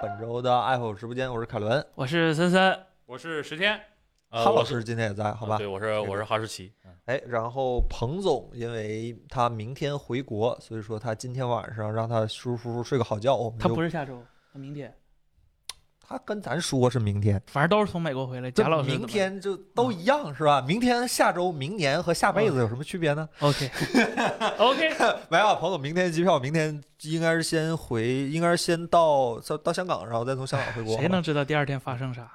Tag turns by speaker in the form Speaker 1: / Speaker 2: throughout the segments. Speaker 1: 本周的爱否直播间，我是凯伦，
Speaker 2: 我是森森，
Speaker 3: 我是石天，
Speaker 1: 哈
Speaker 3: 呃
Speaker 1: 老
Speaker 3: 我是
Speaker 1: 师今天也在，好吧
Speaker 2: 啊
Speaker 3: 对，？我是我是哈士 奇，
Speaker 1: 哎，然后彭总因为他明天回国，所以说他今天晚上让他舒舒服服睡个好觉，我们
Speaker 2: 他
Speaker 1: 就
Speaker 2: 不是下周，他明天，
Speaker 1: 他跟咱说是明天，
Speaker 2: 反正都是从美国回来。
Speaker 1: 这
Speaker 2: 贾老师怎么啊
Speaker 1: 明天就都一样是吧？明天、下周、明年和下辈子有什么区别呢？
Speaker 2: OK OK，
Speaker 1: 没有，啊彭总，明天机票明天应该是先回，应该是先到到到香港，然后再从香港回国。
Speaker 2: 谁能知道第二天发生啥？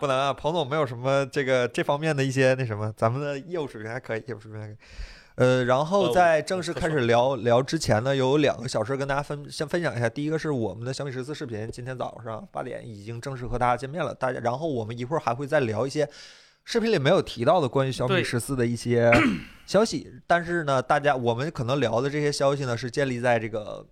Speaker 1: 不能啊？彭总没有什么这个这方面的一些那什么，咱们的业务水平还可以，业务水平还可以。呃，然
Speaker 3: 呃
Speaker 1: 后
Speaker 3: 我
Speaker 1: 在正式
Speaker 3: 特
Speaker 1: 开始聊聊之前呢，有两个小事跟大家分先分享一下。第一个是我们的小米十四视频，今天早上八点已经正式和大家见面了。大家，然后我们一会儿还会再聊一些视频里没有提到的关于小米
Speaker 2: 对
Speaker 1: 十四的一些消息。但是呢，大家我们可能聊的这些消息呢，是建立在这个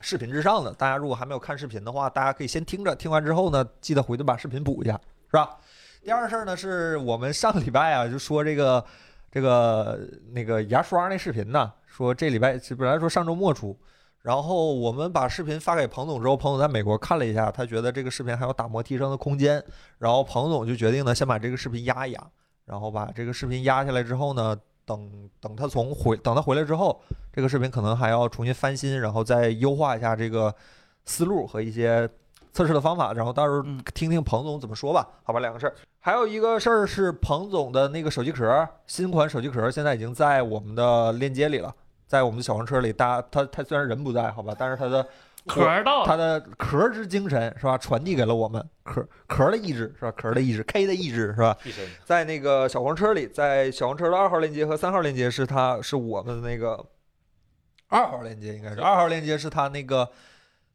Speaker 1: 视频之上的。大家如果还没有看视频的话，大家可以先听着，听完之后呢，记得回去把视频补一下，是吧？第二事儿呢，是我们上个礼拜啊，就说这个这个那个牙刷那视频呢，说这礼拜本来说上周末出，然后我们把视频发给彭总之后，彭总在美国看了一下，他觉得这个视频还有打磨提升的空间，然后彭总就决定呢，先把这个视频压一压，然后把这个视频压下来之后呢，等等他从回等他回来之后，这个视频可能还要重新翻新，然后再优化一下这个思路和一些测试的方法，然后到时候
Speaker 2: 嗯
Speaker 1: 听听彭总怎么说吧，好吧，两个事儿。还有一个事儿是彭总的那个手机壳，新款手机壳现在已经在我们的链接里了，在我们的小黄车里。大家他他虽然人不在，好吧，但是他的
Speaker 2: 壳儿到了，
Speaker 1: 他的壳之精神是吧，传递给了我们壳壳的意志是吧，壳的意志，K 的意志是吧，
Speaker 3: 替身
Speaker 1: 在那个小黄车里，在小黄车的二号链接和三号链接是它是我们的那个二号链接应该是二号链接是它那个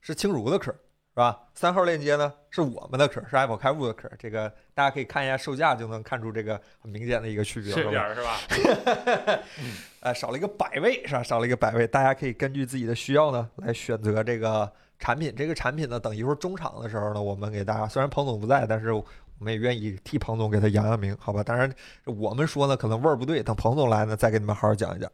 Speaker 1: 是轻柔的壳是吧？三号链接呢是我们的壳是 Apple 开物的壳，这个大家可以看一下售价就能看出这个很明显的一个区别，
Speaker 2: 是
Speaker 1: 吧
Speaker 3: 点儿是吧？
Speaker 1: 呃，少了一个百位是吧？少了一个百位，大家可以根据自己的需要呢来选择这个产品。这个产品呢，等一会儿中场的时候呢，我们给大家，虽然彭总不在，但是我们也愿意替彭总给他扬扬名，好吧？当然，我们说呢可能味儿不对，等彭总来呢再给你们好好讲一讲，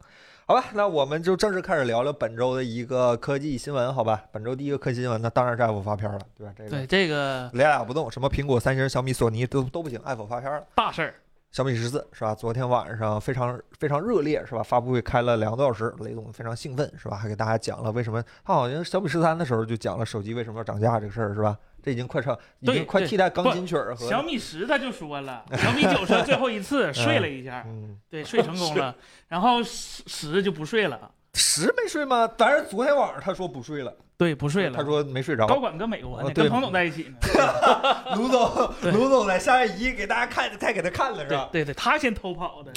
Speaker 1: 好吧？那我们就正式开始聊聊本周的一个科技新闻，好吧？本周第一个科技新闻呢，当然是 Apple 发片了，对吧？这个
Speaker 2: 对这个
Speaker 1: 雷打不动，什么苹果、三星、小米、索尼都都不行，Apple 发片了。
Speaker 2: 大事儿，
Speaker 1: 小米十四是吧？昨天晚上非常非常热烈是吧？发布会开了两个多小时，雷总非常兴奋是吧？还给大家讲了为什么他好像小米十三的时候就讲了手机为什么要涨价这个事儿是吧？这已经快成已
Speaker 2: 对
Speaker 1: 经快
Speaker 2: 对
Speaker 1: 替代钢
Speaker 2: 不
Speaker 1: 筋曲儿和
Speaker 2: 小米十他就说了，小米九说最后一 次睡了一下，
Speaker 1: 嗯
Speaker 2: 对，睡成功了，然后十十就不睡了，
Speaker 1: 十没睡吗？反正昨天晚上他说不睡了，
Speaker 2: 对，不睡
Speaker 1: 他
Speaker 2: 了。
Speaker 1: 说没睡着。
Speaker 2: 高管跟美国
Speaker 1: 哦
Speaker 2: 呢，
Speaker 1: 对
Speaker 2: 跟彭总在一起呢，
Speaker 1: 卢总
Speaker 2: 对
Speaker 1: 卢总在下一集给大家看，再给他看了是
Speaker 2: 对
Speaker 1: 吧？
Speaker 2: 对对，他先偷跑 的，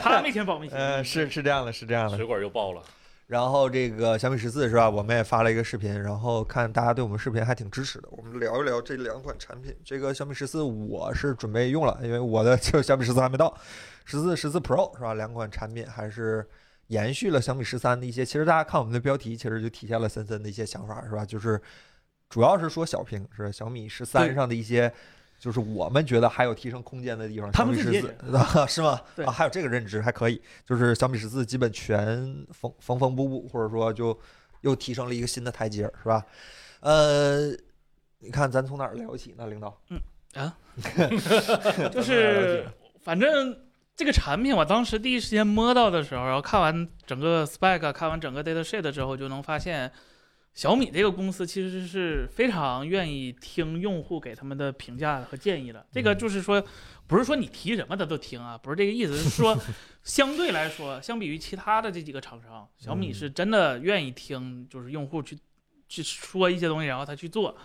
Speaker 2: 他没钱保密
Speaker 1: 呃，
Speaker 2: 协
Speaker 1: 是是这样的，是这样的
Speaker 3: 水。管就爆了，
Speaker 1: 然后这个小米十四是吧？我们也发了一个视频，然后看大家对我们视频还挺支持的。我们聊一聊这两款产品。这个小米十四我是准备用了，因为我的 就小米十四还没到，十四、十四 Pro 是吧？两款产品还是延续了小米十三的一些。其实大家看我们的标题，其实就体现了森森的一些想法是吧？就是主要是说小屏是吧小米十三
Speaker 2: 对
Speaker 1: 上的一些。就是我们觉得还有提升空间的地方，
Speaker 2: 他们
Speaker 1: 小
Speaker 2: 自
Speaker 1: 米
Speaker 2: 己
Speaker 1: 十四 是吗？
Speaker 2: 对
Speaker 1: 啊，还有这个认知还可以，就是小米十四基本全缝缝缝补补，或者说就又提升了一个新的台阶儿，是吧？呃，你看咱从哪儿聊起呢，领导？
Speaker 2: 议，就是反正这个产品，我当时第一时间摸到的时候，然后看完整个 spec，啊看完整个 data sheet 之后，就能发现小米这个公司其实是非常愿意听用户给他们的评价和建议的。这个就是说，不是说你提什么他都听啊，不是这个意思，是说相对来说， 相比于其他的这几个厂商，小米
Speaker 1: 嗯
Speaker 2: 是真的愿意听，就是用户去去说一些东西，然后他去做。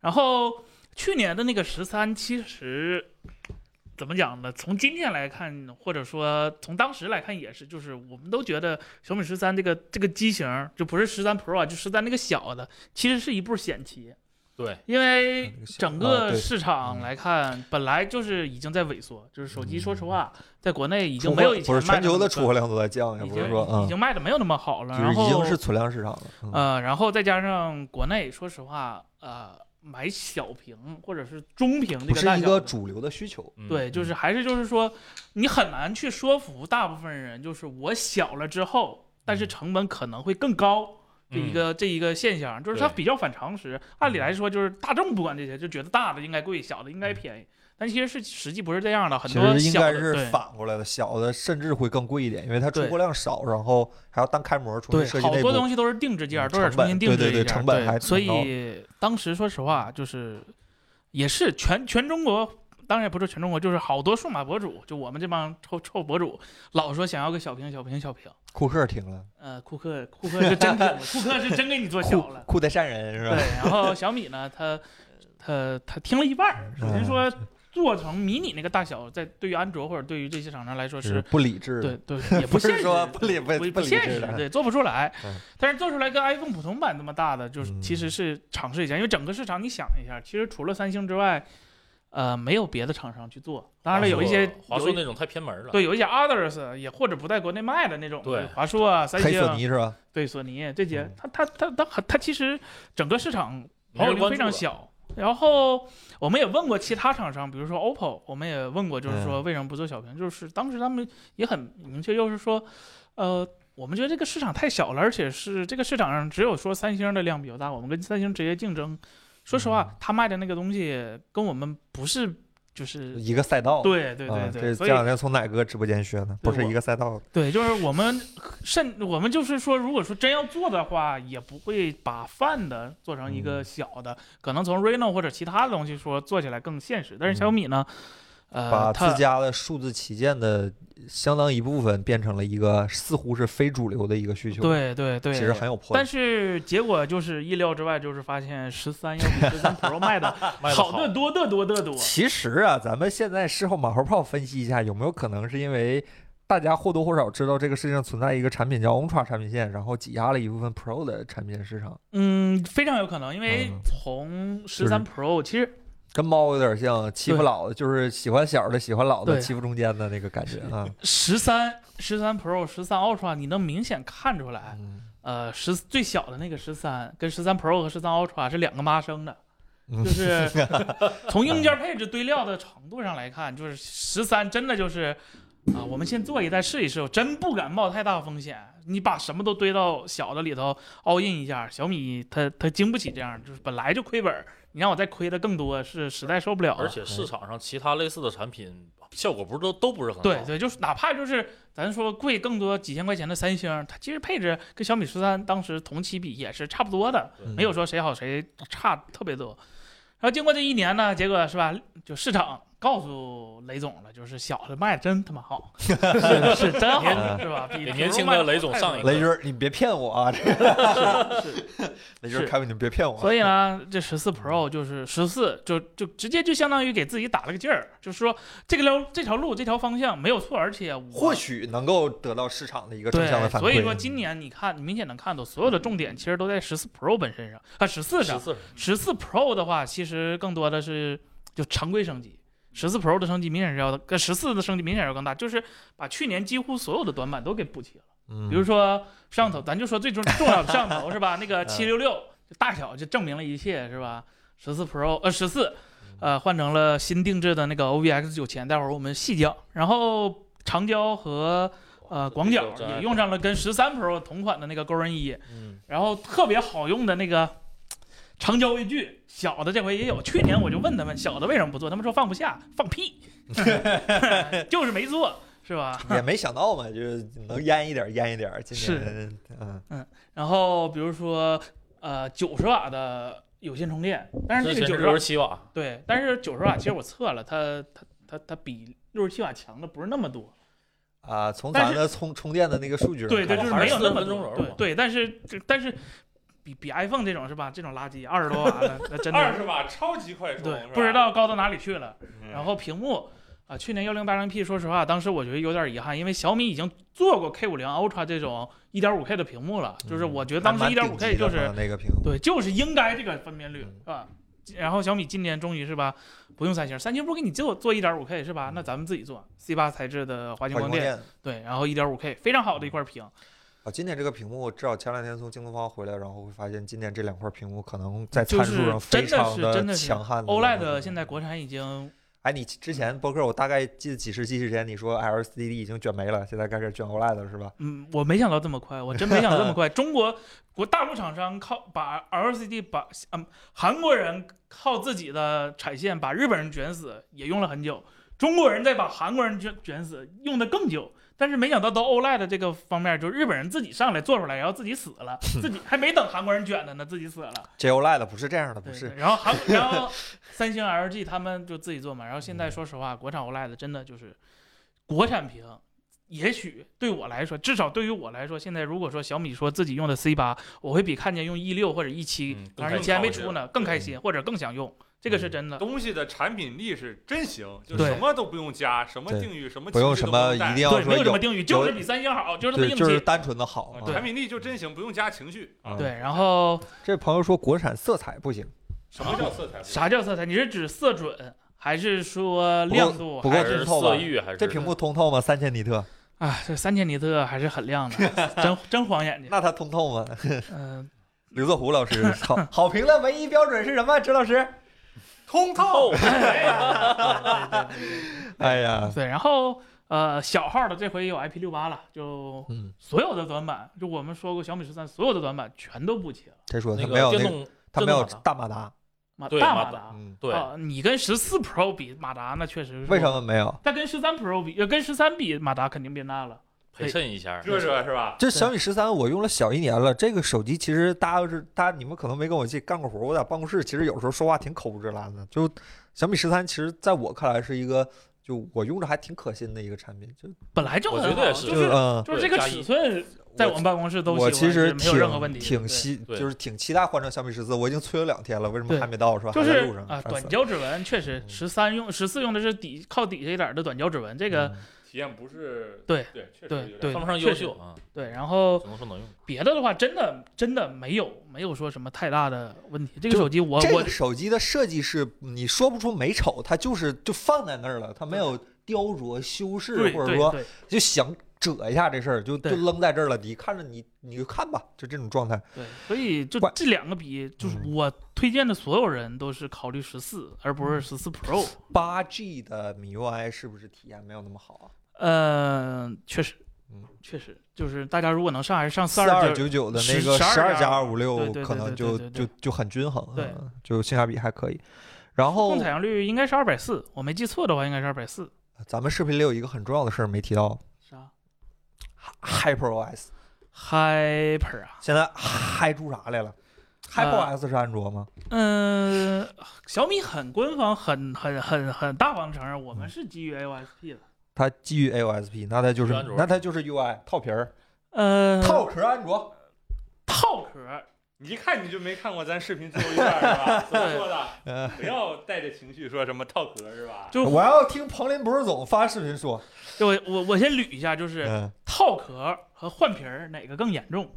Speaker 2: 然后去年的那个十三，其实怎么讲呢？从今天来看，或者说从当时来看，也是，就是我们都觉得小米十三这个这个机型，就不是十三 Pro 啊，就十三那个小的，其实是一步险棋，
Speaker 3: 对，
Speaker 2: 因为
Speaker 1: 嗯那个小
Speaker 2: 整
Speaker 1: 啊
Speaker 2: 个
Speaker 1: 对
Speaker 2: 市场来看，本来就是已经在萎缩，就是手机，
Speaker 1: 嗯
Speaker 2: 说实话，在国内已
Speaker 1: 已
Speaker 2: 经没有以
Speaker 1: 不
Speaker 2: 前
Speaker 1: 是
Speaker 2: 卖
Speaker 1: 全球
Speaker 2: 得那么
Speaker 1: 的
Speaker 2: 多
Speaker 1: 出货量都在降，也
Speaker 2: 已
Speaker 1: 不是
Speaker 2: 经
Speaker 1: 说
Speaker 2: 已
Speaker 1: 嗯，
Speaker 2: 经卖的没有那么好了，
Speaker 1: 就是
Speaker 2: 然后
Speaker 1: 已经是存量市场了。嗯
Speaker 2: 呃，然后再加上国内，说实话，呃，买小屏或者是中屏这
Speaker 1: 不
Speaker 2: 个
Speaker 1: 是
Speaker 2: 大
Speaker 1: 一
Speaker 2: 小
Speaker 1: 个
Speaker 2: 的
Speaker 1: 主流的需求，
Speaker 3: 嗯
Speaker 2: 对，就是还是就是说，你很难去
Speaker 1: 嗯
Speaker 2: 说服大部分人，就是我小了之后，但是成本可能会更高，这
Speaker 3: 嗯
Speaker 2: 一个、这一个现象，就是它
Speaker 3: 对
Speaker 2: 比较反常识。按
Speaker 1: 嗯
Speaker 2: 理来说，就是大众不管这些，就觉得大的应该贵，小的应该便宜。但其实是实际不是这样的，很
Speaker 1: 其
Speaker 2: 多
Speaker 1: 实应
Speaker 2: 小
Speaker 1: 该
Speaker 2: 的
Speaker 1: 是
Speaker 2: 对
Speaker 1: 反过来的，小的甚至会更贵一点，因为它出
Speaker 2: 对
Speaker 1: 货量少，然后还要单开模重新设计
Speaker 2: 好
Speaker 1: 内
Speaker 2: 多
Speaker 1: 部。
Speaker 2: 东西都是定制件儿，
Speaker 1: 嗯
Speaker 2: 都得
Speaker 1: 成
Speaker 2: 重
Speaker 1: 本
Speaker 2: 新定
Speaker 1: 对
Speaker 2: 制
Speaker 1: 对
Speaker 2: 一
Speaker 1: 对
Speaker 2: 件儿
Speaker 1: 成本还
Speaker 2: 所
Speaker 1: 挺高
Speaker 2: 以当时说实话，就是也是全全中国，当然也不是全中国，就是好多数码博主，就我们这帮臭臭博主，老说想要个小屏小屏小屏。
Speaker 1: 库克停了，
Speaker 2: 呃，库克库克是真 给你库克是真给你做
Speaker 1: 库
Speaker 2: 小了。
Speaker 1: 库德善人是
Speaker 2: 对
Speaker 1: 吧？，
Speaker 2: 然后小米呢，他他他听了一半儿，首
Speaker 1: 嗯
Speaker 2: 先说做成迷你那个大小，在对于安卓或者对于这些厂商来说是
Speaker 1: 不理智的
Speaker 2: 对， 对，也
Speaker 1: 不
Speaker 2: 现
Speaker 1: 是
Speaker 2: 实，
Speaker 1: 说不理不
Speaker 2: 不
Speaker 1: 不理
Speaker 2: 现
Speaker 1: 智
Speaker 2: 实，
Speaker 1: 的，
Speaker 2: 对，做不出来
Speaker 1: 嗯。
Speaker 2: 但是做出来跟 iPhone 普通版那么大的，就是
Speaker 1: 嗯
Speaker 2: 其实是尝试一下，因为整个市场你想一下，其实除了三星之外，呃，没有别的厂商去做。当然了，有一些
Speaker 3: 华
Speaker 2: 有
Speaker 3: 硕
Speaker 2: 一
Speaker 3: 那种太偏门了。
Speaker 2: 对，有一些 others 也或者不在国内卖的那种，
Speaker 3: 对
Speaker 2: 华硕啊、三
Speaker 1: 黑索
Speaker 2: 星，
Speaker 1: 尼是吧？
Speaker 2: 对索尼这些
Speaker 1: 嗯，
Speaker 2: 它它它它它它其实整个市场
Speaker 3: 没
Speaker 2: 毛
Speaker 3: 人
Speaker 2: 利非
Speaker 3: 关注
Speaker 2: 常
Speaker 3: 了，
Speaker 2: 小。然后我们也问过其他厂商，比如说 OPPO，我们也问过，就是
Speaker 1: 嗯
Speaker 2: 说为什么不做小屏？就是当时他们也很明确，就是说，呃，我们觉得这个市场太小了，而且是这个市场上只有说三星的量比较大，我们跟三星直接竞争。说实
Speaker 1: 嗯
Speaker 2: 话，他卖的那个东西跟我们不是，就是
Speaker 1: 一个赛道。
Speaker 2: 对对
Speaker 1: 啊
Speaker 2: 对对，
Speaker 1: 这
Speaker 2: 所
Speaker 1: 这
Speaker 2: 以
Speaker 1: 两天从奶哥直播间学的，不是一个赛道的。
Speaker 2: 对，就是我们甚我们就是说，如果说真要做的话，也不会把泛的做成一
Speaker 1: 嗯
Speaker 2: 个小的，可能从 Reno 或者其他的东西说做起来更现实。但是小米呢，
Speaker 1: 嗯把
Speaker 2: 呃，它
Speaker 1: 自家的数字旗舰的相当一部分变成了一个似乎是非主流的一个需求，
Speaker 2: 对对对，
Speaker 1: 其实很有破
Speaker 2: 但是结果就是意料之外，就是发现十三要比十三 Pro 卖的
Speaker 3: 卖得
Speaker 2: 好得多得多得多。
Speaker 1: 其实啊，咱们现在事后马后炮分析一下，有没有可能是因为大家或多或少知道这个世界上存在一个产品叫 Ultra 产品线，然后挤压了一部分 Pro 的产品线市场，
Speaker 2: 嗯，非常有可能，因为
Speaker 1: 嗯
Speaker 2: 从十三 Pro 其实
Speaker 1: 跟猫有点像，欺负老的就是喜欢小的，喜欢老的，
Speaker 2: 对啊
Speaker 1: 欺负中间的那个感觉啊。
Speaker 2: 十三、十三 Pro、十三 Ultra，你能明显看出来。
Speaker 1: 嗯
Speaker 2: 呃，十最小的那个十三跟十三 Pro 和十三 Ultra 是两个妈生的，
Speaker 1: 嗯
Speaker 2: 就是从硬件配置堆料的程度上来看，就是十三真的就是啊、我们先做一代试一试，我真不敢冒太大风险。你把什么都堆到小的里头 all in 一下，小米它它经不起这样，就是本来就亏本儿，你让我再亏的更多是实在受不了了。
Speaker 3: 而且市场上其他类似的产品效果不是都都不是很好。
Speaker 1: 啊
Speaker 2: 对，对，就是哪怕就是咱说贵更多几千块钱的三星，它其实配置跟小米十三当时同期比也是差不多的，
Speaker 1: 嗯
Speaker 2: 没有说谁好谁差特别多。然后经过这一年呢，结果是吧，就市场告诉雷总了，就是小的卖的真他妈 好，是是真好，
Speaker 1: 年
Speaker 2: 是吧？比
Speaker 3: 给年轻
Speaker 2: 普通卖
Speaker 3: 的雷总
Speaker 2: 快
Speaker 3: 上一
Speaker 2: 多了
Speaker 3: 个。
Speaker 1: 雷军儿，你别骗我啊！ 这个雷军儿，
Speaker 2: 是
Speaker 1: 凯文，你别骗我啊。
Speaker 2: 所以呢，这十四 Pro 就是十四，就就直接就相当于给自己打了个劲儿，就是说这个条这条路这条方向没有错，而且我
Speaker 1: 或许能够得到市场的一个正
Speaker 2: 对，
Speaker 1: 向的反馈。
Speaker 2: 所以说今年你看，你明显能看到所有的重点其实都在十四 Pro 本身上啊，十四
Speaker 3: 十
Speaker 2: 上。
Speaker 3: 四
Speaker 2: 十四 Pro 的话，其实更多的是就常规升级。十四 Pro 的升级明显是要的，跟十四的升级明显要更大，就是把去年几乎所有的短板都给补齐了。
Speaker 1: 嗯，
Speaker 2: 比如说摄像头，咱就说最重重要的摄像头 是吧？那个
Speaker 1: 嗯
Speaker 2: 七六六大小就证明了一切是吧？十四 Pro 呃十四
Speaker 1: 嗯
Speaker 2: 呃换成了新定制的那个 OVX 九千，待会儿我们细讲。然后长焦和
Speaker 1: 哦
Speaker 2: 呃广角也用上了跟十三 Pro 同款的那个勾人一，
Speaker 1: 嗯，
Speaker 2: 然后特别好用的那个长焦微距，小的这回 也有。去年我就问他们小的为什么不做，他们说放不下，放屁， 就是没做是吧？
Speaker 1: 也没想到嘛，就是能淹一点儿淹一点儿。今年嗯，
Speaker 2: 然后比如说呃九十瓦的有线充电，但是
Speaker 3: 之
Speaker 2: 那个
Speaker 3: 前
Speaker 2: 九
Speaker 3: 是
Speaker 2: 十
Speaker 3: 六
Speaker 2: 瓦
Speaker 3: 十七瓦，
Speaker 2: 对，但是九十瓦其实我测了，它它它它比六十七瓦强的不是那么多，
Speaker 1: 啊，从
Speaker 2: 但
Speaker 1: 咱
Speaker 2: 是
Speaker 1: 的充充电的那个数据上
Speaker 2: 对
Speaker 1: 看，
Speaker 2: 对，就是
Speaker 3: 还
Speaker 2: 没
Speaker 3: 是
Speaker 2: 有那么
Speaker 3: 40分钟
Speaker 2: 多，
Speaker 3: 了
Speaker 2: 对
Speaker 3: 嘛
Speaker 2: 对，但是这但是比比 iPhone 这种是吧？这种垃圾二十多瓦的，那真
Speaker 3: 二
Speaker 2: 的
Speaker 3: 十瓦超级快充，
Speaker 2: 对
Speaker 3: 是，吧
Speaker 2: 不知。道高到哪里去了。
Speaker 3: 嗯
Speaker 2: 然后屏幕啊，去年幺零八零 P，说实话，当时我觉得有点遗憾，因为小米已经做过 K 五零 Ultra 这种一点五 K 的屏幕了，就是
Speaker 3: 嗯
Speaker 2: 我觉得当
Speaker 1: 嗯
Speaker 2: 时
Speaker 1: 还
Speaker 2: 一
Speaker 1: 蛮
Speaker 2: 点五
Speaker 1: 顶
Speaker 2: K
Speaker 1: 级的
Speaker 2: 就是
Speaker 1: 嘛那个屏幕，
Speaker 2: 对，就是应该这个分辨率
Speaker 1: 嗯
Speaker 2: 是吧？然后小米今年终于是吧，不用三星，三星不是给你做做一点五 K 是吧？那咱们自己做 C 八材质的华星
Speaker 1: 华星光
Speaker 2: 光电，
Speaker 1: 电。
Speaker 2: 对，然后一点五 K 非常好的一块屏，
Speaker 1: 啊，今年这个屏幕，至少前两天从京东方回来，然后会发现今年这两块屏幕可能在参
Speaker 2: 就是
Speaker 1: 数上非
Speaker 2: 真的
Speaker 1: 常
Speaker 2: 是真的是
Speaker 1: 强悍
Speaker 2: OLED
Speaker 1: 的
Speaker 2: 现在国产已经
Speaker 1: 哎，你之前播客我大概记得几十期之前你说 LCD 已经卷没了，现在开始卷 OLED 了是吧？
Speaker 2: 嗯，我没想到这么快，我真没想到这么快。中国国大陆厂商靠把 LCD 把嗯韩国人靠自己的产线把日本人卷死，也用了很久。中国人再把韩国人卷卷死，用的更久。但是没想到到 OLED 这个方面，就日本人自己上来做出来，然后自己死了，自己还没等韩国人卷的呢，自己死了。
Speaker 1: 这 OLED 不是这样的，不
Speaker 2: 对
Speaker 1: 是
Speaker 2: 对然后韩， 然后三星、LG 他们就自己做嘛。然后现
Speaker 1: 嗯
Speaker 2: 在说实话，国产 OLED 真的就是国产屏，也许对我来说，至少对于我来说，现在如果说小米说自己用的 C 八，我会比看见用 E 六或者 E 七、
Speaker 3: 嗯
Speaker 2: 当
Speaker 3: 更
Speaker 2: 然
Speaker 3: 开
Speaker 2: 以前还没
Speaker 3: 心
Speaker 2: 出呢，更开
Speaker 1: 嗯
Speaker 2: 心或者更想用，这个是真的。
Speaker 4: 东西的产品力是真行，就
Speaker 2: 对
Speaker 4: 什么都不用加，什么
Speaker 1: 对
Speaker 4: 定语，什么
Speaker 1: 不用什
Speaker 4: 情绪都不
Speaker 1: 么
Speaker 4: 带
Speaker 1: 一定要
Speaker 2: 对，
Speaker 1: 说
Speaker 2: 没有什么
Speaker 1: 有，
Speaker 2: 定语，就是比三星好，就是这么
Speaker 1: 对，
Speaker 2: 硬
Speaker 1: 就是
Speaker 2: 气。
Speaker 1: 单纯的好
Speaker 4: 啊
Speaker 1: 啊。
Speaker 4: 产品力就真行，不用加情绪啊。
Speaker 2: 对，然后
Speaker 1: 这朋友说国产色彩不行，
Speaker 4: 什么叫色彩？
Speaker 2: 啥叫色彩？你是指色准，还是说亮度？
Speaker 1: 不
Speaker 3: 还
Speaker 1: 够
Speaker 3: 是
Speaker 1: 通透吧
Speaker 3: 色？域还是
Speaker 1: 这屏幕通透吗？三千尼特，
Speaker 2: 啊，这三千尼特还是很亮 的，真真晃眼睛。
Speaker 1: 那它通透吗？
Speaker 2: 嗯、
Speaker 1: 刘作虎老师， 好，好评的唯一标准是什么？支老师，
Speaker 4: 通透，
Speaker 1: 哎呀，
Speaker 2: 对，然后呃，小号的这回有 IP 六八了，就
Speaker 1: 嗯，
Speaker 2: 所有的短板，就我们说过小米十三所有的短板全都补齐了。
Speaker 1: 谁说
Speaker 3: 那
Speaker 1: 他
Speaker 3: 个
Speaker 1: 没有
Speaker 3: 电
Speaker 1: 那个
Speaker 3: 动
Speaker 1: 他没有
Speaker 3: 电动马达
Speaker 1: 大马
Speaker 2: 啊
Speaker 1: 达？
Speaker 2: 马
Speaker 3: 对
Speaker 2: 大马
Speaker 3: 马达
Speaker 2: 达，
Speaker 1: 嗯，
Speaker 3: 对，
Speaker 2: 啊你跟十四 Pro 比马达那确实是
Speaker 1: 为什？么没有？
Speaker 2: 但跟十三 Pro 比，呃，跟十三比马达肯定变大了。
Speaker 3: 陪衬一下，
Speaker 4: 热热是吧？
Speaker 1: 这小米十三我用了小一年了，这个手机其实大家都是大家你们可能没跟我一起干过活，我在办公室其实有时候说话挺口无遮拦的。就小米十三，其实在我看来是一个就我用着还挺可心的一个产品，就
Speaker 2: 本来就
Speaker 3: 我
Speaker 2: 很
Speaker 3: 觉得也
Speaker 2: 好
Speaker 3: 是
Speaker 2: 就
Speaker 1: 就是嗯，
Speaker 2: 就是这个
Speaker 3: 对加一
Speaker 2: 尺寸，在我们办公室都
Speaker 1: 我
Speaker 2: 喜
Speaker 1: 其
Speaker 2: 欢
Speaker 1: 实
Speaker 2: 是没有任何问
Speaker 1: 挺
Speaker 2: 题的。
Speaker 1: 挺
Speaker 2: 对
Speaker 1: 期，
Speaker 3: 对
Speaker 1: 就是挺期待换成小米十四。我已经催了两天了，为什么
Speaker 2: 对
Speaker 1: 还没到？是吧？
Speaker 2: 就
Speaker 1: 还在路
Speaker 2: 是
Speaker 1: 上
Speaker 2: 啊，
Speaker 1: 烦死
Speaker 2: 短
Speaker 1: 了
Speaker 2: 焦指纹确实
Speaker 1: 嗯
Speaker 2: 十三用十四用的是底靠底下一点的短焦指纹，这个
Speaker 1: 嗯
Speaker 4: 体验不是
Speaker 2: 对
Speaker 4: 对，确实
Speaker 2: 对
Speaker 4: 有点
Speaker 2: 对
Speaker 3: 算不上
Speaker 2: 确
Speaker 3: 优
Speaker 2: 实
Speaker 3: 秀啊，
Speaker 2: 对，然后
Speaker 3: 只能说能用。
Speaker 2: 别的的话，真的真的没有没有说什么太大的问题。这个
Speaker 1: 就
Speaker 2: 手机我
Speaker 1: 这
Speaker 2: 呃我
Speaker 1: 个手机的设计是你说不出美丑，它就是就放在那儿了，它没有雕琢修饰，
Speaker 2: 对
Speaker 1: 或者
Speaker 2: 对
Speaker 1: 说
Speaker 2: 对
Speaker 1: 就想遮一下这事儿，就就
Speaker 2: 对
Speaker 1: 扔在这儿了。你看着你你就看吧，就这种状态。
Speaker 2: 对，所以就
Speaker 1: 怪
Speaker 2: 这两个比，就是
Speaker 1: 嗯
Speaker 2: 我推荐的所有人都是考虑十四，而不
Speaker 1: 嗯
Speaker 2: 是十四 Pro。
Speaker 1: 八 G 的 MIUI 是不是体验没有那么好啊？
Speaker 2: 呃，确实
Speaker 1: 嗯，
Speaker 2: 确实就是大家如果能上还是上四
Speaker 1: 四二
Speaker 2: 二
Speaker 1: 九九的那
Speaker 2: 10
Speaker 1: 个十二
Speaker 2: 12
Speaker 1: 加二五
Speaker 2: 对
Speaker 1: 六
Speaker 2: 对对
Speaker 1: 可能
Speaker 2: 对
Speaker 1: 就
Speaker 2: 对
Speaker 1: 就
Speaker 2: 对对
Speaker 1: 就很均衡，
Speaker 2: 对
Speaker 1: 嗯，就性价比还可以。然后
Speaker 2: 控采样率应该是二百四，我没记错的话应该是二百四。
Speaker 1: 咱们视频里有一个很重要的事儿没提到
Speaker 2: 啥
Speaker 1: ，HyperOS。
Speaker 2: ？Hyper 啊？
Speaker 1: 现在嗨出啥来了？HyperOS
Speaker 2: 呃
Speaker 1: 是安卓吗？
Speaker 2: 嗯、小米很官方，很很很很大方承认我们
Speaker 1: 嗯
Speaker 2: 是基于 AOSP 的。
Speaker 1: 它基于 AOSP，那它就是
Speaker 3: 是安卓
Speaker 1: 那它就是 UI 套皮儿，
Speaker 2: 呃，
Speaker 1: 套壳安卓。
Speaker 2: 套壳，
Speaker 4: 你一看你就没看过咱视频最后一段是吧？怎么说的？
Speaker 1: 嗯，
Speaker 4: 不要带着情绪说什么套壳是吧？
Speaker 2: 就
Speaker 1: 我要听彭林不是总发视频说，
Speaker 2: 就我我我先捋一下，就是
Speaker 1: 嗯，
Speaker 2: 套壳和换皮儿哪个更严重？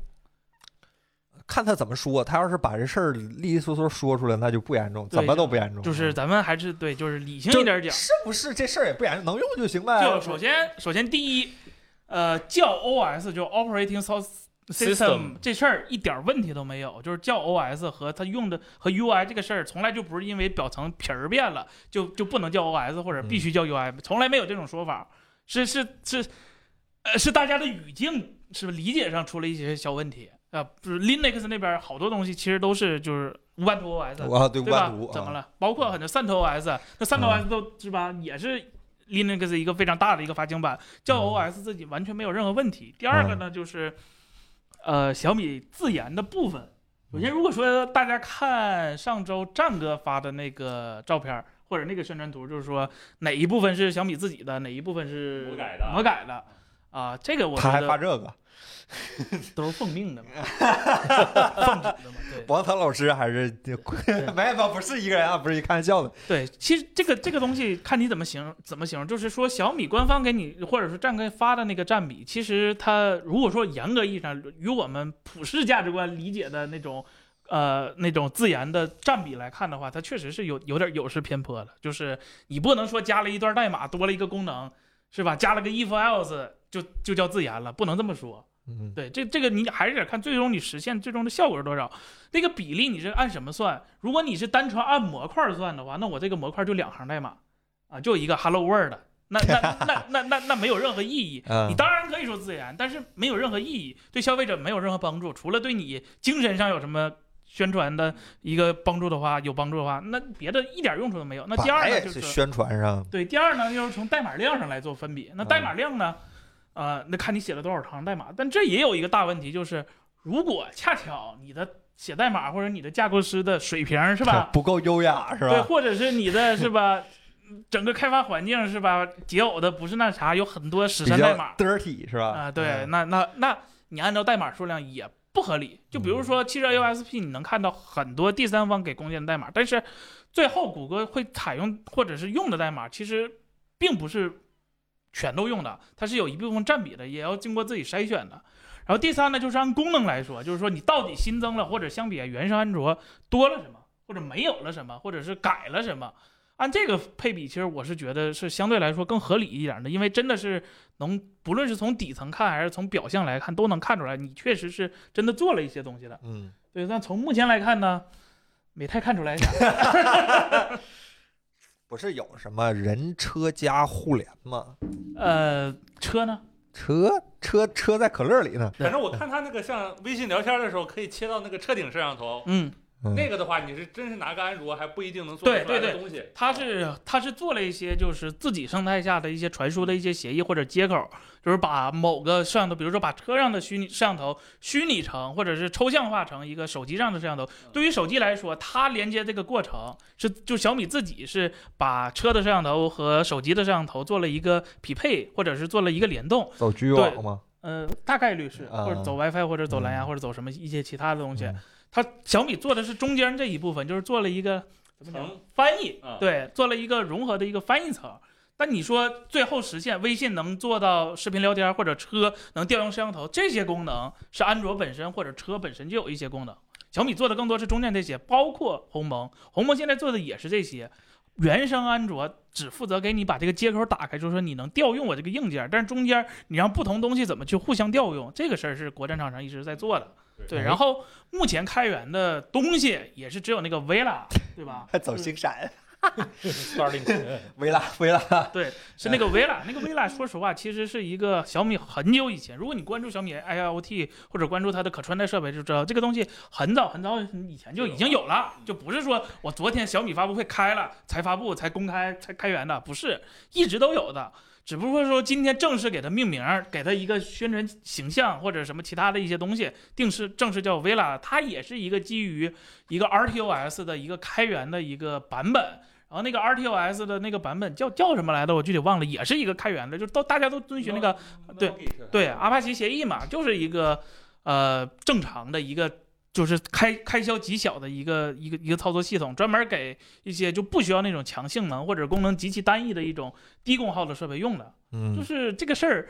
Speaker 1: 看他怎么说。他要是把这事儿利利索索说出来，那就不严重，
Speaker 2: 对
Speaker 1: 怎么都不严重。嗯
Speaker 2: 就是咱们还是对，就是理性一点讲。
Speaker 1: 是不是这事儿也不严重，能用就行呗。
Speaker 2: 就首先，首先第一，呃，叫 OS 就 Operating Source System
Speaker 3: System
Speaker 2: 这事儿一点问题都没有，就是叫 OS 和它用的和 UI 这个事儿，从来就不是因为表层皮儿变了就就不能叫 OS 或者
Speaker 1: 嗯
Speaker 2: 必须叫 UI，、从来没有这种说法，是是是，呃，是大家的语境是不是理解上出了一些小问题啊？就是 Linux 那边好多东西其实都是就是无版图 OS，
Speaker 1: 啊，对，
Speaker 2: 对吧
Speaker 1: 万？图
Speaker 2: 怎么
Speaker 1: 啊？嗯
Speaker 2: 了？包括很多汕头 OS，那汕头 OS 都是吧，也是 Linux 一个非常大的一个发行版，叫
Speaker 1: 嗯
Speaker 2: OS 自己完全没有任何问题。第二个呢，就是呃小米自研的部分。首
Speaker 1: 嗯
Speaker 2: 先，如果说大家看上周战哥发的那个照片儿或者那个宣传图，就是说哪一部分是小米自己的，哪一部分是
Speaker 4: 魔改的
Speaker 2: 魔改的啊，这个我
Speaker 1: 他
Speaker 2: 觉
Speaker 1: 还发
Speaker 2: 得
Speaker 1: 这个，
Speaker 2: 都是奉命 的嘛，奉旨的嘛，对。
Speaker 1: 王涛老师还是 没有，不是一个人啊，不是一开玩笑的。
Speaker 2: 对，其实这个这个东西看你怎么形容怎么形容，就是说小米官方给你或者说站哥发的那个占比，其实它如果说严格意义上与我们普世价值观理解的那种呃那种自研的占比来看的话，它确实是有有点有失偏颇的。就是你不能说加了一段代码多了一个功能，是吧？加了个 if else 就就叫自研了，不能这么说。
Speaker 1: 嗯，
Speaker 2: 对，这这个你还是得看最终你实现最终的效果是多少，那个比例你是按什么算？如果你是单纯按模块算的话，那我这个模块就两行代码啊，就一个 Hello World，那那那那那那没有任何意义。你
Speaker 1: 嗯，
Speaker 2: 当然可以说自研，但是没有任何意义，对消费者没有任何帮助，除了对你精神上有什么宣传的一个帮助的话，有帮助的话，那别的一点用处都没有。那第二
Speaker 1: 本来也
Speaker 2: 呢，就是是
Speaker 1: 宣传上，，
Speaker 2: 对，第二呢，就是从代码量上来做分别。那代码量呢，呃，那看你写了多少行代码。但这也有一个大问题，就是如果恰巧你的写代码或者你的架构师的水平是吧
Speaker 1: 不够优雅是
Speaker 2: 对，
Speaker 1: 吧？
Speaker 2: 或者是你的是吧，整个开发环境是吧，解耦的不是那啥，有很多史
Speaker 1: 比
Speaker 2: 山代
Speaker 1: 较
Speaker 2: 码
Speaker 1: dirty 是吧？
Speaker 2: 啊、对，
Speaker 1: 嗯，
Speaker 2: 那那那你按照代码数量也不合理。就比如说汽车 USP，你能看到很多第三方给贡献的代码，但是最后谷歌会采用或者是用的代码，其实并不是全都用的，它是有一部分占比的，也要经过自己筛选的。然后第三呢，就是按功能来说，就是说你到底新增了或者相比啊原生安卓多了什么，或者没有了什么，或者是改了什么。按这个配比，其实我是觉得是相对来说更合理一点的，因为真的是能，不论是从底层看还是从表象来看，都能看出来你确实是真的做了一些东西的。
Speaker 1: 嗯，
Speaker 2: 对，但从目前来看呢，没太看出来啥。
Speaker 1: 不是有什么人车加互联吗？
Speaker 2: 呃，车呢？
Speaker 1: 车车车在可乐里呢，
Speaker 4: 反正我看他那个像微信聊天的时候，可以切到那个车顶摄像头，
Speaker 2: 嗯，
Speaker 1: 嗯
Speaker 4: 那个的话，你是真是拿个安卓还不一定能做得出
Speaker 2: 对
Speaker 4: 来
Speaker 2: 对
Speaker 4: 的
Speaker 2: 对
Speaker 4: 东西。
Speaker 2: 它是它是做了一些就是自己生态下的一些传输的一些协议或者接口，就是把某个摄像头，比如说把车上的虚拟摄像头虚拟成或者是抽象化成一个手机上的摄像头。对于手机来说，它连接这个过程是就小米自己是把车的摄像头和手机的摄像头做了一个匹配，或者是做了一个联动。
Speaker 1: 走局网吗？
Speaker 2: 呃，大概率是，
Speaker 1: 啊
Speaker 2: 或者走 WiFi，或者走蓝牙，
Speaker 1: 嗯
Speaker 2: 或者走什么一些其他的东西。
Speaker 1: 嗯
Speaker 2: 它小米做的是中间这一部分，就是做了一个怎么讲
Speaker 4: 层
Speaker 2: 翻译，
Speaker 4: 啊
Speaker 2: 对，做了一个融合的一个翻译层。但你说最后实现微信能做到视频聊天或者车能调用摄像头这些功能，是安卓本身或者车本身就有一些功能。小米做的更多是中间这些，包括鸿蒙，鸿蒙现在做的也是这些。原生安卓只负责给你把这个接口打开，就是说你能调用我这个硬件，但是中间你让不同东西怎么去互相调用，这个事儿是国产厂商一直在做的。对，
Speaker 1: 哎
Speaker 2: 然后目前开源的东西也是只有那个 Vela，对吧？
Speaker 1: 还走星闪，
Speaker 3: 二零
Speaker 1: 维拉维拉，
Speaker 2: 对，是那个 Vela，那个 Vela，说实话，其实是一个小米很久以前，如果你关注小米 IoT 或者关注它的可穿戴设备，就知道这个东西很早很早以前就已经有了，就不是说我昨天小米发布会开了才发布、才公开、才开源的，不是，一直都有的。只不过说今天正式给它命名，给它一个宣传形象或者什么其他的一些东西，定式正式叫 Vela，它也是一个基于一个 RTOS 的一个开源的一个版本。然后那个 RTOS 的那个版本叫叫什么来着？我具体忘了，也是一个开源的，就是都大家都遵循那个对对阿帕奇协议嘛，就是一个呃正常的一个就是开开销极小的一个一个一个操作系统，专门给一些就不需要那种强性能或者功能极其单一的一种低功耗的设备用的。就
Speaker 1: 嗯，
Speaker 2: 是这个事儿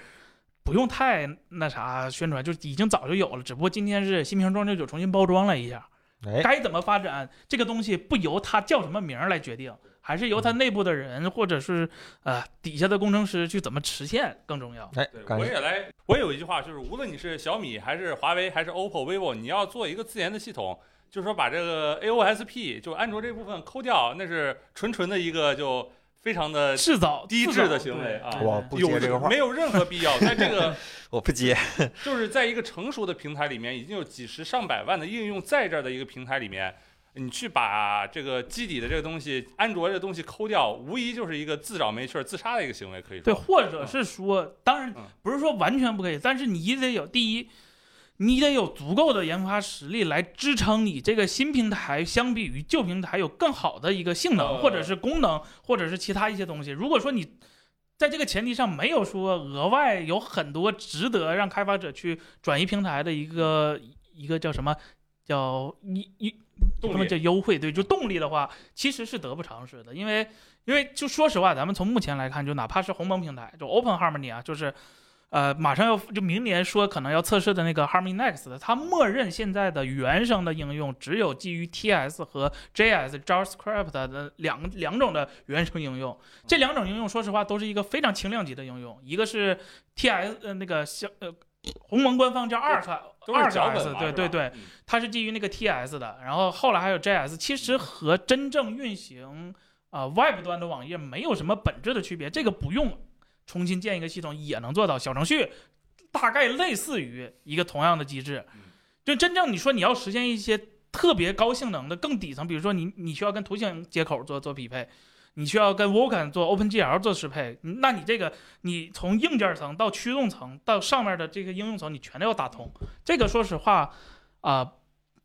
Speaker 2: 不用太那啥宣传，就已经早就有了，只不过今天是新瓶装六九重新包装了一下。
Speaker 1: 哎，
Speaker 2: 该怎么发展，这个东西不由它叫什么名儿来决定，还是由
Speaker 1: 嗯
Speaker 2: 它内部的人或者是呃底下的工程师去怎么实现更重要。
Speaker 1: 哎，
Speaker 4: 对，
Speaker 1: 感
Speaker 4: 我
Speaker 1: 觉
Speaker 4: 也来，我也有一句话，就是无论你是小米还是华为还是 OPPO、vivo，你要做一个自研的系统，就是说把这个 AOSP 就安卓这部分抠掉，那是纯纯的一个就非常的
Speaker 2: 制造制
Speaker 4: 低
Speaker 2: 造
Speaker 4: 质的行为啊
Speaker 2: 对对
Speaker 1: 我不接这个话
Speaker 4: 有没有任何必要。在这个
Speaker 1: 我不接，
Speaker 4: 就是在一个成熟的平台里面，已经有几十上百万的应用在这儿的一个平台里面。你去把这个基底的这个东西，安卓这东西抠掉，无疑就是一个自找没趣儿、自杀的一个行为，可以说。
Speaker 2: 对，或者是说，当然
Speaker 4: 嗯
Speaker 2: 不是说完全不可以，但是你也得有第一，你得有足够的研发实力来支撑你这个新平台相比于旧平台有更好的一个性能，
Speaker 4: 呃
Speaker 2: 或者是功能，或者是其他一些东西。如果说你在这个前提上没有说额外有很多值得让开发者去转移平台的一个一个叫什么叫一一
Speaker 4: 动
Speaker 2: 他们
Speaker 4: 力
Speaker 2: 叫优惠，对，就动力的话，其实是得不偿失的，因为因为就说实话，咱们从目前来看，就哪怕是鸿蒙平台，就 Open Harmony 啊，就是呃马上要就明年说可能要测试的那个 Harmony Next 的，它默认现在的原生的应用只有基于 TS 和 JS JavaScript 的两两种的原生应用，这两种应用说实话都是一个非常轻量级的应用，一个是 TS 呃那个小呃鸿蒙官方叫阿尔法。
Speaker 4: 都
Speaker 2: 二
Speaker 4: 是
Speaker 2: 十
Speaker 4: 脚本
Speaker 2: S，
Speaker 4: 嘛，
Speaker 2: 对
Speaker 4: 是吧
Speaker 2: 对对，，
Speaker 4: 嗯
Speaker 2: 它是基于那个 TS 的，然后后来还有 JS，其实和真正运行啊、Web 端的网页没有什么本质的区别，这个不用重新建一个系统也能做到。小程序大概类似于一个同样的机制
Speaker 4: 嗯，
Speaker 2: 就真正你说你要实现一些特别高性能的、更底层，比如说你你需要跟图形接口做做匹配。你需要跟 Vulkan 做 OpenGL 做适配，那你这个你从硬件层到驱动层到上面的这个应用层，你全都要打通。这个说实话，啊、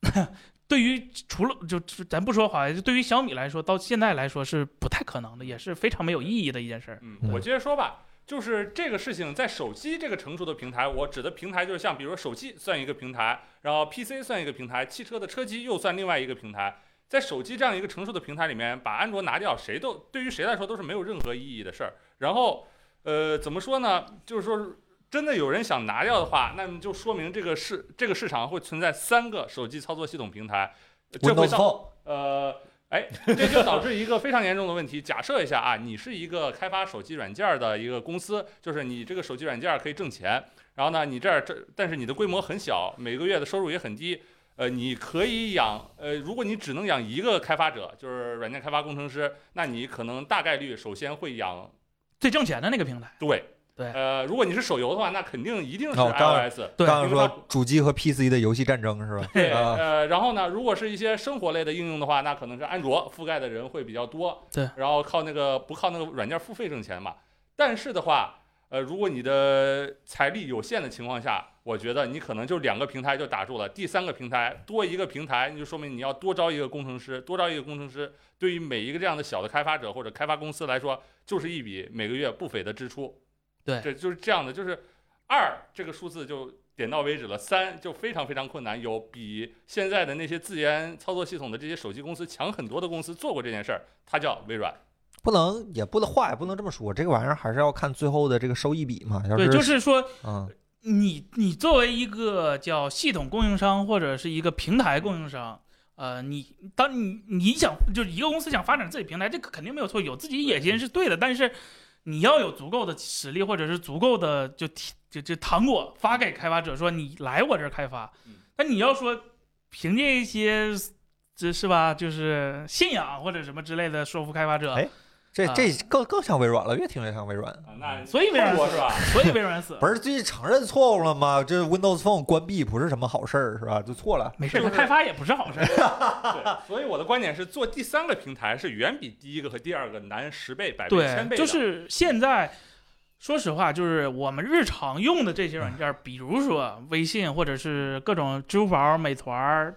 Speaker 2: 对于除了就就咱不说华为，就对于小米来说，到现在来说是不太可能的，也是非常没有意义的一件事儿。
Speaker 4: 嗯，
Speaker 1: 嗯
Speaker 4: 我接着说吧，就是这个事情在手机这个成熟的平台，我指的平台就是像比如说手机算一个平台，然后 PC 算一个平台，汽车的车机又算另外一个平台。在手机这样一个成熟的平台里面，把安卓拿掉，谁都对于谁来说都是没有任何意义的事儿。然后，呃，怎么说呢？就是说，真的有人想拿掉的话，那么就说明这个市这个市场会存在三个手机操作系统平台，这会
Speaker 1: Windows
Speaker 4: 到
Speaker 1: Phone
Speaker 4: 呃，哎，这就导致一个非常严重的问题。假设一下啊，你是一个开发手机软件儿的一个公司，就是你这个手机软件儿可以挣钱，然后呢，你这儿这但是你的规模很小，每个月的收入也很低。呃，你可以养，呃，如果你只能养一个开发者，就是软件开发工程师，那你可能大概率首先会养
Speaker 2: 最挣钱的那个平台，
Speaker 4: 对，
Speaker 2: 对
Speaker 4: 呃，如果你是手游的话，那肯定一定是
Speaker 1: 哦当
Speaker 4: iOS，、
Speaker 2: 对
Speaker 1: 刚刚
Speaker 4: 因为它
Speaker 1: 说主机和 PC 的游戏战争是吧？
Speaker 4: 对，
Speaker 1: 啊，
Speaker 4: 呃，然后呢，如果是一些生活类的应用的话，那可能是安卓覆盖的人会比较多。
Speaker 2: 对，
Speaker 4: 然后靠那个不靠那个软件付费挣钱嘛。但是的话，呃，如果你的财力有限的情况下，我觉得你可能就两个平台就打住了，第三个平台多一个平台，你就说明你要多招一个工程师，多招一个工程师，对于每一个这样的小的开发者或者开发公司来说，就是一笔每个月不菲的支出。
Speaker 2: 对
Speaker 4: 这就是这样的，就是二这个数字就点到为止了，三就非常非常困难。有比现在的那些自研操作系统的这些手机公司强很多的公司做过这件事儿，它叫微软。
Speaker 1: 不能也不能话也不能这么说，这个玩意儿还是要看最后的这个收益比嘛。要
Speaker 2: 对，就是说
Speaker 1: 嗯，
Speaker 2: 你你作为一个叫系统供应商或者是一个平台供应商。呃，你当你你想就是一个公司想发展自己平台，这个肯定没有错，有自己野心是对的，但是你要有足够的实力，或者是足够的就提就就糖果发给开发者，说你来我这儿开发
Speaker 4: 嗯。
Speaker 2: 那你要说凭借一些这是吧，就是信仰或者什么之类的说服开发者，
Speaker 1: 哎这
Speaker 2: 啊
Speaker 1: 这更更像微软了，越听越像微软。
Speaker 4: 啊，那
Speaker 2: 嗯所以微软
Speaker 4: 我是 吧？
Speaker 2: 所以微软死。
Speaker 1: 不是最近承认错误了吗？这 Windows Phone 关闭不是什么好事儿，是吧？就错了。
Speaker 2: 没事，
Speaker 4: 就
Speaker 2: 他
Speaker 4: 是
Speaker 2: 开发也不是好事儿。
Speaker 4: 对，所以我的观点是，做第三个平台是远比第一个和第二个难十倍、百倍、千
Speaker 2: 对，
Speaker 4: 倍的。
Speaker 2: 就是现在，说实话，就是我们日常用的这些软件，比如说微信，或者是各种支付宝、美团、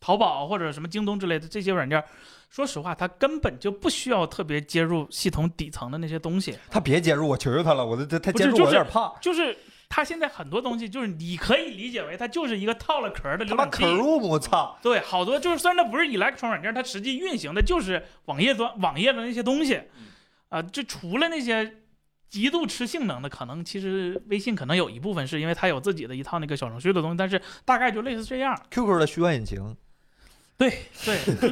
Speaker 2: 淘宝或者什么京东之类的这些软件，说实话，它根本就不需要特别接入系统底层的那些东西。
Speaker 1: 他别介入我，求求他了，我这他他
Speaker 2: 不是
Speaker 1: 介入我有
Speaker 2: 就是
Speaker 1: 点怕。
Speaker 2: 就是它现在很多东西，就是你可以理解为它就是一个套了壳儿的
Speaker 1: 他
Speaker 2: 浏
Speaker 1: 妈
Speaker 2: 览器。
Speaker 1: Chrome，我操！
Speaker 2: 对，好多就是虽然它不是 Electron 软件，它实际运行的就是网页端网页的那些东西，啊、这除了那些极度吃性能的，可能其实微信可能有一部分是因为它有自己的一套那个小程序的东西，但是大概就类似这样。
Speaker 1: QQ 的虚幻引擎，
Speaker 2: 对，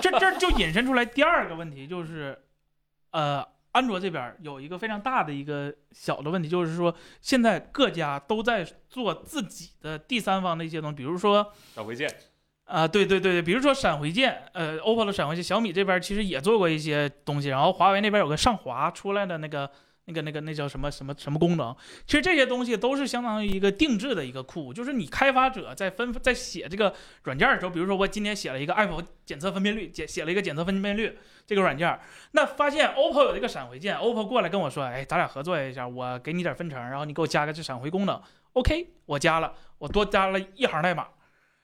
Speaker 2: 这这就引申出来第二个问题，就是，呃，安卓这边儿有一个非常大的一个小的问题，就是说现在各家都在做自己的第三方的一些东西，比如说。
Speaker 4: 小回见，
Speaker 2: 啊，对对对对，比如说闪回键，呃，OPPO 的闪回键，小米这边其实也做过一些东西，然后华为那边有个上滑出来的那个那个那个那叫什么什么什么功能，其实这些东西都是相当于一个定制的一个库，就是你开发者在分在写这个软件的时候，比如说我今天写了一个 Apple 检测分辨率，写写了一个检测分辨率这个软件，那发现 OPPO 有这个闪回键，OPPO 过来跟我说，哎，咱俩合作一下，我给你点分成，然后你给我加个这闪回功能，OK，我加了，我多加了一行代码。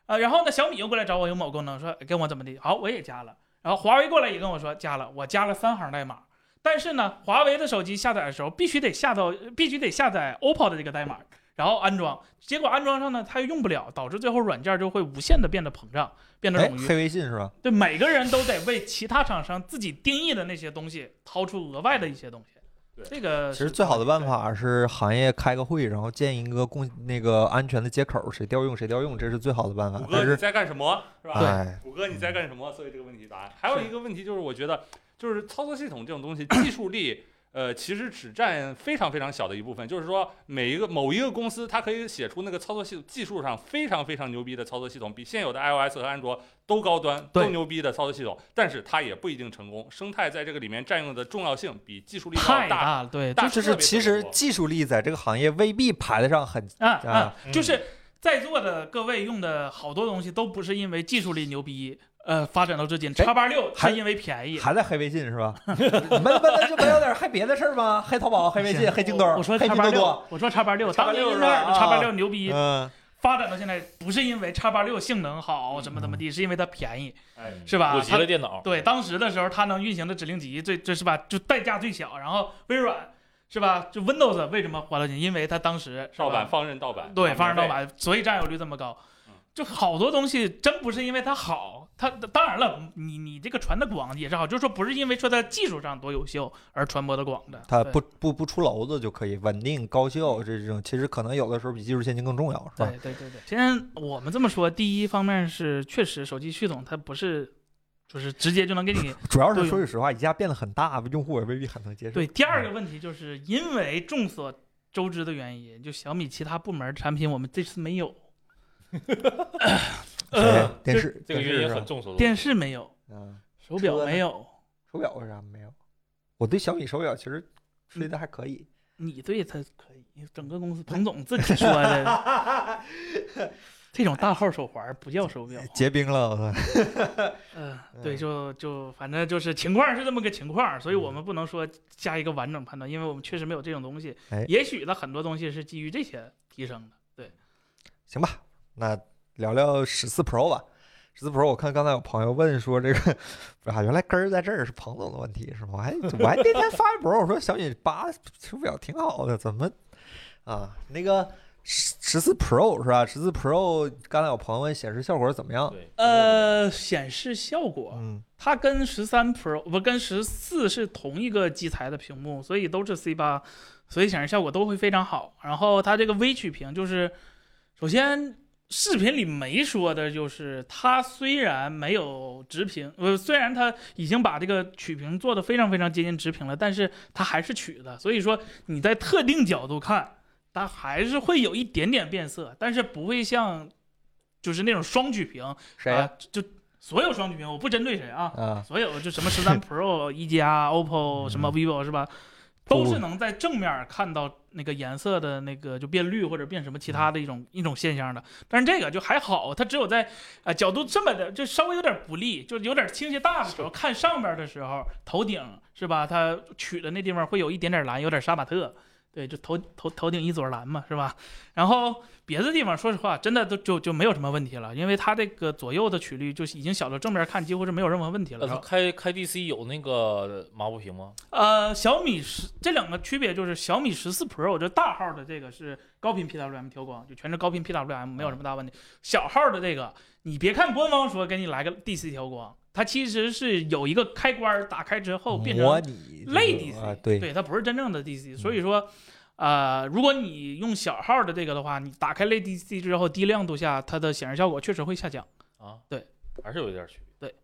Speaker 2: 啊，然后呢，小米又过来找我有某功能，说哎跟我怎么的，好，我也加了。然后华为过来也跟我说加了，我加了三行代码。但是呢，华为的手机下载的时候必须得下到，必须得下载 OPPO 的这个代码，然后安装。结果安装上呢，它又用不了，导致最后软件就会无限的变得膨胀，变得
Speaker 1: 哎
Speaker 2: 冗，余。
Speaker 1: 黑微信是吧？
Speaker 2: 对，每个人都得为其他厂商自己定义的那些东西掏出额外的一些东西。
Speaker 4: 对
Speaker 2: 这个
Speaker 1: 其实
Speaker 2: 呃是
Speaker 1: 最好的办法是行业开个会，然后建一个共那个安全的接口，谁调用谁调用，这是最好的办法
Speaker 4: 谷。歌
Speaker 1: 但
Speaker 4: 你
Speaker 1: 啊是，
Speaker 4: 在干什么？是吧？
Speaker 1: 哎，
Speaker 4: 谷歌你在干什么？所以这个问题答案。还有一个问题就是，我觉得就是操作系统这种东西，技术力呃，其实只占非常非常小的一部分。就是说，每一个某一个公司，它可以写出那个操作系统技术上非常非常牛逼的操作系统，比现有的 iOS 和安卓都高端、
Speaker 2: 对
Speaker 4: 都牛逼的操作系统，但是它也不一定成功。生态在这个里面占用的重要性比技术力要
Speaker 2: 太
Speaker 4: 大，
Speaker 2: 大了，对，
Speaker 4: 大
Speaker 1: 就是其实技术力在这个行业未必排得上很
Speaker 2: 啊
Speaker 1: 啊
Speaker 2: 啊，就是在座的各位用的好多东西都不是因为技术力牛逼，呃，发展到至今。
Speaker 1: 哎
Speaker 2: 叉八六
Speaker 1: 还
Speaker 2: 是因为便宜。
Speaker 1: 还在黑微信是吧？ 你们他妈的就没有点黑别的事儿吗？黑淘宝、黑微信、黑京东、
Speaker 2: 我说
Speaker 1: 黑
Speaker 2: 叉
Speaker 1: 拼
Speaker 2: 八
Speaker 1: 多
Speaker 2: 六
Speaker 1: 多。，
Speaker 2: 我说叉八六，
Speaker 1: 叉八
Speaker 2: 当
Speaker 1: 六
Speaker 2: 年英
Speaker 1: 是
Speaker 2: 特
Speaker 1: 吧
Speaker 2: 尔的叉八
Speaker 1: 啊
Speaker 2: 六牛逼，
Speaker 1: 嗯，
Speaker 2: 发展到现在不是因为叉八六性能好怎么怎么地，是因为它便宜，
Speaker 4: 哎
Speaker 2: 是吧
Speaker 3: 普？及
Speaker 2: 它
Speaker 3: 了电脑，
Speaker 2: 啊对，当时的时候它能运行的指令集最最是吧，就代价最小。然后微软是吧，就 Windows 为什么火到今？因为它当时是吧
Speaker 4: 盗版放任盗版，
Speaker 2: 对，发生盗
Speaker 4: 免费。
Speaker 2: 版，所以占有率这么高
Speaker 4: 嗯。
Speaker 2: 就好多东西真不是因为它好，它当然了，你你这个传的广也是好，就是说不是因为说它技术上多优秀而传播的广的。
Speaker 1: 它
Speaker 2: 对
Speaker 1: 不不不出篓子就可以稳定高效，这种其实可能有的时候比技术先进更重要，是吧？
Speaker 2: 对对对对，先我们这么说，第一方面是确实手机系统它不是，就是直接就能给你
Speaker 1: 主要
Speaker 2: 都
Speaker 1: 是
Speaker 2: 有
Speaker 1: 说句实话，一下变得很大，用户也未必很能接受。
Speaker 2: 对。第二个问题就是因为众所周知的原因，就小米其他部门产品我们这次没有，
Speaker 1: 哎，
Speaker 2: 呃，
Speaker 1: 电
Speaker 2: 就
Speaker 1: 视
Speaker 3: 这个
Speaker 1: 电视
Speaker 3: 原因
Speaker 1: 是
Speaker 3: 很
Speaker 1: 吧
Speaker 3: 众所周知。
Speaker 2: 电视没有，
Speaker 1: 嗯，
Speaker 2: 手表
Speaker 1: 哦车呢
Speaker 2: 没有，
Speaker 1: 手表为啥没有？我对小米手表其实吹的还可以，
Speaker 2: 你对他可以，整个公司彭总自己说 的，这种大号手环不叫 手表。
Speaker 1: 结冰了，我操！
Speaker 2: 嗯、
Speaker 1: 嗯
Speaker 2: 对，就就反正就是情况是这么个情况，所以
Speaker 1: 嗯
Speaker 2: 我们不能说下一个完整判断，因为我们确实没有这种东西。
Speaker 1: 哎
Speaker 2: 也许呢，很多东西是基于这些提升的。
Speaker 1: 行吧，那聊聊十四 Pro 吧。十四 Pro，我看刚才有朋友问说这个，啊，原来根儿在这儿是彭总的问题是吗？我还我还那天发微博，我说小米八手表挺好的，怎么啊？那个十十四 Pro 是吧？十四 Pro 刚才有朋友问显示效果怎么样？
Speaker 3: 对，
Speaker 2: 呃，显示效果，
Speaker 1: 嗯，
Speaker 2: 它跟十三 Pro 不跟十四是同一个机材的屏幕，所以都是 C 八，所以显示效果都会非常好。然后它这个微曲屏就是，首先视频里没说的就是，它虽然没有直屏，呃，虽然它已经把这个曲屏做的非常非常接近直屏了，但是它还是曲的，所以说你在特定角度看，它还是会有一点点变色，但是不会像就是那种双曲屏
Speaker 1: 谁
Speaker 2: 啊
Speaker 1: 呀？、
Speaker 2: 就就所有双曲屏，我不针对谁啊，
Speaker 1: 啊，
Speaker 2: 所有就什么十三 Pro、一加、OPPO 什么 vivo 是吧，都是能在正面看到那个颜色的那个就变绿或者变什么其他的一种一种现象的。但是这个就还好，它只有在啊角度这么的就稍微有点不利，就有点倾斜大的时候，看上边的时候，头顶是吧？它取的那地方会有一点点蓝，有点杀马特。对，就头头头顶一撮蓝嘛，是吧？然后别的地方，说实话，真的都就就没有什么问题了，因为它这个左右的曲率就已经小到正面看几乎是没有任何问题了。
Speaker 3: 呃，它开开 DC 有那个麻布屏吗？
Speaker 2: 呃，小米十这两个区别就是小米十四 Pro 这大号的这个是高频 PWM 调光，就全是高频 PWM，没有什么大问
Speaker 1: 嗯
Speaker 2: 题。小号的这个，你别看官方说给你来个 DC 调光，它其实是有一个开关儿，打开之后变成
Speaker 1: 模拟这
Speaker 2: 类
Speaker 1: 种
Speaker 2: DC，、
Speaker 1: 啊，对，嗯
Speaker 2: 它不是真正的 DC，所以说，呃，如果你用小号的这个的话，你打开类 DC 之后，低亮度下它的显示效果确实会下降。
Speaker 3: 啊，
Speaker 2: 对，
Speaker 3: 还是有一点区 别。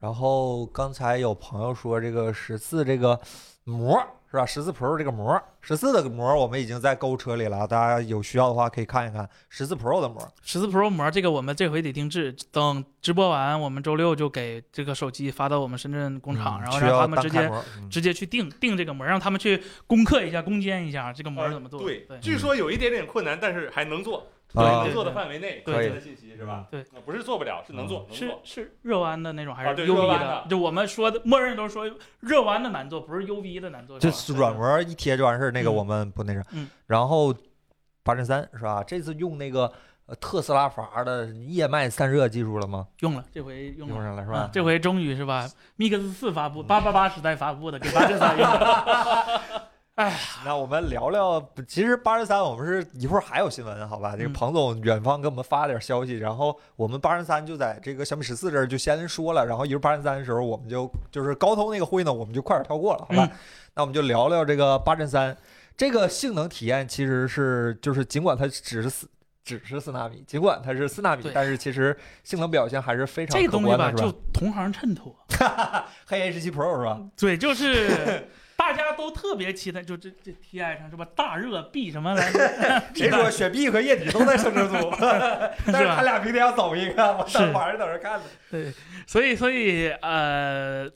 Speaker 1: 然后刚才有朋友说这个十四这个膜儿是吧？十四 Pro 这个膜儿，十四的膜儿我们已经在购物车里了，大家有需要的话可以看一看十四 Pro 的膜儿。
Speaker 2: 十四 Pro 膜这个我们这回得定制，等直播完，我们周六就给这个手机发到我们深圳工厂，
Speaker 1: 嗯
Speaker 2: 然后
Speaker 1: 需
Speaker 2: 让
Speaker 1: 要
Speaker 2: 他们
Speaker 1: 单
Speaker 2: 直
Speaker 1: 开
Speaker 2: 接
Speaker 1: 膜儿嗯
Speaker 2: 直接去定定这个膜，让他们去攻克一下、攻坚一下这个膜怎么做。
Speaker 4: 呃对
Speaker 2: 对，对
Speaker 4: 据说有一点点困难，但是还能做，
Speaker 1: 啊
Speaker 4: 能做的范围内，
Speaker 2: 对
Speaker 4: 嗯可
Speaker 1: 对
Speaker 4: 以的信息是吧？
Speaker 2: 对，嗯
Speaker 4: 不是做不了，是能做，能
Speaker 2: 是
Speaker 4: 做。
Speaker 2: 是热弯的那种还
Speaker 4: 啊
Speaker 2: 是
Speaker 4: 对
Speaker 2: UV
Speaker 4: 热弯
Speaker 2: 的？
Speaker 4: 的
Speaker 2: 就我们说的，默认都是说热弯的难做，不是 UV 的难做。
Speaker 1: 这
Speaker 2: 是吧
Speaker 1: 软膜一贴就完事儿，那个
Speaker 2: 嗯
Speaker 1: 我们不那啥。
Speaker 2: 嗯
Speaker 1: 然后八针三是吧？这次用那个呃特斯拉阀的液脉散热技术了吗？
Speaker 2: 用了，这回用
Speaker 1: 用
Speaker 2: 了。
Speaker 1: 上了是
Speaker 2: 啊
Speaker 1: 吧？
Speaker 2: 这回终于是吧？Mix 四发布，八八八时代发布的，给八十三 用了。
Speaker 1: 那我们聊聊，其实八十三我们是一会儿还有新闻，好吧？这个
Speaker 2: 嗯
Speaker 1: 彭总远方给我们发点消息，然后我们八十三就在这个小米十四这儿就先说了，然后一会儿八十三的时候我们就就是高通那个会呢，我们就快点跳过了，好
Speaker 2: 嗯
Speaker 1: 吧？那我们就聊聊这个八针三，这个性能体验其实是就是尽管它只是四。只是四纳米，尽管它是四纳米
Speaker 2: 对，
Speaker 1: 但是其实性能表现还是非常
Speaker 2: 这
Speaker 1: 可
Speaker 2: 东西
Speaker 1: 观的，
Speaker 2: 吧，
Speaker 1: 是
Speaker 2: 就
Speaker 1: 吧？
Speaker 2: 同行衬托。
Speaker 1: 黑 H 七 Pro 是吧？
Speaker 2: 对，就是大家都特别期待，就这这 TI 上是吧？大热 B 什么来着？
Speaker 1: 谁说雪碧和液体都在生成组？ 但是他俩明天要走一个，我
Speaker 2: 是
Speaker 1: 上晚上等着看呢。
Speaker 2: 对， 所以所以呃，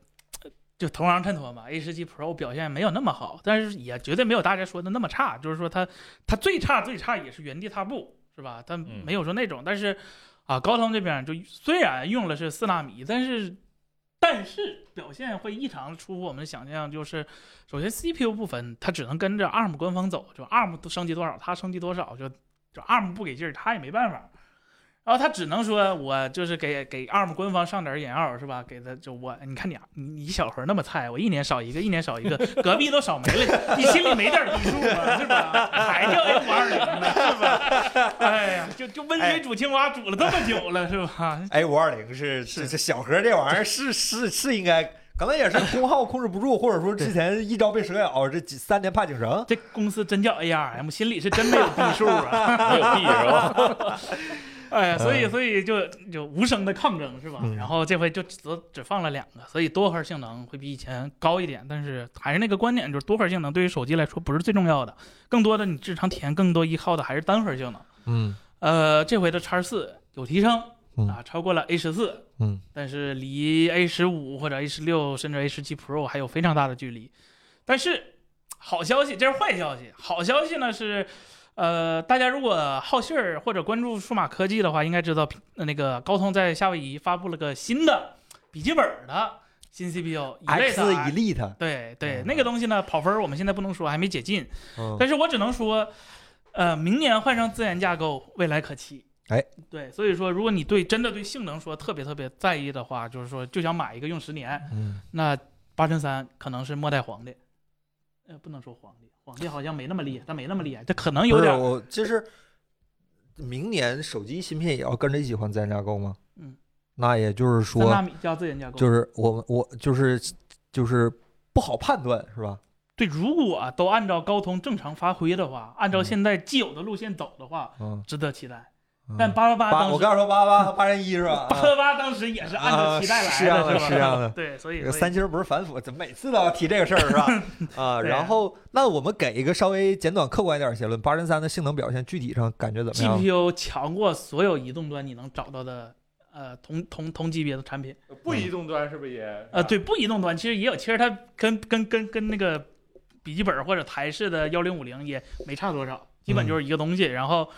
Speaker 2: 就同行衬托嘛。A 十七 Pro 表现没有那么好，但是也绝对没有大家说的那么差。就是说它它最差最差也是原地踏步，是吧？它
Speaker 3: 嗯
Speaker 2: 没有说那种，但是啊，高通这边就虽然用了是四纳米，但是但是表现会异常出乎我们的想象。就是首先 CPU 部分它只能跟着 ARM 官方走，就 ARM 升级多少它升级多少，就就 ARM 不给劲儿它也没办法。然后他只能说，我就是给给 ARM 官方上点儿眼药是吧？给他就我，你看你你你小何那么菜，我一年少一个，一年少一个，隔壁都少没了，你心里没点逼数啊吗？是吧？还叫 A 五二零呢，是吧？哎呀，就就温水煮青蛙，煮了这么久了，是吧？
Speaker 1: A 哎五二零是是这小盒这玩意儿是是是应该，可能 也是功耗控制不住，或者说之前一朝被蛇咬，这几三年怕井绳。
Speaker 2: 这公司真叫 ARM，心里是真没有逼数啊！
Speaker 3: 没有 B 是吧？
Speaker 2: 哎呀，所以所以就就无声的抗争是吧？
Speaker 1: 嗯
Speaker 2: 然后这回就只只放了两个，所以多核性能会比以前高一点，但是还是那个观点，就是多核性能对于手机来说不是最重要的，更多的你日常体验更多依靠的还是单核性能。
Speaker 1: 嗯
Speaker 2: 呃，这回的叉四有提升
Speaker 1: 嗯
Speaker 2: 啊，超过了 A 十四，
Speaker 1: 嗯，
Speaker 2: 但是离 A 十五或者 A 十六甚至 A 十七 Pro 还有非常大的距离。但是好消息，这是坏消息。好消息呢是，呃，大家如果好信儿或者关注数码科技的话，应该知道苹那个高通在夏威夷发布了个新的笔记本的新 CPU，一类
Speaker 1: ，X
Speaker 2: 的
Speaker 1: Elite，
Speaker 2: 对对
Speaker 1: 嗯，
Speaker 2: 那个东西呢跑分儿我们现在不能说，还没解禁。
Speaker 1: 嗯，
Speaker 2: 但是我只能说，呃，明年换上自研架构，未来可期。
Speaker 1: 哎，
Speaker 2: 对，所以说，如果你对真的对性能说特别特别在意的话，就是说就想买一个用十年，
Speaker 1: 嗯
Speaker 2: 那八乘三可能是末代皇帝，呃，不能说皇帝，皇帝好像没那么厉害，但没那么厉害，这可能有
Speaker 1: 不是
Speaker 2: 点儿，
Speaker 1: 我就是明年手机芯片也要跟着一起换自研架构吗？
Speaker 2: 嗯，
Speaker 1: 那也就是
Speaker 2: 三纳
Speaker 1: 说，
Speaker 2: 米加自研架构。
Speaker 1: 就是我们我就是就是不好判断是吧？
Speaker 2: 对，如果、啊都按照高通正常发挥的话，按照
Speaker 1: 嗯
Speaker 2: 现在既有的路线走的话，
Speaker 1: 嗯，
Speaker 2: 值得期待。
Speaker 1: 嗯
Speaker 2: 但八八八
Speaker 1: 八，
Speaker 2: 当
Speaker 1: 我
Speaker 2: 时。
Speaker 1: 刚说八八八三一是 吧？啊
Speaker 2: 八八八当时也是按照期待
Speaker 1: 啊
Speaker 2: 来
Speaker 1: 是这样的
Speaker 2: 是吧？
Speaker 1: 是这样的
Speaker 2: 对，所以
Speaker 1: 这个
Speaker 2: 所以
Speaker 1: 三星不是反腐，怎么每次都要提这个事儿 是吧？啊，
Speaker 2: 对
Speaker 1: 然后那我们给一个稍微简短客观一点的结论，八零三的性能表现具体上感觉怎么样？
Speaker 2: GPU 强过所有移动端你能找到的呃同同同级别的产品。
Speaker 4: 不移动端是不是也
Speaker 1: 啊
Speaker 2: 呃，，对，不移动端其实也有，其实它跟跟跟跟那个笔记本或者台式的幺零五零也没差多少，基本就是一个东西。然后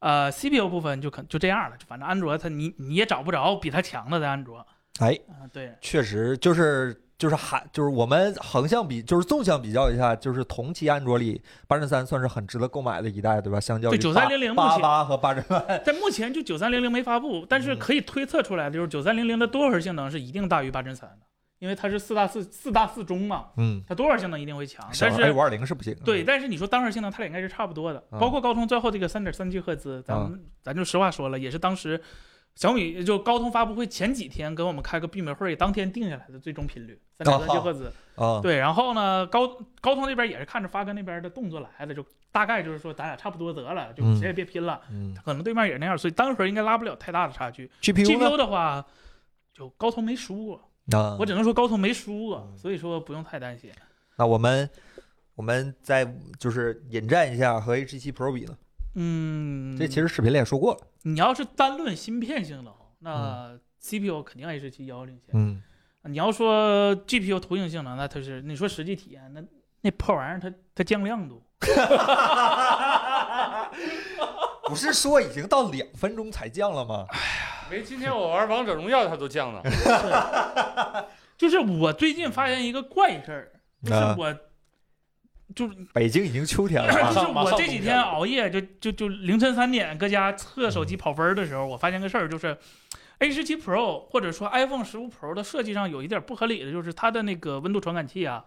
Speaker 2: 呃 CPU 部分就可就这样了，反正安卓它你你也找不着比它强的在安卓。
Speaker 1: 哎
Speaker 2: 啊、对，
Speaker 1: 确实就是。就是还就是我们横向比，就是纵向比较一下，就是同期安卓里八零三算是很值得购买的一代，对吧？相较于
Speaker 2: 对9300
Speaker 1: 八
Speaker 2: 目前
Speaker 1: 八和八 零万，
Speaker 2: 但目前就九三零零没发布，但
Speaker 1: 嗯
Speaker 2: 是可以推测出来的就是九三零零的多核性能是一定大于八针三的，因为它是四大四四大四中嘛，
Speaker 1: 嗯，
Speaker 2: 它多核性能一定会强。但
Speaker 1: 小
Speaker 2: 是
Speaker 1: A 五二零是不行，
Speaker 2: 对，，但是你说单核性能，它俩应该是差不多的。
Speaker 1: 嗯
Speaker 2: 包括高通最后这个三点三 G 赫兹，咱们、咱就实话说了，也是当时小米就高通发布会前几天给我们开个闭门会，当天定下来的最终频率三点三 G 赫兹。
Speaker 1: 啊，
Speaker 2: 对，然后呢，高高通这边也是看着发哥那边的动作来的，就大概就是说咱俩差不多得了，就
Speaker 1: 嗯
Speaker 2: 谁也别拼了。
Speaker 1: 嗯
Speaker 2: 可能对面也那样，所以单核应该拉不了太大的差距。
Speaker 1: ，GPU 呢
Speaker 2: GPU 的话，就高通没输过，
Speaker 1: 啊，
Speaker 2: 我只能说高通没输过
Speaker 1: 嗯，
Speaker 2: 所以说不用太担心。
Speaker 1: 那我们我们再就是引战一下和 H 七 Pro 比呢，
Speaker 2: 嗯，
Speaker 1: 这其实视频里也说过了，
Speaker 2: 你要是单论芯片性能，那 CPU 肯定 A 十七遥遥领先。
Speaker 1: 嗯，
Speaker 2: 啊你要说 GPU 图形性能，那它是你说实际体验，那那破玩意儿它它降亮度，
Speaker 1: 不是说已经到两分钟才降了吗？
Speaker 4: 啊没今天我玩王者荣耀它都降了，
Speaker 2: 就是我最近发现一个怪事儿，就是我。就是
Speaker 1: 北京已经秋天了
Speaker 2: 就
Speaker 1: 啊，
Speaker 2: 是
Speaker 4: 马
Speaker 2: 我
Speaker 4: 上
Speaker 2: 这几天熬夜，就就就凌晨三点搁家测手机跑分儿的时候，我发现个事儿，就是 A 十七 Pro 或者说 iPhone 十五 Pro 的设计上有一点不合理的，就是它的那个温度传感器啊，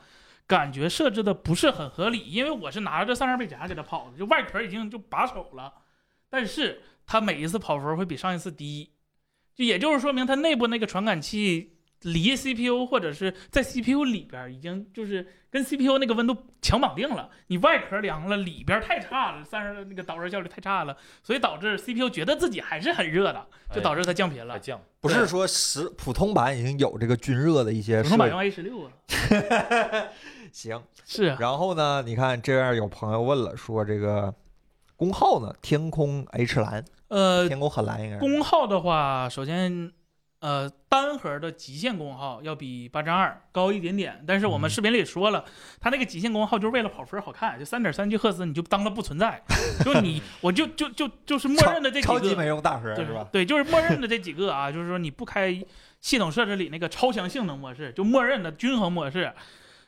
Speaker 2: 感觉设置的不是很合理。因为我是拿着散热背夹给它跑的，就外壳已经就把手了，但是它每一次跑分儿会比上一次低，就也就是说明它内部那个传感器离 CPU 或者是在 CPU 里边已经就是跟 CPU 那个温度强绑定了，你外壳凉了，里边太差了，散热那个导热效率太差了，所以导致 CPU 觉得自己还是很热的，就导致它降频了
Speaker 3: 还。降，
Speaker 1: 不是说十普通版已经有这个均热的一些设
Speaker 2: 普通版
Speaker 1: 备
Speaker 2: 用 A 十六啊，
Speaker 1: 行。
Speaker 2: 是啊，
Speaker 1: 然后呢，你看这样有朋友问了，说这个功耗呢？天空 H 蓝，
Speaker 2: 呃，
Speaker 1: 天空很蓝应该是。
Speaker 2: 功耗的话，首先，呃，单核的极限功耗要比八张二高一点点，但是我们
Speaker 1: 嗯
Speaker 2: 视频里也说了，它那个极限功耗就是为了跑分儿好看，就三点三 G 赫兹你就当它不存 在，就你我就就就就是默认的这几
Speaker 1: 超级
Speaker 2: 个，
Speaker 1: 没用大核
Speaker 2: 对
Speaker 1: 是吧？
Speaker 2: 对，就是默认的这几个啊，就是说你不开系统设置里那个超强性能模式，就默认的均衡模式。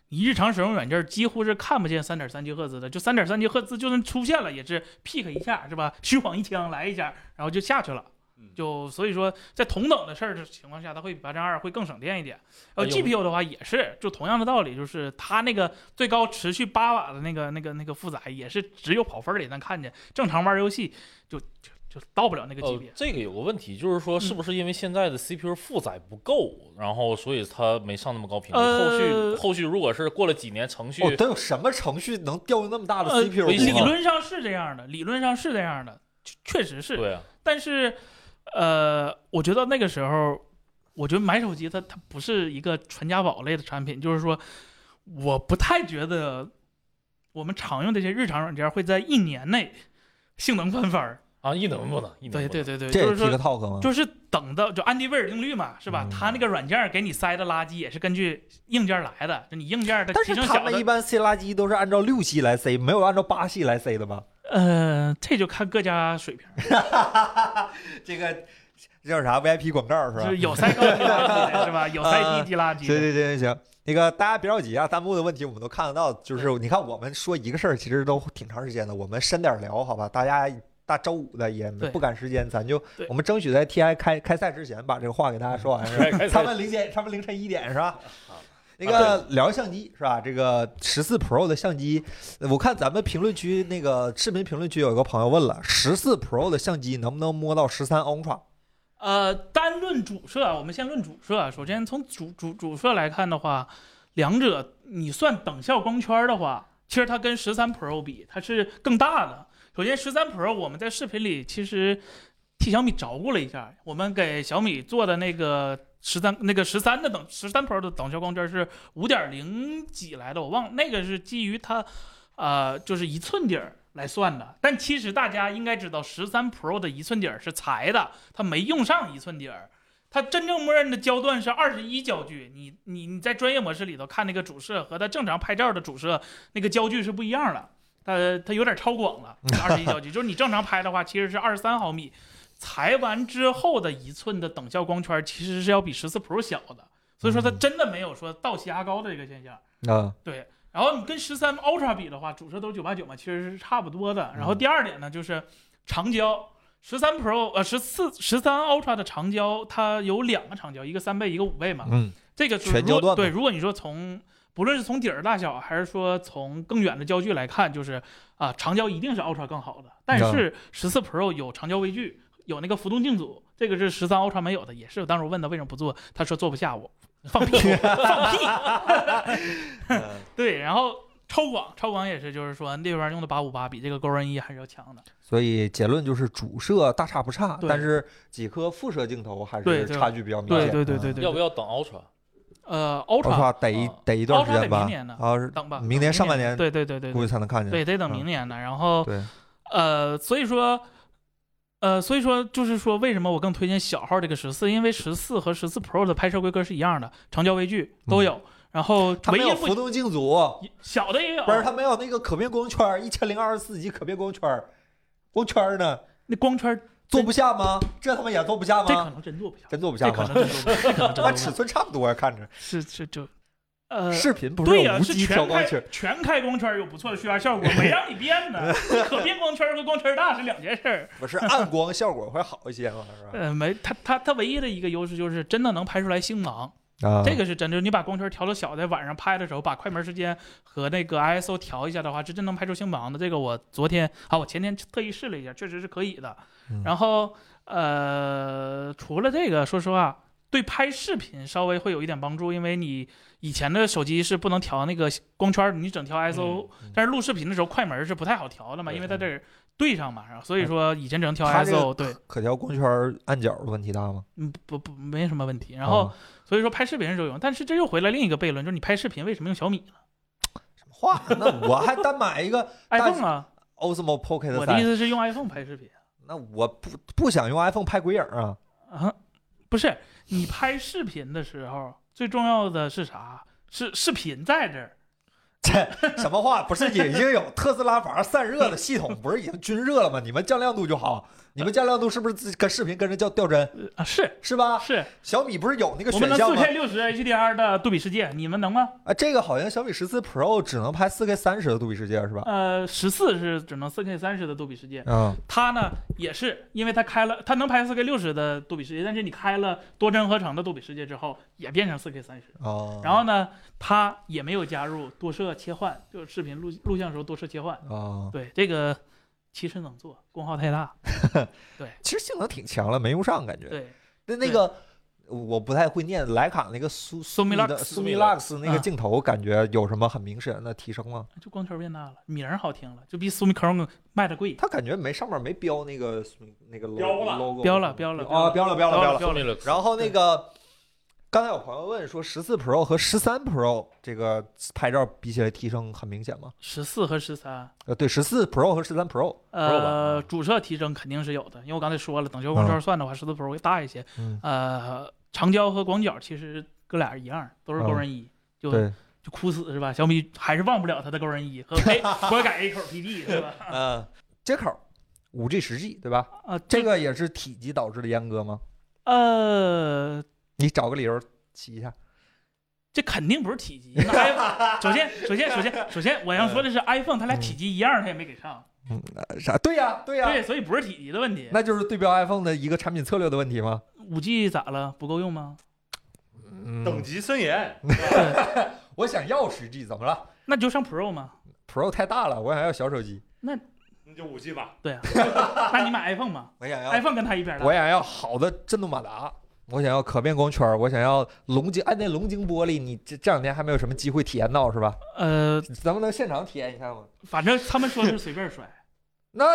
Speaker 2: 你日常使用软件几乎是看不见三点三 G 赫兹的，就三点三 G 赫兹就算出现了，也是 pick 一下是吧？虚晃一枪来一下，然后就下去了。
Speaker 4: 嗯
Speaker 2: 就所以说，在同等的事儿的情况下，它会比八战二会更省电一点。
Speaker 3: 哎
Speaker 2: 然
Speaker 3: 呦
Speaker 2: 后 GPU 的话也是，就同样的道理，就是它那个最高持续八瓦的那个那个那个负载，也是只有跑分儿里能看见。正常玩游戏就就就到不了那个级
Speaker 3: 呃
Speaker 2: 别，。
Speaker 3: 这个有个问题，就是说是不是因为现在的 CPU 负载不够，然后所以它没上那么高频率？
Speaker 2: 呃
Speaker 3: 后续后续如果是过了几年，程序
Speaker 1: 哦，都有什么程序能调用那么大的
Speaker 2: 呃
Speaker 1: CPU？
Speaker 3: 微
Speaker 1: 功
Speaker 3: 信
Speaker 2: 理
Speaker 1: 耗
Speaker 3: 啊
Speaker 2: 论上是这样的，理论上是这样的，确确实是。
Speaker 3: 对啊，
Speaker 2: 但是，呃，我觉得那个时候，我觉得买手机它它不是一个传家宝类的产品，就是说，我不太觉得我们常用这些日常软件会在一年内性能翻番儿。
Speaker 3: 啊，一能不能？一能
Speaker 2: 对
Speaker 3: 不
Speaker 2: 对
Speaker 3: 能
Speaker 2: 对对，
Speaker 1: 这
Speaker 2: 就
Speaker 1: 也
Speaker 2: 是
Speaker 1: 提个
Speaker 2: 说。
Speaker 1: talk 吗？
Speaker 2: 就是等到就安迪威尔定律嘛，是吧
Speaker 1: 嗯？
Speaker 2: 它那个软件给你塞的垃圾也是根据硬件来的，就你硬件它
Speaker 1: 但
Speaker 2: 提
Speaker 1: 是
Speaker 2: 升
Speaker 1: 他
Speaker 2: 小
Speaker 1: 们一
Speaker 2: 的，
Speaker 1: 般塞垃圾都是按照六系来塞，没有按照八系来塞的吧？
Speaker 2: 呃，这就看各家水平，
Speaker 1: 这个这叫啥 VIP 广告是吧
Speaker 2: 就？是有塞高级垃圾的是吧？有塞低级 垃圾
Speaker 1: 对
Speaker 2: 的，
Speaker 1: 对对，行，那个大家别着急啊，弹幕的问题我们都看得到。就是你看，我们说一个事儿，其实都挺长时间的，我们深点儿聊，好吧？大家大周五的也
Speaker 2: 对
Speaker 1: 不赶时间，咱就
Speaker 2: 对嗯
Speaker 1: 我们争取在 TI 开开赛之前把这个话给大家说完，是吧？
Speaker 3: 开开
Speaker 1: 他们零点，他们凌晨一点是吧？那
Speaker 3: 啊
Speaker 1: 个聊相机是吧？这个十四 Pro 的相机，呃我看咱们评论区那个视频评论区有一个朋友问了，十四 Pro 的相机能不能摸到十三 Ultra？
Speaker 2: 呃，单论主摄，我们先论主摄。啊首先从主主主摄来看的话，两者你算等效光圈的话，其实它跟十三 Pro 比，它是更大的。首先，十三 Pro 我们在视频里其实替小米着顾了一下，我们给小米做的那个十三那个十三的等十三 Pro 的等效光圈是五点零几来的，我忘那个是基于它，呃，就是一寸底儿来算的。但其实大家应该知道，十三 Pro 的一寸底儿是裁的，它没用上一寸底儿。它真正默认的焦段是二十一焦距，你你你在专业模式里头看那个主摄和它正常拍照的主摄那个焦距是不一样的，它它有点超广了，二十一焦距，就是你正常拍的话其实是二十三毫米，裁完之后的一寸的等效光圈其实是要比十四 Pro 小的，所以说它真的没有说倒吸牙膏的这个现象。
Speaker 1: 啊，
Speaker 2: 然后你跟十三 Ultra 比的话，主摄都是九八九嘛，其实是差不多的。然后第二点呢，就是长焦，十三 Pro 呃十四十三 Ultra 的长焦，它有两个长焦，一个三倍，一个五倍嘛。
Speaker 1: 嗯，
Speaker 2: 这个就是
Speaker 1: 全焦
Speaker 2: 如
Speaker 1: 段嘛
Speaker 2: 果对，如果你说从不论是从底儿大小，还是说从更远的焦距来看，就是啊、长焦一定是 Ultra 更好的。但
Speaker 1: 啊
Speaker 2: 是十四 Pro 有长焦微距，有那个浮动镜组，这个是十三 Ultra 没有的。也是我当时我问他为什么不做，他说做不下我，放屁，放屁。 对，然后超广，超广也是，就是说那边用的八五八比这个高端一还是要强的。
Speaker 1: 所以结论就是主摄大差不差，
Speaker 2: 对
Speaker 1: 但是几颗副摄镜头还
Speaker 2: 对
Speaker 1: 是
Speaker 2: 对
Speaker 1: 差距比较明
Speaker 2: 对
Speaker 1: 显。
Speaker 2: 对对对
Speaker 1: 嗯
Speaker 2: 对，
Speaker 3: 要不要等 Ultra？
Speaker 2: 呃
Speaker 1: 我
Speaker 2: ，Ultra
Speaker 1: 操，得一
Speaker 3: 啊
Speaker 1: 得一段时间
Speaker 2: 得
Speaker 1: 吧
Speaker 2: 明，年呢，
Speaker 1: 啊，是
Speaker 2: 等吧，
Speaker 1: 明年上半年
Speaker 2: 对对对对
Speaker 1: 估
Speaker 2: 对
Speaker 1: 计嗯才能看见。
Speaker 2: 对，得等明年呢。然后
Speaker 1: 对，
Speaker 2: 呃，所以说。呃，所以说就是说，为什么我更推荐小号这个十四？因为十四和十四 Pro 的拍摄规格是一样的，长焦微距都有，然后
Speaker 1: 它
Speaker 2: 唯
Speaker 1: 没
Speaker 2: 一
Speaker 1: 有浮
Speaker 2: 不
Speaker 1: 动镜
Speaker 2: 哦
Speaker 1: 组，
Speaker 2: 小的也有，
Speaker 1: 不是它没有那个可变光圈，一千零二十四级可变光圈，光圈呢
Speaker 2: 那光圈，
Speaker 1: 做不下吗？这他妈也做不下
Speaker 2: 这可
Speaker 1: 吗？
Speaker 2: 能真做不下，
Speaker 1: 真做不
Speaker 2: 这
Speaker 1: 下
Speaker 2: 可
Speaker 1: 吗？
Speaker 2: 能真做不下，这可能真做
Speaker 1: 那
Speaker 2: 不
Speaker 1: 尺
Speaker 2: 下，
Speaker 1: 寸差不多呀，看着
Speaker 2: 是是就，呃，
Speaker 1: 视频不是
Speaker 2: 对呀、
Speaker 1: 有无
Speaker 2: 是
Speaker 1: 极调
Speaker 2: 全
Speaker 1: 光
Speaker 2: 开
Speaker 1: 圈，
Speaker 2: 全开光圈有不错的虚压效果，没让你变呢。可变光圈和光圈大是两件事 儿。
Speaker 1: 不是暗光效果会好一些吗？是
Speaker 2: 呃，没，它它它唯一的一个优势就是真的能拍出来星芒，
Speaker 1: 吧？啊
Speaker 2: 这个是真的。你把光圈调到小，在晚上拍的时候，把快门时间和那个 ISO 调一下的话，是真能拍出星芒的。这个我昨天啊，我前天特意试了一下，确实是可以的
Speaker 1: 嗯。
Speaker 2: 然后呃，除了这个，说实话。对拍视频稍微会有一点帮助，因为你以前的手机是不能调那个光圈的，你整调 ISO，、
Speaker 1: 嗯
Speaker 2: 但是录视频的时候快门是不太好调的嘛，
Speaker 3: 对
Speaker 2: 因为在这儿对上嘛，然后所以说以前只能调
Speaker 1: 它这个
Speaker 2: ISO，对，
Speaker 1: 可调光圈按角的问题大吗？
Speaker 2: 嗯，不不没什么问题。然后
Speaker 1: 啊
Speaker 2: 所以说拍视频是有用，但是这又回来另一个悖论，就是你拍视频为什么用小米呢
Speaker 1: 什么话？ 那我还单买一个大
Speaker 2: ？iPhone 啊，
Speaker 1: Osmo Pocket
Speaker 2: 我的
Speaker 1: 3，
Speaker 2: 意思是用 iPhone 拍视频
Speaker 1: 那我不不想用 iPhone 拍鬼影啊。
Speaker 2: 啊，不是你拍视频的时候最重要的是啥？是视频在这儿，
Speaker 1: 这什么话？不是已经有特斯拉反而散热的系统，不是已经均热了吗？你们降亮度就好，你们降亮度是不是自跟视频跟着叫掉帧
Speaker 2: 呃啊是
Speaker 1: 是吧？
Speaker 2: 是，
Speaker 1: 小米不是有那个
Speaker 2: 我
Speaker 1: 选
Speaker 2: 们能
Speaker 1: 项
Speaker 2: 四
Speaker 1: 吗？
Speaker 2: K 六十 HDR 的杜比世界，你们能吗？
Speaker 1: 啊，这个好像小米十四 Pro 只能拍四 K 三十的杜比世界是吧？
Speaker 2: 呃，十四是只能四 K 三十的杜比世界，
Speaker 1: 嗯，
Speaker 2: 它呢也是因为它开了，它能拍四 K 六十的杜比世界，但是你开了多帧合成的杜比世界之后，也变成四 K 三十。
Speaker 1: 哦，
Speaker 2: 然后呢，它也没有加入多摄切换，就是视频录录像时候多摄切换。
Speaker 1: 哦，
Speaker 2: 对，这个其实能做，功耗太大。
Speaker 1: 其实性能挺强了，没用上感觉。
Speaker 2: 对，
Speaker 1: 那那个我不太会念徕卡那个苏苏米的
Speaker 2: Lumilux
Speaker 1: 苏米拉克斯那个
Speaker 2: 啊
Speaker 1: 镜头，感觉有什么很明显的提升吗？
Speaker 2: 就光圈变大了，名儿好听了，就比苏米克隆卖的贵。
Speaker 1: 它感觉没上面没标那个那个 logo
Speaker 4: 标了
Speaker 1: logo
Speaker 2: 标了标了
Speaker 1: 啊，标了标了标了。
Speaker 2: 标了，
Speaker 3: 了
Speaker 1: 然后那
Speaker 2: 对
Speaker 1: 个刚才有朋友问说，十四 Pro 和十三 Pro 这个拍照比起来提升很明显吗？
Speaker 2: 十四和十三，
Speaker 1: 呃，对，十四 Pro 和十三 Pro，啊
Speaker 3: Pro 吧
Speaker 2: 呃，主摄提升肯定是有的，因为我刚才说了，等效光圈算的话，十四 Pro 会大一些。
Speaker 1: 嗯，
Speaker 2: 呃，长焦和广角其实哥俩一样，都是
Speaker 1: 嗯
Speaker 2: 高人一，就
Speaker 1: 对，
Speaker 2: 就哭死是吧？小米还是忘不了它的高人一 和 A 魔改 A 口 PD 是吧？
Speaker 1: 嗯，接口五 G 十 G 对吧？
Speaker 2: 啊，
Speaker 1: 这个也是体积导致的阉割吗？
Speaker 2: 呃，
Speaker 1: 你找个理由提一下。
Speaker 2: 这肯定不是体积。那 iPhone 首先，首先，首先，首先，我要说的是 iPhone 它俩体积一样，它也没给上，
Speaker 1: 呃啥？对呀、对呀、
Speaker 2: 对，所以不是体积的问题。
Speaker 1: 那就是对标 iPhone 的一个产品策略的问题吗？
Speaker 2: 五 G 咋了？不够用吗？
Speaker 4: 等
Speaker 1: 嗯，
Speaker 4: 级森严，
Speaker 1: 我想要十 G，怎么了
Speaker 2: 那就上 Pro 嘛。
Speaker 1: ？Pro 太大了，我想要小手机。
Speaker 4: 那就五 G 吧。
Speaker 2: 对啊，那你买 iPhone 嘛
Speaker 1: 我想要
Speaker 2: ？iPhone 跟它一边
Speaker 1: 嗯我
Speaker 2: 大。
Speaker 1: 想要好的震动马达，我想要可变光圈，我想要龙晶，哎，那龙晶玻璃，你这这两天还没有什么机会体验到是吧？
Speaker 2: 呃，
Speaker 1: 咱们能现场体验一下吗？
Speaker 2: 反正他们说是随便摔，
Speaker 1: 那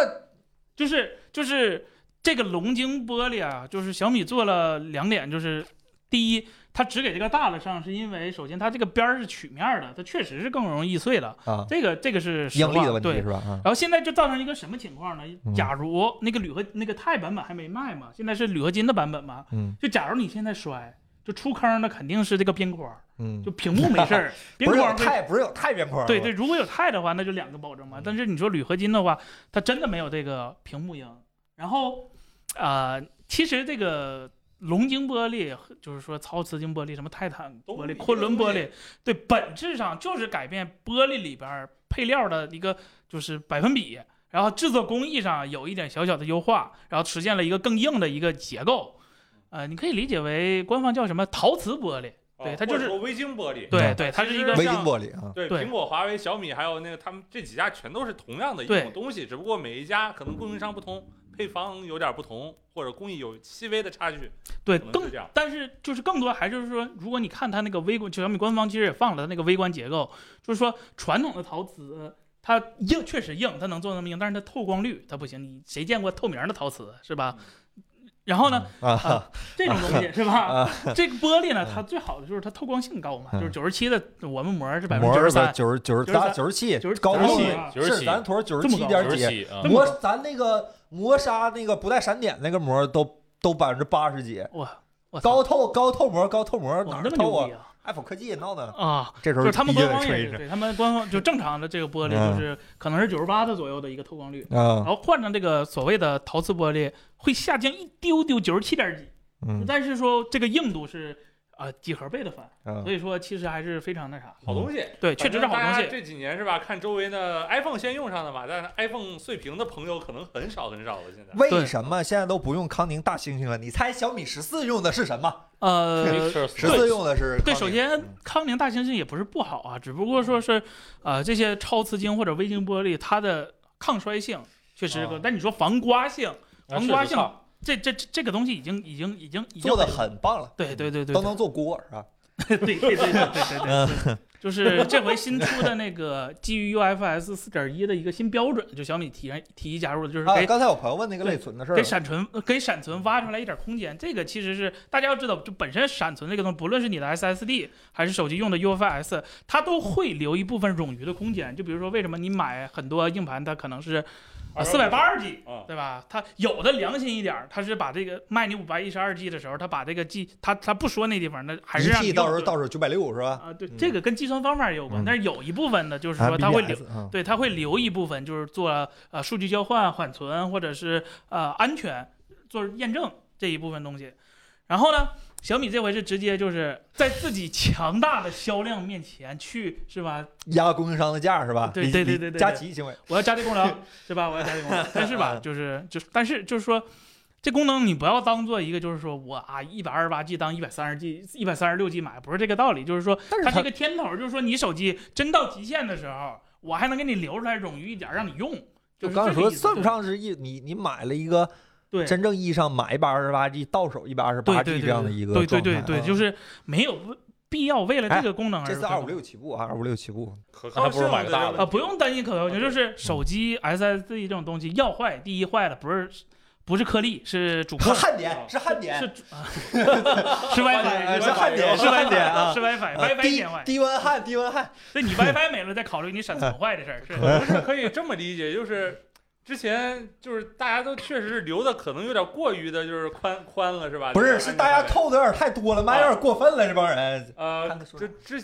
Speaker 2: 就是就是这个龙晶玻璃啊，就是小米做了两点，就是第一，它只给这个大的上，是因为首先它这个边儿是曲面儿的，它确实是更容易易碎了，
Speaker 1: 啊，
Speaker 2: 这个这个是实
Speaker 1: 应
Speaker 2: 话
Speaker 1: 力的问题
Speaker 2: 对
Speaker 1: 是吧？啊，
Speaker 2: 然后现在就造成一个什么情况呢
Speaker 1: 嗯？
Speaker 2: 假如那个铝合那个钛版本还没卖嘛，现在是铝合金的版本嘛，
Speaker 1: 嗯
Speaker 2: 就假如你现在摔，就出坑的肯定是这个边框，
Speaker 1: 嗯
Speaker 2: 就，屏幕没事 儿，边
Speaker 1: 不是有
Speaker 2: 框会
Speaker 1: 钛，不是有钛边框吗？
Speaker 2: 对对，如果有钛的话，那就两个保证嘛
Speaker 1: 嗯。
Speaker 2: 但是你说铝合金的话，它真的没有这个屏幕硬。然后，呃，其实这个龙晶玻璃，就是说超磁晶玻璃、什么泰坦玻
Speaker 4: 都
Speaker 2: 璃、
Speaker 4: 一个
Speaker 2: 昆仑玻
Speaker 4: 东
Speaker 2: 璃，对，本质上就是改变玻璃里边儿配料的一个就是百分比，然后制作工艺上有一点小小的优化，然后实现了一个更硬的一个结构。呃，你可以理解为官方叫什么陶瓷玻璃，对
Speaker 4: 啊
Speaker 2: 它就
Speaker 4: 或者
Speaker 2: 是
Speaker 4: 说微晶玻璃。
Speaker 2: 对
Speaker 1: 嗯
Speaker 2: 对，它是一
Speaker 4: 其
Speaker 2: 个
Speaker 4: 实
Speaker 1: 微
Speaker 2: 像
Speaker 1: 晶玻璃啊，
Speaker 4: 对，
Speaker 2: 对
Speaker 4: 苹果、华为、小米还有那个，他们这几家全都是同样的一
Speaker 2: 对
Speaker 4: 种东西，只不过每一家可能供应商不同，配方有点不同，或者工艺有细微的差距。
Speaker 2: 对，
Speaker 4: 可能
Speaker 2: 更
Speaker 4: 是这样
Speaker 2: 但是就是更多还是说，如果你看它那个微观，就小米官方其实也放了它那个微观结构，就是说传统的陶瓷它硬确实硬，它能做那么硬，但是它透光率它不行，你谁见过透明的陶瓷是吧？然后呢，
Speaker 1: 啊，
Speaker 2: 这种东 西是吧
Speaker 1: 嗯啊？
Speaker 2: 这个玻璃呢，
Speaker 1: 嗯
Speaker 2: 它最好的就是它透光性高嘛，
Speaker 1: 嗯
Speaker 2: 就是九十七的，我们膜是百分
Speaker 1: 膜
Speaker 2: 之九十
Speaker 1: 儿的
Speaker 2: 三，
Speaker 1: 九十九十三九十七，
Speaker 2: 97
Speaker 1: 高度
Speaker 2: 97
Speaker 3: 九十
Speaker 1: 是
Speaker 3: 七，
Speaker 1: 咱坨九十
Speaker 2: 这么
Speaker 1: 七
Speaker 2: 高
Speaker 1: 点
Speaker 3: 九十
Speaker 1: 几，
Speaker 3: 七啊
Speaker 2: 这，么
Speaker 1: 磨
Speaker 2: 高
Speaker 1: 咱那个磨砂那个不带闪点那个膜都都百分之八十几，
Speaker 2: 哇，我操
Speaker 1: 高透高透膜高透膜
Speaker 2: 我
Speaker 1: 哪
Speaker 2: 们
Speaker 1: 儿
Speaker 2: 这么
Speaker 1: 透
Speaker 2: 牛
Speaker 1: 啊
Speaker 2: 逼？啊！
Speaker 1: 爱否科技闹呢？
Speaker 2: 啊，
Speaker 1: 这时
Speaker 2: 就
Speaker 1: 候
Speaker 2: 是他们
Speaker 1: 一定得
Speaker 2: 官方
Speaker 1: 吹
Speaker 2: 也
Speaker 1: 一
Speaker 2: 是，
Speaker 1: 声
Speaker 2: 对他们官方就正常的这个玻璃
Speaker 1: 嗯
Speaker 2: 就是可能是九十八的左右的一个透光率。然
Speaker 1: 啊，
Speaker 2: 后换成这个所谓的陶瓷玻璃，会下降一丢丢，九十七点几。
Speaker 1: 嗯
Speaker 2: 但是说这个硬度是呃几何倍的翻，
Speaker 1: 啊
Speaker 2: 所以说其实还是非常那啥。
Speaker 4: 好东西，
Speaker 2: 对，确实是好
Speaker 4: 反
Speaker 2: 东
Speaker 4: 正大家
Speaker 2: 西。
Speaker 4: 这几年是吧？看周围的 iPhone 先用上的嘛，但是 iPhone 碎屏的朋友可能很少很少了。现在
Speaker 1: 为什么现在都不用康宁大猩猩了？你猜小米十四用的是什么？
Speaker 2: 呃，
Speaker 3: Pixel
Speaker 1: 十
Speaker 3: Smart
Speaker 1: 四用的是康
Speaker 2: 对，
Speaker 1: 宁
Speaker 2: 首先康宁大猩猩也不是不好啊，只不过说
Speaker 1: 嗯
Speaker 2: 是呃这些超瓷晶或者微晶玻璃，它的抗摔性确实
Speaker 1: 啊
Speaker 2: 高，但你说防刮性，
Speaker 3: 啊
Speaker 2: 防刮
Speaker 3: 确实
Speaker 2: 性
Speaker 3: 差
Speaker 2: 这这这这个东西已经已经已经已经
Speaker 1: 做的，很棒了，
Speaker 2: 对对对对，
Speaker 1: 都能做锅是吧？
Speaker 2: 对对对对对对对
Speaker 1: 嗯
Speaker 2: 对，就是这回新出的那个基于 UFS 四点一的一个新标准，就小米提提议加入的，就是
Speaker 1: 啊，
Speaker 2: 给
Speaker 1: 刚才我朋友问那个类存的事儿
Speaker 2: 给
Speaker 1: 了，
Speaker 2: 闪存呃给闪存挖出来一点空间，这个其实是大家要知道，就本身闪存这个东西，不论是你的 SSD 还是手机用的 UFS，它都会留一部分冗余的空间。就比如说，为什么你买很多硬盘，它可能是四百八十 G，
Speaker 4: 啊，
Speaker 2: 对吧？它有的良心一点儿，它是把这个卖你五百一十二 G 的时候，它把这个 G，它它不说那地方，那还是
Speaker 1: 一
Speaker 2: 让你
Speaker 1: T
Speaker 2: 用
Speaker 1: 到时候到时候九百六是吧？
Speaker 2: 啊，对，
Speaker 1: 嗯
Speaker 2: 这个跟计算方法也有关，
Speaker 1: 嗯
Speaker 2: 但是有一部分呢，就是说它会留
Speaker 1: MBS 嗯
Speaker 2: 对，它会留一部分，就是做呃数据交换、缓存，或者是呃安全做验证这一部分东西。然后呢，小米这回是直接就是在自己强大的销量面前去，是吧？
Speaker 1: 压供应商的价是吧？
Speaker 2: 对
Speaker 1: 李
Speaker 2: 对对
Speaker 1: 李
Speaker 2: 对对
Speaker 1: 加
Speaker 2: 对
Speaker 1: 急行为，
Speaker 2: 我要加这功能，是吧？我要加这功能，但是吧，就是就是，但是就是说。这功能你不要当做一个，就是说我啊，一百二十八 G 当一百三十 G、一百三十六 G 买，不是这个道理。就是说，
Speaker 1: 但是
Speaker 2: 它
Speaker 1: 它
Speaker 2: 这个天头儿就是说，你手机真到极限的时候，我还能给你留出来冗余一点儿，让你用。
Speaker 1: 就是刚才
Speaker 2: 这个
Speaker 1: 说
Speaker 2: 意思
Speaker 1: 算不
Speaker 2: 对
Speaker 1: 上是一你你买了一个
Speaker 2: 对
Speaker 1: 真正意义上买一百二十八 G 到手一百二十八
Speaker 2: 对对
Speaker 1: G
Speaker 2: 对
Speaker 1: 这样的一个
Speaker 2: 对对
Speaker 1: 状态
Speaker 2: 对
Speaker 1: 啊哎
Speaker 2: 对，就是没有必要为了这个功能而
Speaker 1: 这次
Speaker 2: 开
Speaker 1: 二
Speaker 2: 放
Speaker 1: 五六起步啊，二五六起步，
Speaker 4: 可
Speaker 3: 那还不如买个大的
Speaker 2: 啊，不用担心可靠性，就是手机 SSD 这种东西要坏，第一坏了不是不是颗粒，是主控，
Speaker 1: 焊点是焊点
Speaker 2: 是，主 啊是 WiFi，
Speaker 1: 呃是焊点
Speaker 2: 是
Speaker 1: 是焊点啊。
Speaker 2: 是 WiFi，WiFi
Speaker 1: 低
Speaker 2: 先坏，
Speaker 1: 低温焊，低温焊，
Speaker 2: 所以你 WiFi 没了再考虑你闪存坏的事儿，是
Speaker 4: 可能是可以这么理解，就是之前就是大家都确实是留的可能有点过于的，就是宽宽了是吧？
Speaker 1: 不
Speaker 4: 这
Speaker 1: 是
Speaker 4: 个
Speaker 1: 是
Speaker 4: 安全
Speaker 1: 大
Speaker 4: 范
Speaker 1: 家
Speaker 4: 围
Speaker 1: 扣的有点太多了，妈有点过分了，这帮人。看
Speaker 4: 呃
Speaker 1: 得，出
Speaker 4: 这之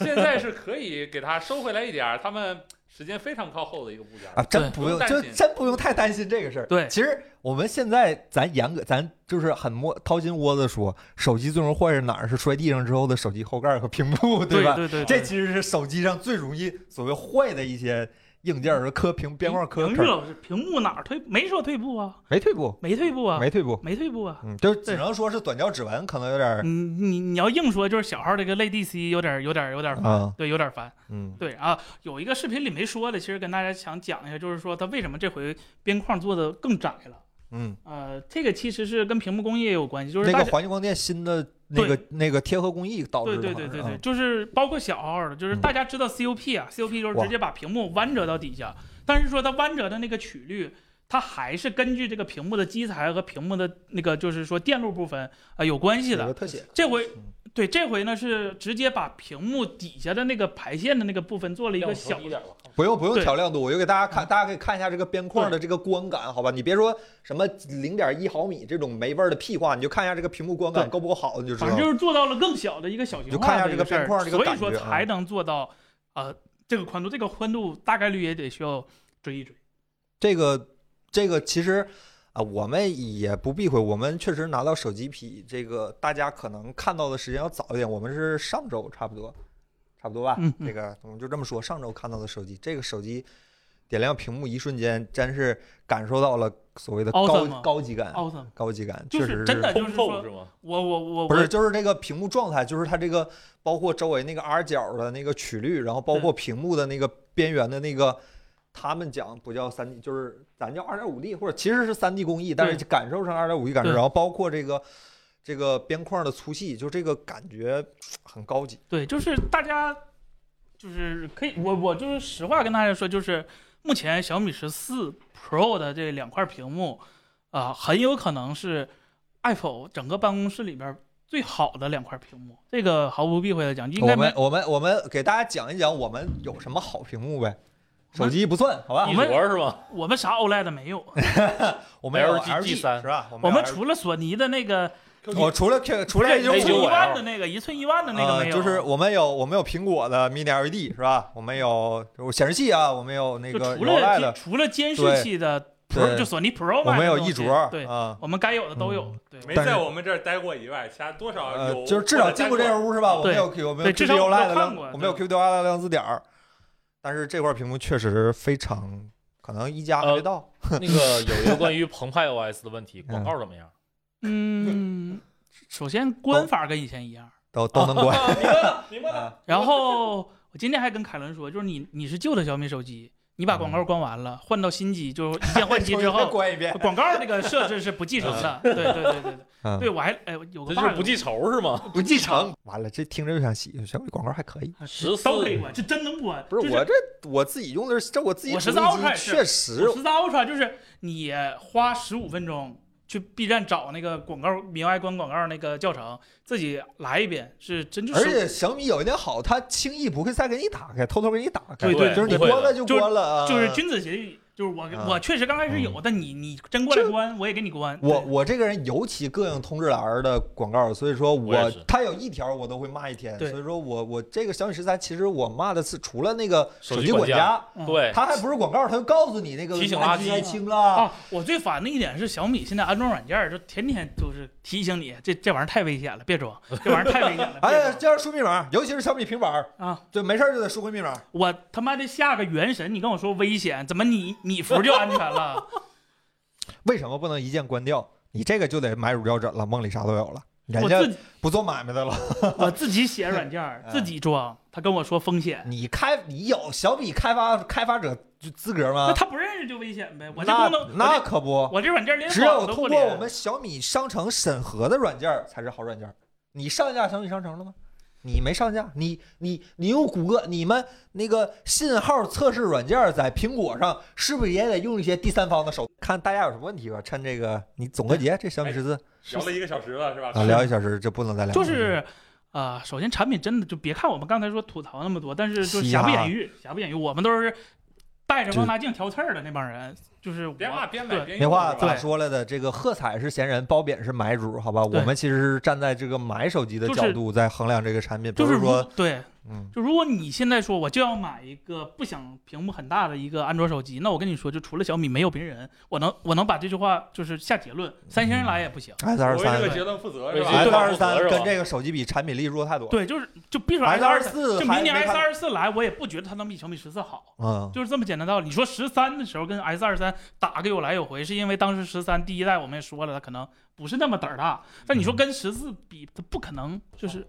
Speaker 4: 现在是可以给它收回来一点儿，他们时间非常靠后的一个部件儿。
Speaker 1: 啊，真不用，
Speaker 4: 对
Speaker 1: 就真不用太担心这个事儿。
Speaker 2: 对
Speaker 1: 其实我们现在咱严格，咱就是很摸掏心窝子说，手机最容易坏是哪儿？是摔地上之后的手机后盖儿和屏幕，
Speaker 2: 对
Speaker 1: 吧？
Speaker 2: 对对，
Speaker 1: 这其实是手机上最容易所谓坏的一些硬件儿，磕屏边框磕
Speaker 2: 明玉
Speaker 1: 坑儿，
Speaker 2: 老师屏幕哪儿退？没说退步啊，
Speaker 1: 没退步，
Speaker 2: 没退步啊，
Speaker 1: 没退步，
Speaker 2: 没退步啊。
Speaker 1: 嗯，就只
Speaker 2: 对
Speaker 1: 能说是短焦指纹可能有点儿，
Speaker 2: 你你你要硬说，就是小号这个类 DC 有点有点有点烦，
Speaker 1: 啊，
Speaker 2: 对，有点烦。
Speaker 1: 嗯，
Speaker 2: 对啊，有一个视频里没说的，其实跟大家想讲一下，就是说它为什么这回边框做的更窄了。
Speaker 1: 嗯，
Speaker 2: 呃，这个其实是跟屏幕工业有关系，就是
Speaker 1: 那
Speaker 2: 大
Speaker 1: 个
Speaker 2: 家、
Speaker 1: 环球光电新的那个那个贴合工艺导致
Speaker 2: 对
Speaker 1: 的，啊
Speaker 2: 对对对
Speaker 1: 好像
Speaker 2: 对，
Speaker 1: 是，
Speaker 2: 就是包括小号的，就是
Speaker 1: 嗯
Speaker 2: 大家知道 COP 啊、c o p 就是
Speaker 1: 哇
Speaker 2: 直接把屏幕弯折到底下，但是说它弯折的那个曲率。它还是根据这个屏幕的基材和屏幕的那个，就是说电路部分啊、呃有关系
Speaker 1: 有
Speaker 2: 的
Speaker 1: 个。特写，嗯
Speaker 2: 这回对这回呢是直接把屏幕底下的那个排线的那个部分做了一个小
Speaker 3: 一点吧，
Speaker 1: 不用不用
Speaker 2: 对啊
Speaker 1: 调亮度，我就给大家看，大家可以看一下这个边框的这个光感，好吧？你别说什么零点一毫米这种没味儿的屁话，你就看一下这个屏幕光感
Speaker 2: 对
Speaker 1: 够不够好，你就知
Speaker 2: 反
Speaker 1: 道
Speaker 2: 正
Speaker 1: 了。
Speaker 2: 就是做到了更小的一个小型
Speaker 1: 就
Speaker 2: 化
Speaker 1: 看一下
Speaker 2: 的
Speaker 1: 这
Speaker 2: 一
Speaker 1: 个
Speaker 2: 事儿
Speaker 1: 边框这个
Speaker 2: 所以
Speaker 1: 感
Speaker 2: 说
Speaker 1: 觉
Speaker 2: 才
Speaker 1: 嗯
Speaker 2: 能做到呃这个宽度，这个宽度大概率也得需要追一追。
Speaker 1: 这个这个其实啊，我们也不避讳，我们确实拿到手机比这个大家可能看到的时间要早一点，我们是上周差不多，差不多吧，
Speaker 2: 嗯
Speaker 1: 啊
Speaker 2: 嗯
Speaker 1: 这个我们就这么说，上周看到的手机，这个手机点亮屏幕一瞬间，真是感受到了所谓的高
Speaker 2: Awesome 吗
Speaker 1: 高级感。
Speaker 2: awesome，
Speaker 1: 高级感
Speaker 2: 就
Speaker 1: 确
Speaker 2: 是
Speaker 1: 实
Speaker 2: 真的
Speaker 3: 通
Speaker 2: 就是
Speaker 3: 透
Speaker 2: 说
Speaker 3: 是吗？
Speaker 2: 我我我
Speaker 1: 不是，
Speaker 2: 我
Speaker 1: 就是这个屏幕状态，就是它这个包括周围那个 R 角的那个曲率，然后包
Speaker 2: 嗯
Speaker 1: 括屏幕的那个边缘的那个，他们讲不叫三 D，就是咱叫二点五 D，或者其实是三 D 工艺，
Speaker 2: 嗯
Speaker 1: 但是感受上二点五 D 感受，
Speaker 2: 对
Speaker 1: 然后包括这个这个边框的粗细，就这个感觉很高级。
Speaker 2: 对，就是大家就是可以，我我就是实话跟大家说，就是目前小米十四 Pro 的这两块屏幕啊、很有可能是 Apple 整个办公室里边最好的两块屏幕，这个毫不避讳的讲，应该
Speaker 1: 我
Speaker 2: 没
Speaker 1: 们我们我们给大家讲一讲我们有什么好屏幕呗，手机不算，好吧
Speaker 3: 一？
Speaker 2: 我们
Speaker 3: 卓是吗？
Speaker 2: 我们啥 OLED 没有，
Speaker 1: 我们有
Speaker 3: LG
Speaker 1: LG
Speaker 3: 3
Speaker 1: 是吧？我
Speaker 2: 我
Speaker 1: 们有
Speaker 2: 们
Speaker 1: LG
Speaker 2: 除了索尼的那个
Speaker 1: 我除了 Q 除了
Speaker 2: 一
Speaker 1: A95
Speaker 2: 寸一
Speaker 3: 九
Speaker 2: 万的那个，一寸一万的那个
Speaker 1: 呃
Speaker 2: 没有，
Speaker 1: 就是我们有我们有苹果的 Mini LED 是吧？我们有就是显示器啊，我们有那
Speaker 2: 就
Speaker 1: 个
Speaker 2: 除
Speaker 1: OLED
Speaker 2: 了
Speaker 1: 的，
Speaker 2: 除了监视
Speaker 1: 对
Speaker 2: 器的
Speaker 1: 对
Speaker 2: Pro，就索尼 Pro
Speaker 1: 我
Speaker 2: 嘛，
Speaker 1: 们有
Speaker 2: 这
Speaker 1: 一
Speaker 2: 种东西
Speaker 1: 卓，
Speaker 2: 对，
Speaker 1: 啊，
Speaker 2: 我们该有的都有，对。
Speaker 4: 没
Speaker 1: 但是
Speaker 4: 在我们这儿待过以外，其他多少
Speaker 1: 呃，
Speaker 4: 有
Speaker 1: 就是至少进过这
Speaker 4: 样。
Speaker 1: 间屋是吧？我们
Speaker 2: 对
Speaker 1: 有我们有
Speaker 2: 对
Speaker 1: q
Speaker 2: 至
Speaker 1: d
Speaker 2: 少我
Speaker 1: o
Speaker 2: 们
Speaker 1: LED 的
Speaker 2: 看过
Speaker 1: 亮，我们有
Speaker 2: 对
Speaker 1: q d o LED 量子点儿，但是这块屏幕确实非常可能一加还
Speaker 2: 呃
Speaker 1: 没到，
Speaker 3: 那个有一个关于澎湃 OS 的 问题，广告怎么样？
Speaker 2: 嗯， 首先官法跟以 前一样，
Speaker 1: 都都能关。
Speaker 3: 明白了，明白了。
Speaker 1: 啊
Speaker 2: 然后我今天还跟凯伦说，就是你你是旧的小米手机，你把广告关 完了，换到新机就是一键换机之
Speaker 1: 再
Speaker 2: 后，
Speaker 1: 关一遍，
Speaker 2: 广告这个设置是不继承 的。对对对对对，
Speaker 1: 嗯
Speaker 2: 对我还哎有
Speaker 3: 这
Speaker 2: 个 bug
Speaker 3: 就是不记仇是吗？
Speaker 1: 不继承。完了，这听着就想洗，小米广告还可以。
Speaker 2: 啊
Speaker 3: 十四
Speaker 2: 都可以关，这真能关。
Speaker 1: 不是
Speaker 2: 就是
Speaker 1: 我这我自己用的是这我自己
Speaker 2: 我
Speaker 1: 主
Speaker 2: 是
Speaker 1: 力
Speaker 2: Ultra 也
Speaker 1: 机，
Speaker 2: 是
Speaker 1: 确实
Speaker 2: 我，十三 Ultra 就是你花十五分钟去 B 站找那个广告明爱关广告那个教程，自己来一遍，是真就
Speaker 1: 而
Speaker 2: 是
Speaker 1: 且小米有一点好，它轻易不会再给你打开，偷偷给你打开。
Speaker 2: 对对
Speaker 1: 就是你
Speaker 3: 不会
Speaker 1: 关
Speaker 3: 的
Speaker 1: 了就
Speaker 2: 就是
Speaker 1: 关了啊。
Speaker 2: 就是君子协议，就是我
Speaker 1: 啊
Speaker 2: 我确实刚开始有，但你你真过来关，我也给你关。
Speaker 1: 我
Speaker 2: 对
Speaker 1: 我这个人尤其膈应通知栏儿的广告，所以说
Speaker 3: 我也
Speaker 1: 我
Speaker 3: 是
Speaker 1: 他有一条我都会骂一天。
Speaker 2: 对
Speaker 1: 所以说我我这个小米十三，其实我骂的是除了那个
Speaker 3: 手
Speaker 1: 手
Speaker 3: 机
Speaker 1: 机管
Speaker 3: 管家
Speaker 1: 家，
Speaker 2: 嗯
Speaker 3: 对，
Speaker 1: 它还不是广告，它就告诉你那个
Speaker 3: 提醒
Speaker 1: 垃
Speaker 3: 垃
Speaker 1: 圾
Speaker 3: 圾
Speaker 1: 该清了。
Speaker 2: 啊，我最烦的一点是小米现在安装软件儿就天天就是提醒你，这这玩意儿太危险了，别装，这玩意儿太危险了。别
Speaker 1: 哎呀，
Speaker 2: 装
Speaker 1: 这样输密码，尤其是小米平板儿，
Speaker 2: 啊！
Speaker 1: 就没事儿就得输个密码。
Speaker 2: 我他妈的下个原神，你跟我说危险，怎么你米服就安 全了？
Speaker 1: 为什么不能一键关掉？你这个就得买乳胶枕了，梦里啥都有了。人
Speaker 2: 我
Speaker 1: 家
Speaker 2: 自己
Speaker 1: 不做买卖的了。
Speaker 2: 我自己写软 件儿，自己装，他跟我说风险，
Speaker 1: 你开你有小米开发开发者就资格
Speaker 2: 那
Speaker 1: 吗？
Speaker 2: 他不认识就危险呗。我这
Speaker 1: 啊那
Speaker 2: 功能，
Speaker 1: 那
Speaker 2: 我
Speaker 1: 可不
Speaker 2: 这，我这软件连
Speaker 1: 只有
Speaker 2: 网都
Speaker 1: 通过
Speaker 2: 不连。
Speaker 1: 我们小米商城审核的软件儿才是好软件儿。你上架小米商城了吗？你没上架，你你你用谷歌，你们那个信号测试软件儿在苹果上是不是也得用一些第三方的手？看大家有什么问题吧。趁这个你总个
Speaker 2: 哎
Speaker 1: 结这小米十四
Speaker 4: 聊了一个小时了是吧？
Speaker 1: 啊，聊一小时这不能再聊了。
Speaker 2: 就是，啊、首先产品真的就别看我们刚才说吐槽那么多，但是就
Speaker 1: 嘻
Speaker 2: 瑕不
Speaker 1: 哈
Speaker 2: 掩瑜，瑕不掩瑜。我们都是带着
Speaker 1: 啊就
Speaker 2: 放大镜调刺儿的那帮人，就是我
Speaker 4: 边骂边买
Speaker 2: 对
Speaker 4: 边
Speaker 1: 没
Speaker 4: 用
Speaker 1: 话
Speaker 4: 是吧
Speaker 1: 咋说了的，这个喝彩是闲人，褒贬是买主，好吧？
Speaker 2: 对
Speaker 1: 我们其实是站在这个买手机的
Speaker 2: 就是
Speaker 1: 角度在衡量这个产品，
Speaker 2: 就
Speaker 1: 不
Speaker 2: 是
Speaker 1: 是
Speaker 2: 如
Speaker 1: 说
Speaker 2: 对，
Speaker 1: 嗯
Speaker 2: 就如果你现在说我就要买一个不想屏幕很大的一个安卓手机，那我跟你说，就除了小米没有别人，我能我能把这句话就是下结论，三星人
Speaker 1: 嗯
Speaker 2: 来也不行。
Speaker 1: S
Speaker 4: 我
Speaker 1: 二
Speaker 4: 为这
Speaker 1: 三
Speaker 4: 个结论负责是
Speaker 3: 对
Speaker 4: 吧？
Speaker 1: S
Speaker 3: 对
Speaker 1: 二
Speaker 3: 负责
Speaker 1: 三
Speaker 3: 是吧
Speaker 1: 跟这个手机比，产品力弱太多。
Speaker 2: 对，就是就别说
Speaker 1: S
Speaker 2: 二
Speaker 1: 二，四
Speaker 2: 就明年 S 二四来，我也不觉得它能比小米十四好。
Speaker 1: 嗯，
Speaker 2: 就是这么简单道理。你说十三的时候跟 S 二三打个有来有回，是因为当时十三第一代我们也说了，它可能不是那么胆儿大。但你说跟十四比，它不可能，就是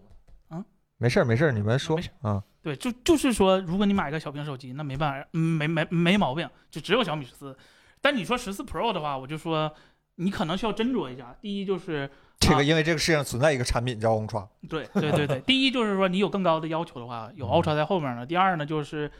Speaker 1: 没事儿没事儿，你们说
Speaker 2: 没事
Speaker 1: 啊。
Speaker 2: 对，就就是说，如果你买个小屏手机，那没办法，嗯没没没毛病，就只有小米十四。但你说十四 Pro 的话，我就说你可能需要斟酌一下。第一就是
Speaker 1: 这
Speaker 2: 啊
Speaker 1: 个因为这个世界上存在一个产品叫 Ultra，
Speaker 2: 对对对对，第一就是说你有更高的要求的话，有 Ultra 在后面呢。第二呢，就是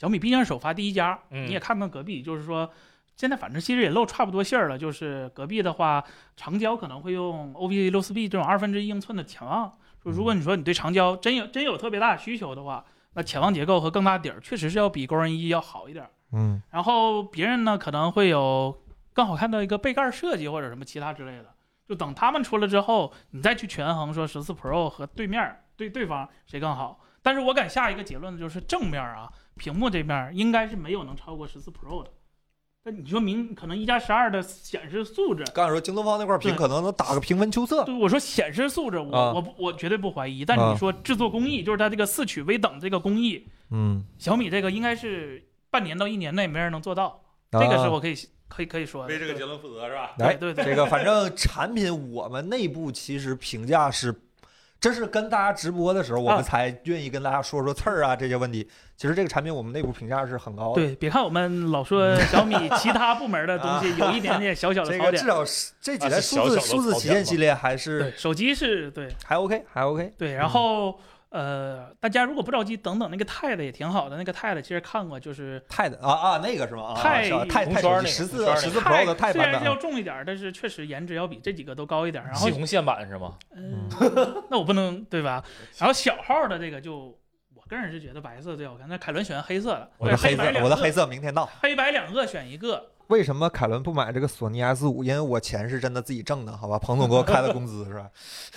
Speaker 2: 小米毕竟是首发第一家，
Speaker 3: 嗯
Speaker 2: 你也看看隔壁，就是说现在反正其实也露差不多信儿了。就是隔壁的话，长焦可能会用 OPPO 六四 B 这种二分之一英寸的潜望。说如果你说你对长焦真有真有特别大的需求的话，那潜望结构和更大底儿确实是要比高人一要好一点儿。
Speaker 1: 嗯，
Speaker 2: 然后别人呢可能会有更好看的一个背盖设计或者什么其他之类的。就等他们出了之后，你再去权衡说十四 Pro 和对面儿对对方谁更好。但是我敢下一个结论的就是正面啊，屏幕这面儿应该是没有能超过十四 Pro 的。但你说明可能一加十二的显示素质，
Speaker 1: 刚才说京东方那块屏
Speaker 2: 对
Speaker 1: 可能能打个平分秋色，
Speaker 2: 对我说显示素质我，我、
Speaker 1: 啊
Speaker 2: 我我绝对不怀疑。但
Speaker 1: 啊
Speaker 2: 你说制作工艺，就是它这个四曲微等这个工艺，
Speaker 1: 嗯，
Speaker 2: 小米这个应该是半年到一年内没人能做到，
Speaker 1: 啊
Speaker 2: 这个是我可以可以可以说的。
Speaker 4: 为这个结论负责是吧？
Speaker 1: 哎
Speaker 2: 对对对，
Speaker 1: 这个反正产品我们内部其实评价是，这是跟大家直播的时候我
Speaker 2: 啊
Speaker 1: 们才愿意跟大家说说刺儿啊这些问题。其实这个产品我们内部评价是很高的，
Speaker 2: 对，别看我们 老说小米其他部门的东西有一点点小小的
Speaker 1: 啊这
Speaker 2: 槽
Speaker 1: 个至少是
Speaker 2: 点，
Speaker 1: 嗯这几
Speaker 3: 啊
Speaker 1: 台
Speaker 3: 是
Speaker 1: 数字
Speaker 3: 小小的
Speaker 1: 数字
Speaker 3: 槽
Speaker 1: 旗
Speaker 3: 点
Speaker 1: 舰
Speaker 3: 吧
Speaker 1: 系列还是
Speaker 2: 对，手机是对
Speaker 1: 还 OK 还 OK，
Speaker 2: 对，然后。呃，大家如果不着急，等等那个 Pad 也挺好的。那个 Pad 其实看过，就是
Speaker 1: 钛的啊啊那个是吗？啊
Speaker 2: 钛
Speaker 1: 啊钛
Speaker 3: 红
Speaker 1: 钛
Speaker 3: 圈儿
Speaker 1: 手机
Speaker 3: 那
Speaker 1: 十
Speaker 3: 个
Speaker 1: 四
Speaker 3: 红圈儿
Speaker 1: 十
Speaker 3: 那
Speaker 1: 四
Speaker 3: 个
Speaker 1: Pro 的钛
Speaker 2: 虽
Speaker 1: 版
Speaker 2: 然
Speaker 1: 本
Speaker 2: 是要
Speaker 1: 啊，
Speaker 2: 重一点，但是确实颜值要比这几个都高一点。然后
Speaker 3: 西红线版是吗？
Speaker 2: 嗯， 那我不能 对吧？然后小号的这个就，我个人是觉得白色最好看，那凯伦选黑色了，
Speaker 1: 我
Speaker 2: 对
Speaker 1: 的黑
Speaker 2: 白两
Speaker 1: 色，
Speaker 2: 个
Speaker 1: 我的黑色明天到。
Speaker 2: 黑白两个选一个，
Speaker 1: 为什么凯伦不买这个索尼 S 五？因为我钱是真的自己挣的，好吧？彭总给我开的工资是吧？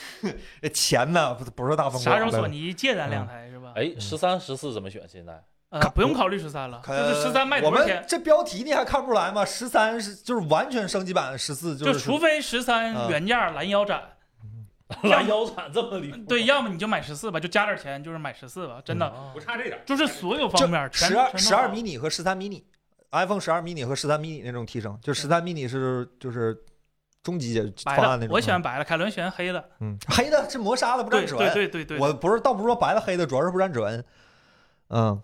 Speaker 1: 这钱呢，不不是大风刮
Speaker 2: 啥
Speaker 1: 来
Speaker 2: 时候
Speaker 1: 的。
Speaker 2: 索尼借咱两台是吧？
Speaker 3: 哎，十三、十四怎么选？现在
Speaker 2: 呃，
Speaker 1: 看
Speaker 2: 不用考虑十三了，
Speaker 1: 可
Speaker 2: 就是十三卖多
Speaker 1: 呃我
Speaker 2: 少
Speaker 1: 们
Speaker 2: 钱？
Speaker 1: 这标题你还看不出来吗？十三是就是完全升级版，十四
Speaker 2: 就是除非十三
Speaker 1: 嗯
Speaker 2: 原价拦腰斩，
Speaker 3: 拦腰斩这么 离
Speaker 1: 嗯
Speaker 3: 谱？
Speaker 2: 对，要么你就买十四吧，就加点钱，就是买十四吧，真的，
Speaker 3: 啊
Speaker 4: 不差这点儿，哎
Speaker 2: 就是所有方面全
Speaker 1: 十二
Speaker 2: 全
Speaker 1: 十
Speaker 2: 都好
Speaker 1: 二迷你和十三迷你，iPhone 十二迷你和十三迷你那种提升，就十三迷你是就是终极解
Speaker 2: 白
Speaker 1: 方案那
Speaker 2: 了
Speaker 1: 种。，
Speaker 2: 我选白了，凯伦选黑了，
Speaker 1: 嗯，黑的是磨砂的不
Speaker 2: 对
Speaker 1: 占指纹
Speaker 2: 对，对对对，
Speaker 1: 我不是倒不是说白的黑的，主要是不占指纹。嗯，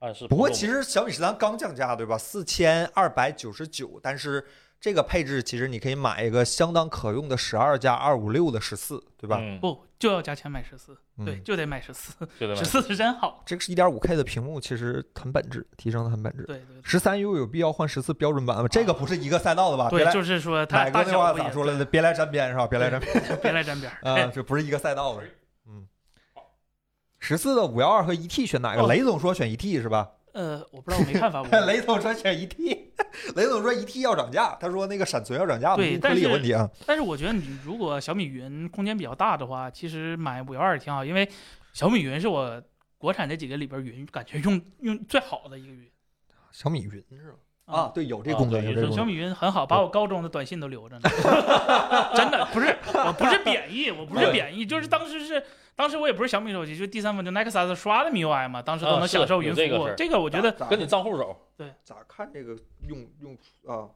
Speaker 3: 暗示
Speaker 1: 不过
Speaker 3: 够
Speaker 1: 其实小米十三刚降价，对吧？四千二百九十九，但是这个配置其实你可以买一个相当可用的十二加二五六的十四，对吧？
Speaker 3: 嗯，
Speaker 2: 不就要加钱买十四，对，
Speaker 1: 嗯
Speaker 2: 就得买十四，
Speaker 3: 觉得
Speaker 2: 十四是真好。
Speaker 1: 这个是一点五 K 的屏幕，其实很本质，提升的很本质。
Speaker 2: 对对
Speaker 1: 十三 U 有必要换十四标准版吗？这个不是一个赛道的吧？啊别
Speaker 2: 对，
Speaker 1: 来
Speaker 2: 就是说它
Speaker 1: 买
Speaker 2: 大
Speaker 1: 哥那话
Speaker 2: 小不一
Speaker 1: 咋
Speaker 2: 样
Speaker 1: 说来着？别来沾边是吧？别来沾 边
Speaker 2: 别来沾边儿。
Speaker 1: 啊，这不是一个赛道的。嗯，十四的五幺二和一 T 选哪个？
Speaker 2: 哦
Speaker 1: 雷总说选一 T 是吧？。
Speaker 2: 呃，我不知道，我没看发布
Speaker 1: 雷总说选一 T，雷 总说一 T 要涨价，他说那个闪存要涨价，
Speaker 2: 对
Speaker 1: 我们
Speaker 2: 但
Speaker 1: 颗粒有
Speaker 2: 是
Speaker 1: 问题啊。
Speaker 2: 但是我觉得你如果小米云空间比较大的话，其实买五幺二挺好，因为小米云是我国产这几个里边儿云感觉用用最好的一个云
Speaker 1: 小米云是吗？
Speaker 2: 啊
Speaker 1: 啊，对，有这
Speaker 3: 啊
Speaker 1: 功能，
Speaker 3: 对
Speaker 1: 有
Speaker 3: 有
Speaker 1: 这
Speaker 3: 这
Speaker 1: 功
Speaker 2: 小
Speaker 1: 能。
Speaker 2: 米云很好，把我高中的短信都留着呢。 真的不是，我不是贬义，我不是贬义，就是当时是，当时我也不是小米手机，就第三方就 Nexus 刷的 MIUI 嘛，当时都
Speaker 3: 啊
Speaker 2: 能
Speaker 3: 是
Speaker 2: 享受云
Speaker 3: 有
Speaker 2: 服
Speaker 3: 这个
Speaker 2: 务
Speaker 3: 事。儿啊
Speaker 2: 这个我觉得
Speaker 1: 咋
Speaker 3: 跟你账户走，
Speaker 1: 咋看这个用用啊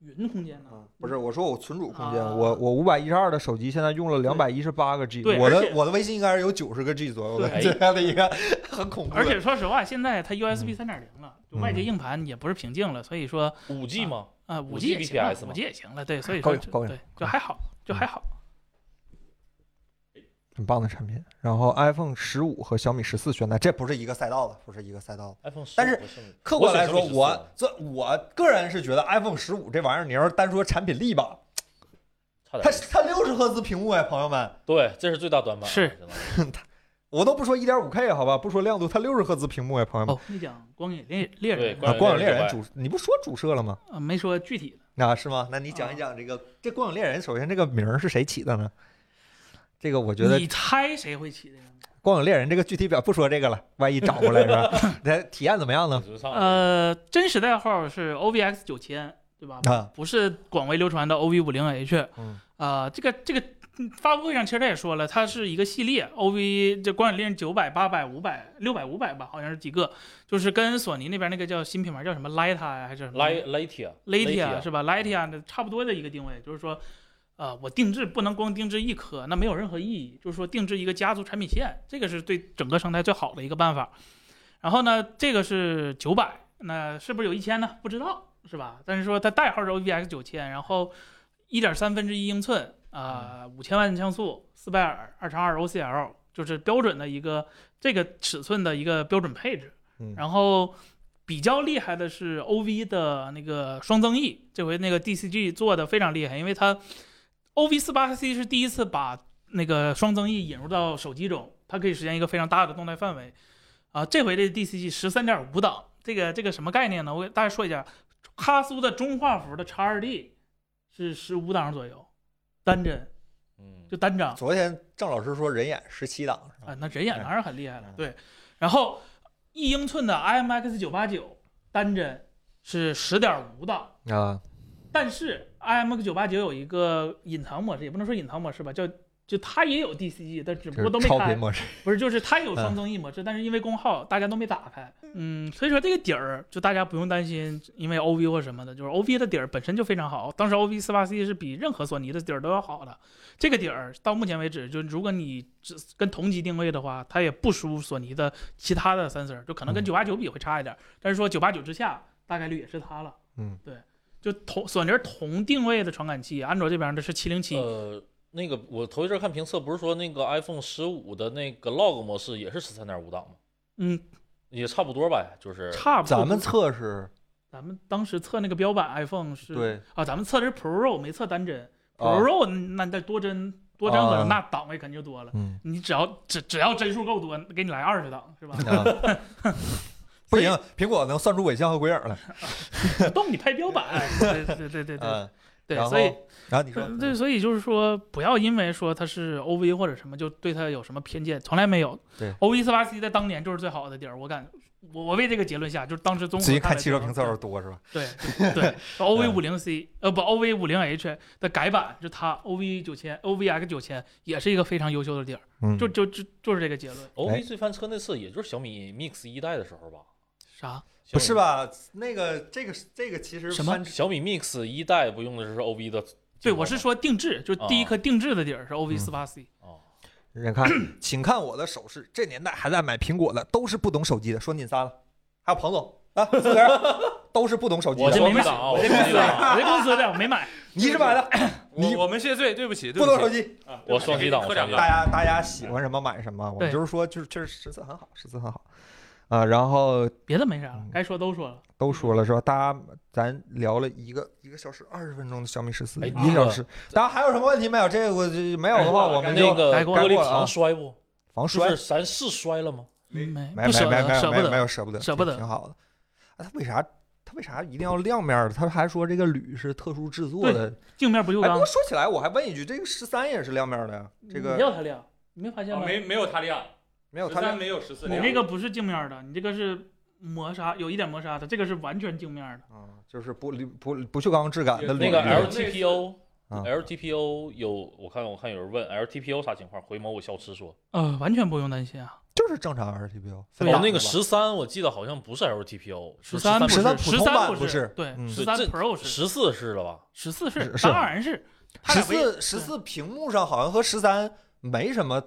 Speaker 2: 云空
Speaker 3: 嗯
Speaker 2: 间呢，
Speaker 1: 啊？不是，我说我存储空间，
Speaker 2: 啊
Speaker 1: 我我五百一十二的手机现在用了两百一十八个 G，
Speaker 2: 对
Speaker 1: 我
Speaker 2: 而
Speaker 1: 的
Speaker 2: 且
Speaker 1: 我的微信应该是有九十个 G 左右的
Speaker 3: 对
Speaker 1: 这样的一个很恐怖的。
Speaker 2: 而且说实话，现在它 USB
Speaker 1: 嗯
Speaker 2: 三点零了，就外
Speaker 3: 嗯
Speaker 2: 接硬盘也不是平静了，所以说
Speaker 3: 五 G 吗？
Speaker 2: 啊，
Speaker 3: 5G
Speaker 2: 五 G 也行了，
Speaker 3: BPS
Speaker 2: 五
Speaker 3: 嘛
Speaker 2: G 也行了，对，所以
Speaker 1: 高
Speaker 2: 说
Speaker 1: 雅高雅
Speaker 2: 对，就还好，就还好。
Speaker 1: 很棒的产品。然后 iPhone 十五和小米十四选的，这不是一个赛道的，不是一个赛道的。
Speaker 3: iPhone 十，
Speaker 1: 但是客观来说，
Speaker 3: 选
Speaker 1: 我这我个人是觉得 iPhone 十五这玩意儿，你要是单说产品力吧，
Speaker 3: 差
Speaker 1: 它
Speaker 3: 点
Speaker 1: 它六十赫兹屏幕哎，朋友们，
Speaker 3: 对，这是最大短板，
Speaker 2: 是
Speaker 3: 真的
Speaker 1: 我都不说一点五 K 好吧，不说亮度，它六十赫兹屏幕哎，朋友们。
Speaker 2: 哦，你讲《光影猎猎
Speaker 3: 对
Speaker 2: 人》
Speaker 1: 啊，
Speaker 3: 光
Speaker 1: 光
Speaker 3: 影
Speaker 1: 影
Speaker 3: 猎
Speaker 1: 猎
Speaker 3: 人
Speaker 1: 人
Speaker 3: 这
Speaker 1: 主，你不说主摄了吗？
Speaker 2: 啊，没说具体的。
Speaker 1: 啊，是吗？那你讲一
Speaker 2: 嗯
Speaker 1: 讲这个、这光影猎人，首先这个名儿是谁起的呢？这个我觉得
Speaker 2: 你猜谁会起这个名字？
Speaker 1: 光影猎人这个具体表不说这个了，万一找过来是吧？ 那体验怎么 样呢？
Speaker 3: 只是上
Speaker 2: 呃，真实代号是 OVX 九千，对吧？
Speaker 1: 啊，
Speaker 2: 不是广为流传的 OV 五零 H。
Speaker 1: 嗯，
Speaker 2: 啊，这个这个嗯发布会上其实他也说了，它是一个系列 OV 这光影猎人九百、八百、五百、六百、五百吧，好像是几个，就是跟索尼那边那个叫新品牌叫什么 Lita 呀，还是什么
Speaker 3: Light Lightia
Speaker 2: Latia 是吧？Latia 的差不多的一个定位，就是说，呃，我定制不能光定制一颗，那没有任何意义。就是说，定制一个家族产品线，这个是对整个生态最好的一个办法。然后呢，这个是九百，那是不是有一千呢？不知道，是吧？但是说它代号是 OVX 九千，然后一点三分之一英寸啊，五千万像素，四百二二乘二 OCL，就是标准的一个这个尺寸的一个标准配置。
Speaker 1: 嗯
Speaker 2: 然后比较厉害的是 OV 的那个双增益，这回那个 DCG 做的非常厉害，因为它 OV 四八 C 是第一次把那个双增益引入到手机中，它可以实现一个非常大的动态范围。啊，这回这 DCG 十三点五档，这个这个什么概念呢？我给大家说一下，哈苏的中画幅的 x 二 D 是十五档左右，单帧
Speaker 3: 嗯，
Speaker 2: 就单张。
Speaker 1: 啊昨天郑老师说人眼十七档是吧
Speaker 2: 啊，那人眼当然很厉害了
Speaker 1: 嗯，
Speaker 2: 对。然后一英寸的 IMX 九八九单帧是十点五档，
Speaker 1: 啊，
Speaker 2: 但是 IMX 九八九有一个隐藏模式，也不能说隐藏模式吧，叫就它也有 DCG，但只不
Speaker 1: 就
Speaker 2: 过
Speaker 1: 是
Speaker 2: 都没
Speaker 1: 超频
Speaker 2: 开，
Speaker 1: 模式，
Speaker 2: 不是就是它也有双增益
Speaker 1: 嗯
Speaker 2: 模式，但是因为功耗大家都没打开，嗯，所以说这个底儿就大家不用担心，因为 OV 或什么的，就是 OV 的底儿本身就非常好，当时 OV 四八 C 是比任何索尼的底儿都要好的，这个底儿到目前为止，就如果你只跟同级定位的话，它也不输索尼的其他的三 r 就可能跟
Speaker 1: 嗯
Speaker 2: 九八九比会差一点，但是说九八九之下，大概率也是它了。
Speaker 1: 嗯，
Speaker 2: 对，就同索尼儿同定位的传感器，安卓这边的是七零七，
Speaker 3: 呃，那个我头一阵看评测，不是说那个 iPhone 十五的那个 log 模式也是十三点五档吗？
Speaker 2: 嗯，
Speaker 3: 也差不多吧，就是
Speaker 2: 差不多。
Speaker 1: 咱们测 试
Speaker 2: 咱们当时测那个标版 iPhone 是
Speaker 1: 对
Speaker 2: 啊，咱们测的是 Pro，没测单帧。
Speaker 1: 啊
Speaker 2: Pro 那那多帧多帧可
Speaker 1: 啊
Speaker 2: 能那档位肯定就多了。
Speaker 1: 嗯
Speaker 2: 你只要只只要帧数够多，给你来二十档是吧？
Speaker 1: 啊，不行，苹果能算出尾相和鬼影来，
Speaker 2: 不动你拍标版，对对对对对
Speaker 1: 嗯，然
Speaker 2: 对，
Speaker 1: 后
Speaker 2: 所以
Speaker 1: 然后你说
Speaker 2: 呃对，所以就是说，不要因为说它是 OV 或者什么，就对它有什么偏见，从来没有。
Speaker 1: 对
Speaker 2: ，OV 四八 C 在当年就是最好的底儿，我感我我为这个结论下，就是当时综合
Speaker 1: 最近
Speaker 2: 看
Speaker 1: 看
Speaker 2: 来
Speaker 1: 汽
Speaker 2: 觉
Speaker 1: 车
Speaker 2: 得
Speaker 1: 评测的时候嗯多是吧？
Speaker 2: 对对对，OV 五零 C 呃不 OV 五零 H 的改版，就它 OV 九千 OVX 九千也是一个非常优秀的底儿，
Speaker 1: 嗯
Speaker 2: 就就就就是这个结论。
Speaker 1: 哎
Speaker 3: OV 哦最翻车那次，也就是小米 Mix 一代的时候吧？
Speaker 2: 啥？
Speaker 1: 不是吧？那个这个这个其实
Speaker 2: 什么
Speaker 1: 翻
Speaker 3: 小米 Mix 一代不用的是 OV 的，
Speaker 2: 对，我是说定制，就是第一颗定制的底儿是 OV 四八 C。
Speaker 3: 啊，
Speaker 1: 你看，请看我的手势，这年代还在买苹果的都是不懂手机的，说你仨了，还有彭总啊，自个儿都是不懂手机
Speaker 3: 我这
Speaker 1: 的，
Speaker 3: 没
Speaker 2: 没
Speaker 3: 买，
Speaker 2: 买
Speaker 3: 啊，我
Speaker 4: 我这
Speaker 3: 没
Speaker 4: 没买
Speaker 3: 买，
Speaker 2: 我这公司的我没买，
Speaker 1: 你是买的，你
Speaker 4: 我我们谢罪，对不起，对
Speaker 1: 不懂手
Speaker 4: 起
Speaker 1: 机。
Speaker 4: 啊，
Speaker 3: 我双击党
Speaker 4: 喝两
Speaker 3: 我
Speaker 4: 个
Speaker 1: 大。
Speaker 3: 双
Speaker 1: 家大家喜欢什么买什么，我们
Speaker 2: 对
Speaker 1: 就是说，就是确实十次很好，十次很好啊。然后
Speaker 2: 别的没啥了
Speaker 1: 嗯，
Speaker 2: 该说都说了。
Speaker 1: 都说了说，大家咱聊了一个一个小时二十分钟的小米十四，
Speaker 3: 哎
Speaker 1: 一个小时。大家还有什么问题没有？这个我这没有的话，我们
Speaker 3: 那
Speaker 1: 就
Speaker 3: 个
Speaker 2: 该过了
Speaker 3: 玻璃
Speaker 1: 该过了啊
Speaker 3: 糖摔不？
Speaker 1: 防
Speaker 3: 就
Speaker 1: 哦摔
Speaker 3: 是。咱是摔了吗？
Speaker 2: 没
Speaker 1: 没
Speaker 2: 不
Speaker 1: 没
Speaker 2: 舍
Speaker 1: 没没
Speaker 2: 得，
Speaker 1: 有
Speaker 2: 舍
Speaker 1: 没
Speaker 2: 不
Speaker 1: 有没
Speaker 2: 得。
Speaker 1: 有舍不得，
Speaker 2: 舍不得
Speaker 1: 挺好的。啊，他为啥他为啥一定要亮面儿的？他还说这个铝是特殊制作的。
Speaker 2: 镜面不锈
Speaker 1: 哎，不
Speaker 2: 钢
Speaker 1: 过，说起来，我还问一句，这个十三也是亮面儿的呀？这
Speaker 2: 你
Speaker 1: 个
Speaker 2: 要它亮，你没发现
Speaker 4: 啊
Speaker 2: 吗？
Speaker 4: 没没有他亮，
Speaker 1: 没有
Speaker 4: 十
Speaker 1: 它亮
Speaker 4: 三没有十四
Speaker 2: 你
Speaker 4: 亮。
Speaker 2: 那个不是镜面的，你这个是磨砂，有一点磨砂的，这个是完全镜面的。
Speaker 1: 啊，就是不铝不不锈钢质感的
Speaker 4: 那
Speaker 1: 铝。
Speaker 3: 那个
Speaker 1: 铝
Speaker 4: 对
Speaker 3: LTPO
Speaker 1: 啊
Speaker 3: LTPO 有，我看我看有人问 LTPO 啥情况，回眸我消失说，
Speaker 2: 呃，完全不用担心啊。
Speaker 1: 就是正常 RTPO。
Speaker 2: 对
Speaker 3: 哦，那个十三我记得好像不是 LTPO，
Speaker 2: 三不
Speaker 1: 是13普
Speaker 2: 十
Speaker 1: 通版
Speaker 2: 三
Speaker 1: 不是
Speaker 2: 是，对，
Speaker 1: 嗯
Speaker 2: 十三
Speaker 3: 这
Speaker 2: Pro 是，
Speaker 3: 十四是了吧？
Speaker 2: 十四是，
Speaker 1: 是
Speaker 2: 当然是。它
Speaker 1: 十
Speaker 2: 俩唯
Speaker 1: 四十四屏幕上好像和十三没什么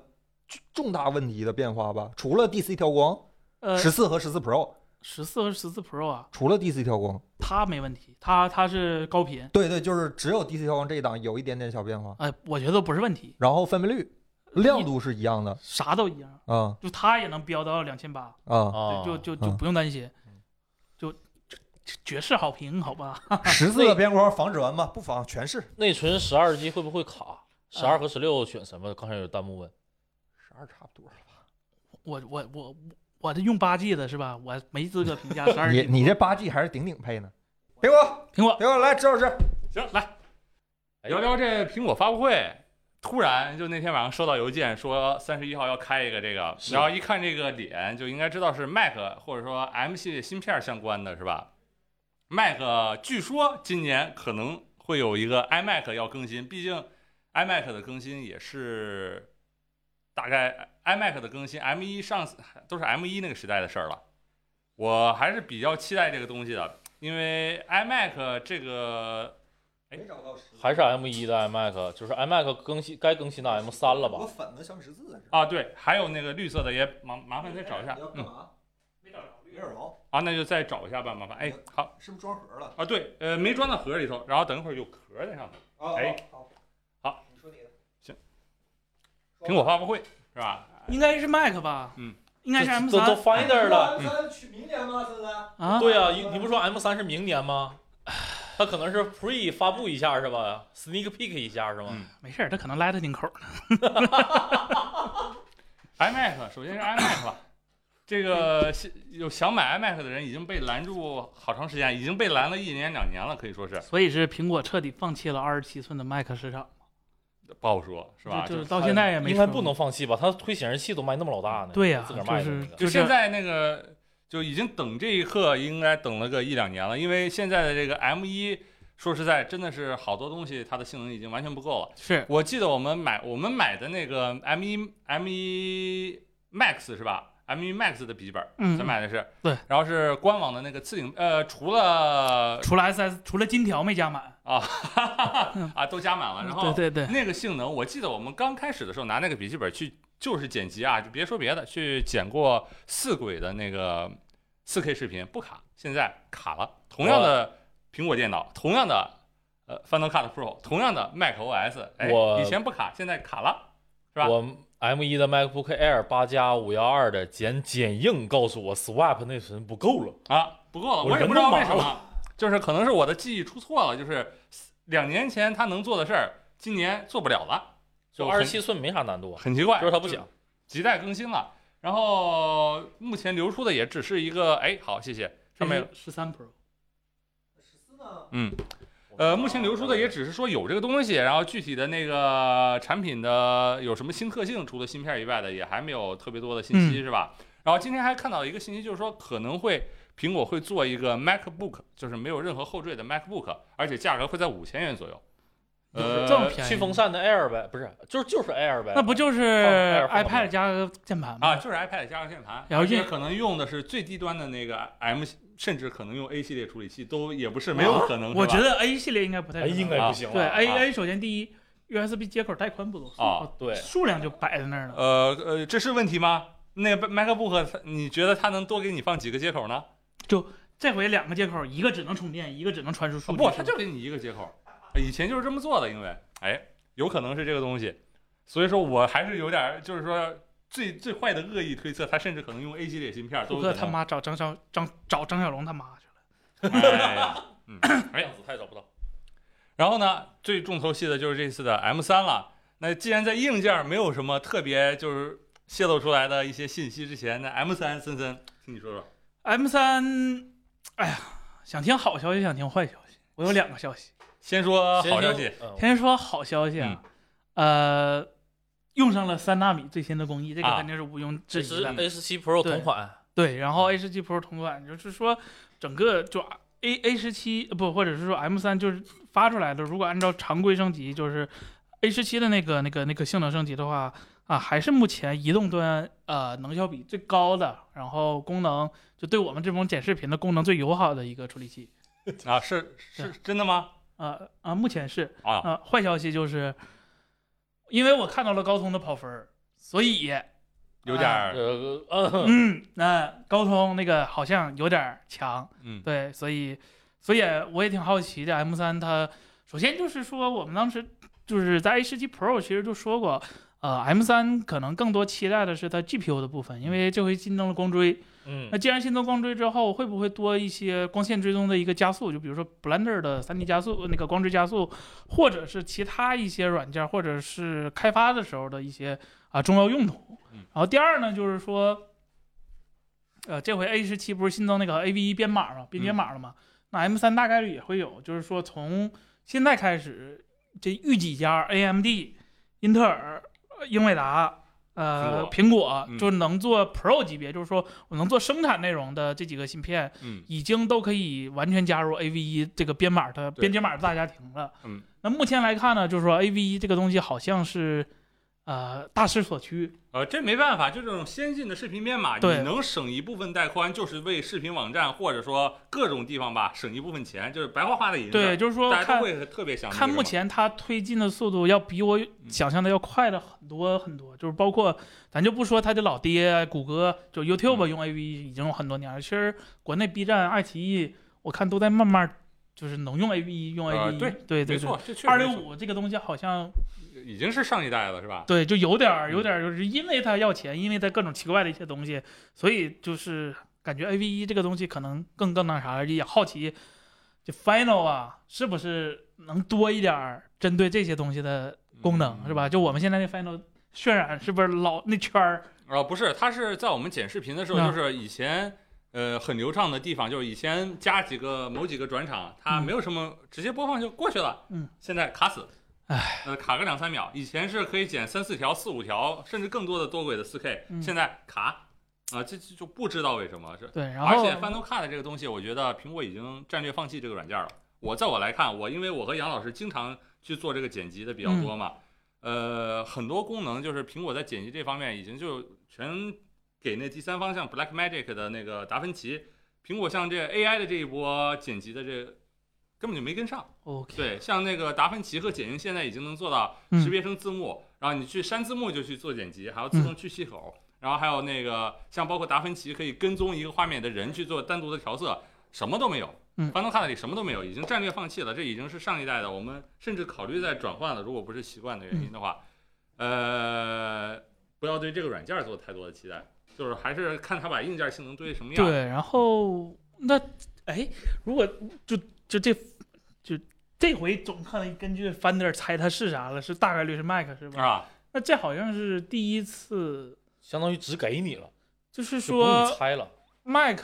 Speaker 1: 重重大问题的变化吧？除了 DC 调光，
Speaker 2: 呃，
Speaker 1: 十四和十四 Pro，
Speaker 2: 十四和十四 Pro 啊，
Speaker 1: 除了 DC 调光，
Speaker 2: 它没问题，它它是高频，
Speaker 1: 对对，就是只有 DC 调光这一档有一点点小变化，
Speaker 2: 哎，我觉得不是问题，
Speaker 1: 然后分辨率、亮度是一样的，
Speaker 2: 啥都一样，
Speaker 1: 啊
Speaker 2: 就它也能飙到两千八，
Speaker 1: 啊，
Speaker 3: 啊，
Speaker 2: 就就就
Speaker 1: 嗯
Speaker 2: 不用担心，就这这绝世好评，好吧？
Speaker 1: 十四的边框防指纹吗？不防，全是
Speaker 3: 内存十二 G 会不会卡？十二和十六选什么？刚才有弹幕问，
Speaker 1: 十二差不多了
Speaker 2: 我我我我这用八 G 的是吧？我没资格评价十 二
Speaker 1: 你
Speaker 2: G。
Speaker 1: 你这八 G 还是顶顶配呢？苹果，
Speaker 2: 苹果
Speaker 1: 苹果来，支老师，
Speaker 4: 行，来哎
Speaker 3: 哎
Speaker 4: 聊聊这苹果发布会。突然就那天晚上收到邮件说三十一号要开一个这个，
Speaker 3: 是
Speaker 4: 然后一看这个脸就应该知道是 Mac 或者说 M 系列芯片相关的是吧？Mac 据说今年可能会有一个 iMac 要更新，毕竟 iMac 的更新也是大概 iMac 的更新 M 1上次都是 M 1那个时代的事儿了。我还是比较期待这个东西的，因为 iMac 这个
Speaker 1: 没找到十，
Speaker 3: 还是 M 一的 iMac，就是 iMac 更新该更新到 M 三了吧？
Speaker 1: 粉的小哎米十四在这
Speaker 4: 啊，对，还有那个绿色的也麻麻烦再找一下，嗯，
Speaker 1: 嘛？没找着，没找着。
Speaker 4: 啊，那就再找一下吧，麻烦。哎，好
Speaker 1: 是不是装盒了？
Speaker 4: 啊，对，呃，没装到盒里头，然后等一会儿有壳在上头。
Speaker 1: 哦
Speaker 4: 哎，
Speaker 1: 好，
Speaker 4: 好，
Speaker 1: 你说你的，
Speaker 4: 行，苹果发布会是吧？
Speaker 2: 应该是 Mac 吧？
Speaker 4: 嗯，
Speaker 2: 应该是 M
Speaker 3: 这这都
Speaker 2: 三
Speaker 3: Finder 了。
Speaker 1: 咱去明年吗？现在
Speaker 2: 啊。
Speaker 3: 对呀、你你不说 M 三是明年吗？它可能是 pre 发布一下是吧？sneak peek 一下是吗？
Speaker 4: 嗯
Speaker 2: 没事儿，他可能拉得进口呢。
Speaker 4: iMac，首先是 iMac 吧。这个是有想买 iMac 的人已经被拦住好长时间，已经被拦了一年两年了，可以说是
Speaker 2: 所以是苹果彻底放弃了二十七寸的 Mac 市场，
Speaker 4: 不好说，是吧？
Speaker 2: 就
Speaker 4: 就是
Speaker 2: 到现在也没
Speaker 3: 应该
Speaker 2: 说
Speaker 3: 不能放弃吧？它推显示器都卖那么老大呢，
Speaker 2: 对呀
Speaker 3: 自个儿卖
Speaker 2: 就
Speaker 3: 的
Speaker 2: 是
Speaker 3: 那个。
Speaker 4: 就
Speaker 2: 就是
Speaker 4: 现在那个就已经等这一刻，应该等了个一两年了，因为现在的这个 M 1说实在，真的是好多东西它的性能已经完全不够了。
Speaker 2: 是
Speaker 4: 我记得我们买我们买的那个 M 一 M 一 Max 是吧？M 一 Max 的笔记本，
Speaker 2: 嗯
Speaker 4: 咱买的是
Speaker 2: 对，
Speaker 4: 然后是官网的那个次顶，呃，除了
Speaker 2: 除了 SS 除了金条没加满。
Speaker 4: 啊都加满了，然后
Speaker 2: 嗯对对对，
Speaker 4: 那个性能，我记得我们刚开始的时候拿那个笔记本去就是剪辑啊，就别说别的，去剪过四轨的那个四 K 视频不卡，现在卡了。同样的苹果电脑，同样的呃 Final Cut Pro，同样的 Mac OS，哎
Speaker 3: 我，
Speaker 4: 以前不卡，现在卡了。是吧
Speaker 3: 我 M 一的 MacBook Air 八加五幺二的剪剪映告诉我 Swap 内存不够了，
Speaker 4: 啊，不够了，
Speaker 3: 我
Speaker 4: 我也
Speaker 3: 人
Speaker 4: 不知道
Speaker 3: 都
Speaker 4: 为
Speaker 3: 麻
Speaker 4: 什么，就是可能是我的记忆出错了，就是两年前他能做的事儿，今年做不了了，
Speaker 3: 就
Speaker 4: 就
Speaker 3: 二
Speaker 4: 很
Speaker 3: 十七寸没啥难度啊，
Speaker 4: 很奇怪，
Speaker 3: 就是它不想，
Speaker 4: 亟待更新了。然后目前流出的也只是一个，哎，好，谢谢，上面有，
Speaker 2: 十三 Pro，
Speaker 1: 十四呢？
Speaker 4: 嗯，呃，目前流出的也只是说有这个东西，然后具体的那个产品的有什么新特性，除了芯片以外的，也还没有特别多的信
Speaker 2: 嗯
Speaker 4: 息，是吧？然后今天还看到一个信息，就是说可能会苹果会做一个 MacBook，就是没有任何后缀的 MacBook，而且价格会在五千元左右。呃，
Speaker 2: 这么便宜
Speaker 3: 去风扇的 Air 呗，不是，就是就是 Air 呗。
Speaker 2: 那不就是
Speaker 3: 哦，Air 放旁
Speaker 2: iPad
Speaker 3: 边
Speaker 2: 加个键盘吗？
Speaker 4: 啊，就是 iPad 加上键盘，
Speaker 2: 然后
Speaker 4: 而且
Speaker 2: 硬
Speaker 4: 可能用的是最低端的那个 M，甚至可能用 A 系列处理器都也不是没有可能。
Speaker 2: 哦我
Speaker 4: 是吧
Speaker 2: 觉得 A 系列应该不太
Speaker 3: 哎，
Speaker 2: 可能
Speaker 3: 应该不行了。
Speaker 2: 对 A
Speaker 4: 啊
Speaker 2: A 首先第一 USB 接口带宽不足
Speaker 4: 啊，
Speaker 3: 对
Speaker 2: 数量就摆在那儿了。
Speaker 4: 呃呃，这是问题吗？那 MacBook 它你觉得它能多给你放几个接口呢？
Speaker 2: 就这回两个接口，一个只能充电，一个只能传输数据。
Speaker 4: 啊不，它就给你一个接口，以前就是这么做的，因为哎，有可能是这个东西，所以说我还是有点儿，就是说最最坏的恶意推测，它甚至可能用 A 级列芯片儿
Speaker 2: 顾
Speaker 4: 都有
Speaker 2: 客
Speaker 4: 可
Speaker 2: 他
Speaker 4: 能。
Speaker 2: 妈找张小张找张小龙他妈去了。
Speaker 4: 哎嗯，哎
Speaker 3: 量子态找不到。
Speaker 4: 然后呢，最重头戏的就是这次的 M 3了。那既然在硬件没有什么特别就是泄露出来的一些信息之前，那 M 3森森，听你说说。
Speaker 2: M 三，哎呀，想听好消息，想听坏消息，我有两个消息。
Speaker 4: 先说好嗯消
Speaker 3: 先
Speaker 4: 息，
Speaker 3: 听，嗯
Speaker 2: 先说好消息啊，呃，用上了三纳米最新的工艺，这个
Speaker 4: 啊嗯
Speaker 2: 肯定是毋庸置
Speaker 3: 这
Speaker 2: 疑
Speaker 3: 是
Speaker 2: 的。
Speaker 3: A 十七 Pro
Speaker 2: 对
Speaker 3: 同款，
Speaker 2: 对，然后 H 7 Pro 同款，就是说整个就 A A 十七呃不，或者是说 M 3就是发出来的，如果按照常规升级，就是 A 十七的那个那个那个性能升级的话啊，还是目前移动端呃能效比最高的，然后功能就对我们这种剪视频的功能最友好的一个处理器。
Speaker 4: 啊，是是真的吗？
Speaker 2: 呃啊，目前是
Speaker 4: 啊，
Speaker 2: 啊，坏消息就是，因为我看到了高通的跑分儿，所以
Speaker 4: 有点
Speaker 2: 啊
Speaker 3: 呃
Speaker 4: 儿，
Speaker 3: 嗯，
Speaker 2: 嗯，那、高通那个好像有点儿强。
Speaker 4: 嗯，
Speaker 2: 对，所以所以我也挺好奇这 M 3它首先就是说我们当时就是在 A 1 7 Pro 其实就说过，呃，M 3可能更多期待的是它 GPU 的部分，因为这回新增了光追。那
Speaker 3: 嗯，
Speaker 2: 既然新增光追之后，会不会多一些光线追踪的一个加速？就比如说 Blender 的 3D 加速，那个光追加速，或者是其他一些软件，或者是开发的时候的一些啊重要用途
Speaker 4: 嗯。
Speaker 2: 然后第二呢，就是说，呃，这回 A 1 7不是新增那个 AV1 编码嘛，编解码了嘛？那 M 3大概率也会有，就是说从现在开始，这御几家 AMD、英特尔、呃英伟达。呃，苹果
Speaker 4: 嗯
Speaker 2: 就是能做 Pro 级别，就是说我能做生产内容的这几个芯片，
Speaker 4: 嗯，
Speaker 2: 已经都可以完全加入 AV1 这个编码的
Speaker 4: 对
Speaker 2: 编解码的大家庭了。
Speaker 4: 嗯，
Speaker 2: 那目前来看呢，就是说 AV1 这个东西好像是，呃，大势所趋。
Speaker 4: 呃，这没办法，就这种先进的视频编码，你
Speaker 2: 对
Speaker 4: 能省一部分带宽，就是为视频网站或者说各种地方吧省一部分钱，就是白花花的银子。
Speaker 2: 对，，就是说
Speaker 4: 大家
Speaker 2: 看
Speaker 4: 都会特别想
Speaker 2: 看目前它推进的速度要比
Speaker 4: 嗯
Speaker 2: 我想象的要快的很多很多，就是包括咱就不说它的老爹谷歌，就
Speaker 4: 嗯
Speaker 2: YouTube 用 AV 已经有很多年了，其实国内 B 站、爱奇艺我看都在慢慢就是能用 AV 用 AV，、
Speaker 4: 呃对
Speaker 2: 对
Speaker 4: 没
Speaker 2: 对对
Speaker 4: 错，，这确实
Speaker 2: 二六五这个东西好像
Speaker 4: 已经是上一代了，是吧？
Speaker 2: 对，就有点儿，
Speaker 4: 嗯
Speaker 2: 有点儿，就是因为他要钱，因为他各种奇怪的一些东西，所以就是感觉 A V 一这个东西可能更更那啥，也好奇，就 Final 啊，是不是能多一点儿针对这些东西的功能，
Speaker 4: 嗯
Speaker 2: 是吧？就我们现在那 Final 渲染是不是老那圈儿？
Speaker 4: 啊，不是，它是在我们剪视频的时候，
Speaker 2: 啊
Speaker 4: 就是以前呃很流畅的地方，就是以前加几个某几个转场，它
Speaker 2: 嗯
Speaker 4: 没有什么直接播放就过去了。
Speaker 2: 嗯，
Speaker 4: 现在卡死，
Speaker 2: 唉，
Speaker 4: 呃，卡个两三秒。以前是可以剪三四条、四五条，甚至更多的多轨的四 K，、
Speaker 2: 嗯
Speaker 4: 现在卡啊，这这就不知道为什么是。
Speaker 2: 对，然
Speaker 4: 而
Speaker 2: 后
Speaker 4: 且 Final Cut 这个东西，我觉得苹果已经战略放弃这个软件了。我在我来看，我因为我和杨老师经常去做这个剪辑的比较
Speaker 2: 嗯
Speaker 4: 多嘛，呃，很多功能就是苹果在剪辑这方面已经就全给那第三方像 Black Magic 的那个达芬奇，苹果像这 AI 的这一波剪辑的这根本就没跟上。
Speaker 2: OK，
Speaker 4: 对，像那个达芬奇和剪映现在已经能做到
Speaker 2: 嗯
Speaker 4: 识别成字幕，然后你去删字幕就去做剪辑，还有
Speaker 2: 嗯
Speaker 4: 自动去气口，然后还有那个像包括达芬奇可以跟踪一个画面的人去做单独的调色，什么都没有。
Speaker 2: 嗯
Speaker 4: Final Cut 里什么都没有，已经战略放弃了，这已经是上一代的，我们甚至考虑在转换了。如果不是习惯的原因的话，
Speaker 2: 嗯
Speaker 4: 呃，不要对这个软件做太多的期待，就是还是看它把硬件性能堆什么样。
Speaker 2: 对，然后那哎，如果就就这就这回总看了根据 Finder 猜它是啥了，是大概率是 Mac 是吧？
Speaker 4: 啊，
Speaker 2: 那这好像是第一次，
Speaker 3: 相当于只给你了，
Speaker 2: 就是
Speaker 3: 就不用你
Speaker 2: 说
Speaker 3: 猜了，
Speaker 2: Mac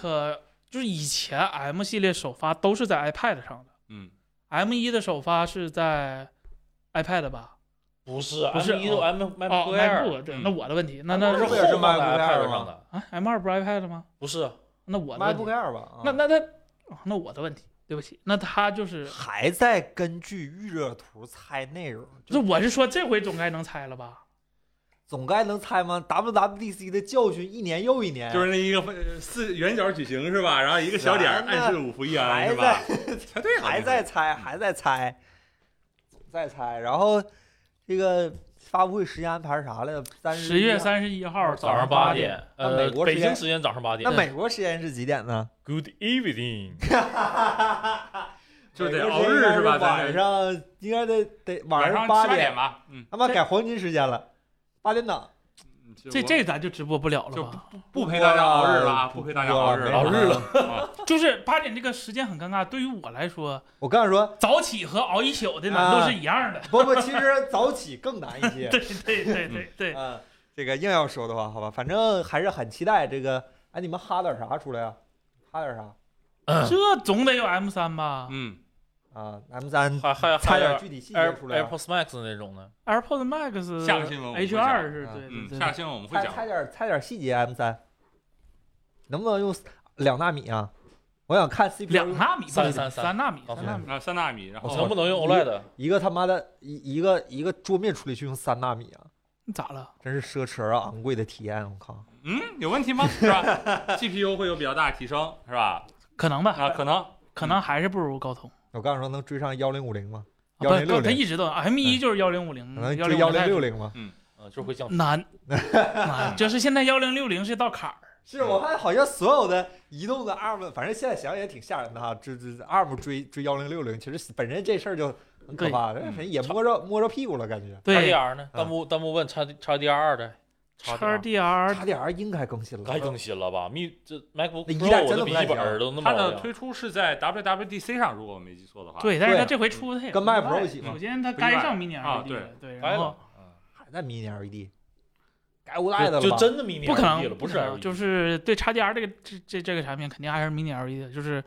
Speaker 2: 就是以前 M 系列首发都是在 iPad 上的
Speaker 4: 嗯，
Speaker 2: ，M 一的首发是在 iPad 吧？
Speaker 3: 不是
Speaker 2: 不是
Speaker 3: M 一都
Speaker 2: 哦
Speaker 3: M M
Speaker 2: 哦
Speaker 3: Air，
Speaker 2: ，MacBook 对，
Speaker 4: 嗯
Speaker 2: 那我的问题，那
Speaker 1: 那
Speaker 2: 那
Speaker 1: 是
Speaker 3: 后
Speaker 1: 啊不也是
Speaker 3: 放在
Speaker 1: MacBook Air
Speaker 3: iPad
Speaker 1: 吗
Speaker 3: 上的，
Speaker 2: 啊，M 二不是 iPad 吗？
Speaker 3: 不是
Speaker 2: 那我的问题
Speaker 1: MacBook，Air 吧？啊
Speaker 2: 那那那哦那我的问题，对不起，那他就是，
Speaker 1: 还在根据预热图猜内容，
Speaker 2: 那
Speaker 1: 就
Speaker 2: 我是说这回总该能猜了吧？
Speaker 1: 总该能猜吗？WWDC 的教训一年又一年，
Speaker 4: 就是那一个呃四圆角矩形是吧？然后一个小点儿
Speaker 1: 咱们
Speaker 4: 暗示五福一安
Speaker 1: 还
Speaker 4: 是吧？
Speaker 1: 在
Speaker 4: 猜对了，啊
Speaker 1: 还在猜，还在猜，总在猜。然后这个发布会时间安排是啥来着？三
Speaker 2: 十月。三十一号
Speaker 3: 早上
Speaker 2: 八
Speaker 3: 八点，
Speaker 1: 那
Speaker 3: 呃
Speaker 1: 美，国时
Speaker 3: 北
Speaker 1: 间
Speaker 3: 京时间早上八点
Speaker 1: 那。美国时间是几点呢？
Speaker 3: Good evening，
Speaker 4: 就是
Speaker 1: 美
Speaker 4: 得
Speaker 1: 国
Speaker 4: 熬
Speaker 1: 时间
Speaker 4: 日是吧？
Speaker 1: 应该晚
Speaker 4: 咱这
Speaker 1: 上应该得得晚
Speaker 4: 晚
Speaker 1: 上
Speaker 4: 上
Speaker 1: 八
Speaker 4: 七八
Speaker 1: 点
Speaker 4: 点，吧，嗯，
Speaker 1: 他妈改黄金时间了，八点整。
Speaker 2: 这这咱就直播不了了
Speaker 4: 就
Speaker 2: 吧？
Speaker 4: 不陪大家熬日了啊，
Speaker 1: 不
Speaker 4: 不陪大家熬日
Speaker 1: 没
Speaker 4: 了，
Speaker 1: 法
Speaker 3: 熬日了
Speaker 4: 了。
Speaker 2: 就是八点这个时间很尴尬，对于我来说，
Speaker 1: 我刚才说
Speaker 2: 早起和熬一宿的
Speaker 1: 啊
Speaker 2: 难度是一样的。
Speaker 1: 不不，其实早起更难一 些。
Speaker 2: 对对对对对，
Speaker 1: 嗯，这个硬要说的话，好吧，反正还是很期待这个。哎，你们哈点啥出来啊？哈点啥嗯
Speaker 2: 这总得有 M 三吧
Speaker 4: 嗯，
Speaker 1: 啊？M 三
Speaker 3: 还还
Speaker 1: 差
Speaker 3: 还
Speaker 1: 点
Speaker 3: 有
Speaker 1: 具体细节
Speaker 3: Air
Speaker 1: 出来啊，
Speaker 3: AirPods Max 那种的，
Speaker 2: ？AirPods Max
Speaker 4: 下个新闻我们会
Speaker 2: H
Speaker 4: 讲
Speaker 2: 二是
Speaker 1: 嗯
Speaker 2: 对
Speaker 4: 嗯，
Speaker 2: 对
Speaker 4: 下
Speaker 2: 对
Speaker 4: 个，新闻我们会
Speaker 1: 猜
Speaker 4: 讲。
Speaker 1: 猜点猜点细节，M 啊三能不能用两纳米啊？我想看 CPU
Speaker 2: 两纳米吧
Speaker 3: 三三三
Speaker 2: 三纳米
Speaker 3: 哦
Speaker 2: 三纳米，
Speaker 4: 啊那三纳米，然
Speaker 3: 我
Speaker 4: 后
Speaker 3: 能不能用 E OLED？
Speaker 1: 一个他妈的一一个一个桌面处理器用三纳米啊，
Speaker 2: 咋了？
Speaker 1: 真是奢侈而啊昂贵的体验，我靠！
Speaker 4: 嗯有问题吗？是吧 ？GPU 会有比较大的提升，是吧？
Speaker 2: 可能吧，
Speaker 4: 啊，可能
Speaker 2: 可能还是不如高通。
Speaker 1: 我刚才说能追上嗯幺零五零吗？
Speaker 2: 啊不，
Speaker 1: 1060
Speaker 2: 不它一直都 M 一就是幺零五零
Speaker 1: 可，能
Speaker 2: 幺
Speaker 1: 追幺零
Speaker 2: 零
Speaker 1: 六零吗？
Speaker 3: 嗯，就是会降。
Speaker 2: 难，难，就是现在幺零六零是道坎儿，
Speaker 1: 是我发现好像所有的移动的 ARM，反正现在想想也挺吓人的哈。这这 ARM 追追幺零六零，其实本身这事儿就很可怕，但
Speaker 2: 嗯
Speaker 1: 是也摸着摸着屁股了，感觉。
Speaker 3: x
Speaker 2: 对
Speaker 3: DR 呢？弹幕弹幕问叉叉 DR 二的，
Speaker 2: 叉
Speaker 3: XDR
Speaker 2: DR
Speaker 1: 叉 DR 应该更新
Speaker 3: 该
Speaker 1: 了，
Speaker 3: 更新了吧？密这 MacBook
Speaker 1: 那一代
Speaker 3: Pro 我
Speaker 1: 真的
Speaker 3: 的
Speaker 1: 不
Speaker 3: 笔
Speaker 1: 太
Speaker 3: 记
Speaker 1: 行
Speaker 3: 本儿都那么
Speaker 4: 它
Speaker 3: 老
Speaker 4: 的
Speaker 3: 样
Speaker 4: 推出是在 WWDC 上，如果我没记错的话。
Speaker 2: 对，但是
Speaker 1: 对
Speaker 2: 它这回出的它也
Speaker 1: 跟
Speaker 2: 不意
Speaker 1: Mac
Speaker 2: 外
Speaker 1: Pro 一起嘛
Speaker 2: 首先它
Speaker 4: 不意外
Speaker 2: 该上 Mini
Speaker 4: 啊
Speaker 2: LED
Speaker 4: 对
Speaker 2: 了，对，
Speaker 3: 该
Speaker 2: 然后
Speaker 3: 了。
Speaker 1: 还在 Mini LED，该 OLED
Speaker 3: 就
Speaker 1: 了
Speaker 3: 就
Speaker 1: 吧？
Speaker 3: 真的 mini
Speaker 2: 不可
Speaker 3: LED E 了，
Speaker 2: 能，
Speaker 3: 不是
Speaker 2: 可能
Speaker 3: LED，
Speaker 2: 就是对 XDR 这个这这这个产品肯定还是 Mini LED E 的，就是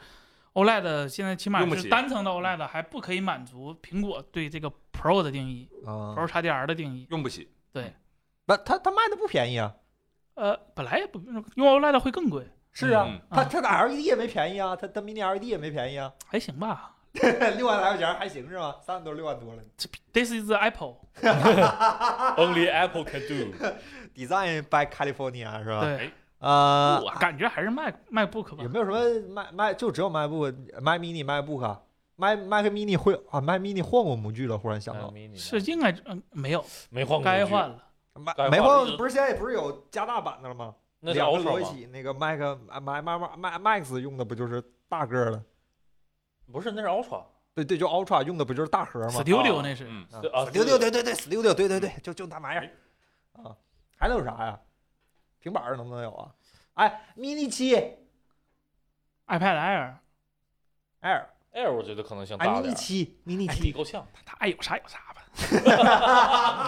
Speaker 2: OLED 现在起码
Speaker 4: 用不
Speaker 2: 是
Speaker 4: 起
Speaker 2: 单层的 OLED 还不可以满足苹果对这个 Pro 的定义，Pro
Speaker 1: 啊，
Speaker 2: XDR 的定义。
Speaker 4: 用不起。
Speaker 1: 不，它它卖的不便宜啊。
Speaker 2: 呃，本来也不用 OLED 会更贵，
Speaker 1: 是啊
Speaker 4: 嗯，
Speaker 1: 它
Speaker 2: 啊
Speaker 1: 它的 LED 也没便宜啊，它它 Mini LED 也没便宜啊，
Speaker 2: 还行吧。
Speaker 1: 六万来块钱还行是吗？三万多六万多了。
Speaker 2: This is Apple，
Speaker 3: Only Apple can do。
Speaker 1: Design by California 是吧？
Speaker 2: 对，
Speaker 1: 呃，
Speaker 2: 我感觉还是 Mac MacBook 吧
Speaker 1: 啊有。没有什么卖卖就只有 MacBook、Mac Mini、MacBook、Mac 啊 Mac Mini 会啊，Mac Mini 换过模具了，忽然想到，
Speaker 3: Mini
Speaker 2: 是应该嗯没有，
Speaker 3: 没换过，
Speaker 2: 该换。了。
Speaker 1: 没
Speaker 3: 改
Speaker 1: 没
Speaker 3: 换
Speaker 1: 换
Speaker 3: 了
Speaker 1: 过，不是现在不是有加大版的了吗？
Speaker 3: 那是
Speaker 1: 两个
Speaker 3: Ultra
Speaker 1: 摞一
Speaker 3: 吗？
Speaker 1: 起，那个啊 Mac Mac Mac Mac Max 用的不就是大个儿的？
Speaker 3: 不是，那是 Ultra。
Speaker 1: 对对，就 Ultra 用的不就是大盒吗？
Speaker 2: Studio
Speaker 4: 啊
Speaker 2: 那是
Speaker 4: 嗯，
Speaker 1: 啊
Speaker 3: 对啊
Speaker 1: ，Studio 对对对，Studio 对对对，就就那玩意儿啊，还能有啥呀？平板儿能不能有啊？哎，Mini 七
Speaker 2: iPad Air，
Speaker 1: Air，
Speaker 3: Air 我觉得可能性
Speaker 2: 啊
Speaker 1: 哎
Speaker 3: 大
Speaker 1: ，Mini
Speaker 3: 点儿，
Speaker 1: 七，Mini
Speaker 3: 哎
Speaker 1: 七
Speaker 3: 你，够 呛，
Speaker 2: 它爱有啥有啥吧。
Speaker 1: 啊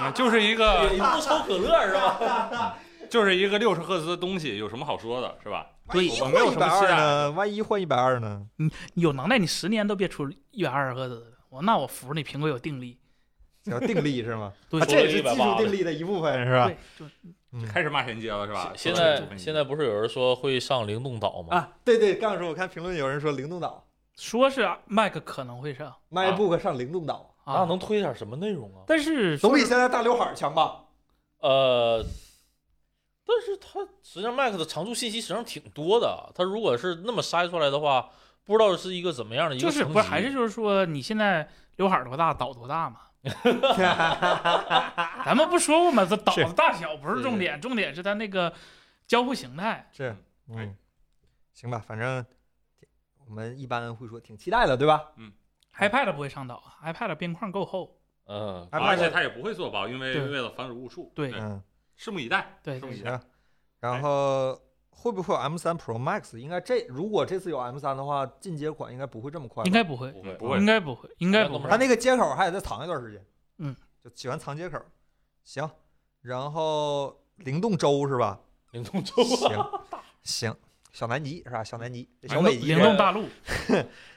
Speaker 4: 嗯就是一个
Speaker 3: 哎你不抽可乐是 吧？
Speaker 4: 就是一个六十赫兹的东西，有什么好说的，是吧？
Speaker 1: 万一
Speaker 4: 我没
Speaker 1: 换
Speaker 4: 有
Speaker 1: 一
Speaker 4: 什
Speaker 1: 百
Speaker 4: 么期
Speaker 1: 二
Speaker 4: 待
Speaker 1: 呢？万一换一百二呢？
Speaker 2: 你有能耐，你十年都别出一百二十赫兹的，我那我服你，苹果有定力。
Speaker 1: 叫定力是吗？
Speaker 2: 对
Speaker 1: 啊，这也是技
Speaker 3: 180
Speaker 1: 术定力的一部分是吧？
Speaker 2: 对，就
Speaker 4: 开始骂衔接了，是吧？
Speaker 3: 现现
Speaker 4: 说了
Speaker 3: 在
Speaker 4: 这啊
Speaker 3: 现在不是有人说会上灵动岛吗？
Speaker 1: 啊，对对，刚才说我看评论有人说灵动岛
Speaker 2: 说是 Mac 可能会上
Speaker 1: MacBook 上灵动岛，
Speaker 3: 那
Speaker 2: 啊，
Speaker 3: 能推点什么内容啊？
Speaker 2: 但是
Speaker 1: 总
Speaker 2: 说
Speaker 1: 比
Speaker 2: 是
Speaker 1: 现在大刘海儿强吧？
Speaker 3: 呃，但是它实际上 Mac 的常驻信息实际上挺多的，啊它如果是那么筛出来的话，不知道是一个怎么样的一个
Speaker 2: 就是
Speaker 3: 层
Speaker 2: 不是
Speaker 3: 级
Speaker 2: 还是就是说你现在刘海儿多大，岛多大嘛？咱们不说过吗？这岛的大小不是重点，重点是它那个交互形态。
Speaker 1: 是，
Speaker 4: 哎
Speaker 1: 嗯， 行吧，反正我们一般会说挺期待的，对吧
Speaker 2: iPad 不会上岛，iPad 啊边框够厚。
Speaker 3: 嗯，
Speaker 2: 啊
Speaker 1: ？iPad
Speaker 4: 而且它也不会做薄，因为
Speaker 2: 对
Speaker 4: 为了防止误触。
Speaker 2: 对
Speaker 1: 嗯，
Speaker 4: 拭目以待。
Speaker 2: 对
Speaker 4: 拭目
Speaker 2: 对
Speaker 4: 以
Speaker 1: 行
Speaker 4: 待。
Speaker 2: 哎
Speaker 1: 然后会不会有 M 三 Pro Max？应该这如果这次有 M 三的话，进阶款应该不会这么快吧。
Speaker 2: 应该不会，
Speaker 3: 不会
Speaker 4: 不会
Speaker 2: 应该不会，应该不
Speaker 3: 不
Speaker 2: 会
Speaker 3: 会。
Speaker 1: 它那个接口还得再藏一段时间。
Speaker 2: 嗯，
Speaker 1: 就喜欢藏接口。行，然后灵动周是 吧？
Speaker 3: 灵动州
Speaker 1: 行行，小南极是吧？小南极，小
Speaker 2: 灵
Speaker 1: 北
Speaker 2: 动
Speaker 1: 极
Speaker 2: 灵
Speaker 1: 是吧
Speaker 2: 动大陆，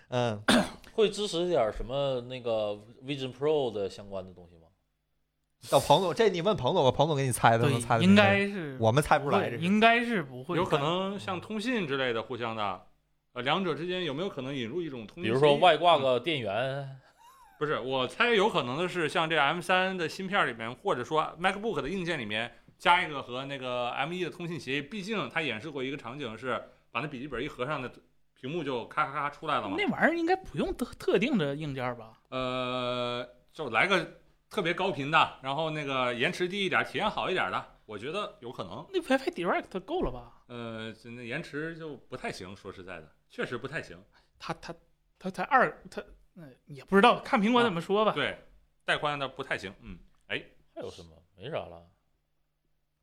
Speaker 1: 嗯，
Speaker 3: 会支持点什么那个 Vision Pro 的相关的东西吗？
Speaker 1: 到彭总这你问彭总吧，彭总给你猜的能猜
Speaker 2: 对，
Speaker 1: 的。
Speaker 2: 应该是
Speaker 1: 我们猜不出来
Speaker 2: 对
Speaker 1: 这是。
Speaker 2: 应该是不会，
Speaker 4: 有可。能像通信之类的互相的，呃，两者之间有没有可能引入一种通信？
Speaker 3: 比
Speaker 2: 嗯
Speaker 3: 如说，外挂个电源，
Speaker 4: 不是，我猜有可能的是像这 M 3的芯片里面，或者说 MacBook 的硬件里面加一个和那个 M 1的通信协议。毕竟它演示过一个场景是把那笔记本一合上的。屏幕就咔咔咔出来了嘛
Speaker 2: 那？玩意儿应该不用特特定的硬件吧？
Speaker 4: 呃，就来个特别高频的，然后那个延迟低一点，体验好一点的，我觉得有可能。
Speaker 2: 那 WiFi Direct 够了吧？
Speaker 4: 呃，就那延迟就不太行，说实在的，确实不太行。
Speaker 2: 它它它才二，它呃也不知道，看苹果怎么说吧。
Speaker 4: 对，带宽的不太行。嗯，
Speaker 3: 还有什么？没啥了。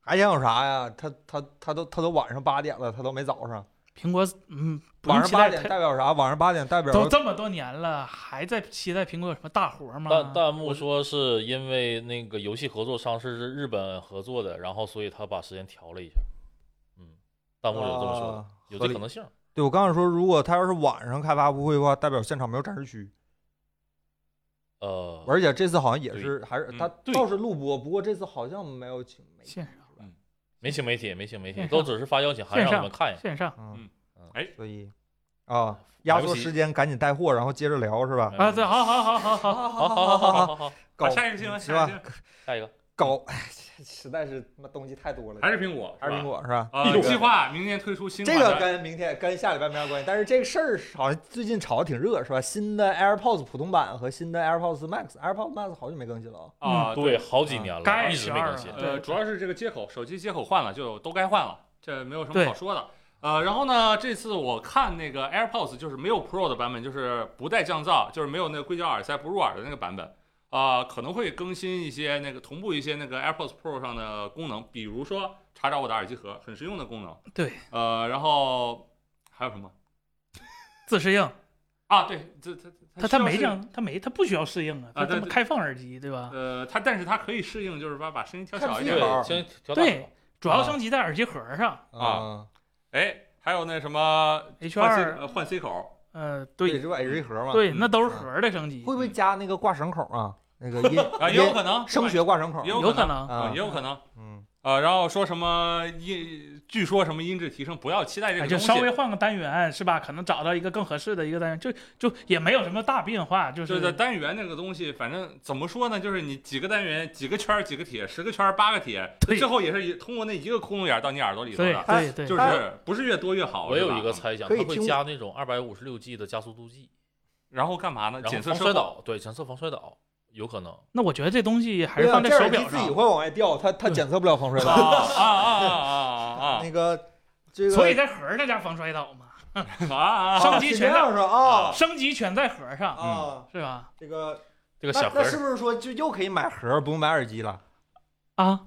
Speaker 1: 还想有啥呀？他他他都他都晚上八点了，他都没早上。
Speaker 2: 苹果嗯，不
Speaker 1: 晚上
Speaker 2: 用期
Speaker 1: 八
Speaker 2: 待
Speaker 1: 点
Speaker 2: 太
Speaker 1: 代表啥？晚上八点代表
Speaker 2: 都这么多年了，还在期待苹果有什么大活吗？
Speaker 3: 弹弹幕说是因为那个游戏合作商是日本合作的，然后所以他把时间调了一下。嗯，弹幕有这么说的，
Speaker 1: 啊
Speaker 3: 有
Speaker 1: 合
Speaker 3: 这
Speaker 1: 理
Speaker 3: 可能性。
Speaker 1: 对我刚才说，如果他要是晚上开发布会的话，代表现场没有展示区。
Speaker 3: 呃，
Speaker 1: 而且这次好像也是还是
Speaker 4: 嗯
Speaker 1: 他
Speaker 4: 哦对
Speaker 1: 倒是录播，不过这次好像没有请媒体。
Speaker 2: 线上
Speaker 3: 没请媒体，没 请媒体，
Speaker 2: 线
Speaker 3: 都
Speaker 2: 上
Speaker 3: 只是发邀请函
Speaker 2: 线
Speaker 3: 让我
Speaker 2: 上
Speaker 3: 们看一下。
Speaker 2: 线上
Speaker 1: 嗯，
Speaker 4: 哎
Speaker 1: 所以啊，压缩时间赶紧带货，然后接着聊是吧？
Speaker 2: 啊，对，好好好好好，
Speaker 1: 好
Speaker 3: 好好好好好好好，
Speaker 1: 搞
Speaker 4: 啊下一个新闻，
Speaker 1: 是
Speaker 4: 下一个
Speaker 1: 吧
Speaker 4: 新？
Speaker 3: 下一个。
Speaker 1: 搞，哎，实在是他妈东西太多了，
Speaker 4: 闻还是苹果，
Speaker 1: 还是苹。果是吧？
Speaker 4: 啊，
Speaker 1: 这个
Speaker 4: 计划明年推出新
Speaker 1: 这
Speaker 4: 款
Speaker 1: 个
Speaker 4: 的
Speaker 1: 跟明天跟下礼拜没啥关系，但是这个事儿好像最近炒的挺热，是吧？新的 AirPods 普通版和新的 AirPods Max，AirPods Max 好久没更新了啊。
Speaker 4: 啊，
Speaker 3: 对，好几年
Speaker 2: 啊该
Speaker 3: 了，一直
Speaker 2: 12
Speaker 3: 没更新
Speaker 2: 了。
Speaker 4: 呃，
Speaker 2: 对
Speaker 4: 主要是这个接口，手机接口换了，就都该换了，这没有什么
Speaker 2: 对
Speaker 4: 好说的。呃，然后呢，这次我看那个 AirPods 就是没有 Pro 的版本，就是不带降噪，就是没有那个硅胶耳塞不入耳的那个版本，啊、可能会更新一些那个同步一些那个 AirPods Pro 上的功能，比如说查找我的耳机盒，很实用的功能。
Speaker 2: 对，
Speaker 4: 呃，然后还有什么
Speaker 2: 自适应，
Speaker 4: 啊？对，这它
Speaker 2: 它
Speaker 4: 它
Speaker 2: 它没
Speaker 4: 这。
Speaker 2: 这，它没它不需要适应啊，它
Speaker 4: 啊
Speaker 2: 这
Speaker 4: 对
Speaker 2: 么
Speaker 4: 对
Speaker 2: 开放耳机对吧？
Speaker 4: 呃，它但是它可以适应，就是把把声音调小一
Speaker 1: 看自己
Speaker 4: 点
Speaker 1: 吧。
Speaker 3: 对，先调大
Speaker 2: 对
Speaker 3: 小。，
Speaker 2: 主要升级在耳机盒上
Speaker 1: 嗯
Speaker 4: 啊哎，还有那什么
Speaker 2: ，H
Speaker 4: 换 C
Speaker 2: 二
Speaker 4: 呃换 C 口，
Speaker 2: 呃
Speaker 1: 对，
Speaker 2: 对
Speaker 1: 这不也是一盒吗？
Speaker 2: 对，
Speaker 4: 嗯
Speaker 2: 那都是盒的升级，
Speaker 1: 会不会加那个挂绳孔啊？那个音
Speaker 4: 啊，也
Speaker 1: 音
Speaker 4: 有可能
Speaker 1: 声学挂绳孔
Speaker 4: 也有
Speaker 2: 有
Speaker 4: 可
Speaker 2: 可
Speaker 4: 能
Speaker 2: 能
Speaker 4: 啊，
Speaker 1: 啊
Speaker 4: 也，有可能
Speaker 1: 嗯，
Speaker 4: 啊。然后说什么音，据说什么音质提升，不要期待这
Speaker 2: 哎，
Speaker 4: 个
Speaker 2: 就
Speaker 4: 东西。
Speaker 2: 稍微换个单元是吧？可能找到一个更合适的一个单元，就就也没有什么大变化，就
Speaker 4: 对
Speaker 2: 是
Speaker 4: 的，单元那个东西，反正怎么说呢，就是你几个单元、几个圈儿、几个铁、十个圈儿、八个铁，
Speaker 2: 对
Speaker 4: 最后也是一通过那一个窟窿眼儿到你耳朵里头
Speaker 2: 对
Speaker 4: 的，
Speaker 2: 对对，
Speaker 4: 就是不是越多越好。
Speaker 3: 我
Speaker 4: 是
Speaker 3: 有
Speaker 4: 吧
Speaker 3: 一个，猜想，
Speaker 1: 可
Speaker 3: 它
Speaker 1: 以
Speaker 3: 会
Speaker 1: 听
Speaker 3: 加那种二百五十六 G 的加速度计，
Speaker 4: 然后干嘛呢？
Speaker 3: 然后
Speaker 4: 检测
Speaker 3: 防
Speaker 4: 车
Speaker 3: 摔
Speaker 4: 祸。
Speaker 3: 倒，对，检测防摔倒，有可能。
Speaker 2: 那我觉得啊这东西还
Speaker 1: 对
Speaker 2: 是
Speaker 1: 呀
Speaker 2: 放在
Speaker 1: 这耳
Speaker 2: 手
Speaker 1: 机
Speaker 2: 表
Speaker 1: 自己
Speaker 2: 上，
Speaker 1: 会往外掉，它它检测不了防摔
Speaker 4: 啊
Speaker 1: 倒。
Speaker 4: 啊啊啊
Speaker 1: 那个这个
Speaker 2: 所以在盒上加防摔倒嘛，
Speaker 4: 啊啊啊！
Speaker 2: 上
Speaker 1: 啊
Speaker 2: 机
Speaker 1: 是这
Speaker 2: 全嗯
Speaker 1: 样是吧？啊
Speaker 2: 升级全在盒上，
Speaker 1: 啊，
Speaker 2: 是吧？
Speaker 1: 这个
Speaker 3: 这个
Speaker 1: 那
Speaker 3: 小盒
Speaker 1: 那
Speaker 3: 儿
Speaker 1: 是不是说就又可以买盒，不用买耳机了？
Speaker 2: 啊，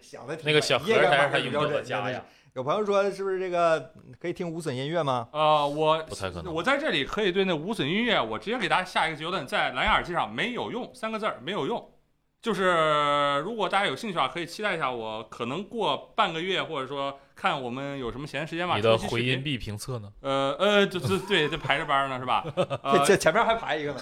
Speaker 1: 想的挺
Speaker 3: 那个小盒
Speaker 1: 夜
Speaker 3: 儿
Speaker 1: 干晚
Speaker 3: 才是它
Speaker 1: 上
Speaker 3: 应
Speaker 1: 比较
Speaker 3: 得的
Speaker 1: 忍
Speaker 3: 家
Speaker 1: 真的
Speaker 3: 呀
Speaker 1: 是。有朋友说是不是这个可以听无损音乐吗？
Speaker 4: 呃，我
Speaker 3: 不太可能
Speaker 4: 我在这里可以对那无损音乐，我直接给大家下一个结论，在蓝牙耳机上没有用三个字儿没有用。就是如果大家有兴趣啊，可以期待一下我可能过半个月，或者说看我们有什么闲时间吧。
Speaker 3: 你的
Speaker 4: 出去
Speaker 3: 回
Speaker 4: 视
Speaker 3: 音
Speaker 4: 频，
Speaker 3: 壁评测呢？
Speaker 4: 呃呃，这这对，这排着班呢 是吧？
Speaker 1: 这
Speaker 4: 呃，
Speaker 1: 这 前面还排一个呢，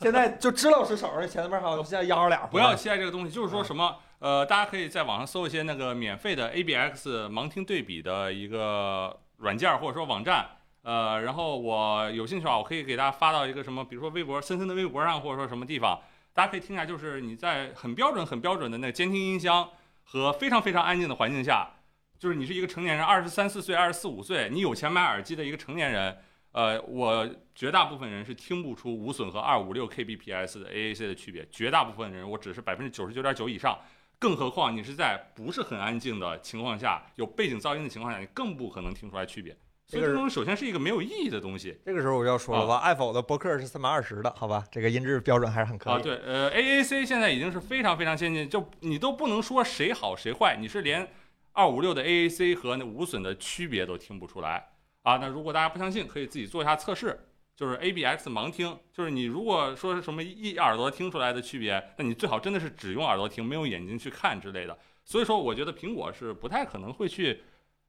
Speaker 1: 现在就支老师手上前面还有现在压着俩活儿，
Speaker 4: 不要期待这个东西，就是说什么呃，大家可以在网上搜一些那个免费的 ABX 盲听对比的一个软件儿或者说网站。呃，然后我有兴趣啊，我可以给大家发到一个什么，比如说微博森森的微博上，或者说什么地方，大家可以听一下。就是你在很标准、很标准的那个监听音箱和非常非常安静的环境下，就是你是一个成年人，二十三四岁、二十四五岁，你有钱买耳机的一个成年人，呃，我绝大部分人是听不出无损和二五六 kbps 的 AAC 的区别，绝大部分人我只是百分之九十九点九以上，更何况你是在不是很安静的情况下，有背景噪音的情况下，你更不可能听出来区别。所以
Speaker 1: 这个
Speaker 4: 这
Speaker 1: 是
Speaker 4: 东西首先是一个没有意义的东西
Speaker 1: 这个时候我就要说了吧，
Speaker 4: 啊
Speaker 1: 爱否的播客是三百二十的，好吧，这个音质标准还是很可以
Speaker 4: 啊，
Speaker 1: 的。
Speaker 4: 对，呃，AAC 现在已经是非常非常先进，就你都不能说谁好谁坏，你是连二五六的 AAC 和那无损的区别都听不出来啊。那如果大家不相信，可以自己做一下测试，就是 ABX 盲听，就是你如果说是什么一耳朵听出来的区别，那你最好真的是只用耳朵听，没有眼睛去看之类的。所以说，我觉得苹果是不太可能会去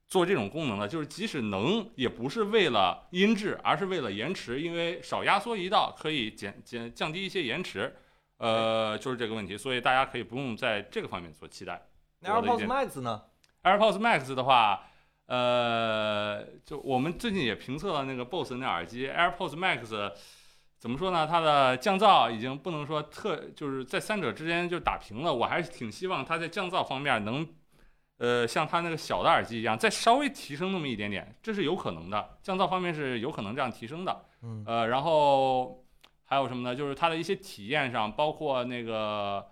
Speaker 4: 做这种功能的，就是即使能，也不是为了音质，而是为了延迟，因为少压缩一道可以减减降低一些延迟，呃，就是这个问题，所以大家可以不用在这个方面做期待。
Speaker 1: 那
Speaker 4: 我的意
Speaker 1: AirPods
Speaker 4: 见
Speaker 1: Max 呢？
Speaker 4: AirPods Max 的话，呃，就我们最近也评测了那个 BOSE 那耳机 AirPods Max，怎么说呢？它的降噪已经不能说特，就是在三者之间就打平了。我还是挺希望它在降噪方面能，呃，像它那个小的耳机一样，再稍微提升那么一点点，这是有可能的。降噪方面是有可能这样提升的。
Speaker 1: 嗯，
Speaker 4: 呃，然后。还有什么呢？就是它的一些体验上，包括那个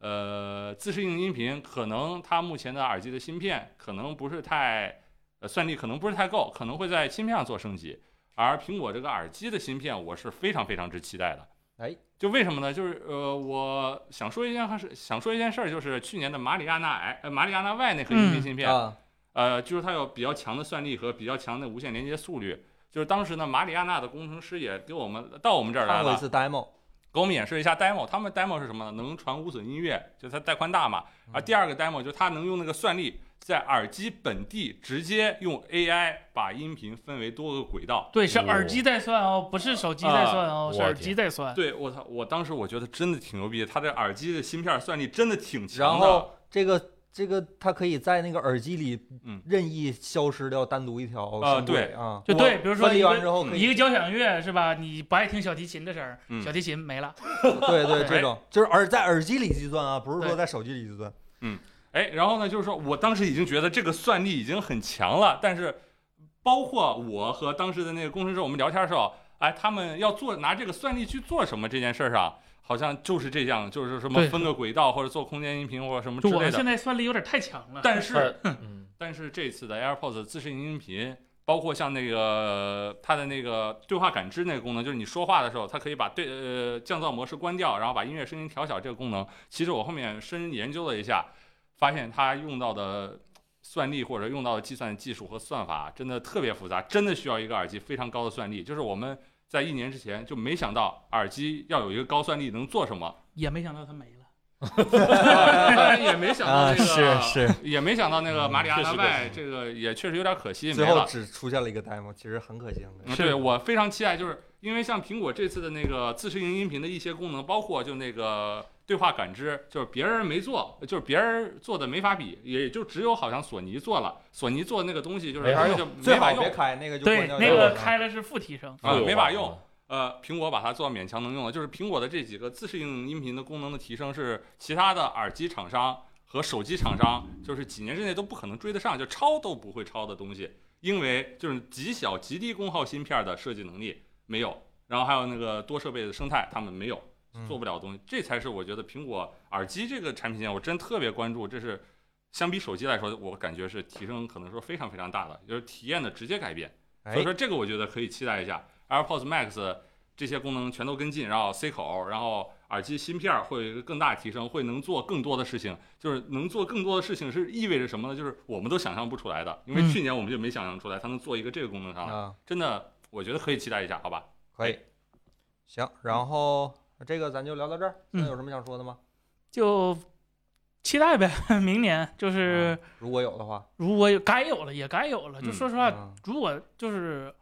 Speaker 4: 呃自适应音频，可能它目前的耳机的芯片可能不是太呃算力可能不是太够，可能会在芯片上做升级。而苹果这个耳机的芯片，我是非常非常之期待的。
Speaker 1: 哎，
Speaker 4: 就为什么呢？就是呃，我想说一件事，想说一件事儿，就是去年的马里亚纳 I 呃马里亚纳 Y 那颗音频
Speaker 2: 嗯
Speaker 4: 芯片，
Speaker 1: 啊，
Speaker 4: 呃，就是它有比较强的算力和比较强的无线连接速率。就是当时呢，马里亚纳的工程师也给我们到我们这儿来
Speaker 1: 看过一
Speaker 4: 了，
Speaker 1: 次 demo，
Speaker 4: 给我们演示一下 demo。他们 demo 是什么呢？能传无损音乐，就它带宽大嘛。
Speaker 1: 嗯
Speaker 4: 而第二个 demo 就是它能用那个算力，在耳机本地直接用 AI 把音频分为多个轨道。
Speaker 2: 对，是
Speaker 3: 哦
Speaker 2: 耳机在算哦，不是手机在算哦，
Speaker 3: 啊
Speaker 2: 是
Speaker 3: 我
Speaker 2: 耳
Speaker 3: 天
Speaker 2: 机在算。
Speaker 4: 对我操！我当时我觉得真的挺牛逼的，它这耳机的芯片算力真的挺强的。
Speaker 1: 然后这个这个它可以在那个耳机里
Speaker 4: 嗯
Speaker 1: 任意消失掉单独一条
Speaker 4: 啊
Speaker 1: 声轨
Speaker 4: 对
Speaker 1: 啊，
Speaker 2: 就
Speaker 4: 我
Speaker 2: 对，比如说
Speaker 1: 分
Speaker 2: 一
Speaker 1: 离完之
Speaker 2: 个
Speaker 1: 后可以
Speaker 2: 一个交响乐是吧？你不爱听小提琴的声儿，
Speaker 4: 嗯
Speaker 2: 小提琴没了。
Speaker 1: 对 对，
Speaker 2: 哎
Speaker 1: 这种就是耳在耳机里计算啊，不是说
Speaker 2: 对
Speaker 1: 在手机里计算。
Speaker 4: 哎，然后呢，就是说我当时已经觉得这个算力已经很强了，但是包括我和当时的那个工程师，我们聊天的时候，哎，他们要做拿这个算力去做什么这件事儿上，好像就是这样，就是什么
Speaker 2: 对
Speaker 4: 分个轨道或者做空间音频或者什么之
Speaker 2: 就我
Speaker 4: 类
Speaker 2: 们现
Speaker 4: 的。
Speaker 2: 在呃算力有点太强了。
Speaker 4: 但是
Speaker 3: 嗯，
Speaker 4: 但是这次的 AirPods 自适应音频，包括像那个它的那个对话感知那个功能，就是你说话的时候，它可以把对呃降噪模式关掉，然后把音乐声音调小这个功能。其实我后面深研究了一下，发现它用到的算力或者用到的计算技术和算法真的特别复杂，真的需要一个耳机非常高的算力。就是我们在一年之前就没想到耳机要有一个高算力能做什么，
Speaker 2: 也没想到它没了。
Speaker 4: 也没想到这个，
Speaker 1: 啊是，
Speaker 4: 也没想到那个马里亚纳
Speaker 3: 确实可惜
Speaker 4: 外这个也确实有点可惜，没
Speaker 1: 最后
Speaker 4: 了。
Speaker 1: 只出现了一个 demo，其实很可惜。很可惜
Speaker 4: 嗯对我非常期待，就是因为像苹果这次的那个自适应音频的一些功能，包括就那个对话感知，就是别人没做，就是别人做的没法比，也就只有好像索尼做了，索尼做那个东西就是
Speaker 3: 没法
Speaker 4: 而且
Speaker 3: 用
Speaker 4: 就
Speaker 1: 最
Speaker 4: 没法
Speaker 1: 好别
Speaker 4: 用。
Speaker 1: 开那个就
Speaker 2: 对
Speaker 1: 关，掉就
Speaker 2: 那
Speaker 1: 好了。
Speaker 2: 个开了是副提升。
Speaker 4: 啊，没法
Speaker 3: 法
Speaker 4: 用。呃，苹果把它做到勉强能用了，就是苹果的这几个自适应音频的功能的提升，是其他的耳机厂商和手机厂商就是几年之内都不可能追得上，就抄都不会抄的东西，因为就是极小极低功耗芯片的设计能力没有，然后还有那个多设备的生态他们没有，
Speaker 1: 嗯
Speaker 4: 做不了的东西，这才是我觉得苹果耳机这个产品线我真特别关注，这是相比手机来说，我感觉是提升可能说非常非常大的，就是体验的直接改变。所以
Speaker 1: 哎，
Speaker 4: 说这个我觉得可以期待一下。AirPods Max 这些功能全都跟进，然后 C 口，然后耳机芯片会有一个更大的提升，会能做更多的事情。就是能做更多的事情是意味着什么呢？就是我们都想象不出来的，因为
Speaker 2: 嗯
Speaker 4: 去年我们就没想象出来它能做一个这个功能上来，
Speaker 1: 啊，
Speaker 4: 真的我觉得可以期待一下，好吧？
Speaker 1: 可以，行，然后这个咱就聊到这儿。那
Speaker 2: 嗯
Speaker 1: 有什么想说的吗？
Speaker 2: 就期待呗， 明年就是
Speaker 1: 如果有的话，
Speaker 2: 如果有该有了也该有了。就
Speaker 4: 嗯
Speaker 2: 说实话，
Speaker 1: 啊嗯
Speaker 2: 如果就是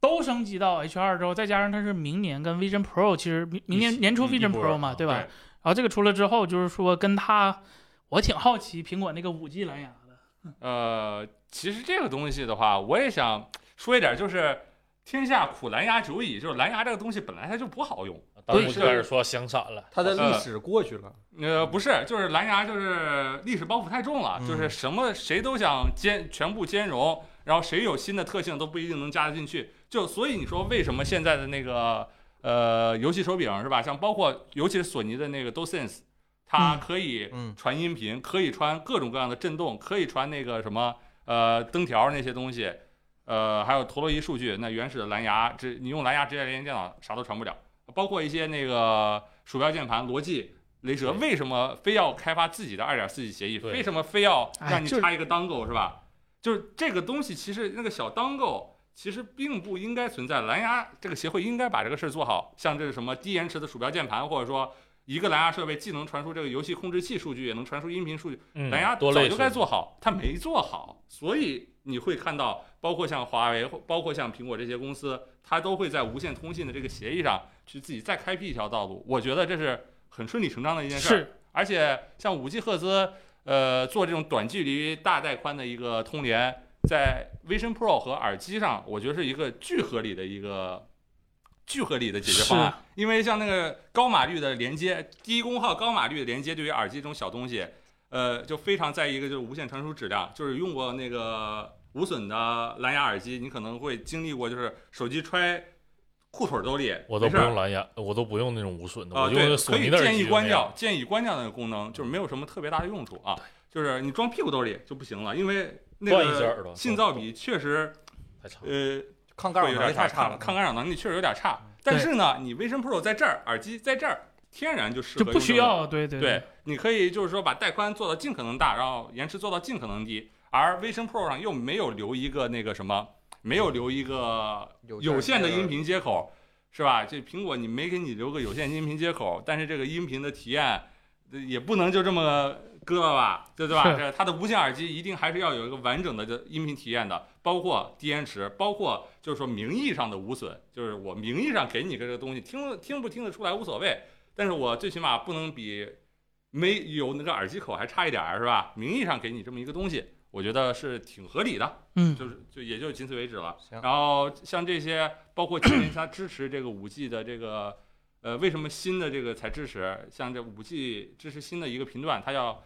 Speaker 2: 都升级到 H 2之后，再加上它是明年跟 Vision Pro，其实明明
Speaker 3: 一
Speaker 2: 年
Speaker 3: 起
Speaker 2: 年初
Speaker 3: 嗯一
Speaker 2: Vision
Speaker 3: 波
Speaker 2: Pro 嘛，
Speaker 3: 啊
Speaker 2: 对吧？
Speaker 4: 对
Speaker 2: 然后这个出了之后，就是说跟它，我挺好奇苹果那个五 G 蓝牙的。
Speaker 4: 呃，其实这个东西的话，我也想说一点，就是天下苦蓝牙久矣，就是蓝牙这个东西本来它就不好用。
Speaker 3: 当时就开始说想闪了，啊
Speaker 1: 它的历史过去了，
Speaker 4: 呃，不是，就是蓝牙就是历史包袱太重了，
Speaker 1: 嗯
Speaker 4: 就是什么谁都想兼全部兼容，然后谁有新的特性都不一定能加得进去。就所以你说为什么现在的那个呃游戏手柄是吧？像包括尤其是索尼的那个 DualSense，它
Speaker 2: 嗯
Speaker 4: 可以
Speaker 1: 嗯，
Speaker 4: 传音频，可以传各种各样的震动，可以传那个什么呃灯条那些东西，呃，还有陀螺仪数据。那原始的蓝牙，这你用蓝牙直接连接电脑，啥都传不了。包括一些那个鼠标、键盘、逻辑。雷蛇
Speaker 3: 对
Speaker 4: 为什么非要开发自己的 2.4G 协议？
Speaker 3: 对
Speaker 4: 为什么非要
Speaker 2: 哎
Speaker 4: 让你
Speaker 2: 就是
Speaker 4: 插一个 dongle 是吧？就是这个东西，其实那个小 dongle 其实并不应该存在。蓝牙这个协会应该把这个事儿做好，像这个什么低延迟的鼠标、键盘，或者说一个蓝牙设备既能传输这个游戏控制器数据，也能传输音频数据。
Speaker 3: 嗯
Speaker 4: 蓝牙
Speaker 3: 多
Speaker 4: 早
Speaker 3: 类
Speaker 4: 就该做好，它没做好，所以你会看到，包括像华为，包括像苹果这些公司，它都会在无线通信的这个协议上去自己再开辟一条道路。我觉得这是很顺理成章的一件事儿。
Speaker 2: 是，
Speaker 4: 而且像五 G 赫兹，呃，做这种短距离大带宽的一个通联，在 Vision Pro 和耳机上，我觉得是一个巨合理的一个巨合理的解决方案。因为像那个高码率的连接，低功耗高码率的连接，对于耳机这种小东西，呃，就非常在意一个就是无线传输质量，就是用过那个无损的蓝牙耳机，你可能会经历过就是手机揣。裤腿儿都裂，
Speaker 3: 我都
Speaker 4: 没
Speaker 3: 不
Speaker 4: 事儿
Speaker 3: 用蓝牙，我都不用那种无损的，
Speaker 4: 啊，
Speaker 3: 我用那
Speaker 4: 对，
Speaker 3: 个
Speaker 4: 可
Speaker 3: 索
Speaker 4: 以
Speaker 3: 尼的耳
Speaker 4: 建
Speaker 3: 机
Speaker 4: 议
Speaker 3: 就
Speaker 4: 关
Speaker 3: 那样
Speaker 4: 掉，建议关掉那个功能，就是没有什么特别大的用处啊。就是你装屁股兜里就不行了，因为那
Speaker 3: 断一只耳
Speaker 4: 个
Speaker 3: 朵
Speaker 4: 信噪比确实
Speaker 3: 太长了。
Speaker 4: 呃
Speaker 1: 抗干
Speaker 4: 会
Speaker 1: 扰
Speaker 4: 有
Speaker 1: 能
Speaker 4: 点
Speaker 1: 力太差
Speaker 4: 抗
Speaker 1: 了，嗯
Speaker 4: 抗干扰能力确实有点差。
Speaker 3: 嗯
Speaker 4: 但是呢，你 Vision Pro 在这儿，耳机在这儿，天然就适合
Speaker 2: 就不
Speaker 4: 用
Speaker 2: 需
Speaker 4: 这种
Speaker 2: 要，对对
Speaker 4: 对，你可以就是说把带宽做到尽可能大，然后延迟做到尽可能低。而 Vision Pro 上又没有留一个那个什么，没有留一个有线的音频接口，是吧？这苹果你没给你留个有线音频接口，但是这个音频的体验呃也不能就这么割了吧，对对吧？
Speaker 2: 是
Speaker 4: 这它的无线耳机一定还是要有一个完整的这音频体验的，包括低延迟，包括就是说名义上的无损，就是我名义上给你个这个东西，听听不听得出来无所谓，但是我最起码不能比没有那个耳机口还差一点儿，是吧？名义上给你这么一个东西，我觉得是挺合理的。
Speaker 2: 嗯，
Speaker 4: 就是就也就仅此为止了。
Speaker 1: 行
Speaker 4: 然后像这些，包括今年它支持这个五 G 的这个，呃，为什么新的这个才支持？像这五 G 支持新的一个频段，它要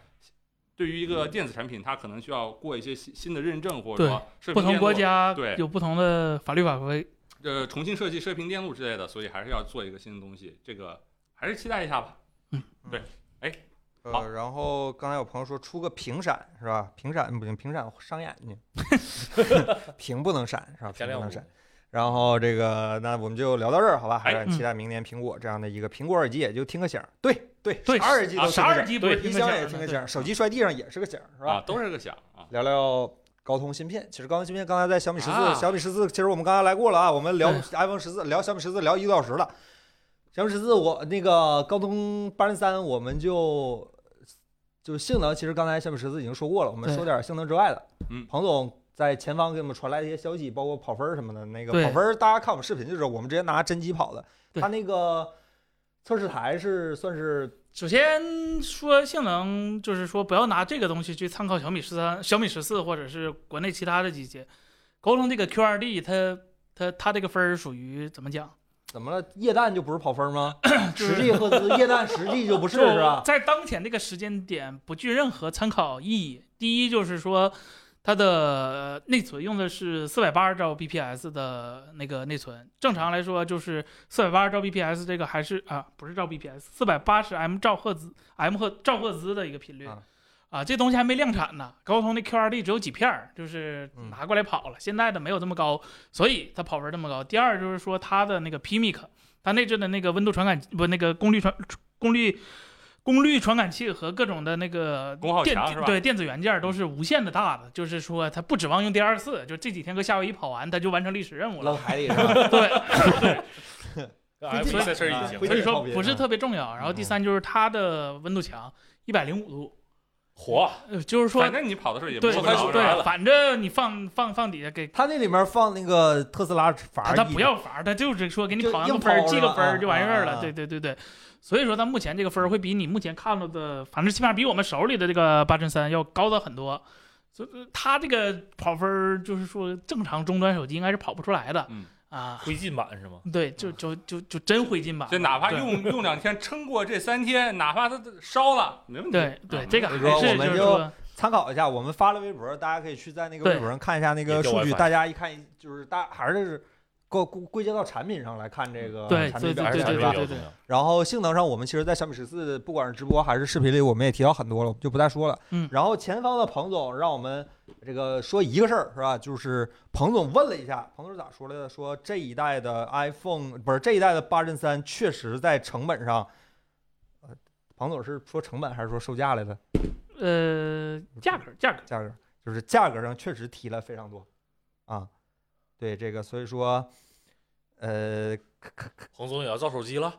Speaker 4: 对于一个电子产品，它可能需要过一些新新的认证，或者
Speaker 2: 对
Speaker 4: 说射频
Speaker 2: 不同
Speaker 4: 电
Speaker 2: 国
Speaker 4: 路
Speaker 2: 家
Speaker 4: 对
Speaker 2: 有不同的法律法规。
Speaker 4: 呃重新设计射频电路之类的，所以还是要做一个新的东西。这个还是期待一下吧。好
Speaker 1: 呃，然后刚才有朋友说出个屏闪是吧？屏闪不行，屏闪伤眼 睛， 屏不能闪是吧？
Speaker 3: 加
Speaker 1: 屏不
Speaker 3: 亮
Speaker 1: 能
Speaker 3: 度
Speaker 1: 闪。然后这个，那我们就聊到这儿，好吧？还是
Speaker 4: 哎
Speaker 2: 嗯
Speaker 1: 很期待明年苹果这样的一个苹果耳机，也就听个响儿。对对
Speaker 2: 对，
Speaker 1: 啥耳机
Speaker 2: 啊
Speaker 1: 都
Speaker 2: 啥耳机不是
Speaker 1: 音
Speaker 2: 听个
Speaker 1: 箱
Speaker 2: 响
Speaker 1: 也
Speaker 2: 儿
Speaker 1: 听
Speaker 2: 呢
Speaker 1: 个响儿，手机摔地上也是个响儿，是吧？
Speaker 4: 啊，都是个响啊。
Speaker 1: 聊聊高通芯片。其实高通芯片刚才在小米十四、
Speaker 4: 啊
Speaker 1: 小米十四，其实我们刚才来过了啊，我们聊
Speaker 2: 对
Speaker 1: iPhone 十四，聊小米十四，聊一个多小时了。小米十四，我那个高通八零三，我们就就性能，其实刚才小米十四已经说过了，我们
Speaker 2: 对
Speaker 1: 说点性能之外的。
Speaker 4: 嗯
Speaker 1: 彭总在前方给我们传来一些消息，包括跑分儿什么的。那个
Speaker 2: 对
Speaker 1: 跑分儿，大家看我们视频就知道，我们直接拿真机跑的。
Speaker 2: 对
Speaker 1: 它那个测试台是算是
Speaker 2: 首先说性能，就是说不要拿这个东西去参考小米十三、小米十四或者是国内其他的机器。高通这个 QRD 它它它这个分儿属于怎么讲？
Speaker 1: 怎么了？液氮就不是跑分儿 吗？
Speaker 2: 就是
Speaker 1: 实际赫兹，液氮实际就 不是是吧？
Speaker 2: 在当前这个时间点不具任何参考意义。第一就是说，它的呃内存用的是四百八十兆 bps 的那个内存，正常来说就是四百八十兆 bps 这个还是啊不是兆 bps，四百八十 m 兆赫兹 m 赫兆赫兹的一个频率。
Speaker 1: 啊
Speaker 2: 啊，这东西还没量产呢。高通的 QRD 只有几片儿，就是
Speaker 1: 嗯
Speaker 2: 拿过来跑了。现在的没有这么高，所以它跑分这么高。第二就是说它的那个 PMIC，它内置的那个温度传感不那个功率传功率功率传感器和各种的那个
Speaker 4: 功耗
Speaker 2: 电
Speaker 4: 强是吧嗯
Speaker 2: 对电子元件都是无限的大的，就是说它不指望用 DR 四，就这几天搁夏威夷跑完，它就完成历史任务了
Speaker 1: 扔。海里是吧？
Speaker 2: 对，
Speaker 1: 回
Speaker 3: 跟
Speaker 4: 哎
Speaker 1: 去
Speaker 3: iPhone 赛车
Speaker 1: 啊
Speaker 3: 已经
Speaker 1: 回
Speaker 2: 哎所
Speaker 1: 去
Speaker 2: 以
Speaker 1: 靠
Speaker 2: 说
Speaker 1: 边
Speaker 2: 不是
Speaker 1: 啊
Speaker 2: 特别嗯重要。然后第
Speaker 4: 嗯
Speaker 2: 三就是它的温度强，一百零五度，
Speaker 3: 火，
Speaker 2: 呃就是说
Speaker 4: 反正你跑的时候也不
Speaker 2: 对
Speaker 4: 会
Speaker 3: 开始
Speaker 4: 着
Speaker 3: 对
Speaker 4: 了。
Speaker 2: 反正你放放放底下给
Speaker 1: 他那里面放那个特斯拉法
Speaker 2: 啊，
Speaker 1: 儿，
Speaker 2: 他不要法儿，他就是说给你
Speaker 1: 就
Speaker 2: 考完
Speaker 1: 硬
Speaker 2: 个分儿，
Speaker 1: 跑
Speaker 2: 记
Speaker 1: 是
Speaker 2: 个
Speaker 1: 吧
Speaker 2: 分
Speaker 1: 啊
Speaker 2: 儿就完事儿
Speaker 1: 啊啊
Speaker 2: 了。对对对对，所以说他目前这个分儿会比你目前看到的，反正起码比我们手里的这个八针三要高的很多。所以他这个跑分儿就是说正常终端手机应该是跑不出来的。
Speaker 4: 嗯
Speaker 2: 啊，
Speaker 3: 灰烬版是吗？
Speaker 2: 对，就就就就真灰烬吧。
Speaker 4: 就哪怕
Speaker 2: 对
Speaker 4: 用用两天，撑过这三天，哪怕它烧了，没问题。
Speaker 2: 对对，
Speaker 4: 嗯
Speaker 2: 这个还
Speaker 1: 所以说我
Speaker 2: 是
Speaker 1: 们
Speaker 2: 就是
Speaker 1: 就
Speaker 2: 说
Speaker 1: 参考一下。我们发了微博，大家可以去在那个微
Speaker 2: 对
Speaker 1: 博上看一下那个
Speaker 3: 也叫
Speaker 1: 数据，
Speaker 3: WiFi
Speaker 1: 大家一看就是大还是归归归结到产品上来看这个
Speaker 2: 对
Speaker 1: 产品
Speaker 2: 对
Speaker 1: 表
Speaker 3: 还
Speaker 1: 现
Speaker 2: 对
Speaker 3: 是产
Speaker 1: 是
Speaker 3: 品
Speaker 2: 对
Speaker 1: 吧
Speaker 3: 比？较
Speaker 2: 对
Speaker 3: 重
Speaker 2: 对
Speaker 3: 要
Speaker 1: 然后性能上，我们其实，在小米十四不管是直播还是视频里，我们也提到很多了，就不再说了。
Speaker 2: 嗯
Speaker 1: 然后前方的彭总让我们这个说一个事儿是吧？就是彭总问了一下，彭总咋说来着？说这一代的 iPhone 不是这一代的八针三，确实在成本上，呃，彭总是说成本还是说售价来的？
Speaker 2: 呃，价格价格，
Speaker 1: 价格就是价格上确实提了非常多，啊，对这个，所以说，呃，
Speaker 3: 彭总也要造手机了，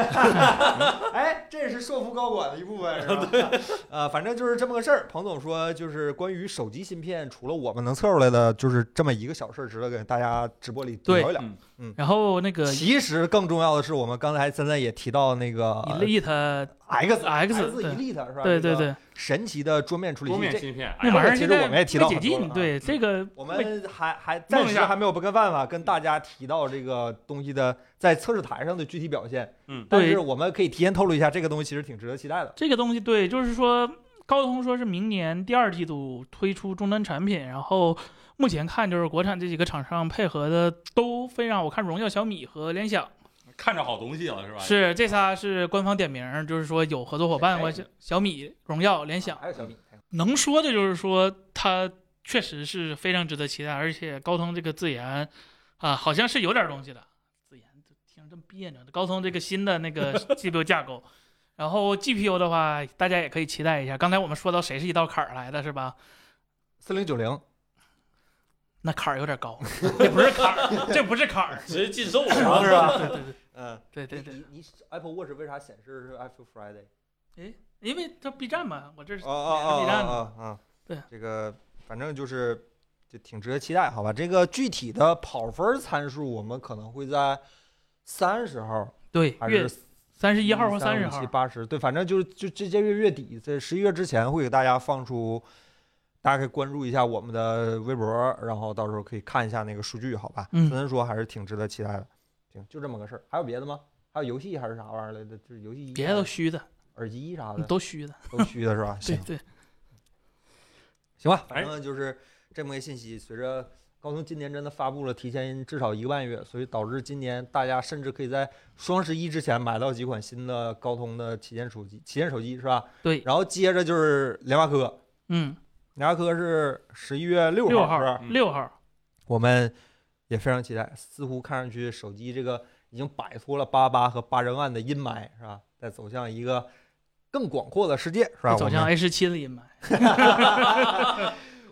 Speaker 1: 哎，这也是说服高管的一部分，是 吧？呃，反正就是这么个事儿。彭总说，就是关于手机芯片，除了我们能测出来的，就是这么一个小事儿，值得给大家直播里
Speaker 2: 对
Speaker 1: 聊一
Speaker 4: 嗯
Speaker 1: 聊。
Speaker 2: 然后那个
Speaker 1: 其实更重要的是，我们刚才现在也提到那个
Speaker 2: Elite，
Speaker 1: X
Speaker 2: X，
Speaker 1: X
Speaker 2: 对
Speaker 1: Elite 是吧？
Speaker 2: 对
Speaker 1: 啊这
Speaker 2: 对
Speaker 1: 个
Speaker 2: 对，
Speaker 1: 神奇的桌面处理
Speaker 4: 桌面
Speaker 1: 器。这
Speaker 4: 芯片，哎
Speaker 2: 那
Speaker 4: 呀，
Speaker 2: 玩意儿
Speaker 1: 其实
Speaker 2: 现在
Speaker 1: 我们也提到
Speaker 2: 没
Speaker 1: 很
Speaker 2: 解
Speaker 1: 多
Speaker 2: 禁
Speaker 1: 了，啊
Speaker 2: 对这个
Speaker 1: 我们还还
Speaker 4: 弄
Speaker 1: 暂
Speaker 4: 一
Speaker 1: 时
Speaker 4: 下
Speaker 1: 还没有跟办法跟大家提到这个东西的在测试台上的具体表现，
Speaker 4: 嗯
Speaker 1: 但
Speaker 2: 对
Speaker 1: 是我们可以提前透露一下，这个东西其实挺值得期待的。
Speaker 2: 这个东西对，就是说高通说是明年第二季度推出终端产品，然后目前看就是国产这几个厂商配合的都非常，我看荣耀、小米和联想
Speaker 4: 看着好东西了是吧？
Speaker 2: 是这仨是官方点名，就是说有合作伙伴关系，小米、荣耀、联想。
Speaker 1: 还有小米，
Speaker 2: 能说的就是说，它确实是非常值得期待，而且高通这个自研啊、好像是有点东西的。自研就听着这么别扭，高通这个新的那个 CPU 架构，然后 GPU 的话，大家也可以期待一下。刚才我们说到谁是一道坎儿来的是吧？
Speaker 1: 四零九零，
Speaker 2: 那坎儿有点高，这不是坎儿，这不是坎儿，
Speaker 3: 直接禁售 了
Speaker 1: 是吧？
Speaker 2: 对对对
Speaker 1: 嗯，
Speaker 2: 对对对。
Speaker 1: 你你 Apple Watch 为啥显示是 Apple Friday？
Speaker 2: 因为它 B 站嘛，我这是
Speaker 1: 哦哦哦
Speaker 2: 连着 B 站的。
Speaker 1: 哦哦，
Speaker 2: 对，
Speaker 1: 这个反正就是就挺值得期待，好吧？这个具体的跑分参数，我们可能会在三十号
Speaker 2: 对
Speaker 1: 还，
Speaker 2: 月
Speaker 1: 是
Speaker 2: 三十一号或三
Speaker 1: 嗯三
Speaker 2: 十
Speaker 1: 七
Speaker 2: 号，
Speaker 1: 八十，对，反正就是就这这月月底，在十一月之前会给大家放出，大家可以关注一下我们的微博，然后到时候可以看一下那个数据，好吧？
Speaker 2: 嗯
Speaker 1: 森森说还是挺值得期待的。行，就这么个事儿，还有别的吗？还有游戏还是啥玩意儿来的？就是游戏衣
Speaker 2: 别
Speaker 1: 啥的
Speaker 2: 的都虚的，
Speaker 1: 耳机衣啥的
Speaker 2: 都虚的。
Speaker 1: 都虚的是吧？
Speaker 2: 对
Speaker 1: 行
Speaker 2: 对，
Speaker 1: 行吧，
Speaker 4: 哎
Speaker 1: 反正就是这么个信息。随着高通今年真的发布了提前至少一个半月，所以导致今年大家甚至可以在双十一之前买到几款新的高通的旗舰手机，旗舰手机是吧？
Speaker 2: 对
Speaker 1: 然后接着就是联发科，
Speaker 2: 嗯，
Speaker 1: 联发科是十一月六
Speaker 2: 六
Speaker 1: 号，是嗯
Speaker 2: 号
Speaker 1: 吧？
Speaker 4: 嗯
Speaker 2: 六号，
Speaker 1: 我们也非常期待。似乎看上去手机这个已经摆脱了八八和八针万的阴霾，是吧？在走向一个更广阔的世界，是吧？
Speaker 2: 走
Speaker 1: 我们
Speaker 2: 向 A 十七的阴霾。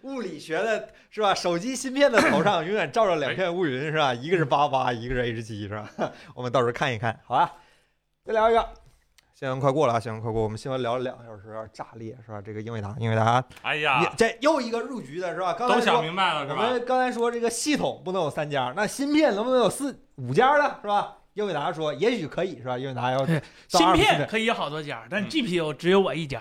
Speaker 1: 物理学的是吧？手机芯片的头上永远罩着两片乌云是吧？
Speaker 4: 哎
Speaker 1: 一个是八八，一个是 H 七是吧？ 我们到时候看一看，好吧？再聊一个，新闻快过了啊，新闻快过，我们新闻聊了两个小时，有点炸裂是吧？这个英伟达，英伟达，
Speaker 4: 哎
Speaker 1: 也
Speaker 4: 呀，
Speaker 1: 这又一个入局的是吧？刚才
Speaker 4: 都想
Speaker 1: 说
Speaker 4: 明白了
Speaker 1: 我
Speaker 4: 是吧？
Speaker 1: 们刚才说这个系统不能有三家，那芯片能不能有四五家呢？是吧？英伟达说也许可以是吧？英伟达要
Speaker 2: 对
Speaker 1: 造
Speaker 2: 芯
Speaker 1: 24
Speaker 2: 片
Speaker 1: 的
Speaker 2: 可以有好多家，但
Speaker 4: 嗯
Speaker 2: GPU 只有我一家。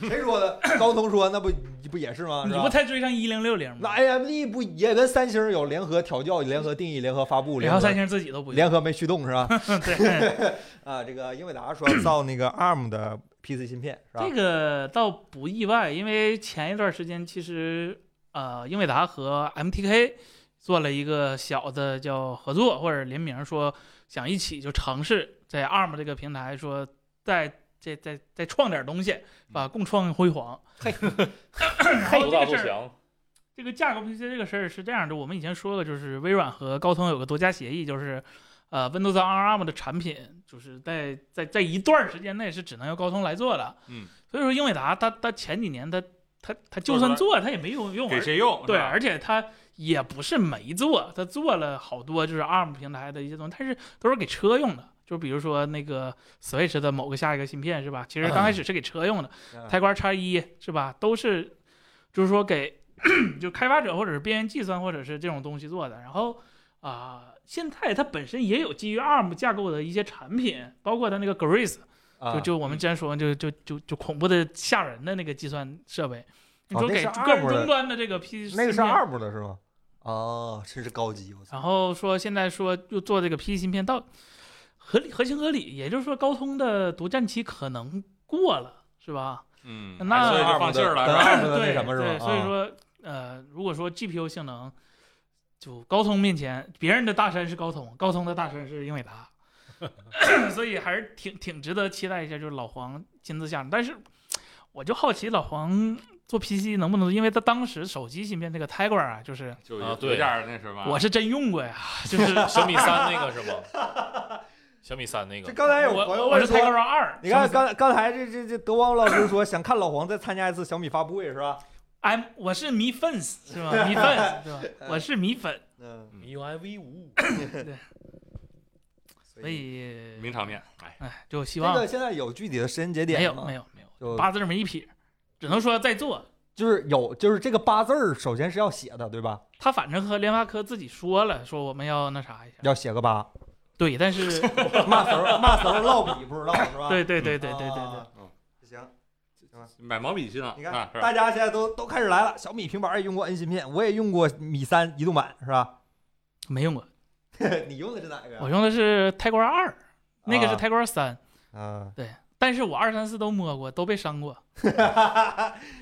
Speaker 1: 谁说的？高通说那不不也是啊吗？是
Speaker 2: 你
Speaker 1: 吧
Speaker 2: 不才追上一零六零
Speaker 1: 那哎
Speaker 2: 吗？
Speaker 1: AMD 不也跟三星有联合调教、联合定义、联合发布、联
Speaker 2: 然后
Speaker 1: 合
Speaker 2: 三星自己都不用。
Speaker 1: 联合没驱动是 吧？
Speaker 2: 对，嗯
Speaker 1: 啊，这个英伟达说要造那个 ARM 的 PC 芯片是吧
Speaker 2: 这？个倒不意外，因为前一段时间其实呃，英伟达和 MTK 做了一个小的叫合作或者联名，说想一起就尝试在 ARM 这个平台说再再再再创点东西，把共创辉煌。嘿，这
Speaker 3: 多大
Speaker 2: 个
Speaker 3: 多
Speaker 2: 事儿
Speaker 3: 强，
Speaker 2: 这个架构 PC 这个事儿是这样的，我们以前说了，就是微软和高通有个独家协议，就是呃 Windows on ARM 的产品，就是在在在一段儿时间内是只能由高通来做的。
Speaker 4: 嗯，
Speaker 2: 所以说英伟达它它前几年它它它就
Speaker 4: 做出
Speaker 2: 算
Speaker 4: 来
Speaker 2: 做它也没用用，
Speaker 4: 给
Speaker 2: 而
Speaker 4: 谁用？是
Speaker 2: 对，
Speaker 4: 吧
Speaker 2: 而且它也不是没做，它做了好多就是 ARM 平台的一些东西，但是都是给车用的。就比如说那个 Switch 的某个下一个芯片是吧？其实刚开始是给车用的，
Speaker 1: 嗯
Speaker 2: 台瓜叉一是吧？都是就是说给 就开发者或者是边缘计算或者是这种东西做的。然后啊、现在它本身也有基于 ARM 架构的一些产品，包括它那个 Grace，
Speaker 1: 啊
Speaker 2: 就就我们之前说就就就就恐怖的吓人的那个计算设备。你
Speaker 1: 哦
Speaker 2: 说
Speaker 1: 那
Speaker 2: 给
Speaker 1: 是
Speaker 2: 个人
Speaker 1: ARM 的
Speaker 2: 终端的这个 P
Speaker 1: 那个是
Speaker 2: 芯片
Speaker 1: ARM 的是吗？哦，真是高级，我操！
Speaker 2: 然后说现在说又做这个 PC 芯片，到合理合情合理，也就是说高通的独占期可能过了，是吧？
Speaker 4: 嗯，
Speaker 2: 那
Speaker 4: 所以就放气儿了是吧？
Speaker 1: ARM 的那
Speaker 2: 对
Speaker 1: 什么是吧
Speaker 2: 对，？所以
Speaker 1: 啊
Speaker 2: 说呃，如果说 GPU 性能，就高通面前，别人的大山是高通，高通的大山是英 伟达，所以还是挺挺值得期待一下，就是老黄亲自下场。但是我就好奇老黄做 PC 能不能，因为他当时手机芯片那个 Tiger 啊，就是
Speaker 4: 就
Speaker 3: 啊
Speaker 4: 有
Speaker 3: 对
Speaker 4: 有点儿那什么，
Speaker 2: 我是真用过呀， 就是。
Speaker 3: 小米三那个是吗？小米三那
Speaker 1: 这
Speaker 3: 个，
Speaker 1: 刚才有朋
Speaker 2: 我
Speaker 1: 友
Speaker 2: 我
Speaker 1: 问
Speaker 2: 是 Tiger
Speaker 1: 说，
Speaker 2: 二，
Speaker 1: 你看刚刚才这这这德光老师说想看老黄再参加一次小米发布会是吧？
Speaker 2: I'm 我是迷粉丝是 吧？迷粉是吧？我是迷粉，
Speaker 1: 嗯，
Speaker 3: MIV 五，
Speaker 1: 所
Speaker 2: 所以
Speaker 4: 名场面，哎，
Speaker 2: 哎，就希
Speaker 1: 这
Speaker 2: 望
Speaker 1: 个现在有具体的时间节
Speaker 2: 没有
Speaker 1: 点吗
Speaker 2: 没？有没有
Speaker 1: 就
Speaker 2: 八字儿没一撇，只能说在做。
Speaker 1: 就是有，就是这个八字儿首先是要写的对吧？
Speaker 2: 他反正和联发科自己说了，说我们要那啥一下。
Speaker 1: 要写个八，
Speaker 2: 对，但是
Speaker 1: 骂词儿骂词儿落笔不知道是 吧？
Speaker 2: 对对对对对对对
Speaker 1: 啊
Speaker 4: 嗯
Speaker 1: 行。
Speaker 4: 买毛笔去了，
Speaker 1: 你看
Speaker 4: 啊是吧
Speaker 1: 大家现在都都开始来了，小米平板也用过 N 芯片，我也用过米三移动版，是吧？
Speaker 2: 没用过，
Speaker 1: 你用的是哪个呀？
Speaker 2: 我用的是 Tiger 二，那个是 Tiger 三。
Speaker 1: 啊，
Speaker 2: 对，但是我二三四都摸过，都被伤过。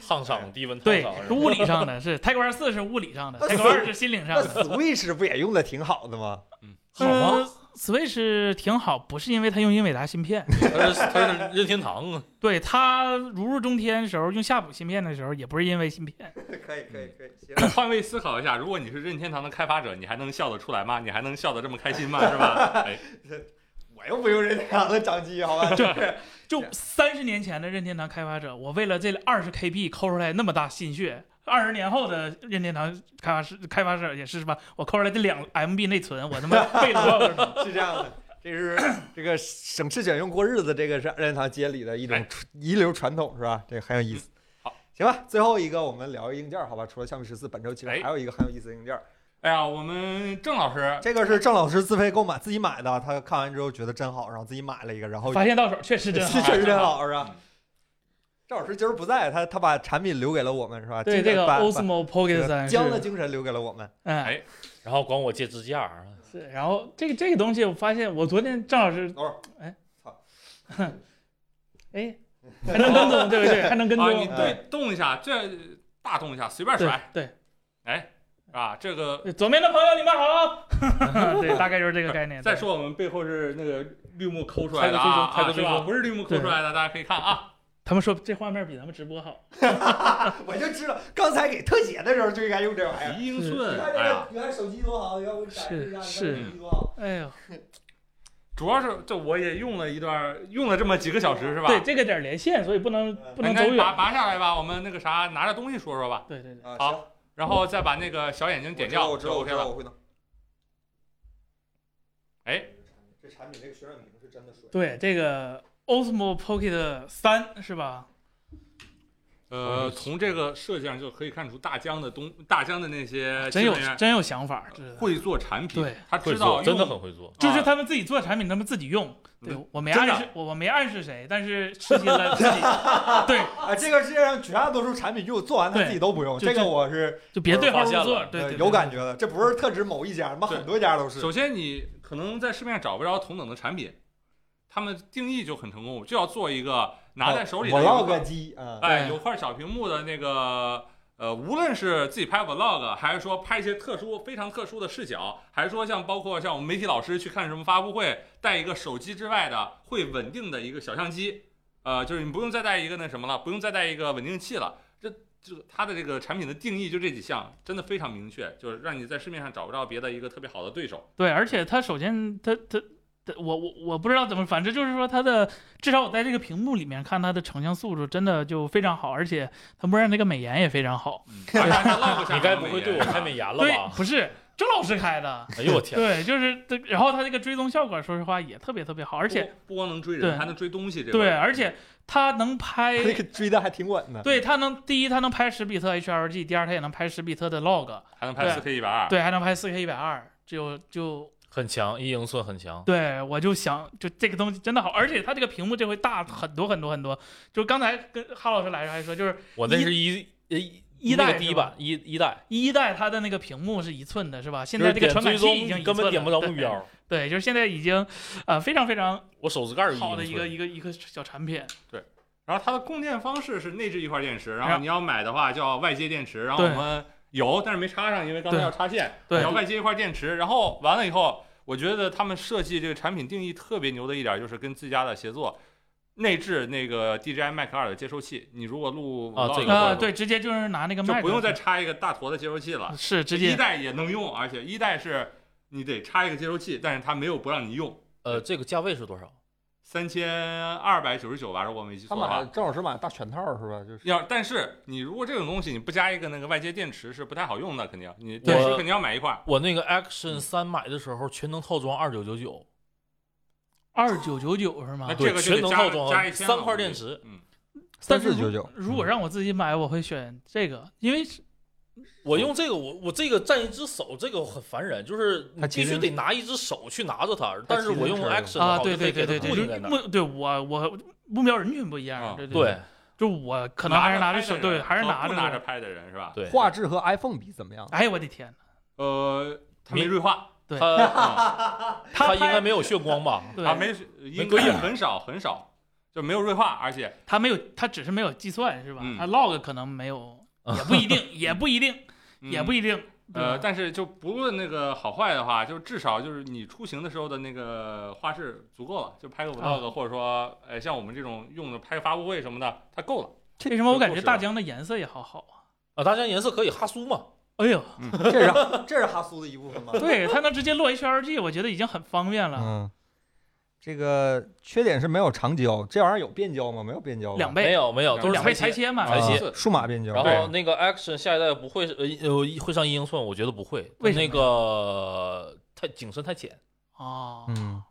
Speaker 3: 烫伤、低温烫
Speaker 2: 对
Speaker 3: 伤 是，吧
Speaker 2: 是物理上的，是泰国二四是物理上的，
Speaker 1: 那
Speaker 2: 泰国二是心灵上
Speaker 1: 那
Speaker 2: 的。呃
Speaker 1: Switch 不也用的挺好的吗？
Speaker 3: 好吗？
Speaker 2: Switch 挺好，不是因为它用英伟达芯片，
Speaker 3: 它是它是任天堂啊，
Speaker 2: 对它如日中天的时候用夏普芯片的时候，也不是因为芯片。
Speaker 1: 可以可以可以，行。
Speaker 4: 换位思考一下，如果你是任天堂的开发者，你还能笑得出来吗？你还能笑得这么开心吗？是吧？哎，
Speaker 1: 我又不用任天堂的掌机，好吧？
Speaker 2: 就三十年前的任天堂开发者，我为了这二十 KB 抠出来那么大心血。二十年后的任天堂开发师开发者也是什么？我抠出来这两 MB 内存，我他妈费了多 少个钟？
Speaker 1: 是这样的，这是这个省吃俭用过日子，这个是任天堂街里的一种
Speaker 4: 哎
Speaker 1: 传遗留传统，是吧？这个很有意
Speaker 2: 嗯
Speaker 1: 思。
Speaker 4: 好，
Speaker 1: 行吧，最后一个我们聊硬件，好吧？除了小米十四，本周其实
Speaker 4: 哎
Speaker 1: 还有一个很有意思的硬件，
Speaker 4: 哎呀，我们郑老师
Speaker 1: 这个是郑老师自费购买自己买的，他看完之后觉得真好，然后自己买了一个，然后
Speaker 2: 发现到手确实真好
Speaker 1: 确。实真好，是吧？郑老师今儿不在，他他把产品留给了我们，是吧？
Speaker 2: 对
Speaker 1: 精神
Speaker 2: 这个
Speaker 1: 啊把
Speaker 2: Osmo
Speaker 1: 把
Speaker 2: Pocket 三，
Speaker 1: 将的精神留给了我们。
Speaker 2: 嗯，
Speaker 3: 然后管我借支架，啊
Speaker 2: 是，然后这个这个东西，我发现我昨天郑老师，
Speaker 1: 等会儿
Speaker 2: 哎，
Speaker 1: 操，
Speaker 2: 哎，还能跟踪，对不 对？还能跟
Speaker 4: 啊，你
Speaker 2: 踪，
Speaker 1: 哎
Speaker 4: 对动一下，这大动一下，随便
Speaker 2: 对
Speaker 4: 甩
Speaker 2: 对
Speaker 4: 啊，这个
Speaker 2: 对，左边的朋友你 们好， 对，大概就是这个概念。
Speaker 4: 再
Speaker 2: 对，
Speaker 4: 说我们背后是那个绿幕抠出来的啊，
Speaker 3: 开个追踪开个
Speaker 4: 啊是
Speaker 3: 追
Speaker 4: 吧？
Speaker 3: 踪
Speaker 4: 不是绿幕抠出来的，大家可以看啊。
Speaker 2: 他们说这画面比咱们直播好，
Speaker 1: 我就知道刚才给特写的时候就应该用这玩意儿。
Speaker 4: 一英寸，
Speaker 1: 看
Speaker 4: 哎呀，
Speaker 1: 这个，原来手机多好，要不展示一下，
Speaker 2: 是
Speaker 1: 你看手机多好。
Speaker 2: 哎呦，
Speaker 4: 主要是这我也用了一段，用了这么几个小时是吧？
Speaker 2: 对，这个点儿连线，所以不能
Speaker 1: 嗯
Speaker 2: 不能
Speaker 4: 你
Speaker 2: 走
Speaker 4: 看拔
Speaker 2: 远。
Speaker 4: 拔下来吧，我们那个啥，拿着东西说说吧，
Speaker 2: 对对对，
Speaker 1: 啊，
Speaker 4: 好
Speaker 1: 行
Speaker 4: 然后再把那个小眼睛点掉
Speaker 1: 我知
Speaker 4: 就
Speaker 1: 道，我
Speaker 4: OK
Speaker 1: 知道，
Speaker 4: 了。
Speaker 1: 我会弄。
Speaker 4: 哎，
Speaker 1: 这产品这个宣传名是真的水。
Speaker 2: 对这个 Osmo Pocket 三是吧？
Speaker 4: 呃，从这个设计上就可以看出大疆的东，大疆的那些
Speaker 2: 真
Speaker 4: 技
Speaker 2: 有
Speaker 4: 术人员
Speaker 2: 真有想法，真的
Speaker 4: 会做产品，
Speaker 2: 对
Speaker 4: 他
Speaker 3: 会
Speaker 4: 知
Speaker 3: 做，
Speaker 4: 道
Speaker 3: 真的
Speaker 4: 用
Speaker 3: 很会做。
Speaker 2: 就是他们自己做产品，他们自己用。对，我没暗
Speaker 4: 真的
Speaker 2: 示，我我没暗示谁，但是实现了自己。对，
Speaker 1: 啊，这个世界上绝大多数产品，就做完他
Speaker 2: 对
Speaker 1: 自己都不用，
Speaker 2: 就
Speaker 1: 这个
Speaker 2: 就
Speaker 1: 我是
Speaker 2: 就别对号入
Speaker 3: 我是发现
Speaker 2: 座
Speaker 3: 了，
Speaker 2: 对对，对
Speaker 1: 呃有感觉的。这不是特指某一家，他妈
Speaker 4: 对
Speaker 1: 很多家都是。
Speaker 4: 首先，你可能在市面上找不着同等的产品，他们定义就很成功，就要做一个拿在手里的
Speaker 1: 我
Speaker 4: 有
Speaker 1: 唠
Speaker 4: 块
Speaker 1: 个机啊，
Speaker 4: 哎
Speaker 2: 对
Speaker 4: 有块小屏幕的那个呃，无论是自己拍 vlog，还是说拍一些特殊、非常特殊的视角，还是说像包括像我们媒体老师去看什么发布会，带一个手机之外的会稳定的一个小相机，呃，就是你不用再带一个那什么了，不用再带一个稳定器了。这这它的这个产品的定义就这几项，真的非常明确，就是让你在市面上找不着别的一个特别好的对手。
Speaker 2: 对，而且它首先它它它，我我我不知道怎么，反正就是说它的，至少我在这个屏幕里面看它的成像速度真的就非常好，而且它默认那个美颜也非常好。
Speaker 4: 你
Speaker 3: 你该不会对我开美颜了
Speaker 2: 对
Speaker 3: 吧，？
Speaker 2: 不是周老师开的，
Speaker 3: 哎呦我天！
Speaker 2: 对，就是它，然后它这个追踪效果，说实话也特别特别好，而
Speaker 3: 哦
Speaker 2: 且
Speaker 4: 不光能追人，
Speaker 2: 对
Speaker 4: 还能追东西，这个
Speaker 2: 对，而且它能
Speaker 1: 他那
Speaker 2: 拍。
Speaker 1: 个追的还挺稳的。
Speaker 2: 对它能，第一它能拍十比特 HLG，第二它也能拍十比特的
Speaker 3: 啊
Speaker 2: log，
Speaker 4: 还能拍四 K 一百二。
Speaker 2: 对，还能拍四 K 一百二，就就
Speaker 3: 很强，一英寸很强。
Speaker 2: 对，我就想，就这个东西真的好，而且它这个屏幕这回大很多很多很多。就刚才跟哈老师来着还说，就是
Speaker 3: 我那是一呃一
Speaker 2: 一
Speaker 3: 那
Speaker 2: 代
Speaker 3: 个第一
Speaker 2: 是吧
Speaker 3: 版一一代，
Speaker 2: 一代它的那个屏幕是一寸的，是吧？现
Speaker 3: 就是
Speaker 2: 在这个传感器
Speaker 3: 点
Speaker 2: 已
Speaker 3: 追
Speaker 2: 经
Speaker 3: 踪
Speaker 2: 一
Speaker 3: 根本
Speaker 2: 寸
Speaker 3: 点不
Speaker 2: 了
Speaker 3: 着目。标。
Speaker 2: 对对，就是现在已经，呃，非常非常
Speaker 3: 我手指盖儿
Speaker 2: 好的一个
Speaker 3: 英寸
Speaker 2: 一个一个小产品。
Speaker 4: 然后它的供电方式是内置一块电池，然
Speaker 2: 然
Speaker 4: 后
Speaker 2: 后
Speaker 4: 你要买的话叫外接电池，然后我
Speaker 2: 对
Speaker 4: 们有，但是没插上，因为刚才
Speaker 2: 对
Speaker 4: 要插线，
Speaker 2: 对
Speaker 4: 你要外接一块电池。然后完了以后，我觉得他们设计这个产品定义特别牛的一点就是跟自家的协作。内置那个 DJI Mac 2的接收器，你如果录
Speaker 3: 啊
Speaker 4: vlog
Speaker 3: 这个
Speaker 2: 啊、
Speaker 3: 关注
Speaker 2: 对，直接就是拿那个
Speaker 4: 就
Speaker 2: 麦克，
Speaker 4: 不用再插一个大坨的接收器了，
Speaker 2: 是直
Speaker 4: 一
Speaker 2: 接
Speaker 4: 代也能用，而且一代是你得插一个接收器，但是它没有不让你用，
Speaker 3: 呃，这个价位是多少？
Speaker 4: 三千二百九十九吧，如果我没记
Speaker 1: 他
Speaker 4: 错的
Speaker 1: 买
Speaker 4: 话。
Speaker 1: 郑老师买大全套是吧？就是
Speaker 4: 要，但是你如果这种东西你不加一个那个外接电池是不太好用的，肯定你
Speaker 3: 对
Speaker 4: 电池肯定要买一块儿。
Speaker 3: 我那个 Action 三买的时候全能套装二九九九，
Speaker 2: 二九九九是吗
Speaker 4: 那？
Speaker 3: 对，
Speaker 4: 这个就
Speaker 3: 全
Speaker 4: 得
Speaker 3: 能
Speaker 4: 加
Speaker 3: 套
Speaker 4: 加
Speaker 3: 装，
Speaker 4: 一千
Speaker 3: 三块
Speaker 4: 了我估计
Speaker 3: 电池。
Speaker 4: 嗯，
Speaker 2: 但是如
Speaker 1: 九，
Speaker 2: 如果让我自己买，我会选这个，因为是
Speaker 3: 我用这个，我我这个占一只手，这个很烦人，就是你
Speaker 1: 它其
Speaker 3: 必
Speaker 1: 实
Speaker 3: 须得拿一只手去拿着它。但是
Speaker 1: 其实
Speaker 3: 我用
Speaker 1: 是
Speaker 3: Action 的
Speaker 2: 啊，
Speaker 3: 话，
Speaker 2: 对对对对对，
Speaker 3: 我就
Speaker 2: 就
Speaker 3: 可以给它固定
Speaker 2: 是
Speaker 3: 在那儿。
Speaker 2: 目对我我目标人群不一
Speaker 4: 啊
Speaker 2: 样，对对
Speaker 3: 对，
Speaker 2: 就我可能还是拿着手，
Speaker 4: 拍的人
Speaker 2: 对，还是
Speaker 4: 和
Speaker 2: 拿着
Speaker 4: 不拿
Speaker 2: 的
Speaker 4: 着。拍的人是吧？
Speaker 3: 对，
Speaker 1: 画质和 iPhone 比怎么 样？
Speaker 2: 哎呦我的天哪，
Speaker 4: 呃，它没锐化，
Speaker 3: 它
Speaker 4: 啊，
Speaker 3: 它
Speaker 2: 他
Speaker 3: 应该没有�炫光吧？
Speaker 2: 对
Speaker 4: 没，应
Speaker 3: 归
Speaker 4: 该
Speaker 3: 影
Speaker 4: 很少很少。就没有锐化，而且
Speaker 2: 它没有，它只是没有计算是吧
Speaker 4: 嗯？
Speaker 2: 它 log 可能没有，也不一定，也不一定，
Speaker 4: 嗯
Speaker 2: 也不一定。
Speaker 4: 呃，
Speaker 2: 对吧
Speaker 4: 但是就不论那个好坏的话，就是至少就是你出行的时候的那个画质足够了，就拍个
Speaker 2: 啊
Speaker 4: vlog，、或者说，呃，像我们这种用的拍发布会什么的，它够了。
Speaker 2: 为什么我感觉
Speaker 4: 就是
Speaker 2: 大疆的颜色也好好啊？
Speaker 3: 啊，大疆颜色可以哈苏嘛？
Speaker 2: 哎呦，
Speaker 1: 这是这是哈苏的一部分 吗？
Speaker 2: 对，它能直接落 HRG，我觉得已经很方便了，
Speaker 1: 嗯，这个缺点是没有长焦，这玩意儿有变焦吗？没有变焦吧，
Speaker 2: 两
Speaker 3: 没
Speaker 2: 倍，
Speaker 3: 有没有，都是
Speaker 2: 两倍
Speaker 3: 裁
Speaker 2: 裁
Speaker 3: 切。
Speaker 2: 切嘛
Speaker 1: 啊。
Speaker 3: 裁切
Speaker 1: 数码变焦。
Speaker 3: 然
Speaker 4: 对
Speaker 3: 后那个 Action 下一代不会呃一呃会上一英寸，我觉得不会，
Speaker 2: 为什么呀
Speaker 3: 那个太景深太浅，
Speaker 2: 哦，
Speaker 1: 嗯，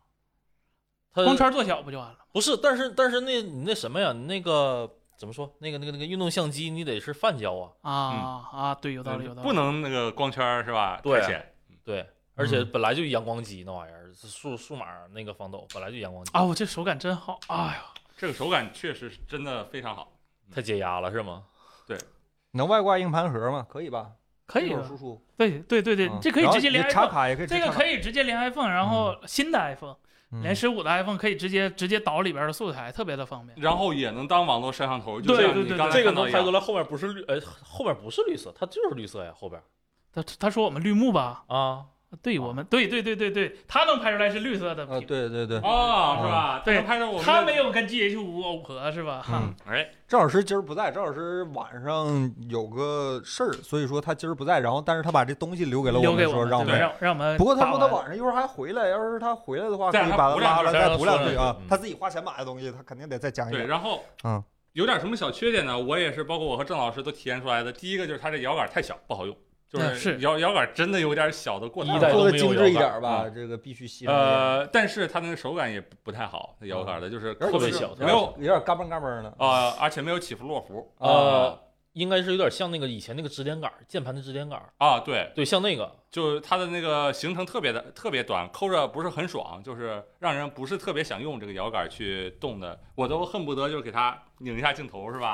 Speaker 3: 它
Speaker 2: 光圈做小不就完了吗？
Speaker 3: 不是，但是但是那你那什么呀，你那个怎么说？那个那个那个运动相机你得是泛焦啊，
Speaker 2: 啊
Speaker 1: 嗯
Speaker 2: 啊，对，有道理，有道理。
Speaker 4: 嗯不能那个光圈儿是吧？
Speaker 3: 对
Speaker 4: 太浅。
Speaker 3: 对，而且本来就阳光机那玩意儿，数数码那个防抖本来就阳光机，
Speaker 2: 啊，我这手感真好，哎呦，
Speaker 4: 这个手感确实是真的非常好。
Speaker 3: 太解压了是吗？
Speaker 1: 能外挂硬盘盒吗？可以吧？
Speaker 2: 可以
Speaker 1: 一会
Speaker 2: 了
Speaker 1: 儿，输出，
Speaker 2: 对对对对
Speaker 1: 嗯，
Speaker 2: 这可以直接
Speaker 1: 然
Speaker 2: 连
Speaker 1: 后你插
Speaker 2: iPhone，
Speaker 1: 卡也可以直
Speaker 2: 这
Speaker 1: 接插
Speaker 2: 个
Speaker 1: 卡，
Speaker 2: 可以直接连 iPhone，然后新的 iPhone
Speaker 1: 嗯
Speaker 2: 连十五的 iPhone 可以直接直接导里边的素材，特别的方便。
Speaker 4: 然后也能当网络摄像头，就
Speaker 2: 对
Speaker 4: 像
Speaker 2: 对
Speaker 4: 你
Speaker 2: 对
Speaker 4: 刚才
Speaker 3: 啊这个
Speaker 4: 看到
Speaker 3: 能
Speaker 4: 一
Speaker 3: 拍出
Speaker 4: 样。
Speaker 3: 来，后面不是绿，哎，后面不是绿色，它就是绿色呀，后边
Speaker 2: 他他说我们绿幕吧，
Speaker 3: 啊，
Speaker 2: 对我们对对对对对，他能拍出来是绿色的
Speaker 1: 呃，
Speaker 2: 屏，
Speaker 1: 对对
Speaker 2: 嗯
Speaker 1: 对，
Speaker 4: 哦，是吧？
Speaker 2: 对
Speaker 4: 它拍的我们
Speaker 2: 他
Speaker 4: 的
Speaker 2: 没有跟 GH 五耦合是吧？
Speaker 1: 嗯
Speaker 2: 哈，
Speaker 4: 哎，
Speaker 1: 赵老师今儿不在，赵老师晚上有个事儿，所以说他今儿不在，然后但是他把这东西留给了
Speaker 2: 留
Speaker 1: 们
Speaker 2: 给
Speaker 1: 说让我
Speaker 2: 我对
Speaker 1: 们。
Speaker 2: 让让我们
Speaker 1: 不过他说他
Speaker 2: 把玩
Speaker 1: 晚上一会儿还回来，要是他回来的话，可
Speaker 4: 再
Speaker 1: 以
Speaker 4: 让
Speaker 1: 把他
Speaker 4: 他补
Speaker 1: 拉
Speaker 4: 两句
Speaker 1: 来
Speaker 3: 再
Speaker 1: 再
Speaker 3: 让
Speaker 1: 补
Speaker 3: 他
Speaker 1: 两句
Speaker 3: 说嗯
Speaker 1: 啊
Speaker 3: 两句。
Speaker 1: 他自己花钱买的东西，他肯定得再讲一
Speaker 4: 对，
Speaker 1: 讲。
Speaker 4: 然后
Speaker 1: 嗯。
Speaker 4: 有点什么小缺点呢？我也是，包括我和郑老师都体验出来的。第一个就是它这摇杆太小，不好用，就
Speaker 2: 嗯是
Speaker 4: 摇摇杆真的有点小的过大
Speaker 3: 一
Speaker 4: 了
Speaker 3: 代
Speaker 1: 做
Speaker 3: 都
Speaker 1: 的
Speaker 3: 没有嗯
Speaker 1: 精致一
Speaker 3: 摇
Speaker 1: 点
Speaker 3: 杆
Speaker 1: 儿吧，这个必须细致一点。
Speaker 4: 呃，但是它那个手感也不不太好，那摇杆的就是
Speaker 1: 有点
Speaker 3: 嗯特别
Speaker 1: 就是
Speaker 3: 小
Speaker 4: 没有
Speaker 1: 有点嘎嘣嘎嘣的。啊
Speaker 4: 呃，而且没有起伏落伏
Speaker 3: 呃，应该是有点像那个以前那个指点杆儿，键盘的指点杆儿，
Speaker 4: 啊，对，
Speaker 3: 对，像那个，
Speaker 4: 就是它的那个行程特别的特别短，抠着不是很爽，就是让人不是特别想用这个摇杆去动的，我都恨不得就是给它拧一下镜头 是吧？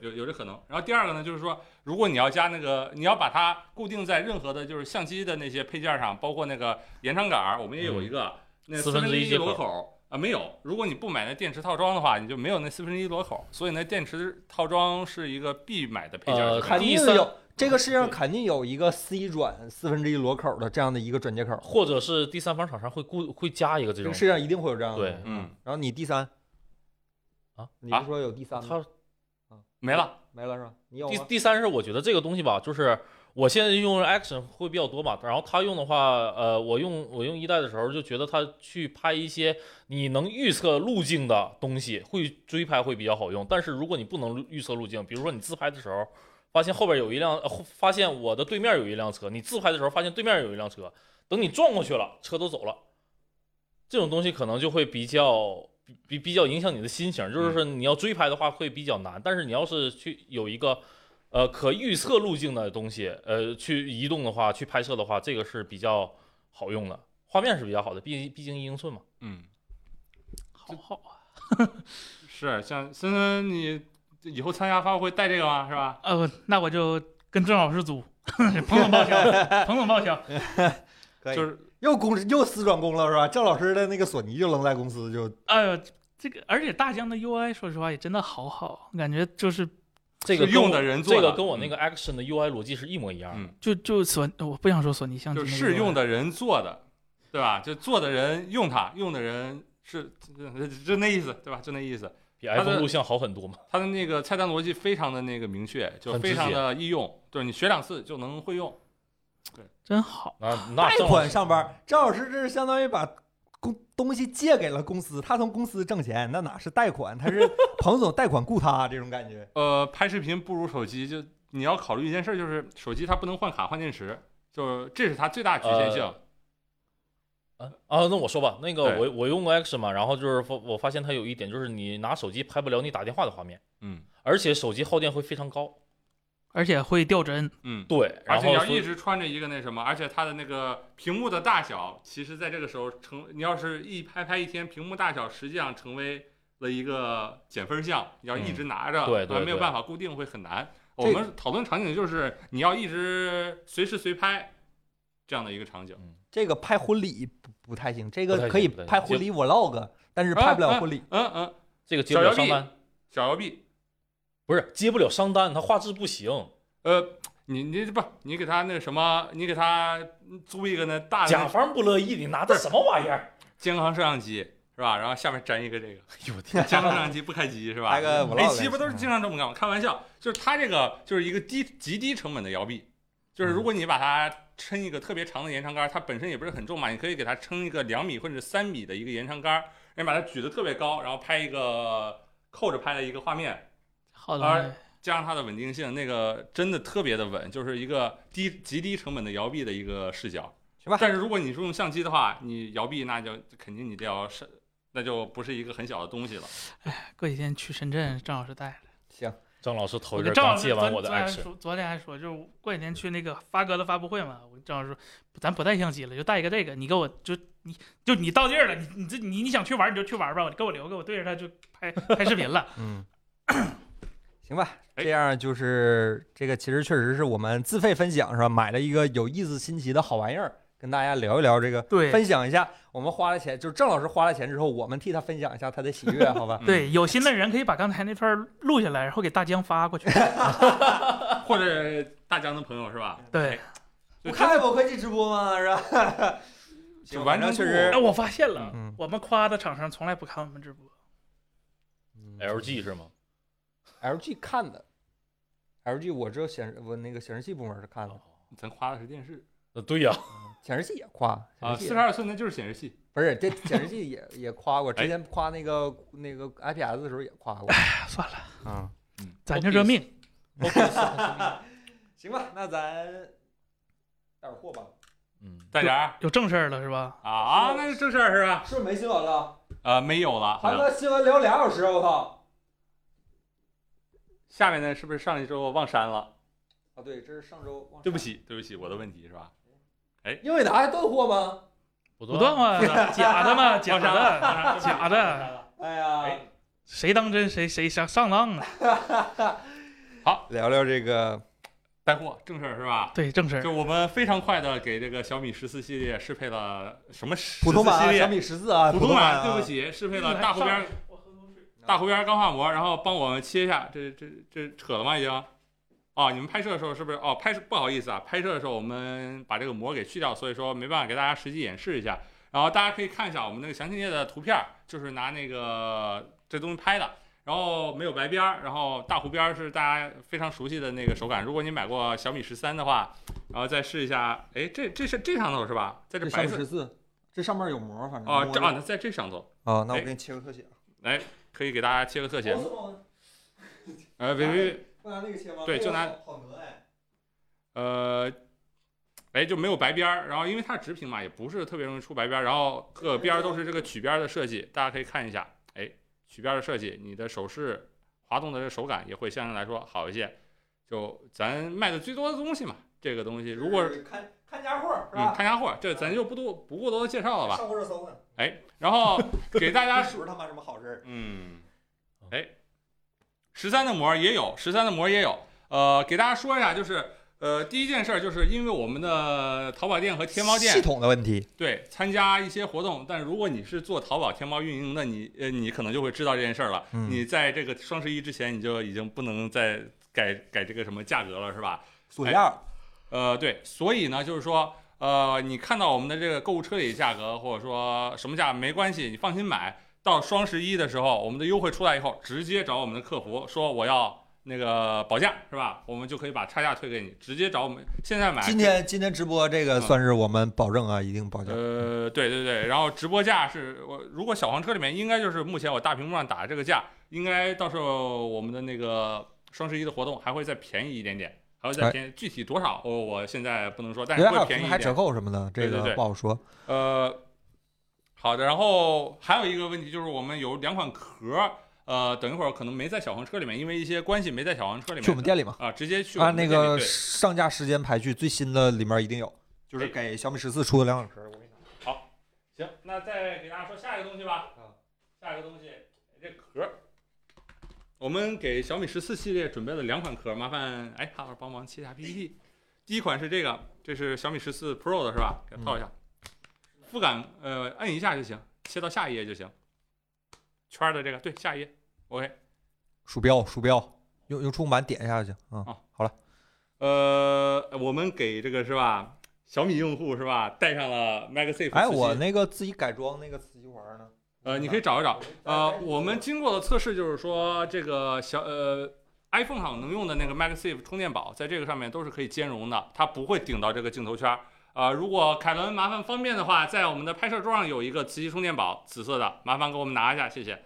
Speaker 4: 有有有这可能。然后第二个呢，就是说，如果你要加那个，你要把它固定在任何的就是相机的那些配件上，包括那个延长杆儿，我们也有一个、那
Speaker 3: 嗯四
Speaker 4: 四
Speaker 3: 分
Speaker 4: 分
Speaker 3: 之一
Speaker 4: 一
Speaker 3: 接口
Speaker 4: 螺口啊、没有。如果你不买那电池套装的话，你就没有那四分之一螺口，所以呢，电池套装是一个必买的配件。
Speaker 3: 呃
Speaker 4: 基本上
Speaker 1: 肯定
Speaker 3: 第三
Speaker 1: 有这个世界上肯定有一个 C 转四分之一螺口的这样的一个转接口，
Speaker 3: 或者是第三方厂商会固会加一个这
Speaker 1: 这
Speaker 3: 种
Speaker 1: 个世，界上一定会有这样的。
Speaker 3: 对，
Speaker 4: 嗯，
Speaker 1: 然后你第三
Speaker 3: 啊，
Speaker 1: 你不是说有第三吗？
Speaker 3: 它
Speaker 4: 没了。
Speaker 1: 没了是吧？你有
Speaker 3: 第
Speaker 1: 吗？
Speaker 3: 第三是我觉得这个东西吧，就是我现在用 Action 会比较多嘛，然后他用的话，呃，我用我用一代的时候就觉得他去拍一些你能预测路径的东西，会追拍会比较好用。但是如果你不能预测路径，比如说你自拍的时候。发现后边有一辆、呃，后发现我的对面有一辆车，你自拍的时候发现对面有一辆车，等你撞过去了，车都走了，这种东西可能就会比较比比比较影响你的心情，
Speaker 1: 嗯
Speaker 3: 就是说你要追拍的话会比较难，但是你要是去有一个呃可预测路径的东西，呃，去移动的话，去拍摄的话，这个是比较好用的，画面是比较好的，毕竟毕竟一英寸嘛。
Speaker 4: 嗯。
Speaker 2: 好好啊，
Speaker 4: 是，像森森，你以后参加发布会带这个吗？是吧？
Speaker 2: 呃，那我就跟郑老师组， 彭总报销， 彭总报销，
Speaker 1: 可以
Speaker 4: 就是
Speaker 1: 又公又私转工了是吧？郑老师的那个索尼就扔在公司就
Speaker 2: 呃，这个而且大疆的 UI 说实话也真的好好，感觉就是
Speaker 3: 这个
Speaker 4: 是
Speaker 3: 跟
Speaker 4: 用
Speaker 3: 我
Speaker 4: 的人做
Speaker 3: 这个
Speaker 4: 的
Speaker 3: 跟我那个 Action 的 UI 逻辑是一模一样的。
Speaker 4: 嗯
Speaker 2: 就就索，我不想说索尼相机
Speaker 4: 就
Speaker 2: 那
Speaker 4: 是
Speaker 2: 嗯个
Speaker 4: 是
Speaker 2: UI
Speaker 4: 用的人做的，对吧？就做的人用它，用的人是 就就那意思，对吧？就那意思。
Speaker 3: 比
Speaker 4: 它的
Speaker 3: iPhone 录像好很多嘛。
Speaker 4: 它的那个菜单逻辑非常的那个明确，就
Speaker 3: 很直
Speaker 4: 非常
Speaker 3: 接
Speaker 4: 的易用，就是你学两次就能会用。
Speaker 2: 真好，
Speaker 3: 那啊 那
Speaker 1: 贷
Speaker 3: 正好
Speaker 1: 款上班。郑老师这是相当于把公东西借给了公司，他从公司挣钱，那哪是贷款，他是 彭总贷款雇他这种感觉。
Speaker 4: 呃，拍视频不如手机，就你要考虑一件事，就是手机它不能换卡换电池，就是这是它最大局限性。
Speaker 3: 呃啊啊，那我说吧，那个
Speaker 4: 对
Speaker 3: 我我用过 Action 嘛，然后就是发我发现它有一点就是你拿手机拍不了你打电话的画面，
Speaker 4: 嗯
Speaker 3: 而且手机耗电会非常高。
Speaker 2: 而且会掉帧，
Speaker 4: 嗯。
Speaker 3: 对，
Speaker 4: 而
Speaker 3: 然
Speaker 4: 且你
Speaker 3: 后
Speaker 4: 要
Speaker 3: 所以
Speaker 4: 一直穿着一个那什么，而且它的那个屏幕的大小，其实在这个时候成，你要是一拍拍一天，屏幕大小实际上成为了一个减分项，你要一直拿着，
Speaker 3: 嗯对对
Speaker 4: 啊没有
Speaker 3: 对
Speaker 4: 办法固定会很难。
Speaker 1: 这
Speaker 4: 我们讨论场景就是你要一直随时随拍这样的一个场景，
Speaker 1: 这个拍婚礼不不太行，这
Speaker 3: 不太
Speaker 1: 个
Speaker 3: 行
Speaker 1: 可以
Speaker 3: 不太行
Speaker 1: 拍婚礼 vlog，但是拍不了婚礼。
Speaker 4: 嗯嗯，
Speaker 3: 这个接不了商
Speaker 4: 小摇
Speaker 3: 单，
Speaker 4: 小摇臂，
Speaker 3: 不是接不了商单，它画质不行，
Speaker 4: 呃，你你不，你给他那个什么，你给他租一个那大的
Speaker 3: 甲
Speaker 4: 那
Speaker 3: 方不乐意，你拿的什么玩意儿？
Speaker 4: 健康摄像机是吧？然后下面粘一个这个，
Speaker 3: 哎呦我天！
Speaker 4: 健康摄像机不开 机是吧？
Speaker 1: 拍个嗯 vlog
Speaker 4: 每期哎不都是经常这么干吗？开玩笑，就是它这个就是一个低极低成本的摇臂，就是如果你把它撑一个特别长的延长杆儿，它本身也不是很重嘛，你可以给它撑一个两米或者三米的一个延长杆儿，然后把它举得特别高，然后拍一个扣着拍的一个画面，
Speaker 2: 好
Speaker 4: 啊
Speaker 2: 的，
Speaker 4: 加上它的稳定性，那个真的特别的稳，就是一个低极低成本的摇臂的一个视角。
Speaker 1: 行吧
Speaker 4: 但是如果你是用相机的话，你摇臂那就肯定你得要是，那就不是一个很小的东西了。
Speaker 2: 过几天去深圳，郑老师带着。
Speaker 3: 张老师头
Speaker 2: 我
Speaker 3: 一
Speaker 2: 跟
Speaker 3: 阵
Speaker 2: 郑老
Speaker 3: 刚
Speaker 2: 师
Speaker 3: 接
Speaker 2: 昨
Speaker 3: 完我的
Speaker 2: 昨天还
Speaker 3: action，
Speaker 2: 说，昨天还说，就是过几天去那个发哥的发布会嘛，我跟郑老师说，咱不带相机了，就带一个这个，你给我就你就你到地儿了，你你这你你想去玩你就去玩吧，我给我留个，我对着它就拍拍视频了。
Speaker 5: 嗯，行吧，
Speaker 4: 哎
Speaker 5: 这样就是这个，其实确实是我们自费分享是吧？买了一个有意思、新奇的好玩意儿，跟大家聊一聊这个，
Speaker 2: 对
Speaker 5: 分享一下我们花了钱，就是郑老师花了钱之后，我们替他分享一下他的喜悦，好吧？
Speaker 4: 嗯
Speaker 2: 对，有心的人可以把刚才那段录下来，然后给大江发过去。
Speaker 4: 或者大疆的朋友是吧？
Speaker 2: 对，
Speaker 4: 就
Speaker 5: 不
Speaker 4: 真
Speaker 5: 看我科技直播吗？是吧？
Speaker 4: 就完成
Speaker 5: 反正确
Speaker 2: 哎，
Speaker 5: 实，
Speaker 2: 我发现了，
Speaker 5: 嗯
Speaker 2: 我们夸的厂商从来不看我们直播。
Speaker 3: LG 是吗？
Speaker 5: LG 看的，LG 我知道显示我那个显示器部门是看的，
Speaker 4: 咱夸的是电视
Speaker 3: 呃，对呀，
Speaker 5: 显示器也夸显
Speaker 4: 啊，四
Speaker 5: 示器
Speaker 4: 十
Speaker 5: 也
Speaker 4: 二寸那就是显示器。
Speaker 5: 不是这显示器也也夸过，
Speaker 4: 哎
Speaker 5: 之前夸那个那个 IPS 的时候也夸过，
Speaker 2: 哎算了，
Speaker 5: 嗯。
Speaker 2: 咱就这命。
Speaker 5: 行吧，那咱带会儿货吧。
Speaker 3: 嗯，
Speaker 4: 大家
Speaker 2: 有正事儿了是吧？
Speaker 4: 啊啊，那是正事儿是吧？
Speaker 5: 是不是没新闻了？
Speaker 4: 呃，没有了。好
Speaker 5: 韩
Speaker 4: 像
Speaker 5: 哥新闻聊俩小时，我操！
Speaker 4: 下面呢，是不是上一周忘删了？
Speaker 5: 啊，对，这是上周忘删
Speaker 4: 对不，起，对不起，我的问题是吧？
Speaker 5: 因为啥还断货吗？
Speaker 3: 不
Speaker 2: 不断嘛，假的嘛，假的，
Speaker 4: 忘删了
Speaker 2: 假的，
Speaker 5: 哎呀，
Speaker 4: 哎
Speaker 2: 谁当真谁谁上上当啊？
Speaker 1: 聊聊这个
Speaker 4: 带货正事儿是吧？
Speaker 2: 对，正事儿
Speaker 4: 就我们非常快的给这个小米十四系列适配了什么14
Speaker 5: 普通版
Speaker 4: 系
Speaker 5: 啊小
Speaker 4: 列，
Speaker 5: 米十四啊，
Speaker 4: 普
Speaker 5: 通
Speaker 4: 通版，
Speaker 5: 啊
Speaker 4: 对不，起，适配了大湖边大湖边钢化膜，然后帮我们切一下，这这这扯了吗已经？哦，你们拍摄的时候是不是？哦，拍摄不好意思啊，拍摄的时候我们把这个膜给去掉，所以说没办法给大家实际演示一下。然后大家可以看一下我们那个详情页的图片儿，就是拿那个这东西拍的，然后没有白边儿，然后大湖边儿是大家非常熟悉的那个手感。如果你买过小米十三的话，然后再试一下，哎，这这是这上头是吧？在这
Speaker 5: 这小
Speaker 4: 白
Speaker 5: 米
Speaker 4: 色
Speaker 5: 十四，这上面有膜，反正
Speaker 1: 嗯
Speaker 4: 哦，这啊，在这上头
Speaker 5: 啊，那我
Speaker 4: 我给
Speaker 5: 给你切个特写。
Speaker 4: 可以给大家切个特
Speaker 1: 哦
Speaker 4: 写。
Speaker 5: 不
Speaker 4: 呃，别别，
Speaker 5: 拿那个切吗？
Speaker 4: 对就拿
Speaker 5: 好得哎。
Speaker 4: 呃，哎，就没有白边儿，然后因为它是直屏嘛，也不是特别容易出白边儿，然后各边儿都是这个曲边儿的设计，大家可以看一下，哎，曲边儿的设计，你的手势滑动的这手感也会相应来说好一些。就咱卖的最多的东西嘛，这个东西如果
Speaker 5: 看看家货是
Speaker 4: 嗯
Speaker 5: 吧？
Speaker 4: 看家货，这咱就不多不过多的介绍了吧。
Speaker 5: 上过热搜呢，
Speaker 4: 然后给大家
Speaker 5: 这是不是他妈什么好事儿？
Speaker 4: 嗯，哎，十三的膜也有，十三的膜也有。呃，给大家说一下，就是呃，第一件事儿就是因为我们的淘宝店和天猫
Speaker 1: 系
Speaker 4: 店
Speaker 1: 统的问题，
Speaker 4: 对参加一些活动，但如果你是做淘宝、天猫运营的，你呃，你可能就会知道这件事儿了。
Speaker 5: 嗯
Speaker 4: 你在这个双十一之前，你就已经不能再改改这个什么价格了，是吧？
Speaker 5: 锁样，
Speaker 4: 呃，对，所以呢，就是说，呃，你看到我们的这个购物车里的价格，或者说什么价没关系，你放心买。到双十一的时候，我们的优惠出来以后，直接找我们的客服说我要那个保价，是吧？我们就可以把差价退给你，直接找我们现在买。
Speaker 1: 今天今天直播这个算是我们保证啊，一定保证。
Speaker 4: 呃，对对对，然后直播价是我如果小黄车里面应该就是目前我大屏幕上打的这个价，应该到时候我们的那个双十一的活动还会再便宜一点点，还会再
Speaker 1: 哎
Speaker 4: 便宜，具体多少我我现在不能说，但
Speaker 1: 原
Speaker 4: 是
Speaker 1: 来还
Speaker 4: 会
Speaker 1: 有
Speaker 4: 便
Speaker 1: 平
Speaker 4: 宜一
Speaker 1: 台
Speaker 4: 点
Speaker 1: 折。扣什么的，这
Speaker 4: 对对对
Speaker 1: 个不好说。
Speaker 4: 呃，好的，然后还有一个问题就是我们有两款壳，呃，等一会儿可能没在小黄车里面，因为一些关系没在小黄车里面
Speaker 1: 去我们店里嘛，
Speaker 4: 啊，直接去我
Speaker 1: 按
Speaker 4: 们
Speaker 1: 那
Speaker 4: 的店里
Speaker 1: 个
Speaker 4: 对
Speaker 1: 上架时间排序，最新的里面一定有，就是给小米十四出的两款壳。我跟你讲，
Speaker 4: 行，那再给大家说下一个东西吧。
Speaker 1: 啊，
Speaker 4: 下一个东西，这壳儿，我们给小米十四系列准备了两款壳儿，麻烦哎哈尔帮忙切一下 PPT。第一款是这个，这是小米十四 Pro 的是吧？嗯给它套一下，覆感呃摁一下就行，切到下一页就行。圈儿的这个，对，下一页，OK。
Speaker 1: 鼠标鼠标用用触控板点一下就行，嗯
Speaker 4: 啊，
Speaker 1: 好了，
Speaker 4: 呃，我们给这个是吧，小米用户是吧，带上了 MagSafe
Speaker 1: 哎，
Speaker 4: 磁吸
Speaker 1: 我那个自己改装那个磁吸环呢？
Speaker 4: 呃，你可以找一找。呃，我们经过的测试就是说，这个小呃 iPhone 上能用的那个 MagSafe 充电宝，在这个上面都是可以兼容的，它不会顶到这个镜头圈儿。啊、如果凯伦麻烦方便的话，在我们的拍摄桌上有一个磁吸充电宝，紫色的，麻烦给我们拿一下，谢谢。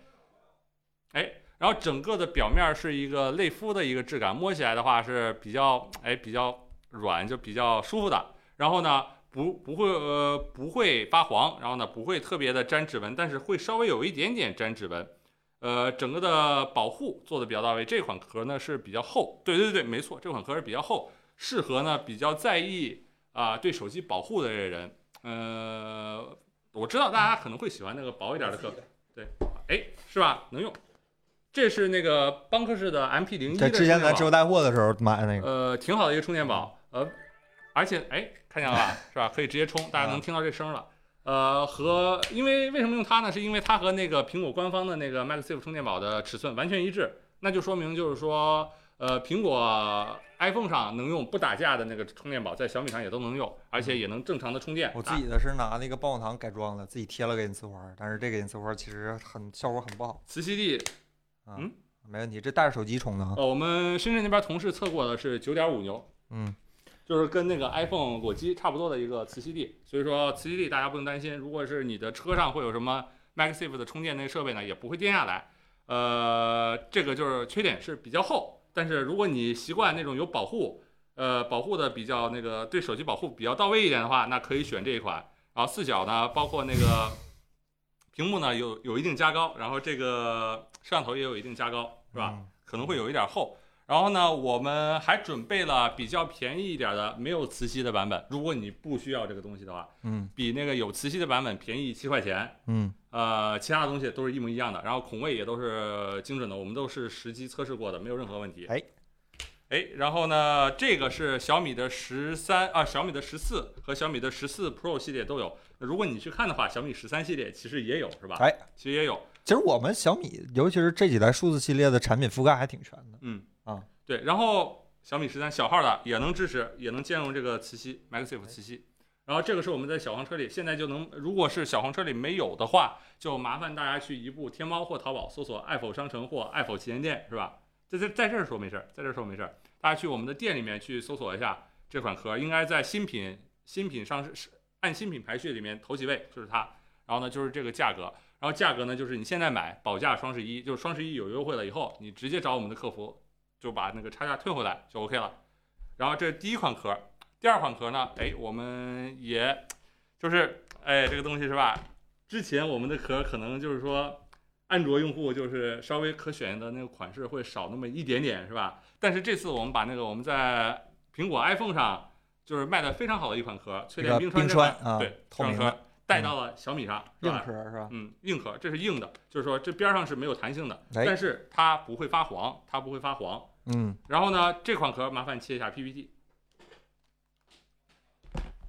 Speaker 4: 哎，然后整个的表面是一个类肤的一个质感，摸起来的话是比较哎比较软，就比较舒服的。然后呢，不不会呃不会发黄，然后呢不会特别的沾指纹，但是会稍微有一点点沾指纹。呃，整个的保护做的比较到位。这款壳呢是比较厚，对对对，没错，这款壳是比较厚，适合呢比较在意啊、对手机保护的人。呃，我知道大家可能会喜欢那个薄一点的壳，对，哎，是吧？能用。这是那个邦克士的 MP 零一
Speaker 1: 这
Speaker 4: 的
Speaker 1: 之前
Speaker 4: 充电
Speaker 1: 咱
Speaker 4: 宝
Speaker 1: 直播带货的时候买的那个，
Speaker 4: 呃，挺好的一个充电宝，呃，而且哎，看见了吧，是吧？可以直接充，大家
Speaker 1: 啊
Speaker 4: 能听到这声了。呃，和因为为什么用它呢？是因为它和那个苹果官方的那个 MagSafe 充电宝的尺寸完全一致，那就说明就是说，呃，苹果 iPhone 上能用不打架的那个充电宝，在小米上也都能用，而且也能正常的充电。
Speaker 1: 嗯
Speaker 4: 啊
Speaker 1: 我自己的是拿那个棒棒糖改装的，自己贴了个隐私环，但是这个隐私环其实很效果很不好。
Speaker 4: 磁吸力，
Speaker 1: 没问题，这带着手机充的啊。
Speaker 4: 呃，我们深圳那边同事测过的是九点五牛，
Speaker 1: 嗯，
Speaker 4: 就是跟那个 iPhone 裸机差不多的一个磁吸力，所以说磁吸力大家不用担心。如果是你的车上会有什么 MagSafe 的充电那设备呢，也不会掉下来。呃，这个就是缺点是比较厚，但是如果你习惯那种有保护，呃，保护的比较那个对手机保护比较到位一点的话，那可以选这一款。然后四角呢，包括那个屏幕呢有有一定加高，然后这个摄像头也有一定加高，是吧？
Speaker 1: 嗯？
Speaker 4: 可能会有一点厚。然后呢，我们还准备了比较便宜一点的没有磁吸的版本，如果你不需要这个东西的话，
Speaker 1: 嗯
Speaker 4: 比那个有磁吸的版本便宜七块钱。
Speaker 1: 嗯，
Speaker 4: 呃，其他东西都是一模一样的，然后孔位也都是精准的，我们都是实际测试过的，没有任何问题。
Speaker 1: 哎，
Speaker 4: 哎，然后呢，这个是小米的十三啊，小米的十四和小米的十四 Pro 系列都有。如果你去看的话，小米十三系列其实也有，是吧？
Speaker 1: 哎，
Speaker 4: 其实也有。
Speaker 1: 其实我们小米，尤其是这几代数字系列的产品覆盖还挺全的。
Speaker 4: 嗯
Speaker 1: 啊，
Speaker 4: 对，然后小米十三小号的也能支持，也能兼容这个磁吸
Speaker 1: 哎
Speaker 4: MagSafe 磁吸。然后这个是我们在小黄车里现在就能，如果是小黄车里没有的话，就麻烦大家去一步天猫或淘宝搜索爱否商城或爱否旗舰店，是吧？在在在这儿说没事儿，在这儿说没事儿，大家去我们的店里面去搜索一下这款壳，应该在新品新品上市是按新品排序里面头几位就是它。然后呢，就是这个价格，然后价格呢，就是你现在买保价双十一，就是双十一有优惠了以后，你直接找我们的客服，就把那个差价退回来就 OK 了。然后这是第一款壳，第二款壳呢，哎，我们也就是哎这个东西是吧？之前我们的壳可能就是说，安卓用户就是稍微可选的那个款式会少那么一点点是吧？但是这次我们把那个我们在苹果 iPhone 上就是卖的非常好的一款壳，翠
Speaker 1: 这
Speaker 4: 莲
Speaker 1: 个
Speaker 4: 冰川
Speaker 1: 冰
Speaker 4: 这款
Speaker 1: 川啊
Speaker 4: 对，
Speaker 1: 透
Speaker 4: 这款
Speaker 1: 明
Speaker 4: 壳
Speaker 1: 的
Speaker 4: 带到了小米上，是
Speaker 1: 硬
Speaker 4: 吧
Speaker 1: 壳是吧？
Speaker 4: 嗯，硬壳，这是硬的，就是说这边儿上是没有弹性的，
Speaker 1: 哎
Speaker 4: 但是它不会发黄，它不会发黄。
Speaker 1: 嗯，
Speaker 4: 然后呢，这款壳麻烦切一下 PPT。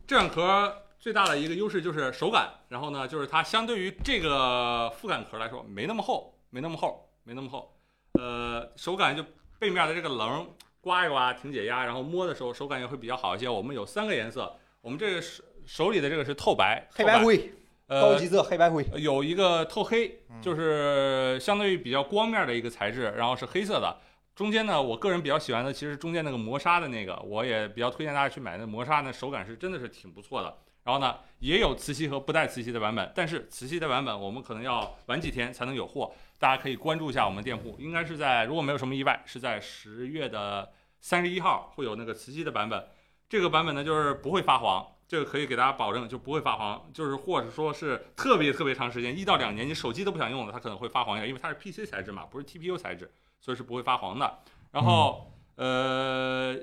Speaker 4: 这款壳最大的一个优势就是手感，然后呢，就是它相对于这个副感壳来说没那么厚，没那么厚，没那么厚。呃，手感就背面的这个棱刮一刮挺解压，然后摸的时候手感也会比较好一些。我们有三个颜色，我们这个手手里的这个是透白，
Speaker 1: 黑
Speaker 4: 透
Speaker 1: 白灰，
Speaker 4: 呃
Speaker 1: 高级嗯色黑白灰。
Speaker 4: 呃有一个透黑，就是相对于比较光面的一个材质，然后是黑色的。中间呢，我个人比较喜欢的其实中间那个磨砂的那个，我也比较推荐大家去买。那磨砂呢，手感是真的是挺不错的。然后呢，也有磁吸和不带磁吸的版本，但是磁吸的版本我们可能要晚几天才能有货，大家可以关注一下我们店铺，应该是在如果没有什么意外，是在十月的三十一号会有那个磁吸的版本。这个版本呢，就是不会发黄，这个可以给大家保证，就不会发黄，就是或者说是特别特别长时间，一到两年，你手机都不想用了，它可能会发黄一下，因为它是 PC 材质嘛，不是 TPU 材质，所以是不会发黄的。然后，呃，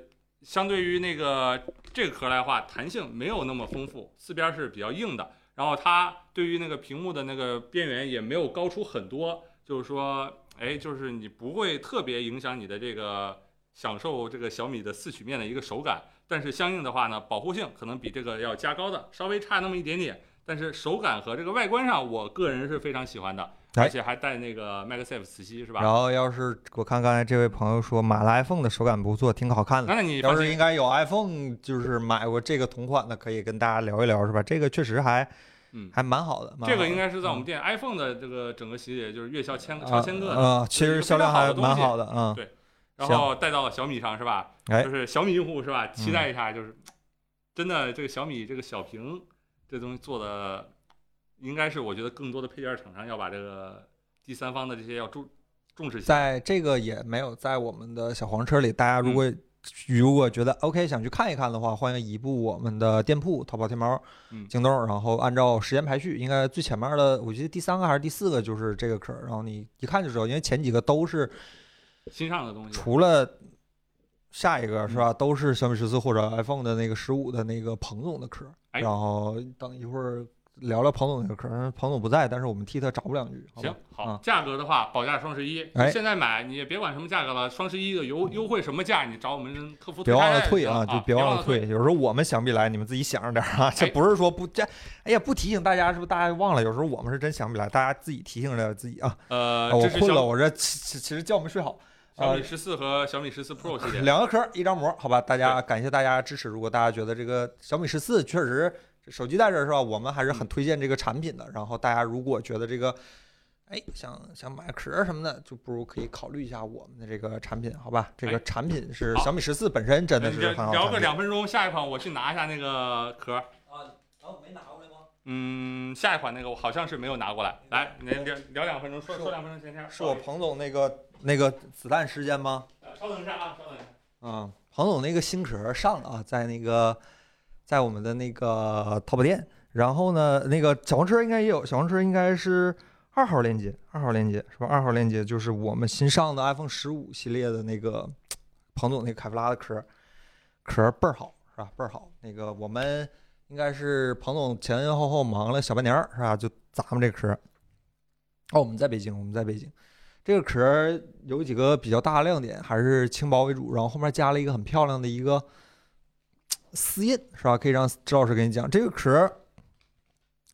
Speaker 4: 相对于那个这个壳来的话，弹性没有那么丰富，四边是比较硬的，然后它对于那个屏幕的那个边缘也没有高出很多，就是说，哎，就是你不会特别影响你的这个享受这个小米的四曲面的一个手感。但是相应的话呢，保护性可能比这个要加高的稍微差那么一点点，但是手感和这个外观上，我个人是非常喜欢的。
Speaker 6: 哎
Speaker 4: 而且还带那个 MagSafe 磁吸是吧？
Speaker 1: 然后要是我看刚才这位朋友说买了 iPhone 的手感不错，挺好看的。
Speaker 4: 那你
Speaker 1: 要
Speaker 4: 放
Speaker 1: 是
Speaker 4: 心，
Speaker 1: 应该有 iPhone，就是买过这个同款的，可以跟大家聊一聊，是吧？这个确实还
Speaker 4: 嗯，
Speaker 1: 还蛮好的。蛮好的
Speaker 4: 这个应该是在我们店 iPhone 的这个整个系列，就是月销千
Speaker 1: 嗯啊
Speaker 4: 超千个的。
Speaker 1: 啊、其实销量还蛮好的，嗯
Speaker 4: 对，然后带到小米上是吧？
Speaker 1: 哎嗯
Speaker 4: 就是小米用户是吧？期待一下，就是、真的这个小米这个小屏这东西做的，应该是我觉得更多的配件厂商要把这个第三方的这些要重重视起来。
Speaker 1: 在这个也没有在我们的小黄车里，大家
Speaker 4: 嗯
Speaker 1: 如果、如果觉得 OK 想去看一看的话，欢迎移步我们的店铺淘宝、天猫、
Speaker 4: 嗯
Speaker 1: 京东，然后按照时间排序，应该最前面的，我觉得第三个还是第四个就是这个壳，然后你一看就知道，因为前几个都是
Speaker 4: 新上的东西，
Speaker 1: 除了下一个是
Speaker 4: 嗯
Speaker 1: 吧，都是小米十四或者 iPhone 的那个十五的那个彭总的壳。
Speaker 4: 哎
Speaker 1: 然后等一会儿聊聊彭总那个壳，彭总不在，但是我们替他找补两句。好吧
Speaker 4: 行，好
Speaker 1: 嗯，
Speaker 4: 价格的话，保价双十一，
Speaker 1: 哎
Speaker 4: 现在买你也别管什么价格了，双十一的优优惠什么价，你找我们客服
Speaker 1: 别忘了退
Speaker 4: 退
Speaker 1: 啊，
Speaker 4: 啊，
Speaker 1: 就
Speaker 4: 别
Speaker 1: 忘
Speaker 4: 了
Speaker 1: 退。。有时候我们想不起来，你们自己想着点儿啊。这
Speaker 4: 哎
Speaker 1: 不是说不这，哎呀，不提醒大家是不是大家忘了？有时候我们是真想不起来，大家自己提醒着点儿自己啊。
Speaker 4: 呃
Speaker 1: 啊，我
Speaker 4: 这是
Speaker 1: 困了，
Speaker 4: 小
Speaker 1: 我这其其其实觉没睡好。
Speaker 4: 小
Speaker 1: 呃
Speaker 4: 米十四和小米十四 Pro 系列，
Speaker 1: 两个壳儿一张膜，好吧，大家感谢大家支持。如果大家觉得这个小米十四确实手机在这儿是吧，我们还是
Speaker 4: 嗯
Speaker 1: 很推荐这个产品的。然后大家如果觉得这个，哎，想想买壳儿什么的，就不如可以考虑一下我们的这个产品，好吧？这个
Speaker 4: 哎
Speaker 1: 产品是
Speaker 4: 好
Speaker 1: 小米十四本身真的是
Speaker 4: 聊
Speaker 1: 很好
Speaker 4: 聊
Speaker 1: 的产
Speaker 4: 个
Speaker 1: 品。
Speaker 4: 两分钟，下一款我去拿一下那个壳。
Speaker 1: 啊，没拿过来吗？
Speaker 4: 嗯，下一款那个我好像是没有拿过来。来，你聊聊两分钟，说
Speaker 1: 是我
Speaker 4: 说两分钟闲天儿。
Speaker 1: 是我彭总那个那个子弹时间吗？
Speaker 4: 呃稍等一下啊，稍等一下。
Speaker 1: 啊，彭总那个新壳上了啊，在那个在我们的那个淘宝店。然后呢，那个小黄车应该也有，小黄车应该是二号链接，二号链接是吧？二号链接就是我们新上的 iPhone 十五系列的那个彭总那个凯夫拉的壳，壳倍儿好是吧？倍儿好。那个我们应该是彭总前前后后忙了小半年儿是吧？就咱们这壳。哦，我们在北京，我们在北京。这个壳儿有几个比较大的亮点，还是轻薄为主，然后后面加了一个很漂亮的一个丝印，是吧？可以让周老师给你讲，这个壳儿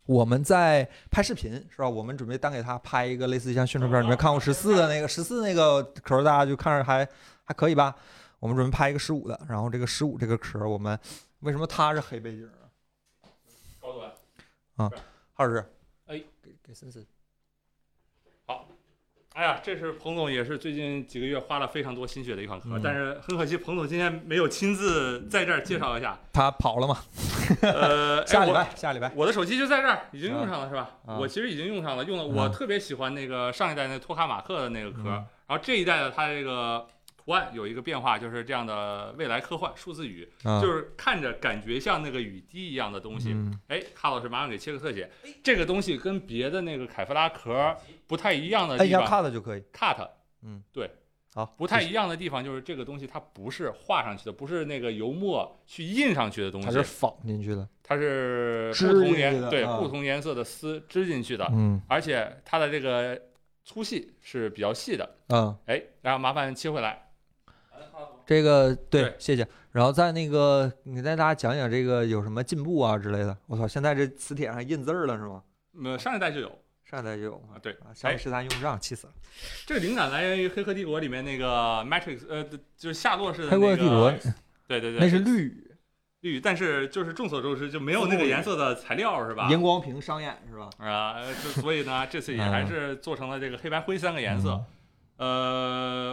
Speaker 1: 我们在拍视频，是吧？我们准备单给他拍一个类似于像宣传片，你们看过十四的那个十四那个壳儿，大家就看着还还可以吧？我们准备拍一个十五的，然后这个十五这个壳儿，我们为什么它是黑背景儿啊？
Speaker 4: 高啊端，
Speaker 1: 二十，
Speaker 7: 哎，
Speaker 1: 给给森森，
Speaker 4: 哎呀，这是彭总也是最近几个月花了非常多心血的一款壳，
Speaker 1: 嗯
Speaker 4: 但是很可惜，彭总今天没有亲自在这儿介绍一下。
Speaker 1: 他跑了嘛？
Speaker 4: 呃，哎
Speaker 1: 嗯下礼
Speaker 4: 我
Speaker 1: 拜，下礼拜，
Speaker 4: 我的手机就在这儿，已经用上了是吧？
Speaker 1: 啊
Speaker 4: 我其实已经用上了，用了。
Speaker 1: 嗯
Speaker 4: 我特别喜欢那个上一代那托卡马克的那个壳，
Speaker 1: 嗯
Speaker 4: 然后这一代的它这个图案有一个变化，就是这样的未来科幻数字雨，
Speaker 1: 啊
Speaker 4: 就是看着感觉像那个雨滴一样的东西。
Speaker 1: 嗯
Speaker 4: 哎，卡老师马上给切个特写，这个东西跟别的那个凯夫拉壳不太呃一样的
Speaker 1: 按一
Speaker 4: 地
Speaker 1: 下
Speaker 4: 方
Speaker 1: cut 就可以，
Speaker 4: ，cut
Speaker 1: 哎嗯，
Speaker 4: 对，
Speaker 1: 好，
Speaker 4: 不太一样的地方就是这个东西它不是画上去的，不是那个油墨去印上去的东
Speaker 1: 它是
Speaker 4: 西，
Speaker 1: 仿进去的，
Speaker 4: 它是
Speaker 1: 织
Speaker 4: 不同
Speaker 1: 进去的
Speaker 4: 颜对
Speaker 1: 啊
Speaker 4: 不同颜色的丝织进去的，
Speaker 1: 嗯
Speaker 4: 而且它的这个粗细是比较细的。
Speaker 1: 嗯，
Speaker 4: 哎，然后麻烦切回来。
Speaker 1: 这个对，
Speaker 4: 对
Speaker 1: 谢谢。然后在那个，你再大家讲讲这个有什么进步啊之类的。我操，现在这磁铁上还印字儿了是吗？
Speaker 4: 呃，上一代就有，
Speaker 1: 上一代就有
Speaker 4: 啊对
Speaker 1: 啊小米
Speaker 4: 哎
Speaker 1: 十三用不上，气死了。
Speaker 4: 这个灵感来源于《黑客帝国》里面那个 Matrix，呃，就是夏洛式的
Speaker 1: 黑
Speaker 4: 那
Speaker 1: 客
Speaker 4: 个。
Speaker 1: 帝国
Speaker 4: 对对对，
Speaker 1: 那是绿雨，
Speaker 4: 绿，但是就是众所周知，就没有那个颜色的材料是吧？
Speaker 1: 荧光屏上眼是吧？
Speaker 4: 啊，就所以呢，这次也
Speaker 1: 嗯
Speaker 4: 还是做成了这个黑白灰三个颜色。
Speaker 1: 嗯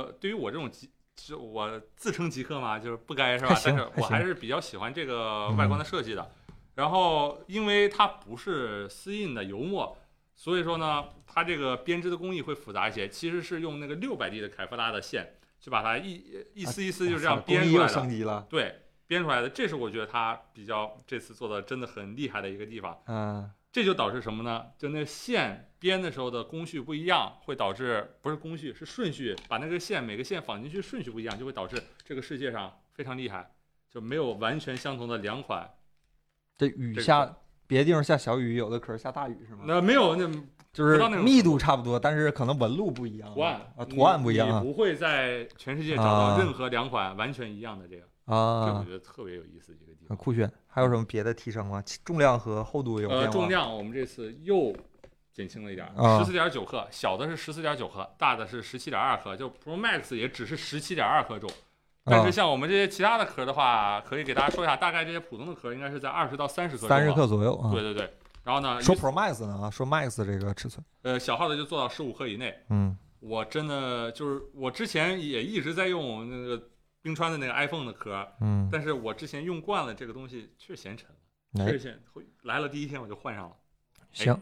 Speaker 4: 呃，对于我这种极，是我自称极客嘛，就是不该是吧
Speaker 1: 还？行
Speaker 4: 但是
Speaker 1: 还
Speaker 4: 我
Speaker 1: 行嗯
Speaker 4: 还是比较喜欢这个外观的设计的。然后，因为它不是丝印的油墨，所以说呢，它这个编织的工艺会复杂一些。其实是用那个六百 D 的凯夫拉的线，去把它一一丝一丝就这
Speaker 1: 哇
Speaker 4: 样
Speaker 1: 塞
Speaker 4: 编
Speaker 1: 啊工艺
Speaker 4: 出来
Speaker 1: 又
Speaker 4: 的。
Speaker 1: 升级了，
Speaker 4: 对，编出来的，这是我觉得它比较这次做的真的很厉害的一个地方。
Speaker 1: 嗯
Speaker 4: 这就导致什么呢？就那线编的时候的工序不一样，会导致不是工序是顺序，把那个线每个线绑进去顺序不一样，就会导致这个世界上非常厉害，就没有完全相同的两款。
Speaker 1: 这雨
Speaker 4: 这个
Speaker 1: 下别地方下小雨，有的壳下大雨是吗？
Speaker 4: 那没有那
Speaker 1: 就
Speaker 4: 不
Speaker 1: 是
Speaker 4: 到那种
Speaker 1: 密
Speaker 4: 程度
Speaker 1: 度差不多，但是可能纹路不一样，
Speaker 4: 图案
Speaker 1: 啊，图案不一样
Speaker 4: 你
Speaker 1: 啊
Speaker 4: 你不会在全世界找
Speaker 1: 啊
Speaker 4: 到任何两款完全一样的这个，这我
Speaker 1: 啊，
Speaker 4: 觉得特别有意思的一个地
Speaker 1: 很
Speaker 4: 方。
Speaker 1: 酷炫。还有什么别的提升吗？重量和厚度有
Speaker 4: 呃，
Speaker 1: 变化
Speaker 4: 重
Speaker 1: 吗？
Speaker 4: 量我们这次又减轻了一点儿，
Speaker 5: 啊
Speaker 4: 十四点九克，小的是十四点九克，大的是十七点二克，就 Pro Max 也只是十七点二克重。
Speaker 1: 啊
Speaker 5: 啊
Speaker 4: 但是像我们这些其他的壳的话，可以给大家说一下，大概这些普通的壳应该是在二十到三十克。
Speaker 5: 三十。克左右啊。
Speaker 4: 对对对。然后呢，
Speaker 5: 说 Pro Max 呢啊，说 Max 这个尺寸，
Speaker 4: 呃，小号的就做到十五克以内。
Speaker 5: 嗯，
Speaker 4: 我真的就是我之前也一直在用那个冰川的那个 iPhone 的壳，
Speaker 5: 嗯，
Speaker 4: 但是我之前用惯了这个东西，确实嫌沉
Speaker 5: 哎
Speaker 4: 了，确实嫌会来了第一天我就换上了。
Speaker 5: 行。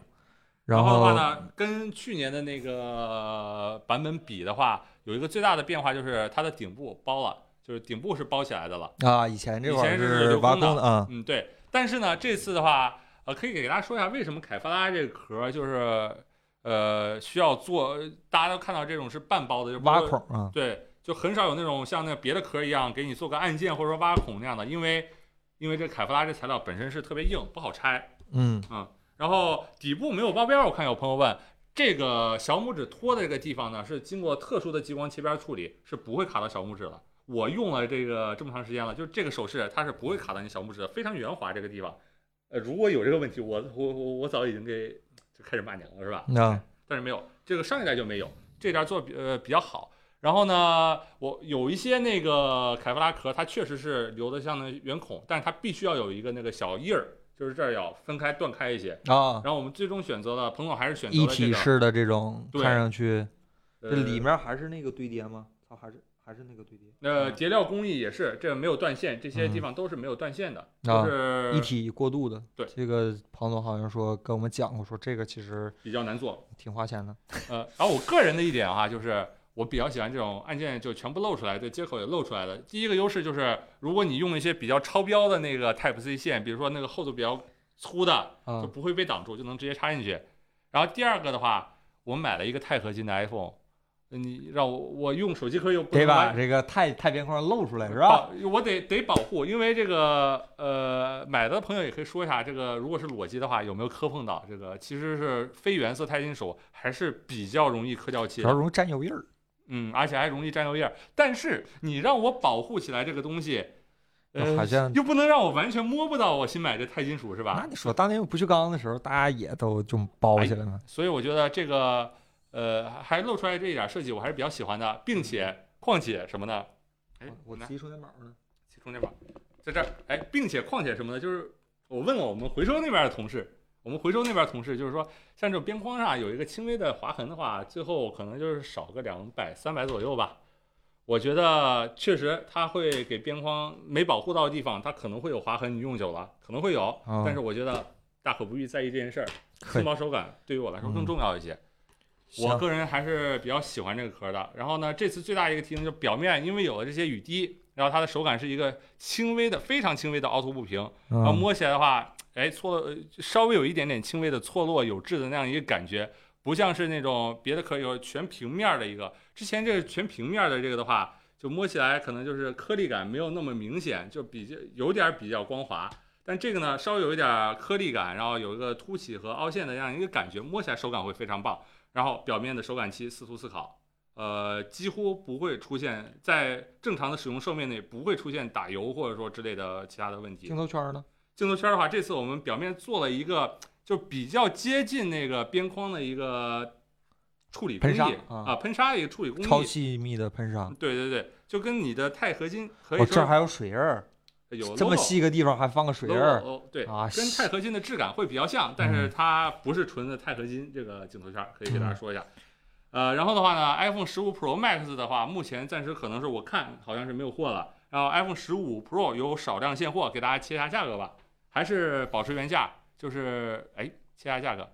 Speaker 4: 然
Speaker 5: 后
Speaker 4: 的话呢，跟去年的那个版本比的话，有一个最大的变化就是它的顶部包了，就是顶部是包起来的了。
Speaker 5: 啊，以前这
Speaker 4: 以
Speaker 5: 块儿
Speaker 4: 前是镂空
Speaker 5: 挖
Speaker 4: 的
Speaker 5: 空的啊，
Speaker 4: 嗯，对。但是呢，这次的话，呃，可以给大家说一下为什么凯夫拉这个壳就是呃需要做，大家都看到这种是半包的，就不
Speaker 5: 挖
Speaker 4: 会
Speaker 5: 孔啊，
Speaker 4: 对，就很少有那种像那别的壳一样给你做个按键或者说挖孔那样的，因为因为这凯夫拉这材料本身是特别硬，不好拆。
Speaker 5: 嗯
Speaker 4: 然后底部没有包边儿，我看有朋友问，这个小拇指托的这个地方呢，是经过特殊的激光切边处理，是不会卡到小拇指了。我用了这个这么长时间了，就是这个手势它是不会卡到你小拇指的，非常圆滑这个地方。呃，如果有这个问题，我我我我早已经给就开始骂娘了，是吧？
Speaker 1: 啊
Speaker 5: 那
Speaker 4: 但是没有这个上一代就没有，这点做比呃比较好。然后呢，我有一些那个凯夫拉壳，它确实是留的像那圆孔，但是它必须要有一个那个小印儿，就是这儿要分开断开一些。
Speaker 5: 啊，
Speaker 4: 然后我们最终选择了，彭总还是选择
Speaker 5: 一
Speaker 4: 了这
Speaker 5: 体
Speaker 4: 个
Speaker 5: 式的这种
Speaker 4: 对
Speaker 5: 看上去
Speaker 4: 呃
Speaker 1: 这里面还是那个堆叠吗？它还是还是那个堆叠。
Speaker 5: 啊
Speaker 4: 呃叠料工艺也是，这个没有断线，这些地方都是没有断线的，
Speaker 5: 啊
Speaker 4: 就是
Speaker 5: 一体过渡的。
Speaker 4: 对
Speaker 5: 这个庞总好像说跟我们讲过，说这个其实
Speaker 4: 比较难做。
Speaker 5: 挺花钱的。
Speaker 4: 呃，然后我个人的一点啊，就是我比较喜欢这种按键就全部露出来，对接口也露出来的。第一个优势就是，如果你用一些比较超标的那个 Type C 线，比如说那个厚度比较粗的，
Speaker 5: 啊
Speaker 4: 就不会被挡住，就能直接插进去。然后第二个的话，我买了一个钛合金的 iPhone，你呃让我我用手机壳又不
Speaker 5: 得
Speaker 4: 能
Speaker 5: 把
Speaker 4: 玩
Speaker 5: 这个钛钛边框露出来是吧？
Speaker 4: 保，我得得保护，因为这个呃，买的朋友也可以说一下，这个如果是裸机的话，有没有磕碰到？这个其实是非原色钛金属还是比较容易磕掉漆
Speaker 5: 主要
Speaker 4: 的，
Speaker 5: 容易沾油印儿。
Speaker 4: 嗯，而且还容易沾油印儿。但是你让我保护起来这个东西，呃，
Speaker 5: 好像
Speaker 4: 又不能让我完全摸不到我新买这钛金属是
Speaker 5: 那
Speaker 4: 吧？
Speaker 5: 你说当年不锈钢的时候，大家也都就包起来了。
Speaker 4: 所以我觉得这个呃，还露出来这一点设计，我还是比较喜欢的，并且况且什么呢？哎，
Speaker 1: 我
Speaker 4: 拿
Speaker 1: 骑充电宝呢。
Speaker 4: 其中这边，在这儿，哎，并且况且什么呢？就是我问了我们回收那边的同事，我们回收那边同事就是说，像这种边框上有一个轻微的划痕的话，最后可能就是少个两百、三百左右吧。我觉得确实它会给边框没保护到的地方，它可能会有划痕，你用久了可能会有，
Speaker 5: 哦
Speaker 4: 但是我觉得大可不必在意这件事儿，
Speaker 5: 可
Speaker 4: 轻
Speaker 5: 以，
Speaker 4: 薄手感对于我来说更重要一些。我
Speaker 5: 行
Speaker 4: 个人还是比较喜欢这个壳的。然后呢，这次最大一个提升就是表面，因为有了这些雨滴，然后它的手感是一个轻微的、非常轻微的凹凸不平，然后
Speaker 5: 嗯
Speaker 4: 啊摸起来的话，哎，错落，呃稍微有一点点轻微的错落有致的那样一个感觉，不像是那种别的壳有全平面的一个。之前这个全平面的这个的话，就摸起来可能就是颗粒感没有那么明显，就比较有点比较光滑。但这个呢，稍微有一点颗粒感，然后有一个凸起和凹陷的这样一个感觉，摸起来手感会非常棒。然后表面的手感期四图四烤，呃，几乎不会出现在正常的使用寿命内不会出现打油或者说之类的其他的问题
Speaker 5: 镜。头圈呢？
Speaker 4: 镜头圈的话，这次我们表面做了一个就比较接近那个边框的一个处理工
Speaker 5: 喷
Speaker 4: 艺
Speaker 5: 砂啊
Speaker 4: 啊、喷砂的一个处理工
Speaker 5: 超
Speaker 4: 艺。
Speaker 5: 细密的喷砂。
Speaker 4: 对对对，就跟你的钛合金可以
Speaker 5: 我哦这
Speaker 4: 说
Speaker 5: 儿还有水印儿，
Speaker 4: 有 logo,
Speaker 5: 这么细个地方还放个水印
Speaker 4: logo，
Speaker 5: 儿，
Speaker 4: 哦，对，
Speaker 5: 啊嗯
Speaker 4: 跟钛合金的质感会比较像，但是它不是纯的钛合金。这个镜头圈可以给大家说一下。呃，然后的话呢，iPhone 十五 Pro Max 的话，目前暂时可能是我看好像是没有货了。然后 iPhone 十五 Pro 有少量现货，给大家切一下价格吧，还是保持原价，就是哎，切一下价格，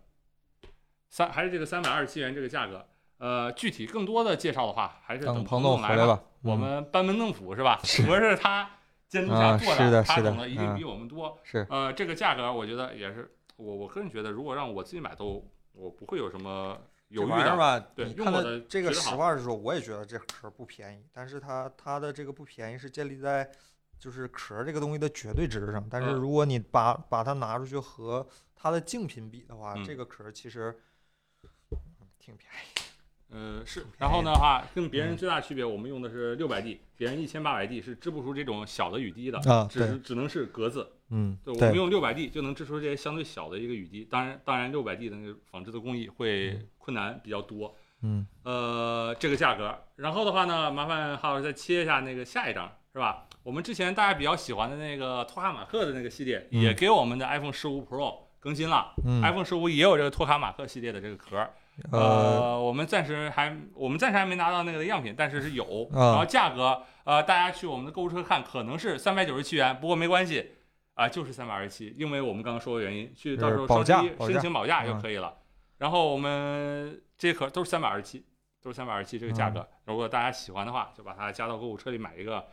Speaker 4: 三还是这个三百二十七元这个价格。呃，具体更多的介绍的话，还是
Speaker 5: 等
Speaker 4: 彭
Speaker 5: 彭总回
Speaker 4: 来
Speaker 5: 来
Speaker 4: 吧。
Speaker 5: 吧。
Speaker 4: 我
Speaker 5: 嗯
Speaker 4: 们班门弄斧是吧？不是他监督下
Speaker 5: 啊
Speaker 4: 做
Speaker 5: 是的
Speaker 4: 他
Speaker 5: 是的
Speaker 4: 懂得一定
Speaker 5: 嗯
Speaker 4: 比我们多。
Speaker 5: 是
Speaker 4: 呃，这个价格我觉得也是，我我个人觉得，如果让我自己买都，我不会有什么犹
Speaker 1: 这
Speaker 4: 豫
Speaker 1: 玩意儿
Speaker 4: 的。
Speaker 1: 吧，
Speaker 4: 对
Speaker 1: 你
Speaker 4: 用
Speaker 1: 看
Speaker 4: 我
Speaker 1: 它
Speaker 4: 的
Speaker 1: 这个，
Speaker 4: 觉得
Speaker 1: 实
Speaker 4: 好
Speaker 1: 话实说，我也觉得这壳儿不便宜，但是它它的这个不便宜是建立在就是壳儿这个东西的绝对值上。但是
Speaker 4: 嗯
Speaker 1: 如果你把把它拿出去和它的竞品比的话，
Speaker 4: 嗯
Speaker 1: 这个壳儿其实挺便宜。
Speaker 4: 呃，是。然后的话，跟别人最大区别，我们用的是六百 D，别人一千八百 D 是织不出这种小的雨滴的，
Speaker 1: 啊，
Speaker 4: 只
Speaker 1: 对
Speaker 4: 是，只能是格子。
Speaker 1: 嗯，
Speaker 4: 对，我们用六百 D 就能织出这些相对小的一个雨滴。当然，当然六百 D 的那个纺织的工艺会困难比较多。
Speaker 1: 嗯，
Speaker 4: 呃，这个价格。然后的话呢，麻烦浩老师再切一下那个下一张，是吧？我们之前大家比较喜欢的那个托卡马克的那个系列，
Speaker 1: 嗯
Speaker 4: 也给我们的 iPhone 十五 Pro 更新了。
Speaker 1: 嗯
Speaker 4: iPhone 十五也有这个托卡马克系列的这个壳。
Speaker 1: 呃，
Speaker 4: 呃，我们暂时还我们暂时还没拿到那个的样品，但是是有。
Speaker 1: 啊
Speaker 4: 然后价格，呃，大家去我们的购物车看，可能是三百九十七元，不过没关系，啊、就是三百二十七，因为我们刚刚说的原因，去到时候
Speaker 1: 是保
Speaker 4: 双
Speaker 1: 价
Speaker 4: 十一
Speaker 1: 保价
Speaker 4: 申请保价就
Speaker 1: 嗯
Speaker 4: 可以了。然后我们这些壳都是三百二十七，都是三百二十七这个价
Speaker 1: 嗯
Speaker 4: 格。如果大家喜欢的话，就把它加到购物车里买一个。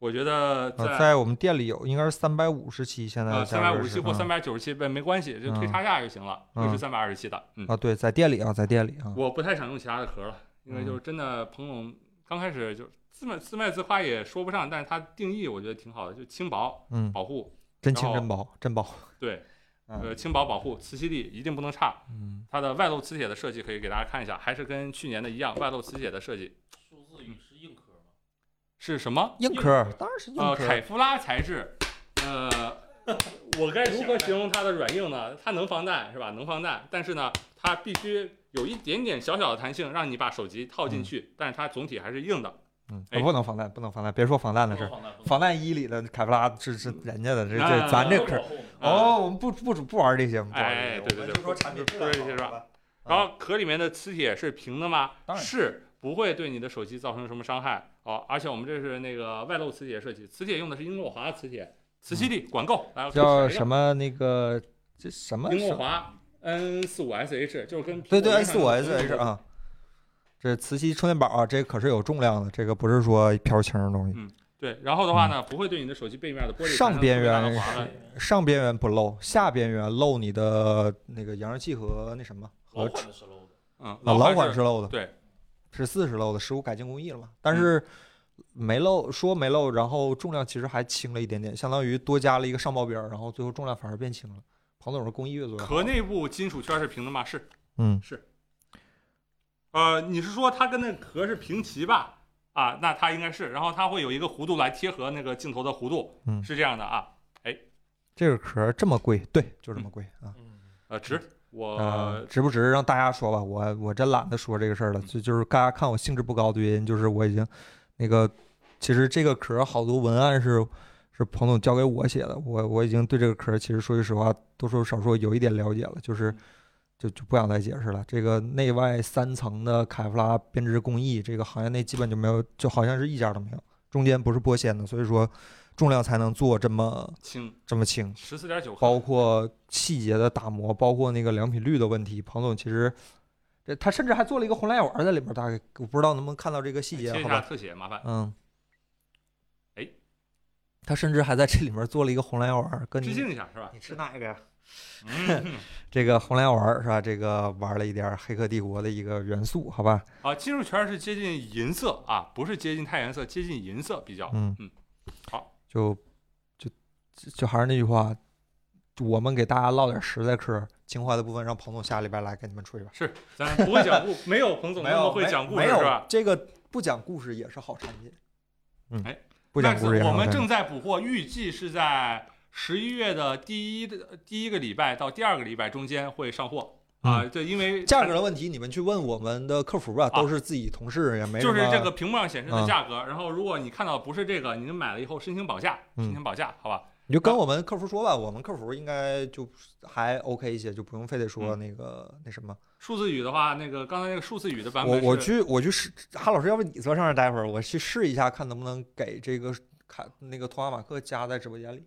Speaker 4: 我觉得
Speaker 1: 呃
Speaker 4: 在
Speaker 1: 在我们店里有，应该是三百五十七，现在
Speaker 4: 呃
Speaker 1: 的价
Speaker 4: 三
Speaker 1: 格
Speaker 4: 百五十七
Speaker 1: 是
Speaker 4: 或
Speaker 1: 嗯
Speaker 4: 三百九十七不没关系，就退
Speaker 1: 嗯
Speaker 4: 差价就行了，
Speaker 1: 嗯
Speaker 4: 会是三百二十七的。嗯，
Speaker 1: 啊，对，在店里啊，在店里啊，
Speaker 4: 我不太想用其他的壳了，因为
Speaker 1: 嗯
Speaker 4: 就是真的彭总刚开始就自卖自卖自夸也说不上，但是它定义我觉得挺好的，就轻薄
Speaker 1: 嗯，
Speaker 4: 保护，
Speaker 1: 真
Speaker 4: 然
Speaker 1: 轻
Speaker 4: 后
Speaker 1: 真薄，真薄，
Speaker 4: 对，
Speaker 1: 嗯
Speaker 4: 呃，轻薄保护，磁吸力一定不能差。
Speaker 1: 嗯，
Speaker 4: 它的外露磁铁的设计可以给大家看一下，还是跟去年的一样，外露磁铁的设计
Speaker 3: 数字雨是硬壳吗？
Speaker 4: 是什么？
Speaker 1: 硬
Speaker 3: 硬
Speaker 1: 壳儿当然是硬
Speaker 4: 呃，
Speaker 1: 壳儿，
Speaker 4: 凯夫拉材质，呃，我该如何形容它的软硬呢？它能防弹是吧？能防弹，但是呢，它必须有一点点小小的弹性，让你把手机套进去，但是它总体还是硬的。
Speaker 1: 嗯，
Speaker 4: 哎哦
Speaker 1: 不能防弹，不能防弹，别说防弹的事儿，
Speaker 3: 防弹
Speaker 1: 防弹衣里的凯夫拉是是人家的，这
Speaker 4: 啊
Speaker 1: 这咱这壳儿，
Speaker 4: 啊
Speaker 1: 哦，我们不不不玩这些，不玩这些
Speaker 4: 哎，对对对，不是这些是吧？？
Speaker 1: 嗯
Speaker 4: 然后壳里面的磁铁是平的吗？
Speaker 1: 当然
Speaker 4: 是，不会对你的手机造成什么伤害哦。而且我们这是那个外露磁铁设计，磁铁用的是英诺华磁铁，磁吸力管够，来
Speaker 1: 嗯叫什
Speaker 4: 么？
Speaker 1: 么那个这什么？
Speaker 4: 英诺华 N 四五 SH 就是跟
Speaker 1: 对
Speaker 4: 苹
Speaker 1: 对
Speaker 4: 果
Speaker 1: N 四五
Speaker 4: 原厂
Speaker 1: S
Speaker 4: 的同
Speaker 1: H
Speaker 4: 样
Speaker 1: 啊，这磁吸充电宝啊，这可是有重量的，这个不是说飘轻的东西。
Speaker 4: 对，然后的话呢，不会对你的手机背面的玻璃
Speaker 1: 嗯上边缘
Speaker 4: 产生特别大的划痕。
Speaker 1: 上边缘不漏，下边缘漏你的那个扬声器和那什么
Speaker 3: 老
Speaker 1: 和
Speaker 3: 款的是 low 的，
Speaker 4: 嗯，
Speaker 1: 啊老
Speaker 4: 款
Speaker 1: 款是漏的，
Speaker 4: 对，
Speaker 1: 是四是漏的，十五改进工艺了嘛？但是没漏，说没漏，然后重量其实还轻了一点点，相当于多加了一个上包边儿，然后最后重量反而变轻了。彭总的工艺越做越好，
Speaker 4: 壳内部金属圈是平的吗？是。
Speaker 1: 嗯，
Speaker 4: 呃，你是说它跟那壳是平齐吧？啊，那它应该是，然后它会有一个弧度来贴合那个镜头的弧度，
Speaker 1: 嗯
Speaker 4: 是这样的啊，
Speaker 1: 这个壳儿这么贵，对，就这么贵啊。
Speaker 3: 嗯，
Speaker 4: 呃，值，我、
Speaker 1: 呃，值不值让大家说吧，我我真懒得说这个事儿了。就就是大家看我兴致不高的原因，就是我已经那个，其实这个壳儿好多文案是是彭总交给我写的，我我已经对这个壳儿其实说句实话，多说少说有一点了解了，就是就就不想再解释了。这个内外三层的凯夫拉编织工艺，这个行业内基本就没有，就好像是一家都没有，中间不是剥纤的，所以说重量才能做这么
Speaker 4: 轻
Speaker 1: 这么轻。
Speaker 4: 十四点九，
Speaker 1: 包括细节的打磨，包括那个良品率的问题，彭总其实这他甚至还做了一个红蓝眼丸在里边，大概我不知道能不能看到这个细节，
Speaker 4: 切一
Speaker 1: 好
Speaker 4: 下
Speaker 1: 吧？
Speaker 4: 特写，麻烦。
Speaker 1: 嗯，
Speaker 4: 哎，
Speaker 1: 他甚至还在这里面做了一个红蓝眼丸，跟
Speaker 4: 致
Speaker 1: 你
Speaker 4: 敬一下是吧？
Speaker 1: 你吃哪个呀？
Speaker 4: 嗯，
Speaker 1: 这个红蓝眼丸是吧？这个玩了一点《黑客帝国》的一个元素，好吧？
Speaker 4: 啊，金属圈是接近银色啊，不是接近太原色，接近银色比较。
Speaker 1: 嗯
Speaker 4: 嗯，好，
Speaker 1: 就就就就还是那句话，我们给大家唠点实在嗑儿，情怀的部分让彭总下礼拜来给你们吹吧。
Speaker 4: 是，咱不 会讲故，没有彭总那么会讲故事
Speaker 1: 没
Speaker 4: 是
Speaker 1: 有
Speaker 4: 吧？
Speaker 1: 这个不讲故事也是好产品。嗯，
Speaker 4: 哎，
Speaker 1: 不讲故事也是
Speaker 4: 我
Speaker 1: 好
Speaker 4: 们
Speaker 1: 产品。
Speaker 4: 正在补货，预计是在十一月的第一的第一个礼拜到第二个礼拜中间会上货
Speaker 1: 嗯
Speaker 4: 啊。对，因为
Speaker 1: 价格的问题，你们去问我们的客服吧，
Speaker 4: 啊
Speaker 1: 都是自己同事，也没
Speaker 4: 就是
Speaker 1: 什么
Speaker 4: 这个屏幕上显示的
Speaker 1: 啊
Speaker 4: 价格，然后如果你看到不是这个，你买了以后申请保价，
Speaker 1: 嗯
Speaker 4: 申请保价，好吧？
Speaker 1: 你就跟我们客服说吧，我们客服应该就还 OK 一些，就不用非得说
Speaker 4: 嗯
Speaker 1: 那个、那什么。
Speaker 4: 数字语的话，那个刚才那个数字语的版
Speaker 1: 我
Speaker 4: 本
Speaker 1: 我
Speaker 4: 是
Speaker 1: 去我去试，哈老师，要不你坐上面待会儿，我去试一下，看能不能给这个卡那个托马马克加在直播间里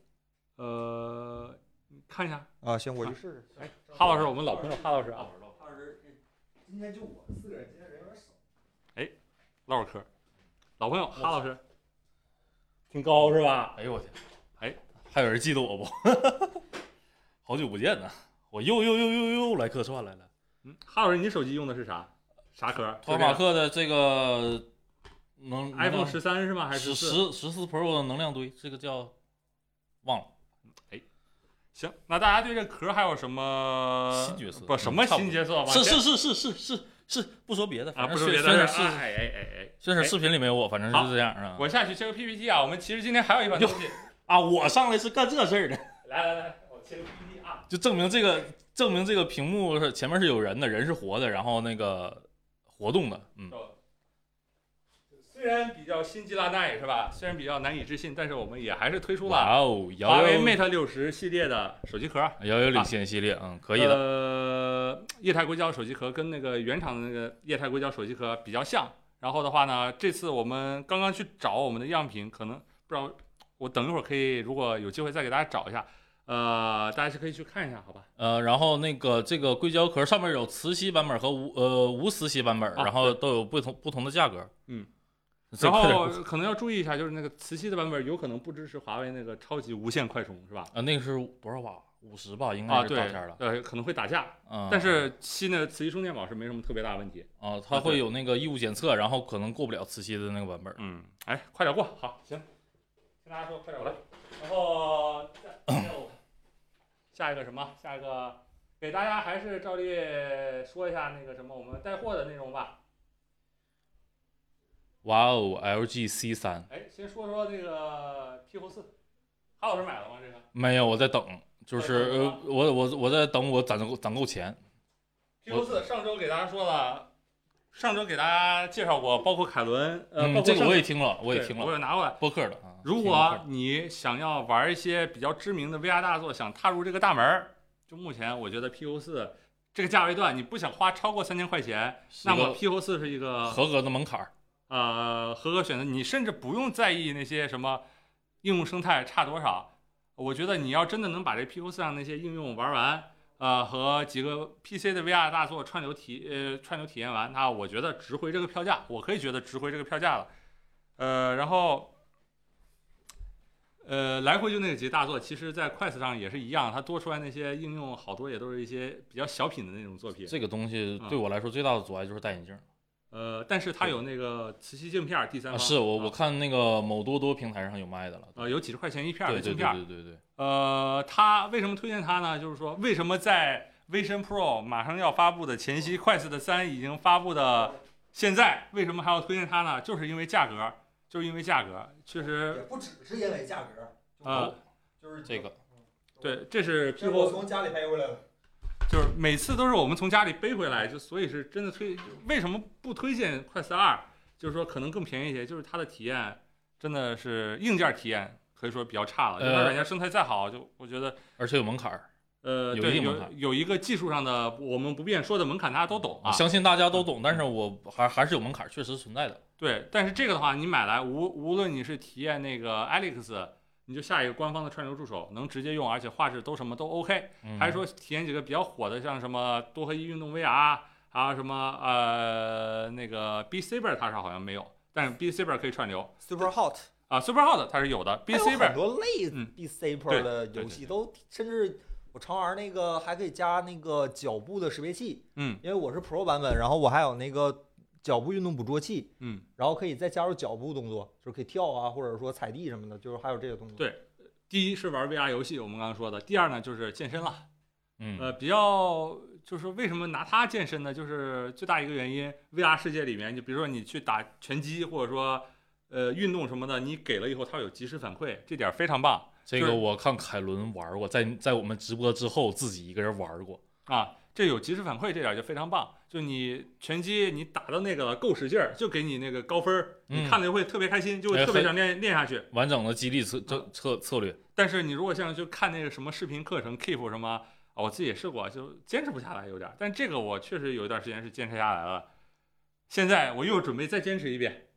Speaker 4: 呃，你看一下，
Speaker 1: 啊。行，我去试试。
Speaker 4: 哎，哈老师，我们老朋友哈老师啊，
Speaker 3: 嗯
Speaker 1: 哈老师，今天就我四个人，今天人有点少。
Speaker 4: 唠会儿嗑，老朋友哈老师，挺高是吧？
Speaker 3: 哎呦我天，
Speaker 4: 哎，
Speaker 3: 还有人记得我不？ 好久不见呢，我又又又又又来客串来了。
Speaker 4: 嗯，哈老师，你手机用的是啥？啥壳？
Speaker 3: 托马克的这个能
Speaker 4: iPhone 十三是吗？还是
Speaker 3: 十十
Speaker 4: 14
Speaker 3: 十四 Pro 的能量堆，这个叫忘了。
Speaker 4: 行，那大家对这壳还有什么
Speaker 3: 新角色
Speaker 4: 不，什么
Speaker 3: 差不多
Speaker 4: 新角色吧？
Speaker 3: 是
Speaker 4: 先
Speaker 3: 是是是是是是不说别的，
Speaker 4: 啊，
Speaker 3: 反
Speaker 4: 不
Speaker 3: 正
Speaker 4: 说
Speaker 3: 宣
Speaker 4: 别
Speaker 3: 宣
Speaker 4: 的，但
Speaker 3: 传
Speaker 4: 是
Speaker 3: 视
Speaker 4: 哎哎哎哎，
Speaker 3: 宣传视频里面我反正
Speaker 4: 好
Speaker 3: 是这样啊。
Speaker 4: 我下去切个 PPT 啊。我们其实今天还有一款东西，
Speaker 3: 啊，我上来是干这事儿的，
Speaker 4: 来来来，我切个 PPT 啊。
Speaker 3: 就证明这个证明这个屏幕是前面是有人的，人是活的，然后那个活动的，嗯，
Speaker 4: 虽然比较心机拉奈是吧？虽然比较难以置信，但是我们也还是推出了
Speaker 3: 哇哦，
Speaker 4: 华
Speaker 3: 遥
Speaker 4: 为
Speaker 3: 遥
Speaker 4: Mate 啊六十系列的手机壳，
Speaker 3: 遥遥领先系列，嗯，可
Speaker 4: 可
Speaker 3: 以的，
Speaker 4: 呃，液态硅胶手机壳跟那个原厂的那个液态硅胶手机壳比较像。然后的话呢，这次我们刚刚去找我们的样品，可能不知道，我等一会儿可以，如果有机会再给大家找一下。呃，大家是可以去看一下，好吧？
Speaker 3: 呃，然后那个这个硅胶壳上面有磁吸版本和无呃无磁吸版本，
Speaker 4: 啊
Speaker 3: 然后都有不同不同的价格。
Speaker 4: 嗯，
Speaker 3: 这
Speaker 4: 然
Speaker 3: 快点
Speaker 4: 后可能要注意一下，就是那个磁吸的版本有可能不支持华为那个超级无线快充，是吧？
Speaker 3: 啊，那个是多少瓦？五十吧，应
Speaker 4: 啊，
Speaker 3: 该是
Speaker 4: 对
Speaker 3: 到线了，。
Speaker 4: 呃，可能会打架，
Speaker 3: 嗯，
Speaker 4: 但是吸那个磁吸充电宝是没什么特别大问题。
Speaker 3: 啊，它会有那个异物检测，然后可能过不了磁吸的那个版本。
Speaker 4: 嗯，哎，快点过，好，行，跟大家说快点过来，然后再还有下一个什么？下一个给大家还是照例说一下那个什么我们带货的内容吧。
Speaker 3: 哇哦，LG C 三
Speaker 4: 哎，先说说那个 P 4四，哈老师买了吗？这个
Speaker 3: 没有，我在等，就是
Speaker 4: 在等
Speaker 3: 呃
Speaker 4: 吗，
Speaker 3: 我我我在等我攒够攒够钱。
Speaker 4: P 4四上周给大家说了，上周给大家介绍过，包括凯伦，呃，
Speaker 3: 嗯，
Speaker 4: 包括
Speaker 3: 这个
Speaker 4: 上
Speaker 3: 我也听了，我也
Speaker 4: 对
Speaker 3: 听
Speaker 4: 我
Speaker 3: 了
Speaker 4: 也拿过来。
Speaker 3: 播客的啊。
Speaker 4: 如
Speaker 3: 听播客
Speaker 4: 果
Speaker 3: 的
Speaker 4: 你想要玩一些比较知名的 VR 大作，想踏入这个大门儿，就目前我觉得 PO 四这个价位段，你不想花超过三千块钱，
Speaker 3: 是
Speaker 4: 那么
Speaker 3: 个
Speaker 4: PO 四是一个
Speaker 3: 合格的门槛儿，
Speaker 4: 呃合格选择。你甚至不用在意那些什么应用生态差多少，我觉得你要真的能把这 PO 四上那些应用玩完。呃，和几个 PC 的 VR 大作串流体呃串流体验完，那我觉得值回这个票价，我可以觉得值回这个票价了。呃，然后呃，来回就那个几大作，其实在 Quest 上也是一样，它多出来那些应用好多也都是一些比较小品的那种作品。
Speaker 3: 这个东西
Speaker 4: 啊
Speaker 3: 对我来说最大的阻碍就是戴眼镜。
Speaker 4: 呃，但是它有那个磁吸镜片儿，第三
Speaker 3: 啊，
Speaker 4: 方、
Speaker 3: 是我我
Speaker 4: 啊
Speaker 3: 看那个某多多平台上有卖的了。
Speaker 4: 呃有几十块钱一片儿
Speaker 3: 对
Speaker 4: 的
Speaker 3: 对
Speaker 4: 镜
Speaker 3: 对
Speaker 4: 片儿。
Speaker 3: 对对对，
Speaker 4: 呃，它为什么推荐它呢？就是说为什么在 Vision Pro 马上要发布的前夕，Quest 三已经发布的现在，为什么还要推荐它呢？就是因为价格，就是因为价格，确
Speaker 5: 也
Speaker 4: 实
Speaker 5: 不只是因为价格，
Speaker 3: 哦
Speaker 4: 呃，
Speaker 5: 就是
Speaker 3: 这个
Speaker 4: 对，这是
Speaker 5: 这是我
Speaker 4: P4
Speaker 5: 从家里背回来的。
Speaker 4: 就是每次都是我们从家里背回来，就所以是真的推。为什么不推荐快四二？就是说可能更便宜一些，就是它的体验真的是硬件体验可以说比较差了。就
Speaker 3: 呃
Speaker 4: 它软件生态再好，就我觉得
Speaker 3: 而且有门槛儿，
Speaker 4: 呃，
Speaker 3: 有一
Speaker 4: 对
Speaker 3: 定门
Speaker 4: 有
Speaker 3: 槛
Speaker 4: 有一个技术上的我们不便说的门槛，大家都懂啊。
Speaker 3: 相信大家都懂，但是我还还是有门槛儿，确实存在的。
Speaker 4: 对，但是这个的话，你买来无无论你是体验那个 Alex，你就下一个官方的串流助手，能直接用，而且画质都什么都 OK。
Speaker 3: 嗯
Speaker 4: 还是说体验几个比较火的，像什么多合一运动 VR，还有什么呃那个 B Saber，它是好像没有，但是 B Saber 可以串流
Speaker 1: Super Hot
Speaker 4: 啊，Super Hot 它是有的，B
Speaker 1: 还有很
Speaker 3: 哎
Speaker 4: Saber
Speaker 1: 多类
Speaker 4: 嗯
Speaker 1: B C p e r 的
Speaker 4: 对
Speaker 1: 游戏都，甚至我常玩那个还可以加那个脚步的识别器，
Speaker 4: 嗯，
Speaker 1: 因为我是 Pro 版本，然后我还有那个脚步运动捕捉器，
Speaker 4: 嗯，
Speaker 1: 然后可以再加入脚步动作，就是可以跳啊，或者说踩地什么的，就是还有这个动作。
Speaker 4: 对第一是玩 VR 游戏，我们刚刚说的，第二呢就是健身了，
Speaker 3: 嗯
Speaker 4: 呃，比较就是为什么拿它健身呢？就是最大一个原因，VR 世界里面，就比如说你去打拳击或者说呃运动什么的，你给了以后它有及时反馈，这点儿非常棒。
Speaker 3: 这
Speaker 4: 就
Speaker 3: 个
Speaker 4: 是
Speaker 3: 我看凯伦玩过，在在我们直播之后自己一个人玩过。
Speaker 4: 啊，这有及时反馈，这点就非常棒。就你拳击你打到那个够使劲儿，就给你那个高分儿，
Speaker 3: 嗯
Speaker 4: 你看了就会特别开心，就
Speaker 3: 哎
Speaker 4: 会特别
Speaker 3: 很
Speaker 4: 想练练下去。
Speaker 3: 完整的激励策策
Speaker 4: 嗯
Speaker 3: 策策略，
Speaker 4: 但是你如果像就看那个什么视频课程 Keep 什么，啊我自己也试过，就坚持不下来有点儿。但这个我确实有一段时间是坚持下来了，现在我又准备再坚持一遍。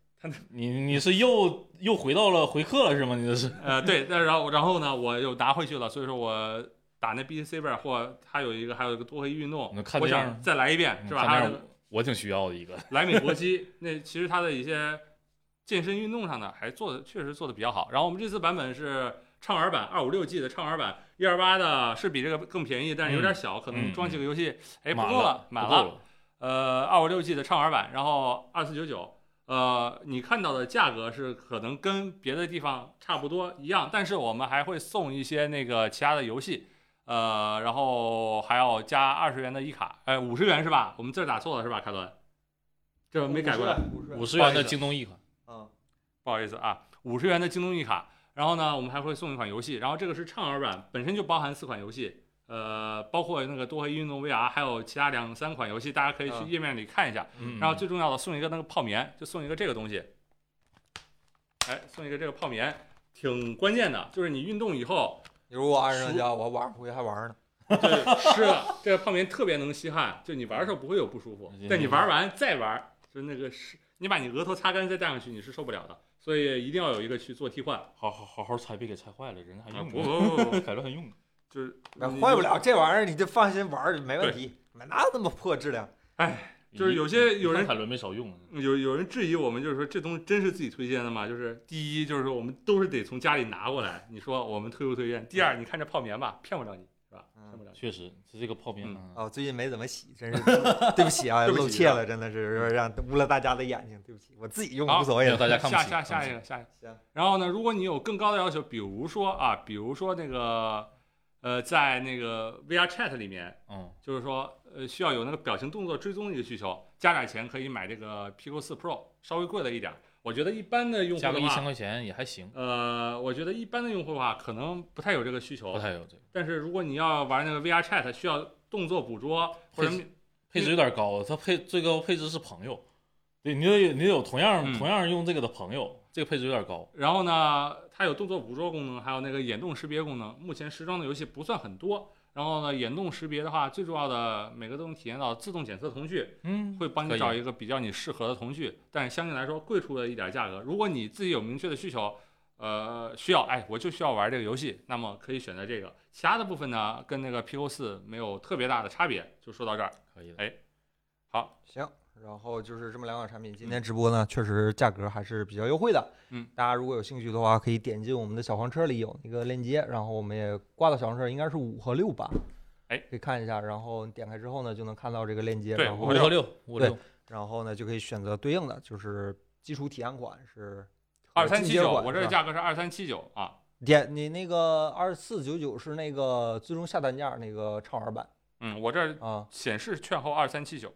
Speaker 3: 你你是又又回到了回课了是吗？你这是
Speaker 4: 呃，对，但然后然后呢，我又拿回去了，所以说我。打那 B C 本或它有一个，还有一个多回运动
Speaker 3: 那，看
Speaker 4: 哦我
Speaker 3: 这样
Speaker 4: 想再来一遍，是吧？
Speaker 3: 看
Speaker 4: 还
Speaker 3: 那
Speaker 4: 有
Speaker 3: 样
Speaker 4: 那个
Speaker 3: 我挺需要的一个。
Speaker 4: 莱美搏击，那其实它的一些健身运动上呢，还做的确实做的比较好。然后我们这次版本是畅玩版，二五六 G 的畅玩版，一二八的是比这个更便宜，但是有点小，可能装几个游戏，哎，不
Speaker 3: 嗯满
Speaker 4: 够了，满
Speaker 3: 不够了。
Speaker 4: 呃，二五六 G 的畅玩版，然后二四九九，呃，你看到的价格是可能跟别的地方差不多一样，但是我们还会送一些那个其他的游戏，呃，然后还要加二十元的一卡，哎、5五十元是吧？我们字儿打错了是吧，凯伦？这没改过来，
Speaker 1: 五十元
Speaker 3: 五十元的京东一款，
Speaker 5: 嗯
Speaker 1: 啊，
Speaker 4: 不好意思啊，五十元的京东一卡。然后呢，我们还会送一款游戏，然后这个是畅玩版，本身就包含四款游戏，呃，包括那个多维运动 VR，还有其他两三款游戏，大家可以去
Speaker 1: 嗯
Speaker 4: 页面里看一下。
Speaker 3: 嗯
Speaker 4: 然后最重要的送一个那个泡棉，就送一个这个东西，哎，送一个这个泡棉，挺关键的，就是你运动以后，
Speaker 1: 你如果安上家，我晚上回去还玩呢。
Speaker 4: 对，湿了，这个泡棉特别能吸汗，就你玩的时候不会有不舒服
Speaker 3: 嗯，
Speaker 4: 但你玩完再玩，就是那个湿，你把你额头擦干再戴上去，你是受不了的，所以一定要有一个去做替换。
Speaker 3: 好好好好拆，别给拆坏了，人家还
Speaker 4: 啊
Speaker 3: 用
Speaker 4: 不
Speaker 3: 呢，
Speaker 4: 不不不，
Speaker 3: 改了还用呢。
Speaker 4: 就是
Speaker 1: 那哎坏不了这玩意儿，你就放心玩儿没问题。哪有那么破质量？
Speaker 4: 就是有些有人
Speaker 3: 你看凯伦没少用啊，
Speaker 4: 有有人质疑我们，就是说这东西真是自己推荐的吗？就是第一，就是说我们都是得从家里拿过来，你说我们推不推荐？第二，你看这泡棉吧，骗不了你，是吧？
Speaker 1: 嗯
Speaker 4: 骗不了你。
Speaker 3: 确实是这个泡面
Speaker 4: 嗯
Speaker 3: 啊。
Speaker 1: 啊，最近没怎么洗，真是对不起啊，
Speaker 4: 对不起
Speaker 1: 露怯了，真的是让污了大家的眼睛，对不起，我自己用
Speaker 4: 好
Speaker 1: 无所谓了。
Speaker 3: 大家看不
Speaker 4: 下
Speaker 3: 起。
Speaker 4: 下下一
Speaker 3: 个，
Speaker 4: 个，下一个。
Speaker 1: 行。
Speaker 4: 然后呢，如果你有更高的要求，比如说啊，比如说那个，呃，在那个 VR Chat 里面，
Speaker 3: 嗯，
Speaker 4: 就是说，呃，需要有那个表情动作追踪的一个需求，加点钱可以买这个 Pico 4 Pro，稍微贵了一点儿。我觉得一般的用户
Speaker 3: 加个
Speaker 4: 的
Speaker 3: 一千
Speaker 4: 话，
Speaker 3: 块钱也还行，
Speaker 4: 呃，我觉得一般的用户的话，可能不太有这个需求
Speaker 3: 不。太有这个
Speaker 4: 但是如果你要玩那个 VR Chat，需要动作捕捉或者
Speaker 3: 配置配置有点高，它配最高配置是朋友，对你得有你得有同样
Speaker 4: 嗯
Speaker 3: 同样用这个的朋友，这个配置有点高。
Speaker 4: 然后呢，它有动作捕捉功能，还有那个眼动识别功能。目前时装的游戏不算很多。然后呢，眼动识别的话，最重要的每个都能体验到自动检测瞳距，
Speaker 3: 嗯，
Speaker 4: 会帮
Speaker 3: 可
Speaker 4: 你
Speaker 3: 以
Speaker 4: 找一个比较你适合的瞳距，但是相对来说贵出了一点价格。如果你自己有明确的需求，呃，需要，哎，我就需要玩这个游戏，那么可以选择这个。其他的部分呢，跟那个 Pico 4没有特别大的差别。就说到这儿，
Speaker 3: 可以的。
Speaker 1: 行，然后就是这么两款产品，今天直播呢，确实价格还是比较优惠的。
Speaker 4: 嗯，
Speaker 1: 大家如果有兴趣的话，可以点进我们的小黄车里有一个链接，然后我们也挂到小黄车，应该是五和六吧？
Speaker 4: 哎，
Speaker 1: 可以看一下。然后你点开之后呢，就能看到这个链接，
Speaker 4: 对
Speaker 1: 然
Speaker 3: 五
Speaker 1: 后
Speaker 3: 和六，五和六，
Speaker 1: 然后呢就可以选择对应的，就是基础体验款是
Speaker 4: 二三七
Speaker 1: 进阶
Speaker 4: 九，
Speaker 1: 款
Speaker 4: 我这
Speaker 1: 是
Speaker 4: 个
Speaker 1: 吧
Speaker 4: 价格是二三七九啊，
Speaker 1: 点你那个二四九九是那个最终下单价那个畅玩版
Speaker 4: 嗯，我这儿
Speaker 1: 啊。
Speaker 4: 显示券后二三七九。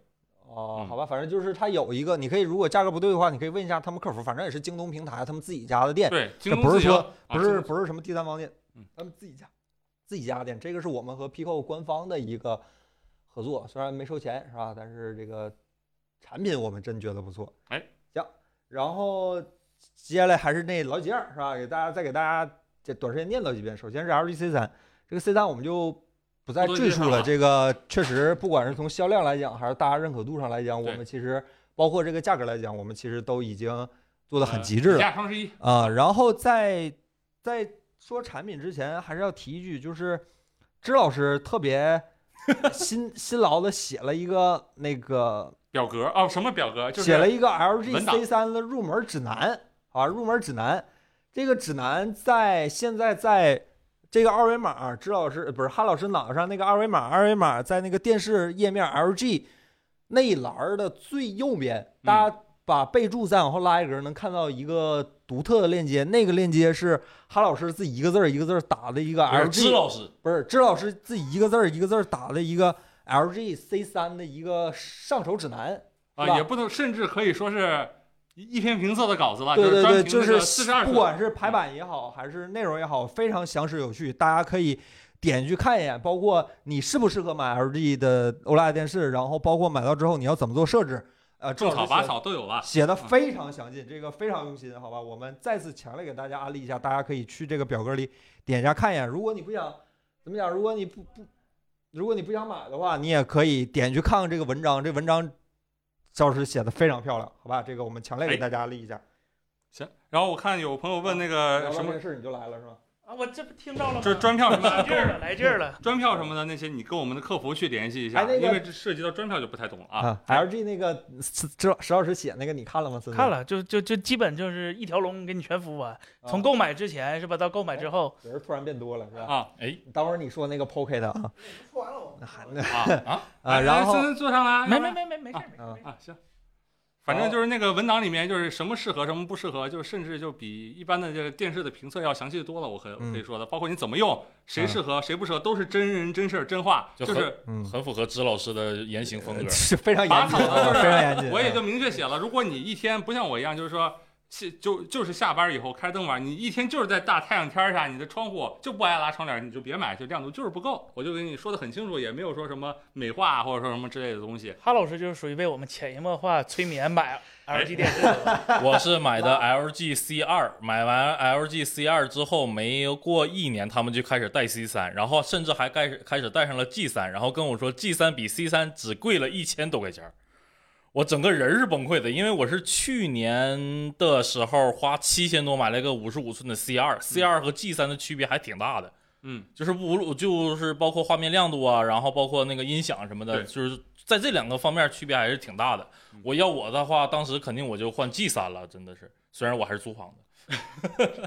Speaker 1: 哦，
Speaker 4: 嗯
Speaker 1: 好吧，反正就是它有一个，你可以如果价格不对的话，你可以问一下他们客服，反正也是京东平台他们自己家的店，
Speaker 4: 对，
Speaker 1: 这
Speaker 4: 京
Speaker 1: 不
Speaker 4: 东
Speaker 1: 是
Speaker 4: 自营
Speaker 1: 说
Speaker 4: 啊
Speaker 1: 不
Speaker 4: 京
Speaker 1: 是
Speaker 4: 东
Speaker 1: 不是什么第三方店，
Speaker 4: 嗯，
Speaker 1: 他们自己家自己家店，这个是我们和 Pico 官方的一个合作，虽然没收钱是吧？但是这个产品我们真觉得不错。
Speaker 4: 哎，
Speaker 1: 行，然后接下来还是那老几样是吧？给大家再给大家这短时间念叨几遍。首先是 LGC 三，这个 C 三我们就不再
Speaker 4: 不多
Speaker 1: 赘
Speaker 4: 介
Speaker 1: 述
Speaker 4: 绍
Speaker 1: 了。
Speaker 4: 了
Speaker 1: 这个确实不管是从销量来讲，还是大家认可度上来讲，我
Speaker 4: 对
Speaker 1: 们其实包括这个价格来讲，我们其实都已经做的很极致
Speaker 4: 呃
Speaker 1: 了
Speaker 4: 以。价双十一，
Speaker 1: 啊、然后在在说产品之前，还是要提一句，就是支老师特别 辛辛劳的写了一个那个
Speaker 4: 表格哦，什么表格？就是
Speaker 1: 写了一个
Speaker 4: 文档
Speaker 1: LG C 3的入门指南啊，入门指南。这个指南在现在在这个二维码，支老师呃不是汉老师脑上那个二维码，二维码在那个电视页面 LG 那一栏儿的最右边，大家
Speaker 4: 嗯
Speaker 1: 把备注再往后拉一格，能看到一个独特的链接，那个链接是哈老师自己一个字儿一个字儿打的一个
Speaker 3: 不是支
Speaker 1: LG
Speaker 3: 老师，
Speaker 1: 不是，支老师自己一个字儿一个字儿打的一个 LG C 3的一个上手指南。
Speaker 4: 啊、
Speaker 1: 是吧
Speaker 4: 也不能，甚至可以说是一一篇评测的稿子了，
Speaker 1: 对
Speaker 4: 是
Speaker 1: 对对，
Speaker 4: 专
Speaker 1: 就
Speaker 4: 评
Speaker 1: 是
Speaker 4: 四十二嗯
Speaker 1: 不管是排版也好，还是内容也好，非常详实有趣，大家可以点进去看一眼。包括你适不适合买 LG 的 OLED 电视，然后包括买到之后你要怎么做设置，呃，
Speaker 4: 种草、
Speaker 1: 这老
Speaker 4: 拔嗯
Speaker 1: 师写
Speaker 4: 草都有了。
Speaker 1: 写的非常详尽，这个非常用心，好吧？我们再次强烈给大家安利一下，大家可以去这个表格里点一下看一眼。如果你不想怎么讲，如果你不不，如果你不想买的话，你也可以点去看看这个文章，这文章教师写的非常漂亮，好吧？这个我们
Speaker 4: 哎
Speaker 1: 强烈给大家安利一下。
Speaker 4: 行，然后我看有朋友问那个
Speaker 1: 聊
Speaker 4: 呃什
Speaker 1: 到这
Speaker 4: 么
Speaker 1: 个事儿你就来啊了是吧？
Speaker 2: 啊，我这不听到了吗？
Speaker 4: 这专票什么
Speaker 2: 来劲儿
Speaker 4: 的，
Speaker 2: 了，来劲儿 了。
Speaker 4: 专票什么的那些，你跟我们的客服去联系一下，
Speaker 1: 哎那个
Speaker 4: 因为这涉及到专票就不太懂了啊。
Speaker 1: ，LG 那个石石老师写那个你看了吗？孙子
Speaker 2: 看，了，就就就基本就是一条龙给你全服完，
Speaker 1: 啊
Speaker 2: 从购买之前是吧，到购买之后，
Speaker 1: 人突然变多了是吧？
Speaker 4: 啊
Speaker 3: 哎，
Speaker 1: 等会儿你说那个 Pocket 啊，那还那
Speaker 4: 啊
Speaker 1: 啊，然后
Speaker 4: 孙孙坐上来，
Speaker 2: 没没没没没事儿没事儿
Speaker 1: 啊
Speaker 2: 没事儿。
Speaker 4: 啊，行，反正就是那个文档里面就是什么适合什么不适合，就是甚至就比一般的这个电视的评测要详细的多了。我可
Speaker 1: 嗯
Speaker 4: 可以说的，包括你怎么用，谁适合谁不适合，都是真人真事儿真话，
Speaker 3: 就
Speaker 4: 就
Speaker 3: 很
Speaker 4: 是
Speaker 1: 嗯，
Speaker 3: 很符合支老师的言行风 格。
Speaker 1: 是非常
Speaker 4: 拔
Speaker 1: 严谨
Speaker 4: 草的
Speaker 1: 啊，
Speaker 4: 就是
Speaker 1: 非常严谨。
Speaker 4: 我也就明确写了，如果你一天不像我一样，就是说。是就就是下班以后开灯玩，你一天就是在大太阳天儿下，你的窗户就不爱拉窗帘，你就别买，就亮度就是不够。我就跟你说的很清楚，也没有说什么美化啊或者说什么之类的东西。
Speaker 2: 哈老师就是属于被我们潜移默化催眠买 LG 电视，
Speaker 3: 我是买的 LG C 二，买完 LG C 二之后，没有过一年，他们就开始带 C 三，然后甚至还开始开始带上了 G 三，然后跟我说 G 三比 C 三只贵了一千多块钱儿。我整个人是崩溃的，因为我是去年的时候花七千多买了一个五十五寸的 C 二，C 二和 G 三的区别还挺大的，
Speaker 4: 嗯，
Speaker 3: 就是不无论就是包括画面亮度啊，然后包括那个音响什么的，
Speaker 4: 对嗯
Speaker 3: 就是在这两个方面区别还是挺大的。我要我的话，当时肯定我就换 G 三了，真的是。虽然我还是租房的，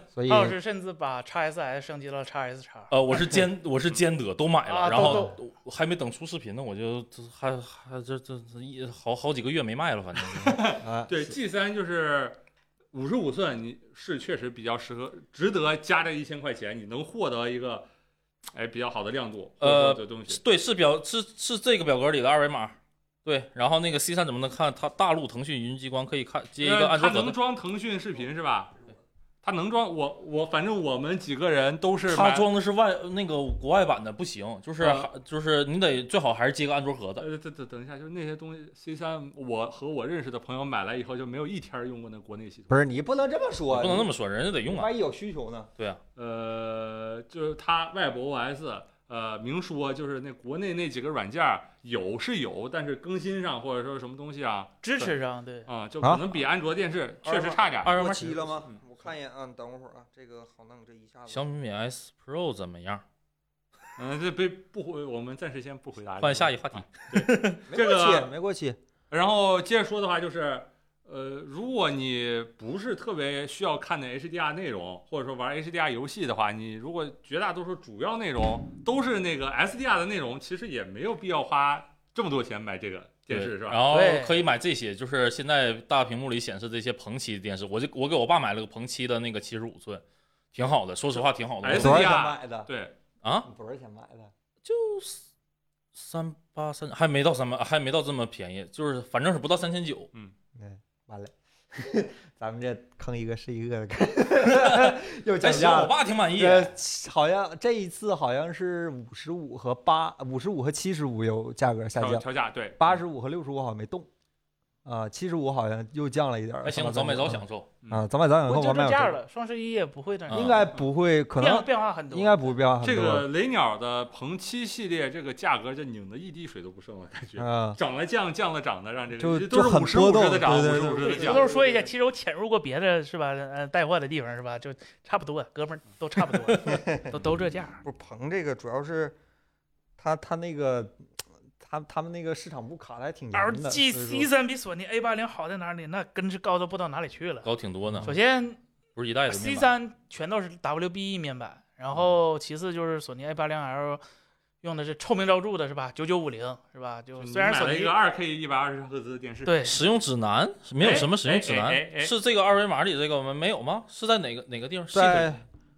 Speaker 1: 所以
Speaker 2: 哈老师甚至把 x S S 升级了 x S x
Speaker 3: 呃，我是 兼我是兼得都买了，
Speaker 2: 啊
Speaker 3: 然后我还没等出视频呢，我就这还还这这这一好好几个月没卖了，反正
Speaker 1: 啊，
Speaker 4: 对 G 三就是五十五寸，你是确实比较适合，值得加这一千块钱，你能获得一个哎比较好的亮度
Speaker 3: 呃
Speaker 4: 或者说的 东西。
Speaker 3: 对是表是是这个表格里的二维码，对，然后那个 C 三怎么能看？它大陆腾讯云机光可以看接一个
Speaker 4: 呃
Speaker 3: 安卓
Speaker 4: 它
Speaker 3: 盒
Speaker 4: 能
Speaker 3: 子，
Speaker 4: 装腾讯视频是吧？它能装我我反正我们几个人都是
Speaker 3: 它
Speaker 4: 买
Speaker 3: 装的是外那个国外版的，不行，就是、
Speaker 4: 啊
Speaker 3: 还就是你得最好还是接个安卓盒子。
Speaker 4: 呃等等等一下，就是那些东西 C 三，我和我认识的朋友买来以后就没有一天用过那国内系统。
Speaker 1: 不是你不能这么说，
Speaker 3: 不能这么说，人家得
Speaker 1: 你
Speaker 3: 用啊。
Speaker 1: 万一有需求呢？
Speaker 4: 呃，就是它外博 OS，呃，明说就是那国内那几个软件儿有是有，但是更新上或者说什么东西啊，
Speaker 2: 支持上对，
Speaker 4: 啊、就
Speaker 1: 啊
Speaker 4: 可能比安卓电视确实差点儿。
Speaker 3: 二维
Speaker 1: 过
Speaker 3: 码
Speaker 1: 期了吗
Speaker 4: 嗯？
Speaker 1: 我看一眼啊，你等会儿啊，这个好弄，这一下子
Speaker 3: 小米 S Pro 怎么样？
Speaker 4: 嗯，这别不回，我们暂时先不回答。
Speaker 3: 换下一话
Speaker 4: 啊
Speaker 3: 题。
Speaker 1: 没过
Speaker 4: 这个
Speaker 1: 期，没过期。
Speaker 4: 然后接着说的话就是，呃，如果你不是特别需要看的 HDR 内容，或者说玩 HDR 游戏的话，你如果绝大多数主要内容都是那个 SDR 的内容，其实也没有必要花这么多钱买这个电视，
Speaker 3: 对
Speaker 4: 是吧？
Speaker 3: 然后
Speaker 2: 对
Speaker 3: 可以买这些，就是现在大屏幕里显示这些鹏七电视，我就我给我爸买了个鹏七的那个七十五寸，挺好的，说实话挺好
Speaker 4: 哎
Speaker 3: 的
Speaker 4: 是
Speaker 1: 多少
Speaker 4: 呀
Speaker 1: 钱买的？嗯
Speaker 4: 对，
Speaker 3: 啊，
Speaker 1: 你多少钱买的？
Speaker 3: 就三八三还没到三八，还没到这么便宜，就是反正是不到三千九。
Speaker 1: 完了， 咱们这坑一个是一个的， 又
Speaker 3: 哎，
Speaker 1: 讲
Speaker 3: 行，
Speaker 1: 价
Speaker 3: 我
Speaker 1: 了。
Speaker 3: 爸挺满意。
Speaker 1: 呃，好像这一次好像是五十五和八、五十五和七十五有价格下
Speaker 4: 调
Speaker 1: 降，
Speaker 4: 调价对，
Speaker 1: 八十五和六十五好像没动，啊、七十五好像又降了一点儿。
Speaker 3: 哎，行，早买早享受。
Speaker 1: 啊，早买早享
Speaker 2: 不
Speaker 1: 和
Speaker 2: 过就
Speaker 1: 晚买晚
Speaker 2: 这价
Speaker 1: 享，
Speaker 2: 了，双十一也不
Speaker 4: 啊
Speaker 2: 会这
Speaker 3: 啊
Speaker 2: 样，
Speaker 1: 应该不会，可
Speaker 2: 变
Speaker 1: 能
Speaker 2: 变化很多，
Speaker 1: 应该不会变化很
Speaker 4: 这
Speaker 1: 多。
Speaker 4: 个雷鸟的鹏七系列这个价格就拧得一滴水都不剩了，感觉。
Speaker 1: 嗯，
Speaker 4: 涨了降，降了涨的，让这个
Speaker 1: 就就
Speaker 4: 都
Speaker 1: 是很
Speaker 4: 五十
Speaker 1: 波
Speaker 4: 五十
Speaker 1: 动
Speaker 4: 的涨，五
Speaker 1: 对
Speaker 4: 十
Speaker 1: 对
Speaker 4: 五十的
Speaker 1: 对
Speaker 2: 这
Speaker 4: 降
Speaker 2: 都。是说一下，其实我潜入过别的是吧？呃，带货的地方是吧？就差不多，哥们儿都差不 多，都都 这价。
Speaker 1: 不是鹏这个主要是他他那个他他们那个市场部卡的还挺严的
Speaker 2: LG
Speaker 1: 所以
Speaker 2: C
Speaker 1: 说
Speaker 2: 三比索尼 A 八零好在哪里？那根是高到不知道哪里去
Speaker 4: 嗯
Speaker 2: 了。
Speaker 3: 高挺多呢
Speaker 2: 首，先
Speaker 3: 不是一代的
Speaker 2: C
Speaker 3: 面板。
Speaker 2: 三全都是 WBE 面板，然后其次就是索尼 A 八零 L 用的是臭名昭著的是吧？九九五零是吧？就虽然
Speaker 4: 买
Speaker 2: 索
Speaker 4: 了
Speaker 2: 尼
Speaker 4: 一个二 K 一百二十赫兹的电视，
Speaker 2: 对
Speaker 3: 使用指南没有什么使用指
Speaker 4: 哎哎哎哎
Speaker 3: 南，是这个二维码里这个吗？没有吗？是在哪个哪个地方？系统
Speaker 1: 在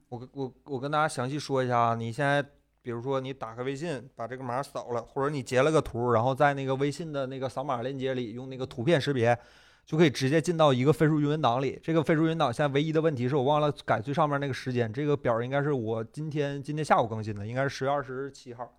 Speaker 1: 我跟我我跟大家详细说一下啊，你现在比如说你打开微信，把这个码扫了，或者你截了个图，然后在那个微信的那个扫码链接里用那个图片识别。就可以直接进到一个飞书云文档里。这个飞书云文档现在唯一的问题是我忘了改最上面那个时间，这个表应该是我今天今天下午更新的，应该是十月二十七号。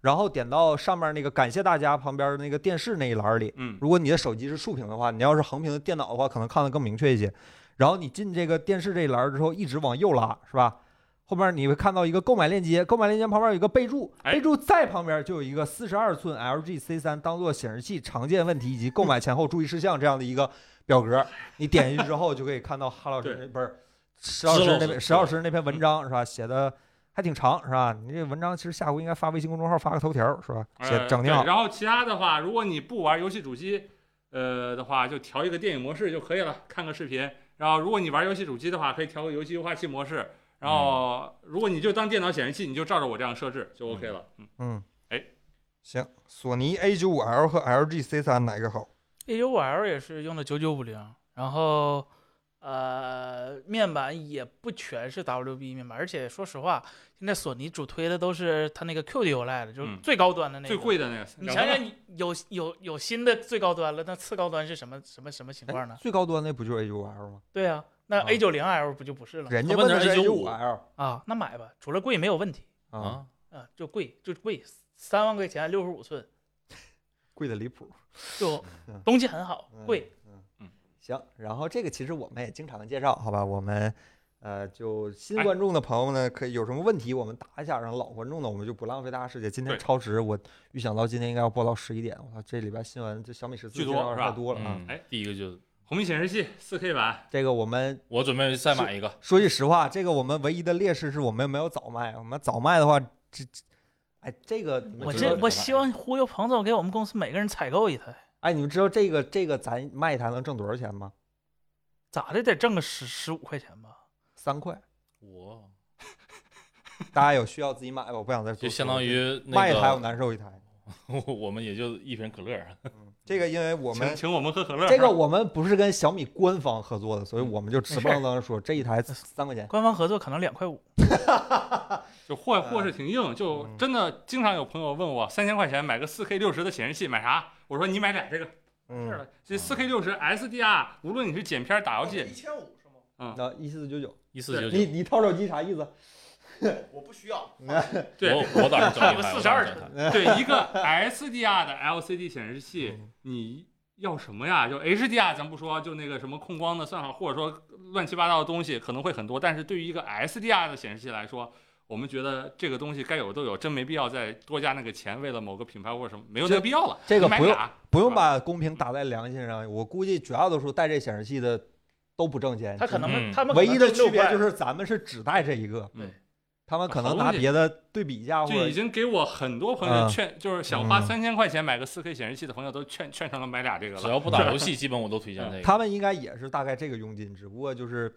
Speaker 1: 然后点到上面那个感谢大家旁边那个电视那一栏里，
Speaker 4: 嗯，
Speaker 1: 如果你的手机是竖屏的话，你要是横屏的电脑的话，可能看得更明确一些。然后你进这个电视这一栏儿之后，一直往右拉，是吧？后面你会看到一个购买链接，购买链接旁边有一个备注，
Speaker 4: 哎
Speaker 1: 备注再旁边就有一个四十二寸 LG C 3当做显示器常见问题以及购买前后注意事项这样的一个表 格。你点进去之后，就可以看到哈老师
Speaker 4: 对
Speaker 1: 那不是石老师那
Speaker 3: 石老
Speaker 1: 篇
Speaker 3: 师
Speaker 1: 石老师那篇
Speaker 4: 嗯
Speaker 1: 文章是吧？写的还挺长是吧？你这文章其实下回应该发微信公众号发个头条是吧？写
Speaker 4: 呃
Speaker 1: 整挺
Speaker 4: 对
Speaker 1: 好。
Speaker 4: 然后其他的话，如果你不玩游戏主机，呃的话，就调一个电影模式就可以了，看个视频。然后如果你玩游戏主机的话，可以调个游戏优化器模式。然后如果你就当电脑显示器，你就照着我这样设置就 OK 了。嗯，
Speaker 1: 嗯，
Speaker 4: 哎，
Speaker 1: 行，索尼 A 9 5 L 和 LG C 3哪个好？
Speaker 2: A U L 也是用的九九五零，然后呃面板也不全是 W B 面板，而且说实话，现在索尼主推的都是它那个 Q D O L E D，就是
Speaker 4: 嗯
Speaker 2: 最高端的那个。
Speaker 4: 最贵的那个。
Speaker 2: 你
Speaker 4: 然后
Speaker 2: 想想，你有有有新的最高端了，那次高端是什么什么什么情况
Speaker 4: 哎
Speaker 2: 呢？
Speaker 1: 哎最高端那不就是 A 9 L 吗？
Speaker 2: 对啊，那
Speaker 3: 啊
Speaker 2: A 9 0 L 不就不是了吗
Speaker 1: 人家
Speaker 3: 他问
Speaker 1: 的
Speaker 3: 的
Speaker 1: 是
Speaker 3: 是
Speaker 1: A 9
Speaker 3: A95
Speaker 1: 5 L
Speaker 2: 啊？那买吧，除了贵没有问题
Speaker 1: 啊，，
Speaker 2: 啊，就贵就贵，三万块钱六十五寸，
Speaker 1: 贵的离谱。
Speaker 2: 就东西很好，贵。
Speaker 1: 嗯，嗯
Speaker 4: 嗯
Speaker 1: 行。然后这个其实我们也经常介绍，好吧？我们呃，就新
Speaker 4: 哎
Speaker 1: 观众的朋友呢，可以有什么问题我们答一下，然后老观众呢，我们就不浪费大家时间。今天
Speaker 4: 对
Speaker 1: 超时，我预想到今天应该要播到十一点。我操，这礼拜新闻这小米十四
Speaker 4: 巨多是吧
Speaker 1: 太多了啊！
Speaker 3: 嗯
Speaker 4: 哎，
Speaker 3: 第一个就是
Speaker 4: 红米显示器四 K 版，
Speaker 1: 这个我们
Speaker 3: 我准备再买一个，
Speaker 1: 说句实话，这个我们唯一的劣势是我们没有早卖。我们早卖的话，这这哎，这个你们
Speaker 2: 我
Speaker 1: 知
Speaker 3: 觉
Speaker 2: 这
Speaker 1: 道
Speaker 3: 得
Speaker 2: 我希望忽悠彭总给我们公司每个人采购一台，
Speaker 1: 哎，你们知道这个这个咱卖一台能挣多少钱吗？
Speaker 2: 咋的得挣个十十五块钱吧？
Speaker 1: 三块。
Speaker 3: 我
Speaker 1: 大家有需要自己买吧，我不想再
Speaker 3: 就
Speaker 1: 多
Speaker 3: 相
Speaker 1: 说了
Speaker 3: 当于
Speaker 1: 卖
Speaker 3: 那
Speaker 1: 一台我
Speaker 3: 个，
Speaker 1: 难受一台。
Speaker 3: 我们也就一瓶可乐，啊
Speaker 1: 嗯，这个因为我
Speaker 4: 请
Speaker 1: 们
Speaker 4: 请我们喝可乐。
Speaker 1: 这个
Speaker 4: 是吧
Speaker 1: 我们不是跟小米官方合作的，所以我们就直棒当说这一台三块钱。
Speaker 2: 官方合作可能两块五，
Speaker 4: 就货货是挺硬，就
Speaker 1: 嗯
Speaker 4: 真的经常有朋友问我，三千块钱买个四 K 六十的显示器买啥？我说你买俩这个，是
Speaker 1: 嗯，
Speaker 4: 了，这四 K 六十 SDR，无论你是剪片打游戏，
Speaker 8: 千五是吗？
Speaker 1: 嗯那一四九九，
Speaker 3: 一四九
Speaker 1: 你
Speaker 3: 九，
Speaker 1: 你掏手机啥意思？
Speaker 8: 我不需要，
Speaker 4: 对
Speaker 3: 我我打算整一台，
Speaker 4: 四十二
Speaker 3: 我打算整一台
Speaker 4: 对一个 SDR 的 LCD 显示器
Speaker 1: 嗯，
Speaker 4: 你要什么呀？就 HDR 咱不说，就那个什么控光的算法，或者说乱七八糟的东西可能会很多，但是对于一个 SDR 的显示器来说。我们觉得这个东西该有的都有，真没必要再多加那个钱，为了某个品牌或者什么，没有那个必要了。
Speaker 1: 这个
Speaker 4: 你买
Speaker 1: 不用
Speaker 4: 俩
Speaker 1: 不用把公屏打在良心上，我估计绝大多数带这显示器的都不挣钱。
Speaker 2: 他可能
Speaker 3: 嗯
Speaker 2: 他们可
Speaker 1: 唯
Speaker 2: 能
Speaker 1: 一的
Speaker 2: 挣
Speaker 1: 区
Speaker 2: 六
Speaker 1: 别
Speaker 2: 块
Speaker 1: 就是咱们是只带这一个，
Speaker 4: 对，
Speaker 1: 他们可能
Speaker 4: 好
Speaker 1: 拿
Speaker 4: 东西
Speaker 1: 别的对比一下或
Speaker 4: 就
Speaker 1: 者
Speaker 4: 已经给我很多朋友
Speaker 1: 嗯
Speaker 4: 劝，就是想花
Speaker 1: 嗯
Speaker 4: 三千块钱买个四 K 显示器的朋友都劝劝成了买俩这个
Speaker 3: 只
Speaker 4: 了。
Speaker 3: 要不打游戏，基本我都推荐这个。
Speaker 1: 他们应该也是大概这个佣金，只不过就是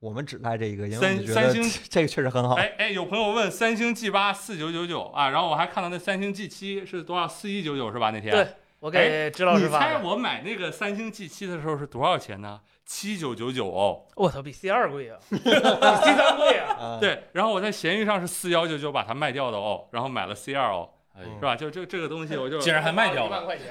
Speaker 1: 我们只带这一个，因为我
Speaker 4: 三
Speaker 1: 们觉
Speaker 4: 三
Speaker 1: 得
Speaker 4: 星
Speaker 1: 这 个确实很好。
Speaker 4: 哎哎，有朋友问三星 G 八四九九九啊，然后我还看到那三星 G 七是多少四一九九是吧？那天
Speaker 2: 对我给支老
Speaker 4: 你
Speaker 2: 师发
Speaker 4: 猜
Speaker 2: 的，
Speaker 4: 我买那个三星 G 七的时候是多少钱呢？七九九九哦，
Speaker 2: 我操，比 C 二贵啊， 比 C 三贵 啊，
Speaker 1: 啊，
Speaker 4: 对，然后我在闲鱼上是四幺九九把它卖掉的哦，然后买了 C 二哦，
Speaker 3: 哎
Speaker 1: 嗯
Speaker 4: 是
Speaker 3: 呦
Speaker 4: 吧？就这这个东西我就
Speaker 3: 竟然还卖掉
Speaker 8: 一
Speaker 3: 了，
Speaker 8: 万块钱，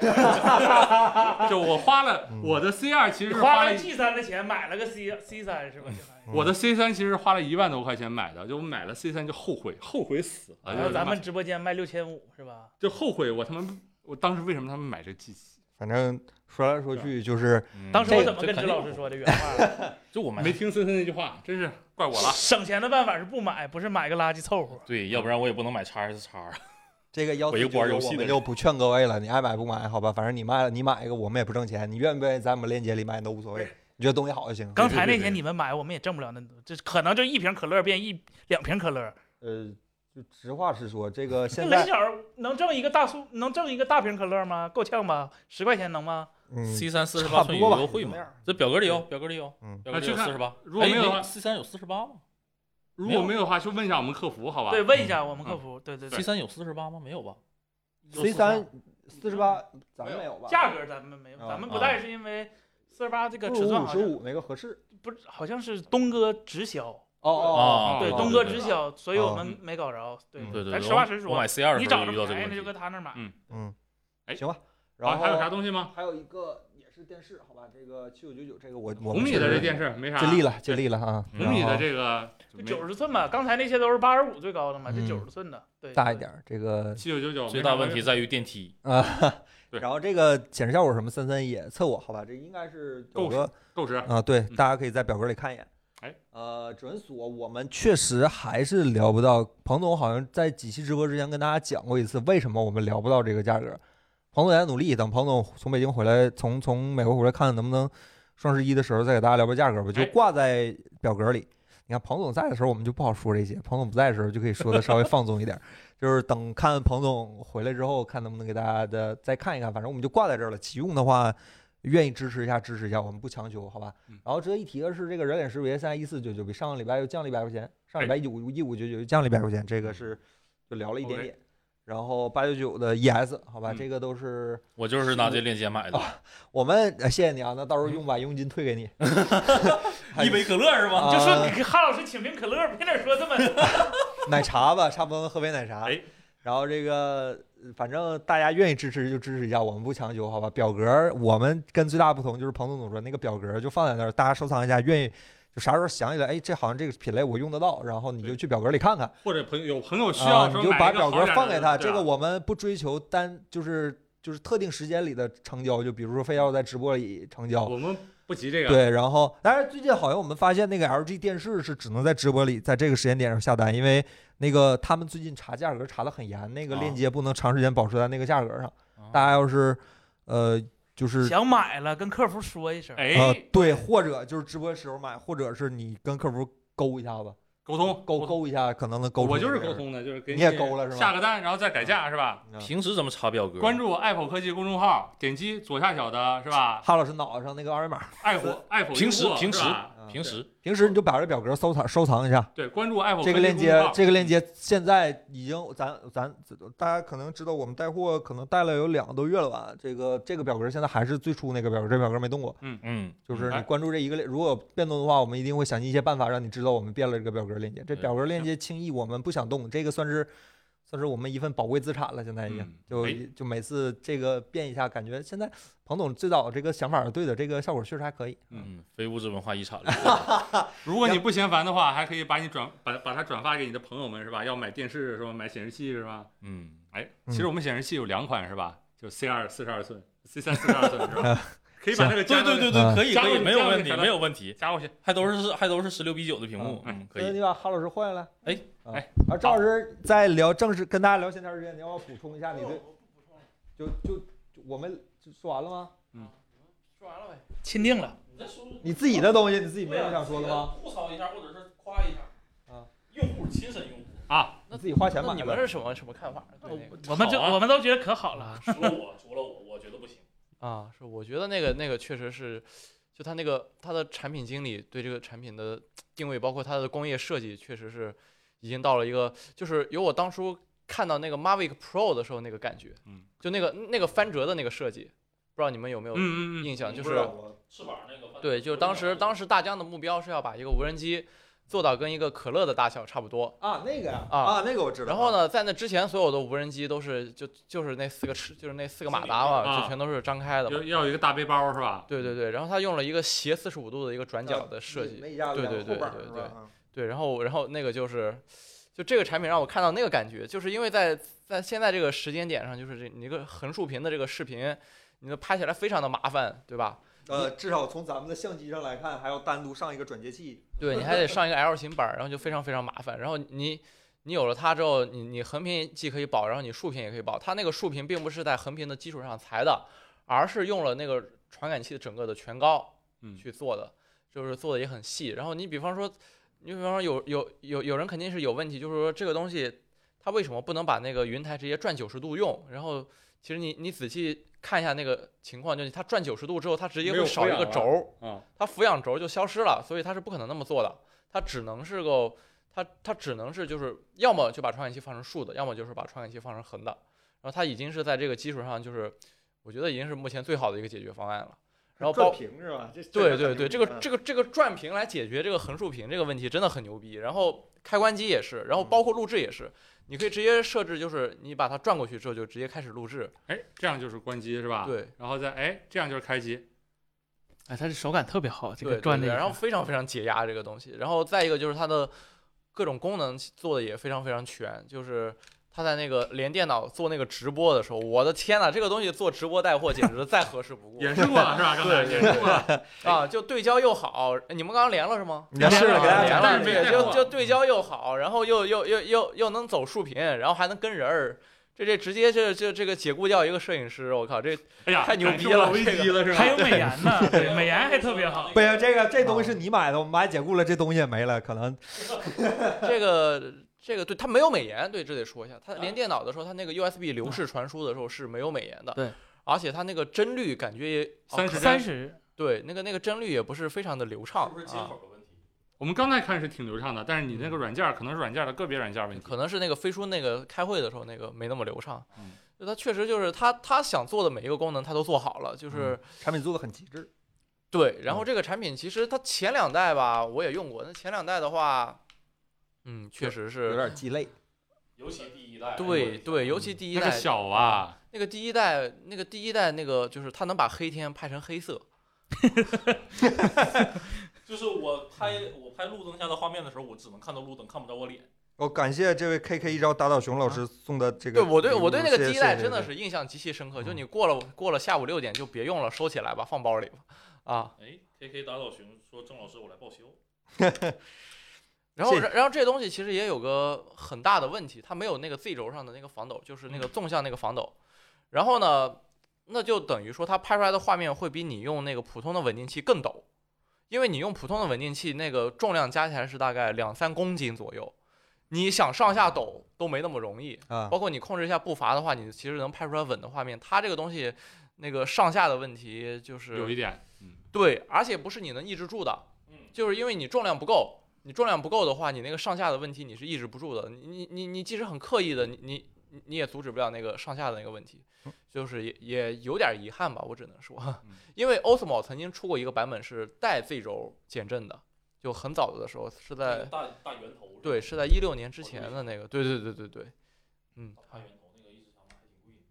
Speaker 4: 就我花了
Speaker 1: 嗯
Speaker 4: 我的 C 二，其实
Speaker 2: 你
Speaker 4: 是
Speaker 2: 花
Speaker 4: 花了
Speaker 2: 了
Speaker 4: 一
Speaker 2: G 三的钱买了个 C C 三是吧？
Speaker 1: 嗯
Speaker 4: 我的 C 三其实花了一万多块钱买的，就我买了 C 三就后悔，后悔死
Speaker 1: 哎
Speaker 2: 然
Speaker 4: 了。就
Speaker 2: 后
Speaker 4: 是他
Speaker 2: 咱
Speaker 4: 妈
Speaker 2: 们直播间卖六千五是吧？
Speaker 4: 就后悔我他妈我当时为什么他们买这 G 七？
Speaker 1: 反正说来说去就是
Speaker 3: 嗯
Speaker 2: 当时我怎么
Speaker 3: 这
Speaker 2: 跟
Speaker 3: 肯
Speaker 2: 支
Speaker 3: 定
Speaker 2: 老师说 的原话？啊
Speaker 3: 就我买
Speaker 4: 没听森森那句话，真是怪我 了。
Speaker 2: 省钱的办法是不买，不是买个垃圾凑合。
Speaker 3: 对，要不然我也不能买叉 S 叉。啊
Speaker 1: 这个要
Speaker 3: 我一个玩游戏的
Speaker 1: 我们
Speaker 3: 人
Speaker 1: 就不劝各位了，你爱买不买好吧，反正你卖了你买一个，我们也不挣钱，你愿不愿意在我们链接里买都无所谓，你觉得东西好就行。
Speaker 2: 刚才那
Speaker 3: 对对
Speaker 2: 天你们买，我们也挣不了那么多，这可能就一瓶可乐变一两瓶可乐。
Speaker 1: 呃，就实话实说，这个
Speaker 2: 那
Speaker 1: 现
Speaker 2: 雷
Speaker 1: 在
Speaker 2: 小能挣一个大苏，能挣一个大瓶可乐吗？够呛吧？十块钱能吗？
Speaker 1: 嗯
Speaker 3: C 三四十
Speaker 1: 差
Speaker 3: 八
Speaker 1: 不
Speaker 3: 寸
Speaker 1: 多
Speaker 3: 有
Speaker 1: 吧，
Speaker 3: 优惠
Speaker 1: 就那
Speaker 3: 吗？
Speaker 1: 样
Speaker 3: 这表格里有，表格里有，
Speaker 1: 嗯
Speaker 3: 表格里
Speaker 4: 啊去
Speaker 3: 有
Speaker 4: 看
Speaker 3: 四十八。哎
Speaker 4: 如
Speaker 1: 哎
Speaker 4: 果没有的话
Speaker 3: ，C 三有四十八吗
Speaker 4: 如果没有的话，去问一下我们客服，好吧？
Speaker 2: 对，，
Speaker 3: 嗯
Speaker 2: 问一下我们客服。对对
Speaker 3: ？C
Speaker 2: 对，
Speaker 3: 三有四十八吗？没有吧？
Speaker 1: C 三四十八咱们没有吧？
Speaker 2: 价格咱们没有，
Speaker 1: 啊
Speaker 2: 咱们不带是因为四十八这个
Speaker 1: 不
Speaker 2: 尺
Speaker 1: 如
Speaker 2: 寸
Speaker 1: 五
Speaker 2: 好
Speaker 1: 十
Speaker 2: 像
Speaker 1: 五那个合适。
Speaker 2: 不是，好像是东哥直销，
Speaker 1: 哦哦
Speaker 3: 啊
Speaker 2: 对，
Speaker 3: 哦
Speaker 2: 东哥直销，所以我们
Speaker 4: 嗯
Speaker 2: 没搞着。对
Speaker 1: 嗯
Speaker 3: 对对，
Speaker 2: 咱
Speaker 3: 对
Speaker 2: 实话实
Speaker 3: 我
Speaker 2: 说
Speaker 3: 买，C 二的
Speaker 2: 你
Speaker 3: 时候
Speaker 2: 找着
Speaker 3: 就遇到这个
Speaker 2: 便宜
Speaker 3: 问
Speaker 2: 的就搁
Speaker 3: 题。
Speaker 2: 他那儿买。
Speaker 1: 嗯，
Speaker 4: 哎
Speaker 1: 行吧。
Speaker 4: 然
Speaker 1: 然
Speaker 4: 后
Speaker 1: 后
Speaker 4: 还有啥东西吗？
Speaker 1: 还有一个也是电视，好吧，这个七九九九这个我我
Speaker 4: 红
Speaker 1: 们
Speaker 4: 米
Speaker 1: 确
Speaker 4: 的
Speaker 1: 实
Speaker 4: 这电视没啥，
Speaker 1: 尽力了，嗯尽力了啊。
Speaker 3: 嗯
Speaker 4: 红米
Speaker 1: 然
Speaker 4: 的
Speaker 1: 后
Speaker 4: 这个
Speaker 2: 就九十寸嘛，刚才那些都是八十五最高的嘛，就
Speaker 1: 嗯
Speaker 2: 九十寸的，对，
Speaker 1: 大一点儿，这个
Speaker 4: 七九九九，
Speaker 3: 最大问题在于电梯，
Speaker 1: 啊，
Speaker 4: 对
Speaker 1: 然后这个显示效果什么，森森也测过，好吧？这应该是有
Speaker 4: 够
Speaker 1: 个
Speaker 4: 够值。
Speaker 1: 啊，对，
Speaker 4: 嗯
Speaker 1: 大家可以在表格里看一眼。
Speaker 4: 哎，
Speaker 1: 呃，准锁我们确实还是聊不到，彭总好像在几期直播之前跟大家讲过一次，为什么我们聊不到这个价格。彭总也在努力，等彭总从北京回来，从从美国回来，看看能不能双十一的时候再给大家聊聊价格吧，就
Speaker 4: 哎
Speaker 1: 挂在表格里。你看彭总在的时候，我们就不好说这些；彭总不在的时候，就可以说的稍微放松一点。 就是等看彭总回来之后，看能不能给大家的再看一看，反正我们就挂在这儿了。启用的话，愿意支持一下，支持一下，我们不强求，好吧
Speaker 4: 嗯？
Speaker 1: 然后值得一提的是，这个人脸识别现在一四九九，比上个礼拜又降了一百块钱，上礼拜一五一五九九又降了一百块钱，这个是就聊了一点点。然后八九九的 ES，好吧，
Speaker 4: 嗯
Speaker 1: 这个都是
Speaker 3: 我就是拿这链接买的，
Speaker 1: 我们呃谢谢你啊，那到时候用把佣金退给你。
Speaker 3: 一杯可乐是吗？
Speaker 2: 就说
Speaker 1: 啊
Speaker 2: 给哈老师请瓶可乐，别在这说这么
Speaker 1: 奶茶吧，差不多喝杯奶茶。
Speaker 4: 哎
Speaker 1: 然后这个呃反正大家愿意支持就支持一下，我们不强求，好吧？表格儿我们跟最大不同就是彭总总说那个表格儿就放在那儿，大家收藏一下，愿意就啥时候想起来，哎，这好像这个品类我用得到，然后你就去表格里看看，
Speaker 4: 或者朋友有朋友需
Speaker 1: 啊
Speaker 4: 要，
Speaker 1: 你
Speaker 4: 说
Speaker 1: 就
Speaker 4: 买
Speaker 1: 把
Speaker 4: 一个
Speaker 1: 表
Speaker 4: 好
Speaker 1: 格儿
Speaker 4: 点
Speaker 1: 放
Speaker 4: 的
Speaker 1: 给他。
Speaker 4: 对
Speaker 1: 这
Speaker 4: 啊
Speaker 1: 个我们不追求单就是就是特定时间里的成交，就比如说非要在直播里成交，
Speaker 4: 我们不急这个，
Speaker 1: 对，然后但是最近好像我们发现那个 LG 电视是只能在直播里，在这个时间点上下单，因为那个他们最近查价格查得很严，那个链
Speaker 3: 啊
Speaker 1: 接不能长时间保持在那个价格上。
Speaker 3: 啊
Speaker 1: 大家要是呃就是
Speaker 2: 想买了，跟客服说一声。
Speaker 1: 呃
Speaker 4: 哎，
Speaker 1: 对，或者就是直播时候买，或者是你跟客服勾一下子，
Speaker 4: 沟通
Speaker 1: 勾，勾一下，可能能勾出
Speaker 4: 我
Speaker 1: 来
Speaker 4: 就是
Speaker 1: 这
Speaker 4: 沟
Speaker 1: 个人。
Speaker 4: 通的，就是给
Speaker 1: 你也勾了是吧
Speaker 4: 下个单，然后再改价是吧？
Speaker 3: 平时怎么查表格？
Speaker 4: 关注爱否科技公众号，点击左下角的是吧？
Speaker 1: 哈老师脑袋上那个二维码，
Speaker 4: 爱否爱否
Speaker 3: 平时
Speaker 4: 用户
Speaker 3: 平时
Speaker 4: 是吧
Speaker 1: 啊
Speaker 3: 平时
Speaker 1: 平时你就把这表格收藏收藏一下。
Speaker 4: 对关注爱否
Speaker 1: 这个
Speaker 4: 科技
Speaker 1: 链
Speaker 4: 公众
Speaker 1: 接
Speaker 4: 号，
Speaker 1: 这个链接现在已经咱咱大家可能知道，我们带货可能带了有两个多月了吧。这个这个表格现在还是最初那个表格，这表格没动过。
Speaker 3: 嗯，
Speaker 1: 就是
Speaker 4: 嗯
Speaker 1: 你关注这一个链，如果有变动的话，我们一定会想尽一些办法让你知道我们变了这个表格链接。这
Speaker 3: 对
Speaker 1: 表格链接轻易我们不想动，这个算是算是我们一份宝贵资产了。现在已经
Speaker 4: 嗯
Speaker 1: 就
Speaker 4: 哎
Speaker 1: 就每次这个变一下，感觉现在彭总最早这个想法是对的，这个效果确实还可以。
Speaker 3: 嗯，非物质文化遗产 了。
Speaker 4: 如果你不嫌烦的话，还可以把你转把把它转发给你的朋友们是吧？要买电视是吧？买显示器是吧？
Speaker 3: 嗯，
Speaker 4: 哎，
Speaker 1: 嗯
Speaker 4: 其实我们显示器有两款是吧？就 C 二四十二寸，C 三四十二寸 是吧？可以把那个加
Speaker 3: 对
Speaker 4: 到
Speaker 3: 对对
Speaker 4: 那个
Speaker 1: 啊
Speaker 4: 啊
Speaker 3: 对，可以
Speaker 4: 加
Speaker 3: 可以，
Speaker 4: 过去
Speaker 3: 没有
Speaker 4: 加过
Speaker 3: 问
Speaker 4: 去
Speaker 3: 题
Speaker 4: 查到
Speaker 3: 没有问题，
Speaker 4: 加过去，
Speaker 3: 还都是还都是十六比九的屏幕，
Speaker 4: 嗯
Speaker 3: 嗯，可
Speaker 1: 所以
Speaker 3: 以。
Speaker 1: 你把哈老师换下来。
Speaker 3: 哎
Speaker 1: 啊，
Speaker 4: 哎
Speaker 1: 啊，赵老师在聊正式跟大家聊闲天儿之前，你要不要补充一下你对？就就就我们就说完了吗？
Speaker 9: 说完了呗。
Speaker 2: 钦定了，
Speaker 9: 你再说说
Speaker 1: 你自己的东西你自己没有想说的吗？？
Speaker 3: 吐槽一下或者是夸一下。
Speaker 1: 啊，
Speaker 3: 用户亲身用户，
Speaker 1: 你自己花钱
Speaker 9: 那
Speaker 1: 买
Speaker 9: 你们
Speaker 1: 的。
Speaker 9: 是什么什么看法？对那个
Speaker 2: 我们就
Speaker 3: 好啊
Speaker 2: 我们都觉得可好了。
Speaker 3: 除了我，除了我，我觉得不行。
Speaker 9: 啊，是我觉得那个那个确实是，就他那个他的产品经理对这个产品的定位，包括它的工业设计，确实是已经到了一个，就是有我当初看到那个 Mavic Pro 的时候那个感觉，
Speaker 4: 嗯，
Speaker 9: 就那个那个翻折的那个设计，不知道你们有没有
Speaker 4: 嗯嗯嗯，
Speaker 9: 印象，就
Speaker 1: 不知
Speaker 9: 是
Speaker 1: 道我
Speaker 3: 翅膀那个
Speaker 9: 对，就是当时当时大疆的目标是要把一个无人机做到跟一个可乐的大小差不多。
Speaker 1: 啊，那个呀
Speaker 9: 啊
Speaker 1: 啊，那个我知道。
Speaker 9: 然后？呢，在那之前，所有的无人机都是就就是那四个翅，就是那四个马达
Speaker 4: 啊
Speaker 9: 嘛，就全都是张开的嘛。
Speaker 4: 要要有一个大背包是吧？
Speaker 9: 对对对，然后它用了一个斜四十五度的一个转角的呃设计，
Speaker 1: 那啊一下子
Speaker 9: 对
Speaker 1: 两个
Speaker 9: 对对
Speaker 1: 后板
Speaker 9: 对
Speaker 1: 是
Speaker 9: 对
Speaker 1: 吧啊
Speaker 9: 对，然后然后那个就是，就这个产品让我看到那个感觉，就是因为在在现在这个时间点上，就是这你一个横竖屏的这个视频，你的拍起来非常的麻烦，对吧？
Speaker 1: 呃，至少从咱们的相机上来看，还要单独上一个转接器。
Speaker 9: 对你还得上一个 L 型板儿，然后就非常非常麻烦。然后你你有了它之后，你你横屏既可以保，然后你竖屏也可以保。它那个竖屏并不是在横屏的基础上裁的，而是用了那个传感器的整个的全高
Speaker 4: 嗯
Speaker 9: 去做的，就是做的也很细。然后你比方说，你比方说有有有有人肯定是有问题，就是说这个东西它为什么不能把那个云台直接转九十度用？然后其实你你仔细看一下那个情况，就是它转九十度之后，它直接
Speaker 4: 没有
Speaker 9: 会少
Speaker 4: 俯
Speaker 9: 一
Speaker 4: 仰
Speaker 9: 个
Speaker 4: 了
Speaker 9: 轴儿。
Speaker 4: 啊，
Speaker 9: 它俯仰轴就消失了，所以它是不可能那么做的，它只能是够，它它只能是就是要么就把传感器放成竖的，要么就是把传感器放成横的，然后它已经是在这个基础上，就是我觉得已经是目前最好的一个解决方案了。然后包
Speaker 1: 转屏是吧？这
Speaker 9: 对对对，这个这
Speaker 1: 个嗯
Speaker 9: 个这个转屏来解决这个横竖屏这个问题真的很牛逼。然后开关机也是，然后包括录制也是，你可以直接设置，就是你把它转过去之后就直接开始录制。
Speaker 4: 哎，这样就是关机是吧？，
Speaker 9: 对，
Speaker 4: 然后再哎，这样就是开机，
Speaker 2: 哎，它这手感特别好，这
Speaker 9: 对
Speaker 2: 个
Speaker 9: 对
Speaker 2: 转这
Speaker 9: 对
Speaker 2: 个。
Speaker 9: 然后非常非常解压这个东西。然后再一个就是它的各种功能做的也非常非常全，就是它在那个连电脑做那个直播的时候，我的天呐，这个东西做直播带货简直再合适不过
Speaker 4: 演示过了是吧？刚才演示过了，
Speaker 9: 啊！就对焦又好，你们刚刚连了是吗？啊
Speaker 1: 也是
Speaker 2: 了
Speaker 1: 给大家
Speaker 9: 连
Speaker 1: 讲
Speaker 4: 但
Speaker 9: 了，
Speaker 1: 讲
Speaker 4: 是
Speaker 1: 这
Speaker 4: 没
Speaker 1: 个
Speaker 9: 对，
Speaker 4: 带货
Speaker 9: 就就对焦又好，然后又又又又又能走竖屏，然后还能跟人儿，这这直接这这这个解雇掉一个摄影师，我靠，这
Speaker 4: 哎呀，
Speaker 9: 太牛逼
Speaker 4: 感受到
Speaker 9: 了
Speaker 4: 危
Speaker 9: 这个
Speaker 4: 机了是吧？
Speaker 2: 还有美颜 呢，对，美颜还特别好。
Speaker 1: 不行，这个这
Speaker 9: 啊
Speaker 1: 东西是你买的，我们把它解雇了，这东西也没了，可能
Speaker 9: 这个这个对它没有美颜，对，这得说一下，它连电脑的时候，它那个 USB 流式传输的时候是没有美颜的，
Speaker 2: 对，
Speaker 9: 而且它那个帧率感觉也
Speaker 4: 三十
Speaker 2: 三十，
Speaker 9: 对那个那个帧率也不是非常的流畅
Speaker 3: 是不是接
Speaker 9: 啊。
Speaker 3: 口的问题？
Speaker 4: 我们刚才看是挺流畅的，但是你那个软件儿可能是软件儿的个别软件儿问题。
Speaker 9: 可能是那个飞书那个开会的时候那个没那么流畅
Speaker 4: 嗯，
Speaker 9: 就他确实就是他他想做的每一个功能他都做好了，就是
Speaker 5: 产品做的很极致。
Speaker 9: 对。然后这个产品其实它前两代吧我也用过，那前两代的话，嗯，确实
Speaker 5: 有
Speaker 9: 是
Speaker 5: 点鸡肋，
Speaker 3: 尤其第一代
Speaker 9: 对对，尤其第一
Speaker 4: 那个
Speaker 9: 代
Speaker 4: 小啊，
Speaker 9: 那个第一代那个第一代那个就是它能把黑天拍成黑色，
Speaker 3: 就是我拍我拍路灯下的画面的时候，我只能看到路灯，看不着我脸。
Speaker 1: 我感谢这位 K K 一招打倒熊老师送的这个
Speaker 9: 对
Speaker 1: 礼物。
Speaker 9: 我对我对那个嗯
Speaker 1: 谢谢
Speaker 9: 第一代
Speaker 1: 谢谢
Speaker 9: 真的
Speaker 1: 谢谢
Speaker 9: 是印象极其深刻，就你过了过了下午六点就别用了，收起来吧，放包里吧啊。
Speaker 3: 哎，K K 打倒熊说：“郑老师，我来报销。
Speaker 9: 然后
Speaker 1: 是
Speaker 9: 然后这东西其实也有个很大的问题，它没有那个 Z 轴上的那个防抖，就是那个纵向那个防抖。然后呢，那就等于说它拍出来的画面会比你用那个普通的稳定器更抖，因为你用普通的稳定器那个重量加起来是大概两三公斤左右，你想上下抖都没那么容易。
Speaker 5: 啊
Speaker 9: 包括你控制一下步伐的话，你其实能拍出来稳的画面。它这个东西，那个上下的问题就是
Speaker 4: 有一点，嗯，
Speaker 9: 对，而且不是你能抑制住的，
Speaker 3: 嗯
Speaker 9: 就是因为你重量不够。你重量不够的话，你那个上下的问题你是抑制不住的。你你你你即使很刻意的，你你你你也阻止不了那个上下的那个问题，就是也也有点遗憾吧，我只能说
Speaker 4: 嗯，
Speaker 9: 因为 Osmo 曾经出过一个版本是带 Z 轴减震的，就很早的时候是”
Speaker 4: 嗯
Speaker 9: 在
Speaker 3: 大大圆头是吧
Speaker 9: 对是在一六年之前的那个，对对对对对，嗯，
Speaker 3: 大圆头那个一直想买还挺贵的。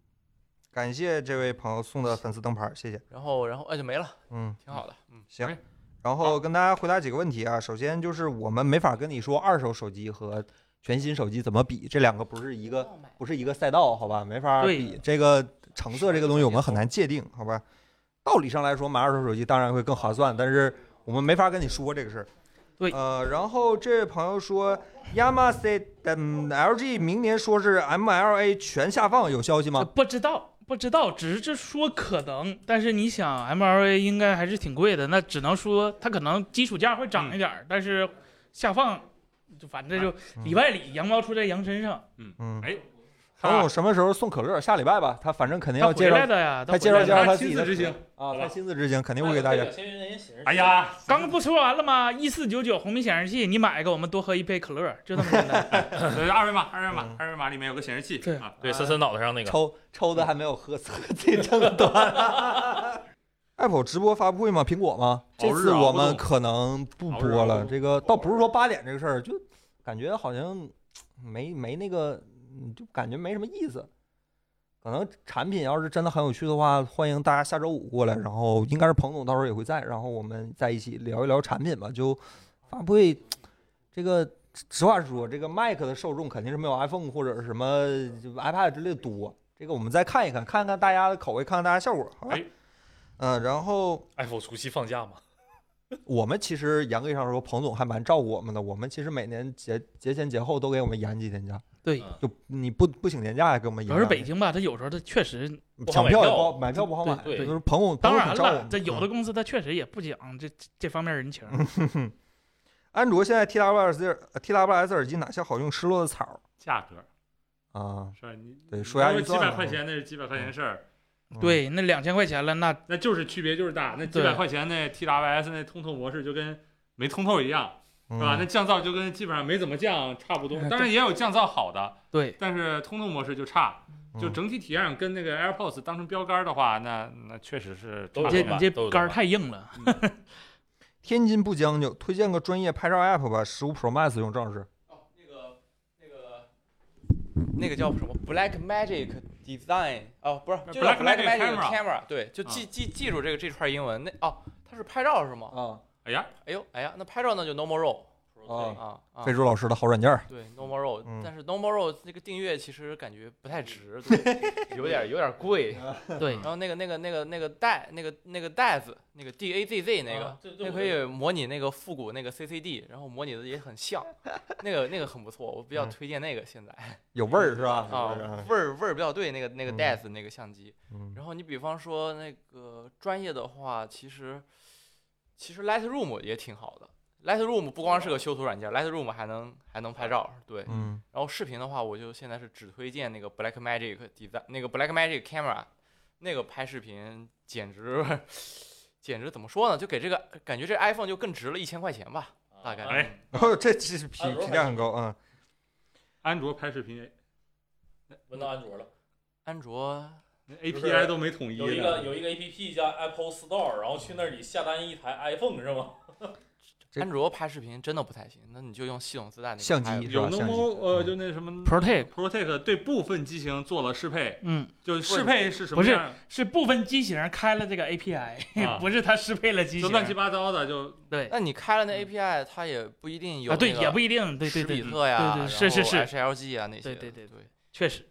Speaker 1: 感谢这位朋友送的粉丝灯牌，谢谢。
Speaker 9: 然后然后哎就没了，
Speaker 1: 嗯，
Speaker 9: 挺好的，嗯，
Speaker 4: 哎
Speaker 1: 然后跟大家回答几个问题啊，首先就是我们没法跟你说二手手机和全新手机怎么比，这两个不是一个不是一个赛道，好吧，没法
Speaker 2: 对
Speaker 1: 比。这个成色这个东西我们很难界定，好吧。道理上来说，买二手手机当然会更划算，但是我们没法跟你说这个事儿。
Speaker 2: 对
Speaker 1: 呃，然后这位朋友说，Yama C 嗯 LG 明年说是 MLA 全下放，有消息吗？
Speaker 2: 不知道，不知道，只是说可能。但是你想，MLA 应该还是挺贵的，那只能说它可能基础价会
Speaker 9: 嗯
Speaker 2: 涨一点，儿，但是下放就反正
Speaker 9: 啊
Speaker 2: 就里外里，羊毛出在羊身上。
Speaker 1: 嗯，
Speaker 4: 哎，
Speaker 1: 等我什么时候送可乐？下礼拜吧，他反正肯定要
Speaker 2: 他
Speaker 1: 介
Speaker 2: 回
Speaker 1: 绍
Speaker 2: 来的呀，
Speaker 1: 他
Speaker 2: 他
Speaker 1: 介绍
Speaker 2: 回来
Speaker 1: 介绍
Speaker 2: 的
Speaker 1: 他
Speaker 4: 他
Speaker 1: 自己
Speaker 4: 亲
Speaker 1: 的
Speaker 4: 自执行。
Speaker 1: 啊，他亲自执行肯定会给大家
Speaker 3: 那个。千元钱显示器啊
Speaker 4: 哎，呀，
Speaker 2: 刚不说完了吗？一四九九红米显示器，你买一个，我们多喝一杯可乐，就这么简单。
Speaker 4: 二维码，二维
Speaker 1: 嗯
Speaker 4: 码，二维码里面有个显示器。
Speaker 2: 对
Speaker 4: 啊，
Speaker 3: 对森森脑袋上那个，
Speaker 1: 抽抽的还没有喝，这正端。Apple 直播发布会吗？苹果吗？
Speaker 4: 熬日
Speaker 1: 这次
Speaker 4: 啊
Speaker 1: 我们可能不播
Speaker 4: 熬日
Speaker 1: 了。
Speaker 4: 啊
Speaker 1: 这个倒不是说八点这个事儿，就感觉好像没没那个，嗯就感觉没什么意思。可能产品要是真的很有趣的话，欢迎大家下周五过来，然后应该是彭总到时候也会在，然后我们在一起聊一聊产品吧。就发布会，这个实话实说，这个 Mac 的受众肯定是没有 iPhone 或者是什么就 iPad 之类的多。这个我们再看一看，看看大家的口味，看看大家效果，好吧
Speaker 4: 哎？
Speaker 1: 嗯、然后
Speaker 3: iPhone 除夕放假嘛，
Speaker 1: 我们其实严格意义上说，彭总还蛮照顾我们的。我们其实每年节节前节后都给我们延几天假，
Speaker 2: 对，
Speaker 1: 就你不不请年假也给我们
Speaker 2: 主
Speaker 1: 延。
Speaker 2: 要是北京吧，它有时候它确实，
Speaker 3: 不好
Speaker 1: 抢
Speaker 3: 买
Speaker 1: 票也
Speaker 3: 票
Speaker 1: 不好买票不好买，
Speaker 3: 对对
Speaker 1: 就是彭总彭
Speaker 2: 当
Speaker 1: 总很
Speaker 2: 然
Speaker 1: 照顾我
Speaker 2: 了
Speaker 1: 们，。
Speaker 2: 这有
Speaker 1: 嗯
Speaker 2: 的公司它确实也不讲这这这方面人情。
Speaker 1: 安卓现在 TWS 耳 TWS 耳机哪些好用？失落的草
Speaker 4: 价格
Speaker 1: 啊，
Speaker 4: 是吧？你
Speaker 1: 对说牙
Speaker 4: 那
Speaker 1: 预
Speaker 4: 是几
Speaker 1: 算嗯
Speaker 4: 百
Speaker 1: 嘛
Speaker 4: 块钱，那是几百块钱的事儿，
Speaker 2: 对，那两千块钱了，那
Speaker 4: 那就是区别就是大。那几
Speaker 2: 对
Speaker 4: 百块钱那 TWS 那通透模式就跟没通透一样，
Speaker 1: 嗯
Speaker 4: 是吧？那降噪就跟基本上没怎么降差不多，当然也有降噪好的，
Speaker 2: 对，
Speaker 4: 但是通透模式就差。就
Speaker 1: 嗯
Speaker 4: 整体体验上跟那个 AirPods 当成标杆儿的话，那那确实是
Speaker 3: 都
Speaker 4: 差
Speaker 2: 这
Speaker 4: 很
Speaker 2: 你
Speaker 4: 多
Speaker 2: 这
Speaker 3: 都有
Speaker 2: 杆儿
Speaker 3: 吧
Speaker 2: 太硬了。
Speaker 1: 天津不将就，推荐个专业拍照 app 吧，十五 Pro Max 用正是。
Speaker 9: 哦，那个那个那个叫什么 Black Magic Design 哦，不是，就叫
Speaker 4: Black
Speaker 9: Black
Speaker 4: Magic
Speaker 9: Magic
Speaker 4: Camera
Speaker 9: Camera，对，就记记记住这个这串英文。那哦，它是拍照是吗？
Speaker 1: 啊，
Speaker 4: 哎呀，
Speaker 9: 哎呦哎呀，那拍照那就 No More Roll
Speaker 1: 啊
Speaker 9: 啊啊
Speaker 1: 非，洲老师的好软件儿。
Speaker 9: 对 No More Roll，、
Speaker 1: 嗯
Speaker 9: 但是 No More Roll 那个订阅其实感觉不太值，对有点有点贵。
Speaker 2: 对
Speaker 9: 然，后那个那个那个那个带那个那个带子那个 D A Z Z 那个。
Speaker 3: 啊这这
Speaker 9: 那
Speaker 3: 我
Speaker 9: 可以模拟那个复古那个 CCD，然后模拟的也很像，那个那个很不错，我比较
Speaker 1: 嗯
Speaker 9: 推荐那个现在。
Speaker 1: 有味儿是吧？
Speaker 9: 啊
Speaker 1: 有味儿啊，
Speaker 9: 味儿味儿比较对，那个那个
Speaker 1: 嗯
Speaker 9: DAS 那个相机。
Speaker 1: 嗯
Speaker 9: 然后你比方说那个专业的话，其实其实 Lightroom 也挺好的。Lightroom 不光是个修图软件，Lightroom 还能还能拍照，对。
Speaker 1: 嗯，
Speaker 9: 然后视频的话，我就现在是只推荐那个 Blackmagic Design，那个 Blackmagic Camera，那个拍视频简直简直怎么说呢？就给这个感觉这 iPhone 就更值了一千块钱吧。
Speaker 3: 啊
Speaker 9: 大概
Speaker 4: 哎，
Speaker 1: 哦，这这是
Speaker 3: 啊
Speaker 1: 评
Speaker 3: 如果
Speaker 1: 评价很高啊。
Speaker 4: 安卓拍视频
Speaker 3: 闻到安卓了。
Speaker 9: 安卓
Speaker 4: ，A P I 都没统一
Speaker 3: 有一个
Speaker 4: 呢。
Speaker 3: 有一个 A P P 叫 Apple Store，然后去那里下单一台 iPhone 是吗？
Speaker 1: 这
Speaker 9: 安卓拍视频真的不太行，那你就用系统自带那个
Speaker 1: 相
Speaker 9: 拍
Speaker 1: 机
Speaker 9: 吧
Speaker 4: 有
Speaker 1: 是吧
Speaker 4: Nomo 呃，
Speaker 1: 嗯
Speaker 4: 就那什么
Speaker 2: Protect，
Speaker 4: Protect 对部分机型做了适配，
Speaker 2: 嗯，
Speaker 4: 就是适配是什么
Speaker 2: 不是
Speaker 4: 样，
Speaker 2: 是部分机型开了这个 API，、
Speaker 4: 啊
Speaker 2: 不是它适配了机
Speaker 4: 就
Speaker 2: 型。
Speaker 4: 乱七八糟的，就
Speaker 2: 对
Speaker 9: 那你开了
Speaker 2: 嗯
Speaker 9: 那 API，它也不一定有
Speaker 2: 啊，对，
Speaker 9: 那个
Speaker 2: 也不一定，对对
Speaker 9: 史
Speaker 2: 对
Speaker 9: 比，特呀，
Speaker 2: 对对是是是
Speaker 9: h l g 啊那些
Speaker 2: 对
Speaker 9: 的，
Speaker 2: 对对
Speaker 9: 对
Speaker 2: 确实，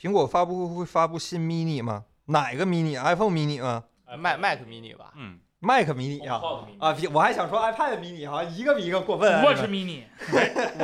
Speaker 1: 苹果发布会会发布新 mini 吗？哪个 mini？iPhone mini 吗
Speaker 9: ，Mac 嗯 Mac mini 吧，
Speaker 4: 嗯，
Speaker 1: ？Mac mini 啊？
Speaker 3: 啊
Speaker 1: 啊，比我还想说 iPad mini 哈，一个比一个过分啊。
Speaker 2: Watch
Speaker 1: 这个
Speaker 2: Mini、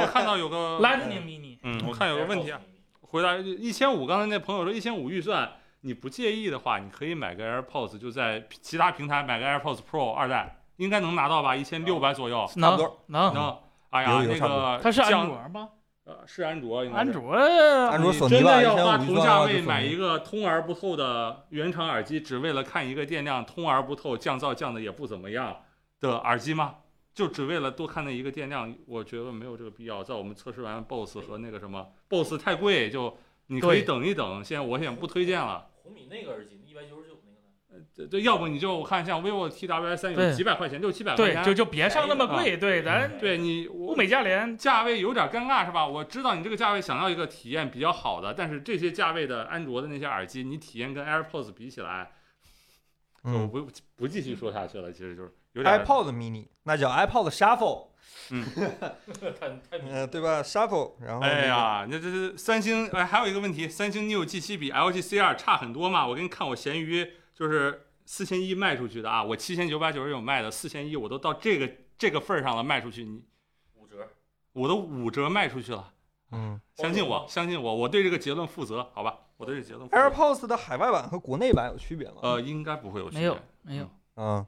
Speaker 4: 我看到 有个
Speaker 2: Lightning Mini，
Speaker 4: 嗯，我看有个问题啊，，回答一千五，刚才那朋友说一千五预算，你不介意的话，你可以买个 AirPods，就在其他平台买个 AirPods Pro 二代，应该能拿到吧？一千六百左右。
Speaker 1: 不
Speaker 2: 能
Speaker 1: 多
Speaker 2: 能，
Speaker 4: 那哎呀，
Speaker 1: 有有
Speaker 4: 那
Speaker 1: 差不
Speaker 4: 个
Speaker 2: 它是安
Speaker 4: 降
Speaker 2: 卓吗？
Speaker 4: 呃是安卓，应该是
Speaker 2: 安。卓，
Speaker 1: 安
Speaker 4: 你
Speaker 1: 卓索尼
Speaker 4: 真
Speaker 1: 吧，
Speaker 4: 的
Speaker 1: 一千
Speaker 4: 要花
Speaker 1: 五
Speaker 4: 同
Speaker 1: 一万
Speaker 4: 价
Speaker 1: 啊，
Speaker 4: 位买一
Speaker 1: 个。
Speaker 4: 个通而不透的原厂耳机，只为了看一个电量通而不透、降噪降的也不怎么样的耳机吗？就只为了多看那一个电量，我觉得没有这个必要。在我们测试完 BOSS 和那个什么 BOSS 太贵，就你可以
Speaker 2: 对
Speaker 4: 等一等。现在我也不推荐了。
Speaker 3: 红米那个耳机一百九十九那个呢？
Speaker 4: 这这要不你就我看像 vivo TWS 三有
Speaker 2: 对
Speaker 4: 几百块钱，六七百块
Speaker 2: 对，
Speaker 4: 钱，
Speaker 2: 就就别上那么贵，对，咱
Speaker 4: 对你
Speaker 2: 物
Speaker 4: 我
Speaker 2: 美价廉，
Speaker 4: 价位有点尴尬是吧？我知道你这个价位想要一个体验比较好的，但是这些价位的安卓的那些耳机，你体验跟 AirPods 比起来，我
Speaker 1: 嗯
Speaker 4: 不不继续说下去了，其实就是有点
Speaker 1: ，iPod mini 那叫 iPod shuffle，
Speaker 3: 太太迷
Speaker 1: 呃，对吧？shuffle，然后
Speaker 4: 哎呀，那这这三星哎，还有一个问题，三星 neo G 7比 LG C 2差很多吗？我给你看我闲鱼就是四千一卖出去的啊，我七千九百九十九卖的，四千一我都到这个这个份儿上了，卖出去你
Speaker 3: 五折，
Speaker 4: 我都五折卖出去了，
Speaker 1: 那个，嗯
Speaker 4: 相信我，相信我，我对这个结论负责，好吧，我对这个结论负责。
Speaker 1: ，AirPods 的海外版和国内版有区别吗？
Speaker 4: 呃，应该不会有区别
Speaker 2: 没有没有，
Speaker 1: 嗯，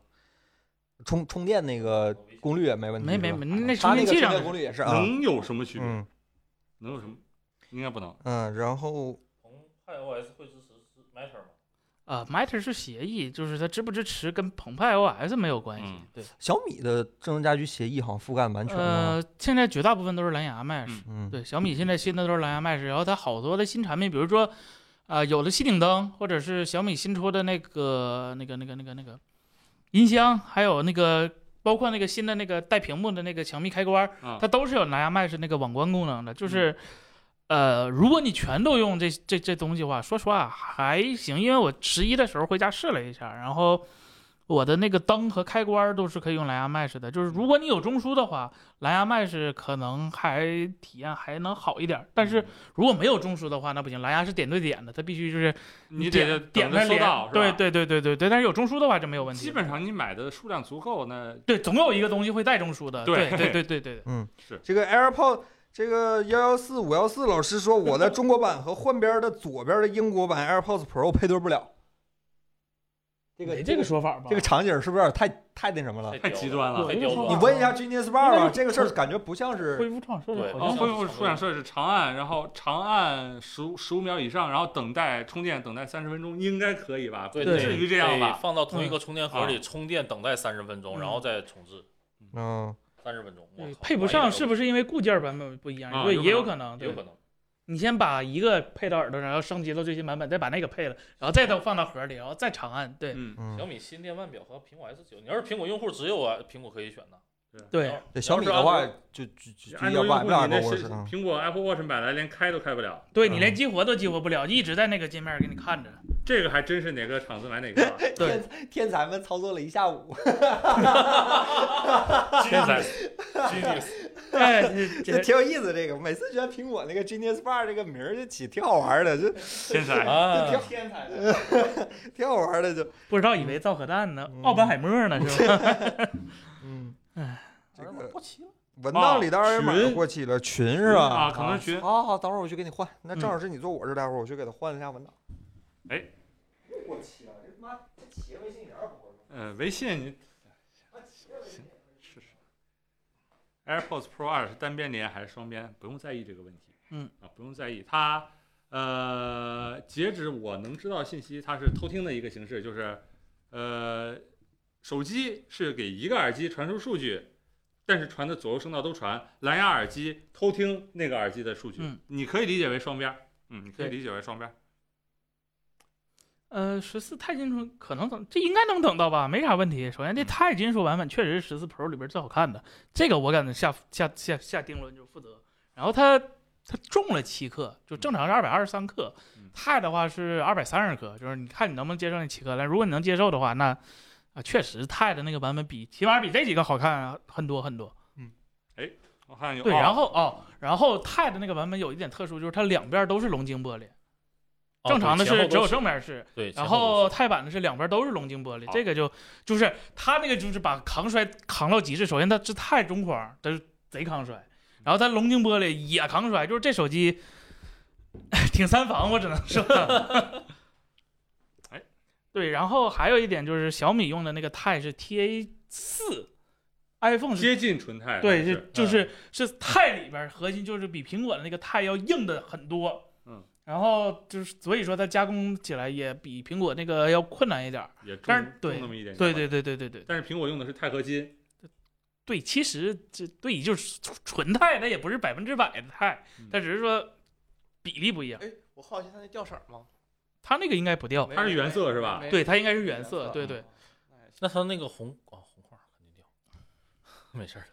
Speaker 1: 充充电那个功率也没问题，
Speaker 2: 没没
Speaker 1: 是吧
Speaker 2: 没，那
Speaker 1: 它
Speaker 2: 充
Speaker 1: 那
Speaker 2: 电
Speaker 1: 个充
Speaker 2: 器上
Speaker 1: 电
Speaker 2: 的
Speaker 1: 功率也是啊，
Speaker 4: 能有什么区别？
Speaker 1: 嗯
Speaker 4: 能有什么？应该不能。
Speaker 1: 嗯，然后
Speaker 3: 红派 OS 会支持 Matter 吗？
Speaker 2: 啊，Matter 是协议，就是它支不支持跟澎湃 OS 没有关系，
Speaker 4: 嗯
Speaker 2: 对，
Speaker 1: 小米的智能家居协议好像覆盖完全了，
Speaker 2: 呃，现在绝大部分都是蓝牙麦式。
Speaker 1: 嗯，
Speaker 2: 对，小米现在新的都是蓝牙麦式，然后它好多的新产品，比如说，呃，有的吸顶灯，或者是小米新出的那个、那个、那个、那个、那个音箱，还有那个包括那个新的那个带屏幕的那个强密开关，
Speaker 4: 啊
Speaker 2: 它都是有蓝牙麦式那个网关功能的。
Speaker 4: 嗯
Speaker 2: 就是，呃，如果你全都用这这这东西的话，说实话还行，因为我十一的时候回家试了一下，然后。我的那个灯和开关都是可以用蓝牙麦式的，就是如果你有中枢的话，蓝牙麦式可能还体验还能好一点儿。但
Speaker 4: 嗯
Speaker 2: 是如果没有中枢的话，那不行，蓝牙是点对点的，它必须就是
Speaker 4: 你得
Speaker 2: 点点
Speaker 4: 等着
Speaker 2: 开
Speaker 4: 收
Speaker 2: 连
Speaker 4: 到，。
Speaker 2: 对，对对对对对，但是有中枢的话就没有问题。
Speaker 4: 基本上你买的数量足够，那
Speaker 2: 对，总有一个东西会带中枢的。
Speaker 4: 对
Speaker 2: 对对对对对。
Speaker 1: 这个 AirPod 这个幺幺四五幺四老师说我的中国版和换边的左边的英国版 AirPods Pro 配对不了，这个
Speaker 2: 没这个说法吧？
Speaker 1: 这个场景是不是有点太太那什么了？
Speaker 4: 啊太极端了。
Speaker 3: 太刁钻
Speaker 1: 你
Speaker 3: 了。
Speaker 1: 问一下 Genius Bar
Speaker 2: 应
Speaker 1: 吧，
Speaker 2: 该是
Speaker 1: 这个事儿感觉不像是
Speaker 2: 恢复创设
Speaker 3: 对
Speaker 2: 好
Speaker 4: 然
Speaker 2: 像
Speaker 4: 后恢
Speaker 2: 是
Speaker 4: 复数量设置长按，然后长按十十五秒以上，然后等待充电，等待三十分钟，应该可以吧？不
Speaker 3: 对，啊
Speaker 4: 至于这样吧？
Speaker 3: 放到同一个充电盒里充电，等待三十分钟，然后再重置
Speaker 1: 嗯
Speaker 3: 三十分钟。我
Speaker 2: 对
Speaker 3: 靠
Speaker 2: 配不上，是不是因为固件版本不一样？
Speaker 4: 哎啊
Speaker 2: 对，
Speaker 4: 有可能
Speaker 2: 也有可能。
Speaker 3: 也有
Speaker 2: 对
Speaker 3: 可，能。
Speaker 2: 你先把一个配到耳朵上，然后升级到最新版本，再把那个配了，然后再都放到盒里，然后再长按。对
Speaker 4: 嗯，
Speaker 1: 嗯
Speaker 3: 小，米新电腕表和苹果 S 九，你要是苹果用户，只有啊苹果可以选的。哦
Speaker 4: 哦
Speaker 2: 对，
Speaker 1: 对小米
Speaker 3: 要
Speaker 1: 的
Speaker 3: 是
Speaker 1: 话
Speaker 3: 安卓
Speaker 1: 就就就
Speaker 4: 安
Speaker 1: 要
Speaker 4: 卓
Speaker 1: 不
Speaker 4: 用
Speaker 1: 按不按
Speaker 4: 户你那
Speaker 1: 照我是
Speaker 4: 是
Speaker 1: 啊，
Speaker 4: 苹果 Apple Watch 买来连开都开不了，
Speaker 2: 对你连激活都激活不了，一直在那个界面给你 看着。
Speaker 4: 这个还真是哪个厂子买哪个啊。
Speaker 2: 对，
Speaker 1: 天才们操作了一下午，
Speaker 3: 现在 Genius
Speaker 2: 哎，这
Speaker 1: 这
Speaker 2: 这
Speaker 1: 挺有意思。这个每次觉得苹果那个 Genius Bar 这个名儿就起挺好玩的，就
Speaker 4: 天才，
Speaker 3: 啊，
Speaker 1: 就挺挺好玩的就。
Speaker 2: 不知道以为造核弹呢
Speaker 1: 嗯，
Speaker 2: 奥本海默呢是吧？
Speaker 1: 嗯，
Speaker 2: 哎
Speaker 1: 这个
Speaker 3: 过期了。
Speaker 1: 文档里的二维码
Speaker 4: 群
Speaker 1: 过期了，群
Speaker 4: 是
Speaker 1: 是吧？
Speaker 4: 啊，可能群
Speaker 1: 好好，等会儿我去给你换。那郑
Speaker 2: 嗯
Speaker 1: 老师，你坐我这，待会儿我去给他换一下文档。
Speaker 4: 哎，
Speaker 1: 又过期了，这他妈这企业微信一点儿也不活用。
Speaker 4: 呃，微信你行试试。AirPods Pro 二是单边连还是双边？不用在意这个问题。
Speaker 2: 嗯
Speaker 4: 啊，不用在意它。呃，截止我能知道信息，它是偷听的一个形式，就是呃，手机是给一个耳机传输数据，但是传的左右声道都传，蓝牙耳机偷听那个耳机的数据，
Speaker 2: 嗯
Speaker 4: 你可以理解为双边儿，嗯，你可以理解为双边儿。
Speaker 2: 呃，十四钛金属可能等，这应该能等到吧，没啥问题。首先，这钛金属版本确实是十四 Pro 里边最好看的，这个我敢下下下下定论就是负责。然后它它重了七克，就正常是二百二十三克
Speaker 4: 嗯，
Speaker 2: 钛的话是二百三十克，就是你看你能不能接受那七克。但如果你能接受的话，那啊确实钛的那个版本比起码比这几个好看啊很多很多。
Speaker 4: 我看有
Speaker 2: 对，
Speaker 4: 哦
Speaker 2: 然后哦，然后钛的那个版本有一点特殊，就是它两边都是龙晶玻璃，
Speaker 3: 啊
Speaker 2: 正常的
Speaker 3: 对前后
Speaker 2: 是
Speaker 3: 都
Speaker 2: 只有正面是，
Speaker 3: 对，前
Speaker 2: 然
Speaker 3: 都
Speaker 2: 后
Speaker 3: 是
Speaker 2: 钛版的是两边都是龙晶玻璃
Speaker 3: 好，
Speaker 2: 这个就就是它那个就是把抗摔扛到极致。首先它是钛中框，它是贼抗摔，然后它龙晶玻璃也抗摔，就是这手机 挺三防，我只能 说。
Speaker 4: 哎，
Speaker 2: 对，然后还有一点就是小米用的那个钛是 TA 四，iPhone 是
Speaker 4: 接近纯钛，
Speaker 2: 对，
Speaker 4: 是嗯呃
Speaker 2: 是就是是钛里边儿核心就是比苹果的那个钛要硬的很多。
Speaker 4: 嗯，
Speaker 2: 然后就是所以说它加工起来也比苹果那个要困难一点儿。
Speaker 4: 也重
Speaker 2: 但是对
Speaker 4: 重那么一点，
Speaker 2: 对对。对对对对
Speaker 4: 但是苹果用的是钛合 金，
Speaker 2: 对，其实这对就是纯钛，它也不是百分之百的钛
Speaker 4: 嗯，
Speaker 2: 它只是说比例不一样。
Speaker 9: 哎，我好奇它那掉色儿吗？
Speaker 2: 哦它那个应该不掉，
Speaker 4: 它是原色是吧
Speaker 9: 没嗯
Speaker 2: 对，它应该是原色，对
Speaker 9: 啊
Speaker 2: 对。。
Speaker 9: 那还行
Speaker 3: 那它那个红啊红框肯定掉， 没事儿的。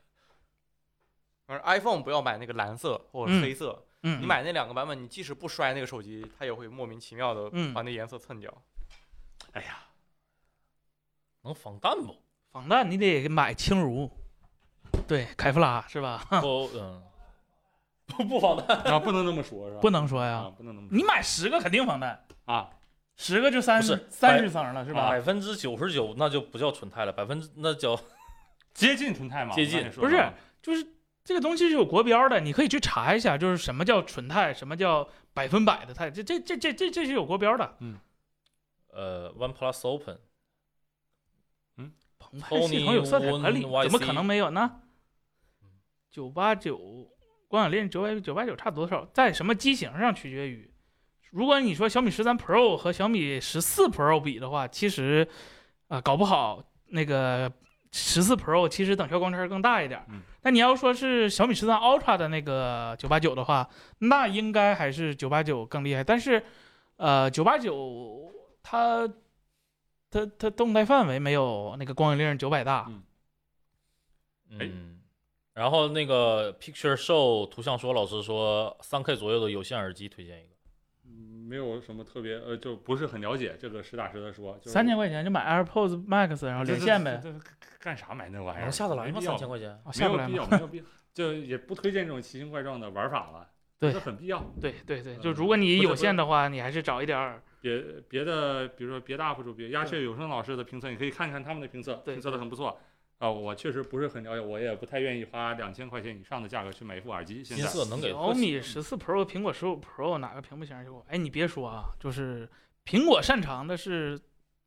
Speaker 9: 反正 iPhone 不要买那个蓝色或者
Speaker 2: 嗯
Speaker 9: 黑色，
Speaker 2: 嗯，
Speaker 9: 你买那两个版本，你即使不摔那个手机，它也会莫名其妙的
Speaker 2: 嗯
Speaker 9: 把那颜色蹭掉。
Speaker 3: 哎呀，能防弹不？
Speaker 2: 防弹你得买轻柔，对，凯夫拉是吧？
Speaker 3: 不，嗯，不不防弹，
Speaker 4: 啊，不能那么说，是吧？
Speaker 2: 不能说
Speaker 4: 啊，
Speaker 2: 呀，
Speaker 4: 不能那么说
Speaker 2: 你买十个肯定防弹，
Speaker 4: 啊，
Speaker 2: 十个就三
Speaker 3: 不
Speaker 2: 十
Speaker 3: 是啊
Speaker 2: 三十层了是吧？
Speaker 3: 百分之九十九那就不叫纯钛了，百分之那叫
Speaker 4: 接近纯钛嘛，
Speaker 3: 接近
Speaker 4: 我刚才说
Speaker 2: 不是
Speaker 4: 了啊
Speaker 2: 就是这个东西是有国标的，你可以去查一下，就是什么叫纯钛，什么叫百分百的钛，这这这这这这是有国标的。
Speaker 3: 呃 OnePlus Open
Speaker 4: 嗯
Speaker 2: 澎湃嗯哎系统有色彩合理
Speaker 3: Tony，
Speaker 2: 怎么可能没有呢
Speaker 3: 嗯？
Speaker 2: 九八九光感链九百九八九差多少，在什么机型上取决于。如果你说小米十三 Pro 和小米十四 Pro 比的话，其实啊、搞不好那个十四 Pro 其实等效光圈更大一点。
Speaker 4: 嗯
Speaker 2: 但你要说是小米十三 Ultra 的那个九八九的话，那应该还是九八九更厉害。但是，呃，九八九它它它动态范围没有那个光影令九百大。
Speaker 4: 哎
Speaker 3: 嗯。然后那个 Picture Show 图像说老师说，三 K 左右的有线耳机推荐一个，
Speaker 4: 嗯没有什么特别，呃，就不是很了解，这个实打实的说，就是
Speaker 2: 三千块钱就买 AirPods Max，然后连线呗。
Speaker 4: 这，这这这干啥买
Speaker 2: 哎
Speaker 4: 那玩意
Speaker 3: 能
Speaker 4: 儿？
Speaker 3: 下得来吗？
Speaker 4: 没必要
Speaker 3: 三千块钱？
Speaker 2: 哦，
Speaker 4: 没
Speaker 2: 下不
Speaker 4: 有
Speaker 2: 来
Speaker 4: 必
Speaker 2: 吗？
Speaker 4: 要，没有必要，就也不推荐这种奇形怪状的玩法了。
Speaker 2: 对
Speaker 4: 这很必要。
Speaker 2: 对对对，
Speaker 4: 嗯
Speaker 2: 就如果你
Speaker 4: 不是
Speaker 2: 有线的话，你还是找一点儿。
Speaker 4: 别别的，比如说别的 UP 主，比如鸦雀有声老师的评测，你可以看看他们的评测，
Speaker 2: 对
Speaker 4: 评测的很不错。啊、我确实不是很了解，我也不太愿意花两千块钱以上的价格去买一副耳机。现
Speaker 3: 金
Speaker 4: 在
Speaker 3: 色能给
Speaker 2: 小米十四 Pro、苹果十五 Pro 哪个屏幕型有？哎，你别说啊，就是苹果擅长的是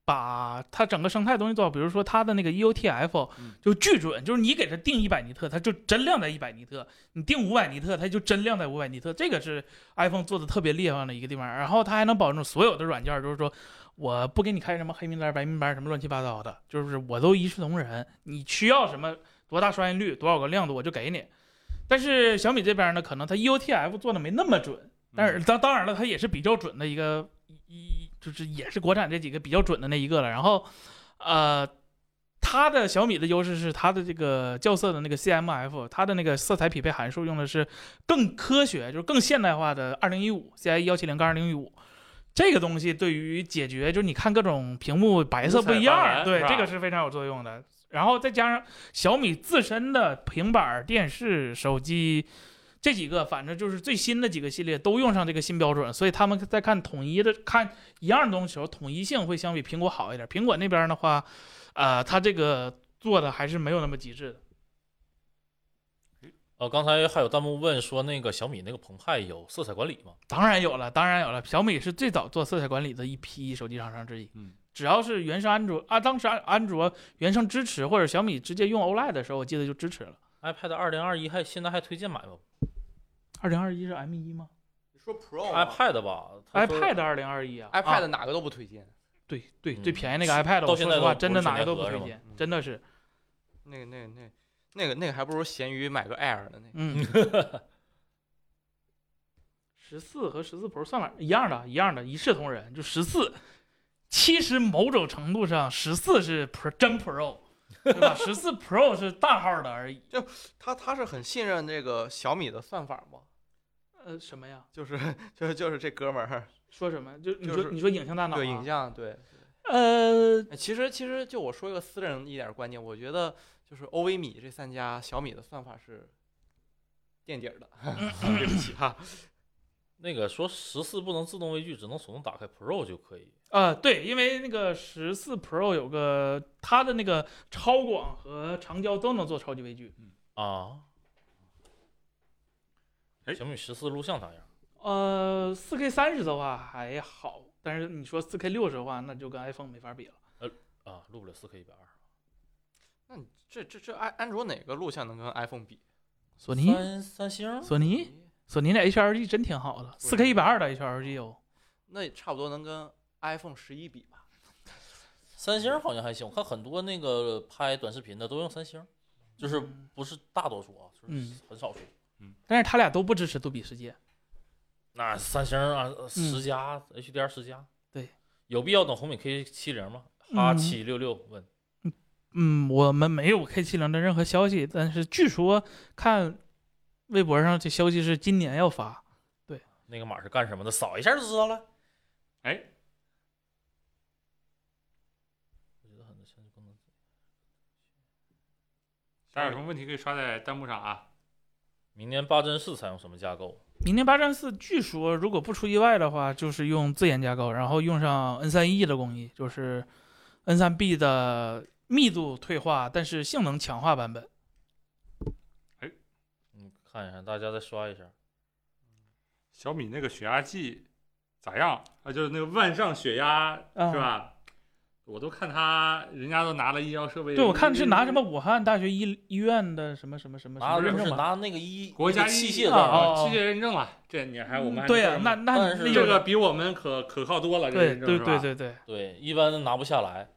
Speaker 2: 把它整个生态东西做好，比如说它的那个 E EOTF
Speaker 4: 嗯
Speaker 2: 就巨准，就是你给它定一百尼特，它就真亮在一百尼特；你定五百尼特，它就真亮在五百尼特。这个是 iPhone 做的特别厉害的一个地方。然后它还能保证所有的软件，就是说我不给你开什么黑名单、白名单什么乱七八糟的，就是我都一视同仁，你需要什么多大刷新率、多少个亮度，我就给你。但是小米这边呢，可能它 E EOTF 做的没那么准，但是当当然了，它也是比较准的一个一，就是也是国产这几个比较准的那一个了。然后，呃，它的小米的优势是它的这个校色的那个 CMF，它的那个色彩匹配函数用的是更科学，就是更现代化的二零一五 CI 幺七零杠二零一五。这个东西对于解决就是你看各种屏幕白色不一
Speaker 4: 五彩斑
Speaker 2: 样，
Speaker 4: 斓
Speaker 2: 对
Speaker 4: 是吧
Speaker 2: 这个是非常有作用的。然后再加上小米自身的平板儿、电视、手机这几个，反正就是最新的几个系列都用上这个新标准，所以他们在看统一的看一样的东西时候，统一性会相比苹果好一点。苹果那边的话，呃，它这个做的还是没有那么极致的。
Speaker 3: 呃，刚才还有弹幕问说，那个小米那个澎湃有色彩管理吗？
Speaker 2: 当然有了，当然有了。小米是最早做色彩管理的一批手机厂商之一。
Speaker 4: 嗯，
Speaker 2: 只要是原生安卓啊，当时安安卓原生支持，或者小米直接用 OLED 的时候，我记得就支持了。
Speaker 3: iPad 二零二一还现在还推荐买吗
Speaker 2: 二零二一是 M 一吗
Speaker 9: 你说 Pro 吗
Speaker 3: ？iPad 吧他说
Speaker 2: ？iPad 二零二啊一啊
Speaker 9: iPad
Speaker 2: 啊
Speaker 9: 哪个都不推荐，
Speaker 2: 对对
Speaker 3: 嗯
Speaker 2: 最便宜那个 iPad，
Speaker 3: 到
Speaker 2: 我
Speaker 3: 现
Speaker 2: 说
Speaker 3: 在
Speaker 2: 实话，
Speaker 3: 都
Speaker 2: 真的哪个都
Speaker 3: 不
Speaker 2: 不
Speaker 3: 是
Speaker 2: 推
Speaker 3: 选
Speaker 2: 荐
Speaker 9: 择是吗，
Speaker 2: 真的是。
Speaker 9: 那个那个那个那个那个还不如闲鱼买个 Air 的那个。
Speaker 2: 嗯， 十四和十四 Pro 算法一样的，一样的，一视同仁。就十四，其实某种程度上，十四是 Pro 真 Pro，对 吧？十四 Pro 是大号的而已。
Speaker 9: 他他是很信任这个小米的算法吗？
Speaker 2: 呃，什么呀？
Speaker 9: 就是 就是就是这哥们儿
Speaker 2: 说什么？就你说、
Speaker 9: 就是
Speaker 2: 你说影像大脑、啊？
Speaker 9: 对影像对。
Speaker 2: 呃，
Speaker 9: 哎其实其实就我说一个私人一点观点，我觉得就是欧维米这三家小米的算法是垫底儿的，
Speaker 2: 嗯
Speaker 9: 对不起哈。
Speaker 3: 那个说十四不能自动微距，只能手动打开 Pro 就可以。
Speaker 2: 呃，对，因为那个十四 Pro 有个它的那个超广和长焦都能做超级微距。
Speaker 3: 啊。
Speaker 4: 哎
Speaker 3: 小米十四录像咋样？
Speaker 2: 呃，四 K 三十的话还好，但是你说四 K 六十的话，那就跟 iPhone 没法比了。
Speaker 3: 啊，录不了四 K 一百二。
Speaker 9: 那你这这这安安卓哪个录像能跟 iPhone 比？
Speaker 2: 索尼，
Speaker 3: 三三星
Speaker 2: 索尼，索尼的 HLG 真挺好的，四 K 一百二的 HLG 哦。
Speaker 9: 那差不多能跟 iPhone 十一比吧？
Speaker 3: 三星好像还行，我看很多那个拍短视频的都用三星，就是
Speaker 2: 嗯
Speaker 3: 不是大多数啊，就是
Speaker 2: 嗯
Speaker 3: 很少数。
Speaker 2: 但是它俩都不支持杜比世界。
Speaker 3: 那三星啊，呃十加 HDR 十加，
Speaker 2: 嗯对，
Speaker 3: 有必要等红米 K 七零吗？哈
Speaker 2: 嗯
Speaker 3: 七六六问，
Speaker 2: 嗯，我们没有 K 7 0的任何消息，但是据说看微博上这消息是今年要发。
Speaker 3: 那个码是干什么的？扫一下就知道了。
Speaker 4: 哎，
Speaker 3: 我觉得很多现在功能
Speaker 2: 哎
Speaker 4: 大家有什么问题可以刷在弹幕上啊。
Speaker 3: 明年八针是采用什么架构？
Speaker 2: 明年八战四据说如果不出意外的话，就是用自研架构，然后用上 N 3 E 的工艺，就是 N 3 B 的密度退化，但是性能强化版本。
Speaker 3: 嗯，看一下，大家再刷一下。
Speaker 4: 小米那个血压计咋样啊？就是那个万丈血压
Speaker 2: 嗯
Speaker 4: 是吧？我都看他人家都拿了医疗设备，
Speaker 2: 对，我看是拿什么武汉大学医医院的什么什么什么什
Speaker 3: 拿
Speaker 2: 么
Speaker 3: 的
Speaker 2: 认
Speaker 3: 不啊是
Speaker 2: 证吧？
Speaker 3: 拿那个一
Speaker 4: 国家
Speaker 3: 那个器
Speaker 4: 医
Speaker 3: 械
Speaker 2: 啊啊
Speaker 3: 证，
Speaker 4: 器械认证了，这你哎还我们还
Speaker 2: 嗯对
Speaker 4: 呀、
Speaker 2: 呀，那那
Speaker 3: 但是
Speaker 2: 那
Speaker 4: 这
Speaker 2: 有
Speaker 4: 个比我们可可靠多了，这个
Speaker 2: 对
Speaker 4: 认证是
Speaker 2: 对
Speaker 4: 吧？
Speaker 2: 对对对，
Speaker 3: 对，一般拿不下来。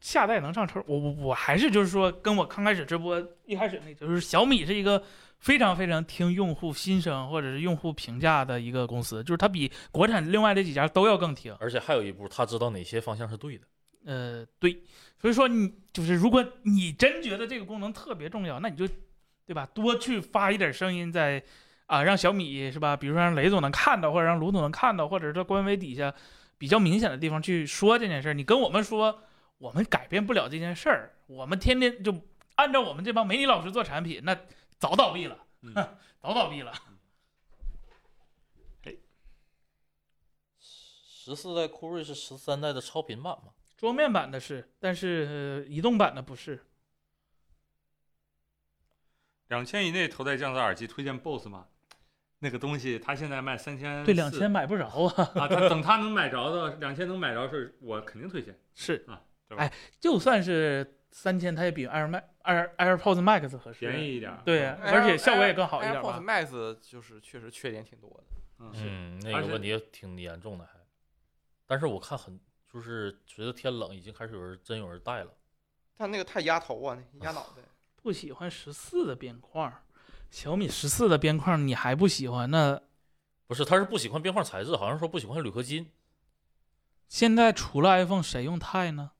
Speaker 2: 下代能上车，我我我还是就是说，跟我刚开始直播一开始那，就是小米是一个非常非常听用户心声或者是用户评价的一个公司，就是它比国产另外这几家都要更听。
Speaker 3: 而且还有一步，他知道哪些方向是对的。
Speaker 2: 呃，对，所以说你就是如果你真觉得这个功能特别重要，那你就对吧，多去发一点声音在啊，让小米是吧，比如说让雷总能看到，或者让卢总能看到，或者是在官微底下比较明显的地方去说这件事儿。你跟我们说，我们改变不了这件事儿，我们天天就按照我们这帮美女老师做产品，那早倒闭了，
Speaker 4: 嗯
Speaker 2: 早倒闭了。
Speaker 3: 十四代酷睿是十三代的超频版嘛？
Speaker 2: 桌面版的是，但是、呃移动版的不是。
Speaker 4: 两千以内头戴降噪耳机推荐 BOSS 吗？那个东西它现在卖三千，
Speaker 2: 对，两千买不着啊，
Speaker 4: 啊，它等它能买着的，两千能买着是我肯定推荐。
Speaker 2: 是
Speaker 4: 嗯对吧
Speaker 2: 哎就算是三千，它也比 Air Max、Air AirPods Max 合适，
Speaker 4: 便。宜一点，
Speaker 2: 对，啊
Speaker 4: 嗯
Speaker 2: 而且效果也更好一点吧。
Speaker 9: AirPods Max 就是确实缺点挺多的。
Speaker 4: 嗯，
Speaker 3: 嗯，那
Speaker 4: 而
Speaker 3: 个
Speaker 4: 且
Speaker 3: 问题挺严重的还。但是我看很，就是随着天冷，已经开始有人真有人戴了。
Speaker 9: 但那个太压头啊， 那压脑袋。
Speaker 2: 不喜欢十四的边框，小米十四的边框你还不喜欢？那
Speaker 3: 不是，他是不喜欢边框材质，好像说不喜欢铝合金。
Speaker 2: 现在除了 iPhone 谁用钛呢？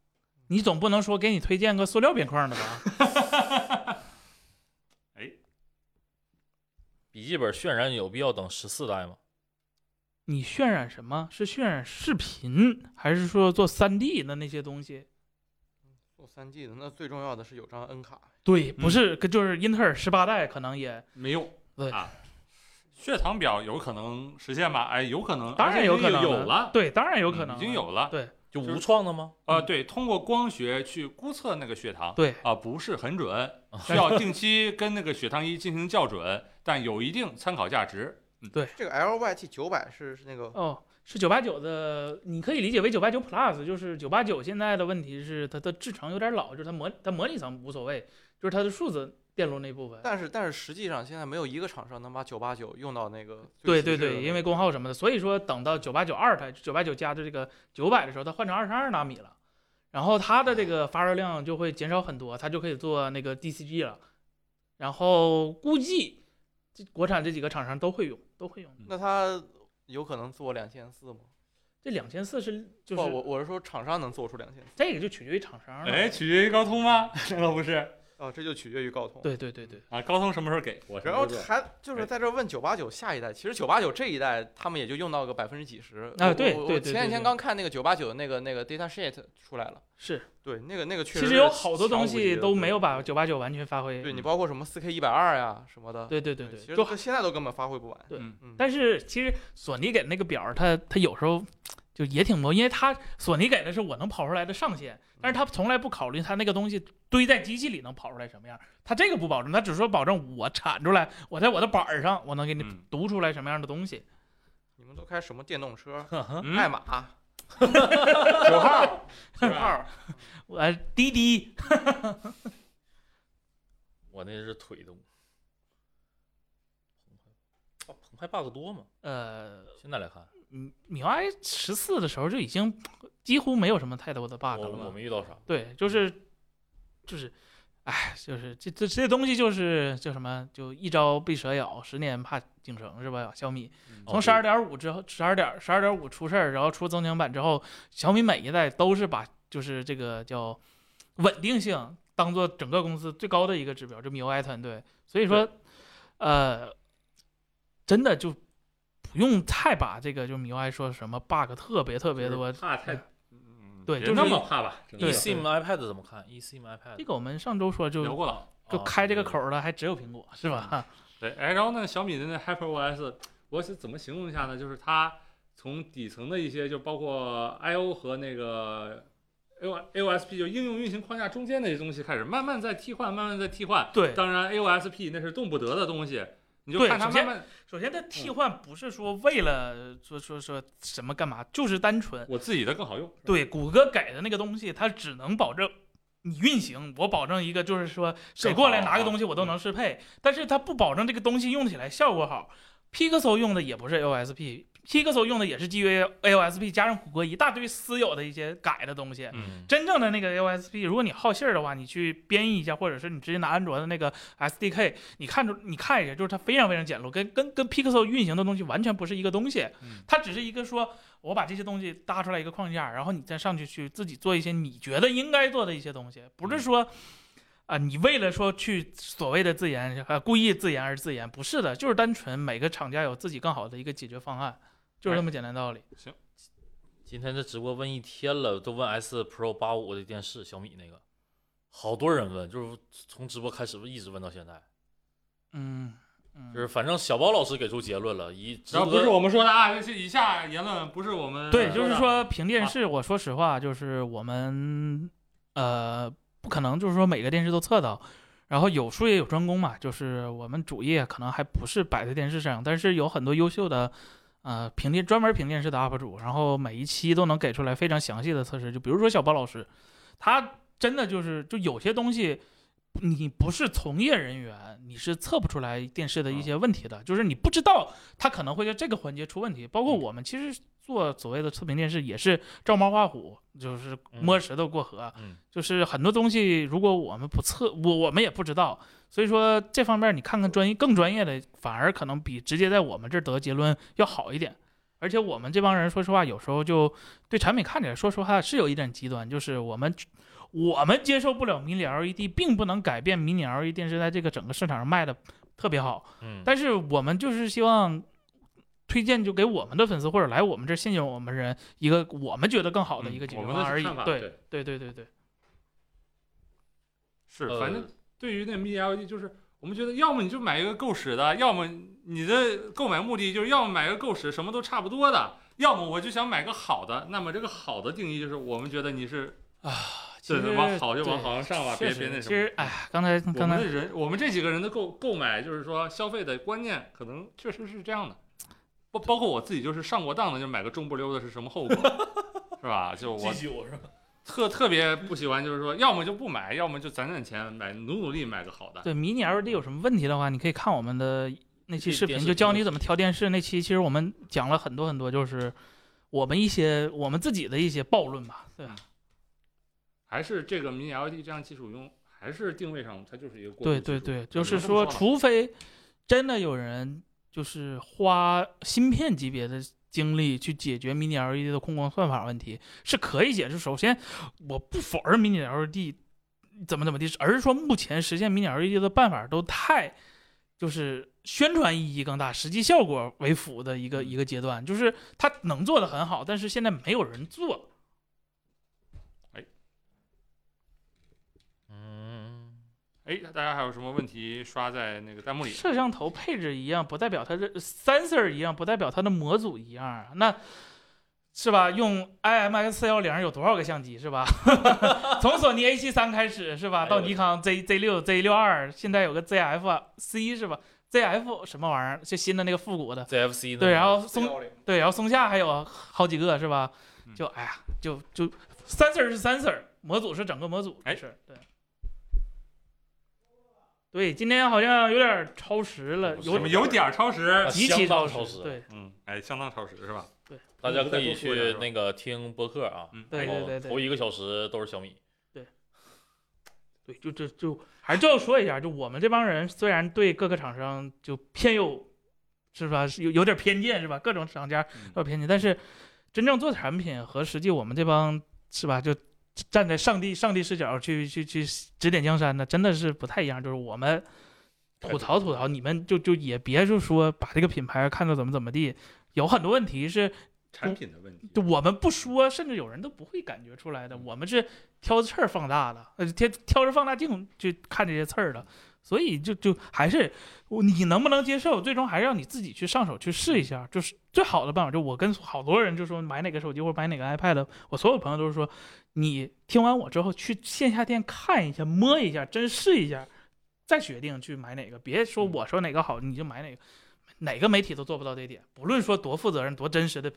Speaker 2: 你总不能说给你推荐个塑料边框的吧？
Speaker 3: 嗯 笔记本渲染有必要等十四代吗？
Speaker 2: 你渲染什么？是渲染视频，还是说做 3D 的那些东西？
Speaker 9: 做三 G 的那最重要的是有张 N 卡，
Speaker 2: 对，不是，就是英特尔十八代可能也
Speaker 4: 没用。
Speaker 2: 对
Speaker 4: 啊，血糖表有可能实现吗？哎，有可能，
Speaker 2: 当然
Speaker 4: 有
Speaker 2: 可能
Speaker 4: 有
Speaker 2: 了，
Speaker 4: 了，
Speaker 2: 对，当然有
Speaker 4: 嗯
Speaker 2: 可能
Speaker 4: 已经
Speaker 2: 了
Speaker 4: 有了。
Speaker 2: 对
Speaker 3: 就
Speaker 4: 就是
Speaker 3: 无创的吗？
Speaker 4: 呃，对，通过光学去估测那个血糖，
Speaker 2: 对
Speaker 4: 啊，不是 很准，需要定期跟那个血糖仪进行校准，但有一定参考价值。
Speaker 9: 这个 LYT 九百是是那个
Speaker 2: 哦，是九八九的，你可以理解为九八九 Plus，就是九八九现在的问题是它的制程有点老，就是它模它模拟层无所谓，就是它的数字电路那部分。
Speaker 9: 但是但是实际上现在没有一个厂商能把九八九用到那个
Speaker 2: 对对
Speaker 9: 最极致的那个。
Speaker 2: 对，因为功耗什么的，所以说等到九八九二它九八九加的这个九百的时候，它换成二十二纳米了。然后它的这个发热量就会减少很多，它就可以做那个 DCG 了。然后估计这国产这几个厂商都会用，都会用。
Speaker 9: 那它有可能做两千四吗？
Speaker 2: 这两千四是就
Speaker 9: 不，
Speaker 2: 是
Speaker 9: 我我是说厂商能做出两千四
Speaker 2: 这个就取决于厂商了。
Speaker 4: 哎，取决于高通吗？ 难道不是
Speaker 9: 啊，这就取决于高通。
Speaker 2: 对对对对，
Speaker 4: 啊？高通什么时候给？我什
Speaker 9: 然
Speaker 4: 么
Speaker 9: 后
Speaker 4: 时候做
Speaker 9: 还
Speaker 2: 哎
Speaker 9: 就是在这问九八九下一代，其实九八九这一代他们也就用到个百分之几十。
Speaker 2: 啊
Speaker 9: 我
Speaker 2: 对
Speaker 9: 我
Speaker 2: 对对
Speaker 9: 我前几
Speaker 2: 对
Speaker 9: 天
Speaker 2: 对
Speaker 9: 刚看那个九八九的那个那个 data sheet 出来了，
Speaker 2: 是。
Speaker 9: 对，那个那个
Speaker 2: 其
Speaker 9: 确实
Speaker 2: 实有
Speaker 9: 是
Speaker 2: 好多
Speaker 9: 强
Speaker 2: 东
Speaker 9: 无敌
Speaker 2: 西
Speaker 9: 的
Speaker 2: 都
Speaker 9: 对
Speaker 2: 没有把九八九完全发挥。
Speaker 9: 对你包括什么四 K 一百二呀什么的，
Speaker 2: 对对对
Speaker 9: 其
Speaker 2: 对，
Speaker 9: 实嗯
Speaker 2: 都
Speaker 9: 到现在都根本发挥不完。
Speaker 2: 对
Speaker 4: 嗯
Speaker 9: 嗯，
Speaker 2: 但是其实索尼给那个表儿，它它有时候就也挺磨，因为它索尼给的是我能跑出来的上限，但是
Speaker 9: 嗯
Speaker 2: 它从来不考虑它那个东西堆在机器里能跑出来什么样，它这个不保证，它只说保证我产出来，我在我的板儿上我能给你
Speaker 4: 嗯
Speaker 2: 读出来什么样的东西。
Speaker 9: 你们都开什么电动车？
Speaker 4: 嗯
Speaker 2: 哎
Speaker 9: 爱玛、
Speaker 4: 九号，九
Speaker 9: 二、
Speaker 4: 号，
Speaker 2: 我滴滴
Speaker 3: 我那是腿动。澎湃，啊澎湃 bug 多吗？
Speaker 2: 呃，
Speaker 3: 现在来看，
Speaker 2: 米米 UI 十四的时候就已经几乎没有什么太多的 bug
Speaker 3: 我
Speaker 2: 了嘛
Speaker 3: 我。没遇到啥。
Speaker 2: 对，就是就是，哎，就是这这这东西就是叫什么，就一朝被蛇咬，十年怕井绳是吧？小米
Speaker 4: 哦
Speaker 2: 从十二
Speaker 3: 点，
Speaker 2: 点五之后，十二点十二点五出事儿，然后出增强版之后，小米每一代都是把就是这个叫稳定性当做整个公司最高的一个指标，这 MIUI 团队，所以说，呃，真的就不用太把这个就 MIUI 说什么 bug 特别特别
Speaker 4: 就是
Speaker 2: 多，
Speaker 4: 怕太，嗯
Speaker 2: 对
Speaker 4: 别
Speaker 2: 就是
Speaker 4: 那么怕吧。真的
Speaker 3: eSIM E iPad 怎么看？eSIM iPad
Speaker 2: 这个我们上周说就
Speaker 4: 聊过了。
Speaker 2: 就
Speaker 3: 啊
Speaker 2: 开这个口儿的还只有苹果，是吧？
Speaker 4: 对，哎，然后呢，小米的那 HyperOS，我是怎么形容一下呢？就是它从底层的一些，就包括 I/O 和那个 A O S P，就应用运行框架中间那些东西开始慢慢在替换，慢慢在替换。
Speaker 2: 对，
Speaker 4: 当然 A O S P 那是动不得的东西，你就
Speaker 2: 对
Speaker 4: 看它
Speaker 2: 首先
Speaker 4: 慢慢。
Speaker 2: 首先它替换不是说为了说说说什么干嘛，就是单纯
Speaker 4: 我自己的更好用。嗯是吧，
Speaker 2: 对谷歌给的那个东西，它只能保证你运行，我保证一个就是说谁过来拿个东西我都能适配，但是它不保证这个东西用起来效果好。Pixel 用的也不是 OSP。Pixel 用的也是基于 AOSP 加上谷歌一大堆私有的一些改的东西，
Speaker 3: 嗯，
Speaker 2: 真正的那个 AOSP，如果你好信儿的话，你去编译一下，或者是你直接拿安卓的那个 SDK，你看出你看一下，就是它非常非常简陋，跟跟跟 Pixel 运行的东西完全不是一个东西。
Speaker 4: 嗯
Speaker 2: 它只是一个说，我把这些东西搭出来一个框架，然后你再上去去自己做一些你觉得应该做的一些东西，不是说。啊，你为了说去所谓的自研，呃，故意自研而自研，不是的，就是单纯每个厂家有自己更好的一个解决方案，就是这么简单道理。
Speaker 3: 今天这直播问一天了，都问 S Pro 八五的电视，小米那个，好多人问，就是从直播开始一直问到现在，
Speaker 2: 嗯嗯，
Speaker 3: 就是反正小包老师给出结论了，以直
Speaker 4: 然后不是
Speaker 3: 播
Speaker 4: 我们说的啊，这以下言论不是我们
Speaker 2: 对，
Speaker 4: 的啊
Speaker 2: 就是说啊屏电视，我说实话，就是我们呃不可能就是说每个电视都测到，然后有术业有专攻嘛，就是我们主业可能还不是摆在电视上，但是有很多优秀的。呃，评电专门评电视的 UP 主，然后每一期都能给出来非常详细的测试。就比如说小包老师，他真的就是就有些东西，你不是从业人员，你是测不出来电视的一些问题的，就是你不知道它可能会在这个环节出问题。包括我们其实做所谓的测评电视也是照猫画虎，就是摸石头过河，
Speaker 3: 嗯
Speaker 2: 就是很多东西如果我们不测，我我们也不知道。所以说这方面你看看专业更专业的，反而可能比直接在我们这儿得结论要好一点。而且我们这帮人，说实话，有时候就对产品看起来，说实话是有一点极端，就是我们我们接受不了迷你 LED，并不能改变迷你 LED 电视在这个整个市场上卖的特别好。
Speaker 3: 嗯，
Speaker 2: 但是我们就是希望推荐就给我们的粉丝或者来我们这儿信任我们人一个我们觉得更好的一个解决
Speaker 4: 嗯我
Speaker 2: 方
Speaker 4: 们
Speaker 2: 案
Speaker 4: 的
Speaker 2: 而已
Speaker 4: 看法。
Speaker 2: 对对对对对，
Speaker 4: 是，
Speaker 3: 呃
Speaker 4: 反正对于那 mini LED，就是我们觉得，要么你就买一个够使的，要么你的购买目的就是要么买个够使，什么都差不多的，要么我就想买个好的。那么这个好的定义就是，我们觉得你是
Speaker 2: 啊其
Speaker 4: 对
Speaker 2: 实
Speaker 4: 对，往好就往
Speaker 2: 对
Speaker 4: 好上上吧，
Speaker 2: 确
Speaker 4: 别
Speaker 2: 实
Speaker 4: 别那什
Speaker 2: 其
Speaker 4: 么。
Speaker 2: 实哎，刚才
Speaker 4: 我
Speaker 2: 刚
Speaker 4: 们
Speaker 2: 才
Speaker 4: 的人，我们这几个人的购购买，就是说消费的观念，可能确实是这样的。包包括我自己，就是上过当的，就买个中不溜的是什么后果，是吧？就
Speaker 3: 继
Speaker 4: 我
Speaker 3: 续我是吧？
Speaker 4: 特特别不喜欢，就是说，要么就不买，要么就攒攒钱买，努努力买个好的。
Speaker 2: 对迷你 LED 有什么问题的话，你可以看我们的那期
Speaker 3: 这
Speaker 2: 视
Speaker 3: 电
Speaker 2: 频，
Speaker 3: 视
Speaker 2: 就教
Speaker 3: 屏幕
Speaker 2: 你怎么调电视那期。其实我们讲了很多很多，就是我们一些我们自己的一些暴论吧。对，
Speaker 4: 还是这个 mini LED 这样技术用，还是定位上它就是一个过渡
Speaker 2: 对
Speaker 4: 技
Speaker 2: 对
Speaker 4: 术
Speaker 2: 对，
Speaker 4: 只能
Speaker 2: 就是
Speaker 4: 这么
Speaker 2: 说，
Speaker 4: 了
Speaker 2: 除非真的有人就是花芯片级别的精力去解决 Mini LED E 的控光算法问题，是可以解释。首先，我不否认 Mini LED E 怎么怎么地，而是说目前实现 Mini LED E 的办法都太就是宣传意义更大，实际效果为辅的一
Speaker 4: 嗯
Speaker 2: 个一个阶段，就是它能做的很好，但是现在没有人做。
Speaker 3: 嗯，
Speaker 4: 哎，大家还有什么问题刷在那个弹幕里？
Speaker 2: 摄像头配置一样，不代表它的 sensor 一样，不代表它的模组一样啊。那是吧？用 IMX 四幺零有多少个相机是吧？ 从索尼 A 7三开始是吧？
Speaker 3: 哎呦
Speaker 2: 到
Speaker 3: 我
Speaker 2: 尼康 Z Z 六 Z 六二，现在有个 ZF C 是吧？ZF 什么玩意儿？就新的那个复古的。
Speaker 3: ZFC 呢？
Speaker 2: 对，然后松
Speaker 1: 410
Speaker 2: 对，然后松下还有好几个是吧？
Speaker 3: 嗯
Speaker 2: 就哎呀，就就 sensor 是 sensor，模组是整个模组，
Speaker 4: 哎
Speaker 2: 是，对。对，今天好像有点超时了，有呃
Speaker 4: 我们有点儿超时
Speaker 3: 啊，
Speaker 2: 极其
Speaker 3: 相当
Speaker 2: 时，
Speaker 3: 超时
Speaker 2: 对
Speaker 4: 嗯，哎，相当超时是吧？
Speaker 3: 大家可以
Speaker 4: 再多说
Speaker 3: 去
Speaker 4: 一点是吧
Speaker 3: 那个听播客啊，
Speaker 4: 嗯，
Speaker 2: 对
Speaker 4: 哎
Speaker 2: 对对对
Speaker 3: 头一个小时都是小米，
Speaker 2: 对，就就就还是就要说一下，就我们这帮人虽然对各个厂商就偏有，是吧，是有有点偏见是吧？各种厂家
Speaker 4: 嗯
Speaker 2: 都有偏见，但是真正做产品和实际我们这帮是吧，就站在上帝上帝视角去去去指点江山的，真的是不太一样。就是我们吐槽吐槽，你们就就也别就说把这个品牌看到怎么怎么地，有很多问题是
Speaker 4: 产品的问题，
Speaker 2: 就我们不说，甚至有人都不会感觉出来的。我们是挑刺儿放大了，呃，挑挑着放大镜去看这些刺儿的，所以就就还是我你能不能接受，最终还是让你自己去上手去试一下。就是最好的办法，就我跟好多人就说买哪个手机或者买哪个 iPad，我所有朋友都是说，你听完我之后去线下店看一下、摸一下、真试一下，再决定去买哪个。别说我说哪个好你就买哪个，哪个媒体都做不到这一点，不论说多负责任、多真实的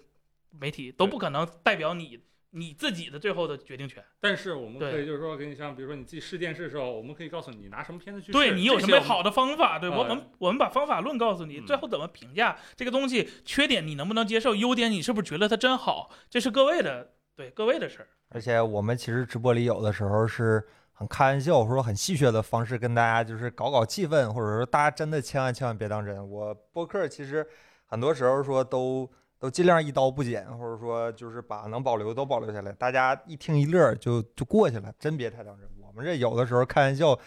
Speaker 2: 媒体都不可能代表你你自己的最后的决定权。
Speaker 4: 但是我们
Speaker 2: 对
Speaker 4: 可以就是说给你像比如说你自己试电视的时候，我们可以告诉你你拿什么片子去试，
Speaker 2: 对你有
Speaker 4: 这
Speaker 2: 什
Speaker 4: 些
Speaker 2: 么
Speaker 4: 我们
Speaker 2: 好的方法？对
Speaker 4: 啊
Speaker 2: 我们我们把方法论告诉你，
Speaker 4: 嗯
Speaker 2: 最后怎么评价这个东西，缺点你能不能接受，优点你是不是觉得它真好，这是各位的对各位的事儿。
Speaker 1: 而且我们其实直播里有的时候是很开玩笑，或者说很戏谑的方式跟大家就是搞搞气氛，或者说大家真的千万千万别当真。我播客其实很多时候说都都尽量一刀不剪，或者说就是把能保留都保留下来，大家一听一乐就就过去了，真别太当真。我们这有的时候开玩笑，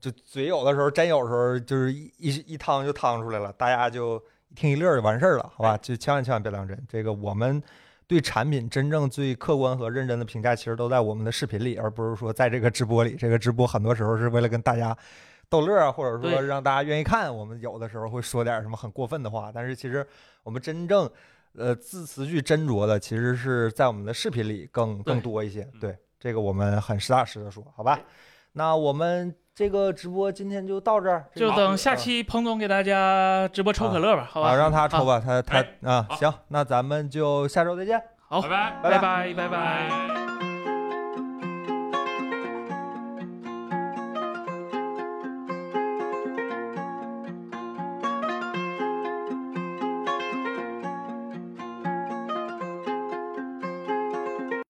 Speaker 1: 就嘴有的时候真有时候就是一一一趟就趟出来了，大家就一听一乐就完事儿了，好吧？就千万千万别当真。这个我们。对产品真正最客观和认真的评价，其实都在我们的视频里，而不是说在这个直播里。这个直播很多时候是为了跟大家逗乐啊，或者说
Speaker 2: 对
Speaker 1: 让大家愿意看。我们有的时候会说点什么很过分的话，但是其实我们真正呃字词句斟酌的，其实是在我们的视频里更
Speaker 2: 对嗯
Speaker 1: 更多一些。对，这个我们很实打实的说，好吧？那我们这个直播今天就到这儿，这
Speaker 2: 就
Speaker 1: 个
Speaker 2: 等下期
Speaker 4: 嗯
Speaker 2: 彭总给大家直播抽可乐吧，好吧？
Speaker 1: 啊，让他抽
Speaker 2: 好，
Speaker 1: 吧，他他
Speaker 4: 哎
Speaker 1: 啊，
Speaker 4: 好
Speaker 1: 行，那咱们就下周再见。
Speaker 2: 好，
Speaker 4: 拜拜。
Speaker 2: 拜拜，拜拜。
Speaker 4: 拜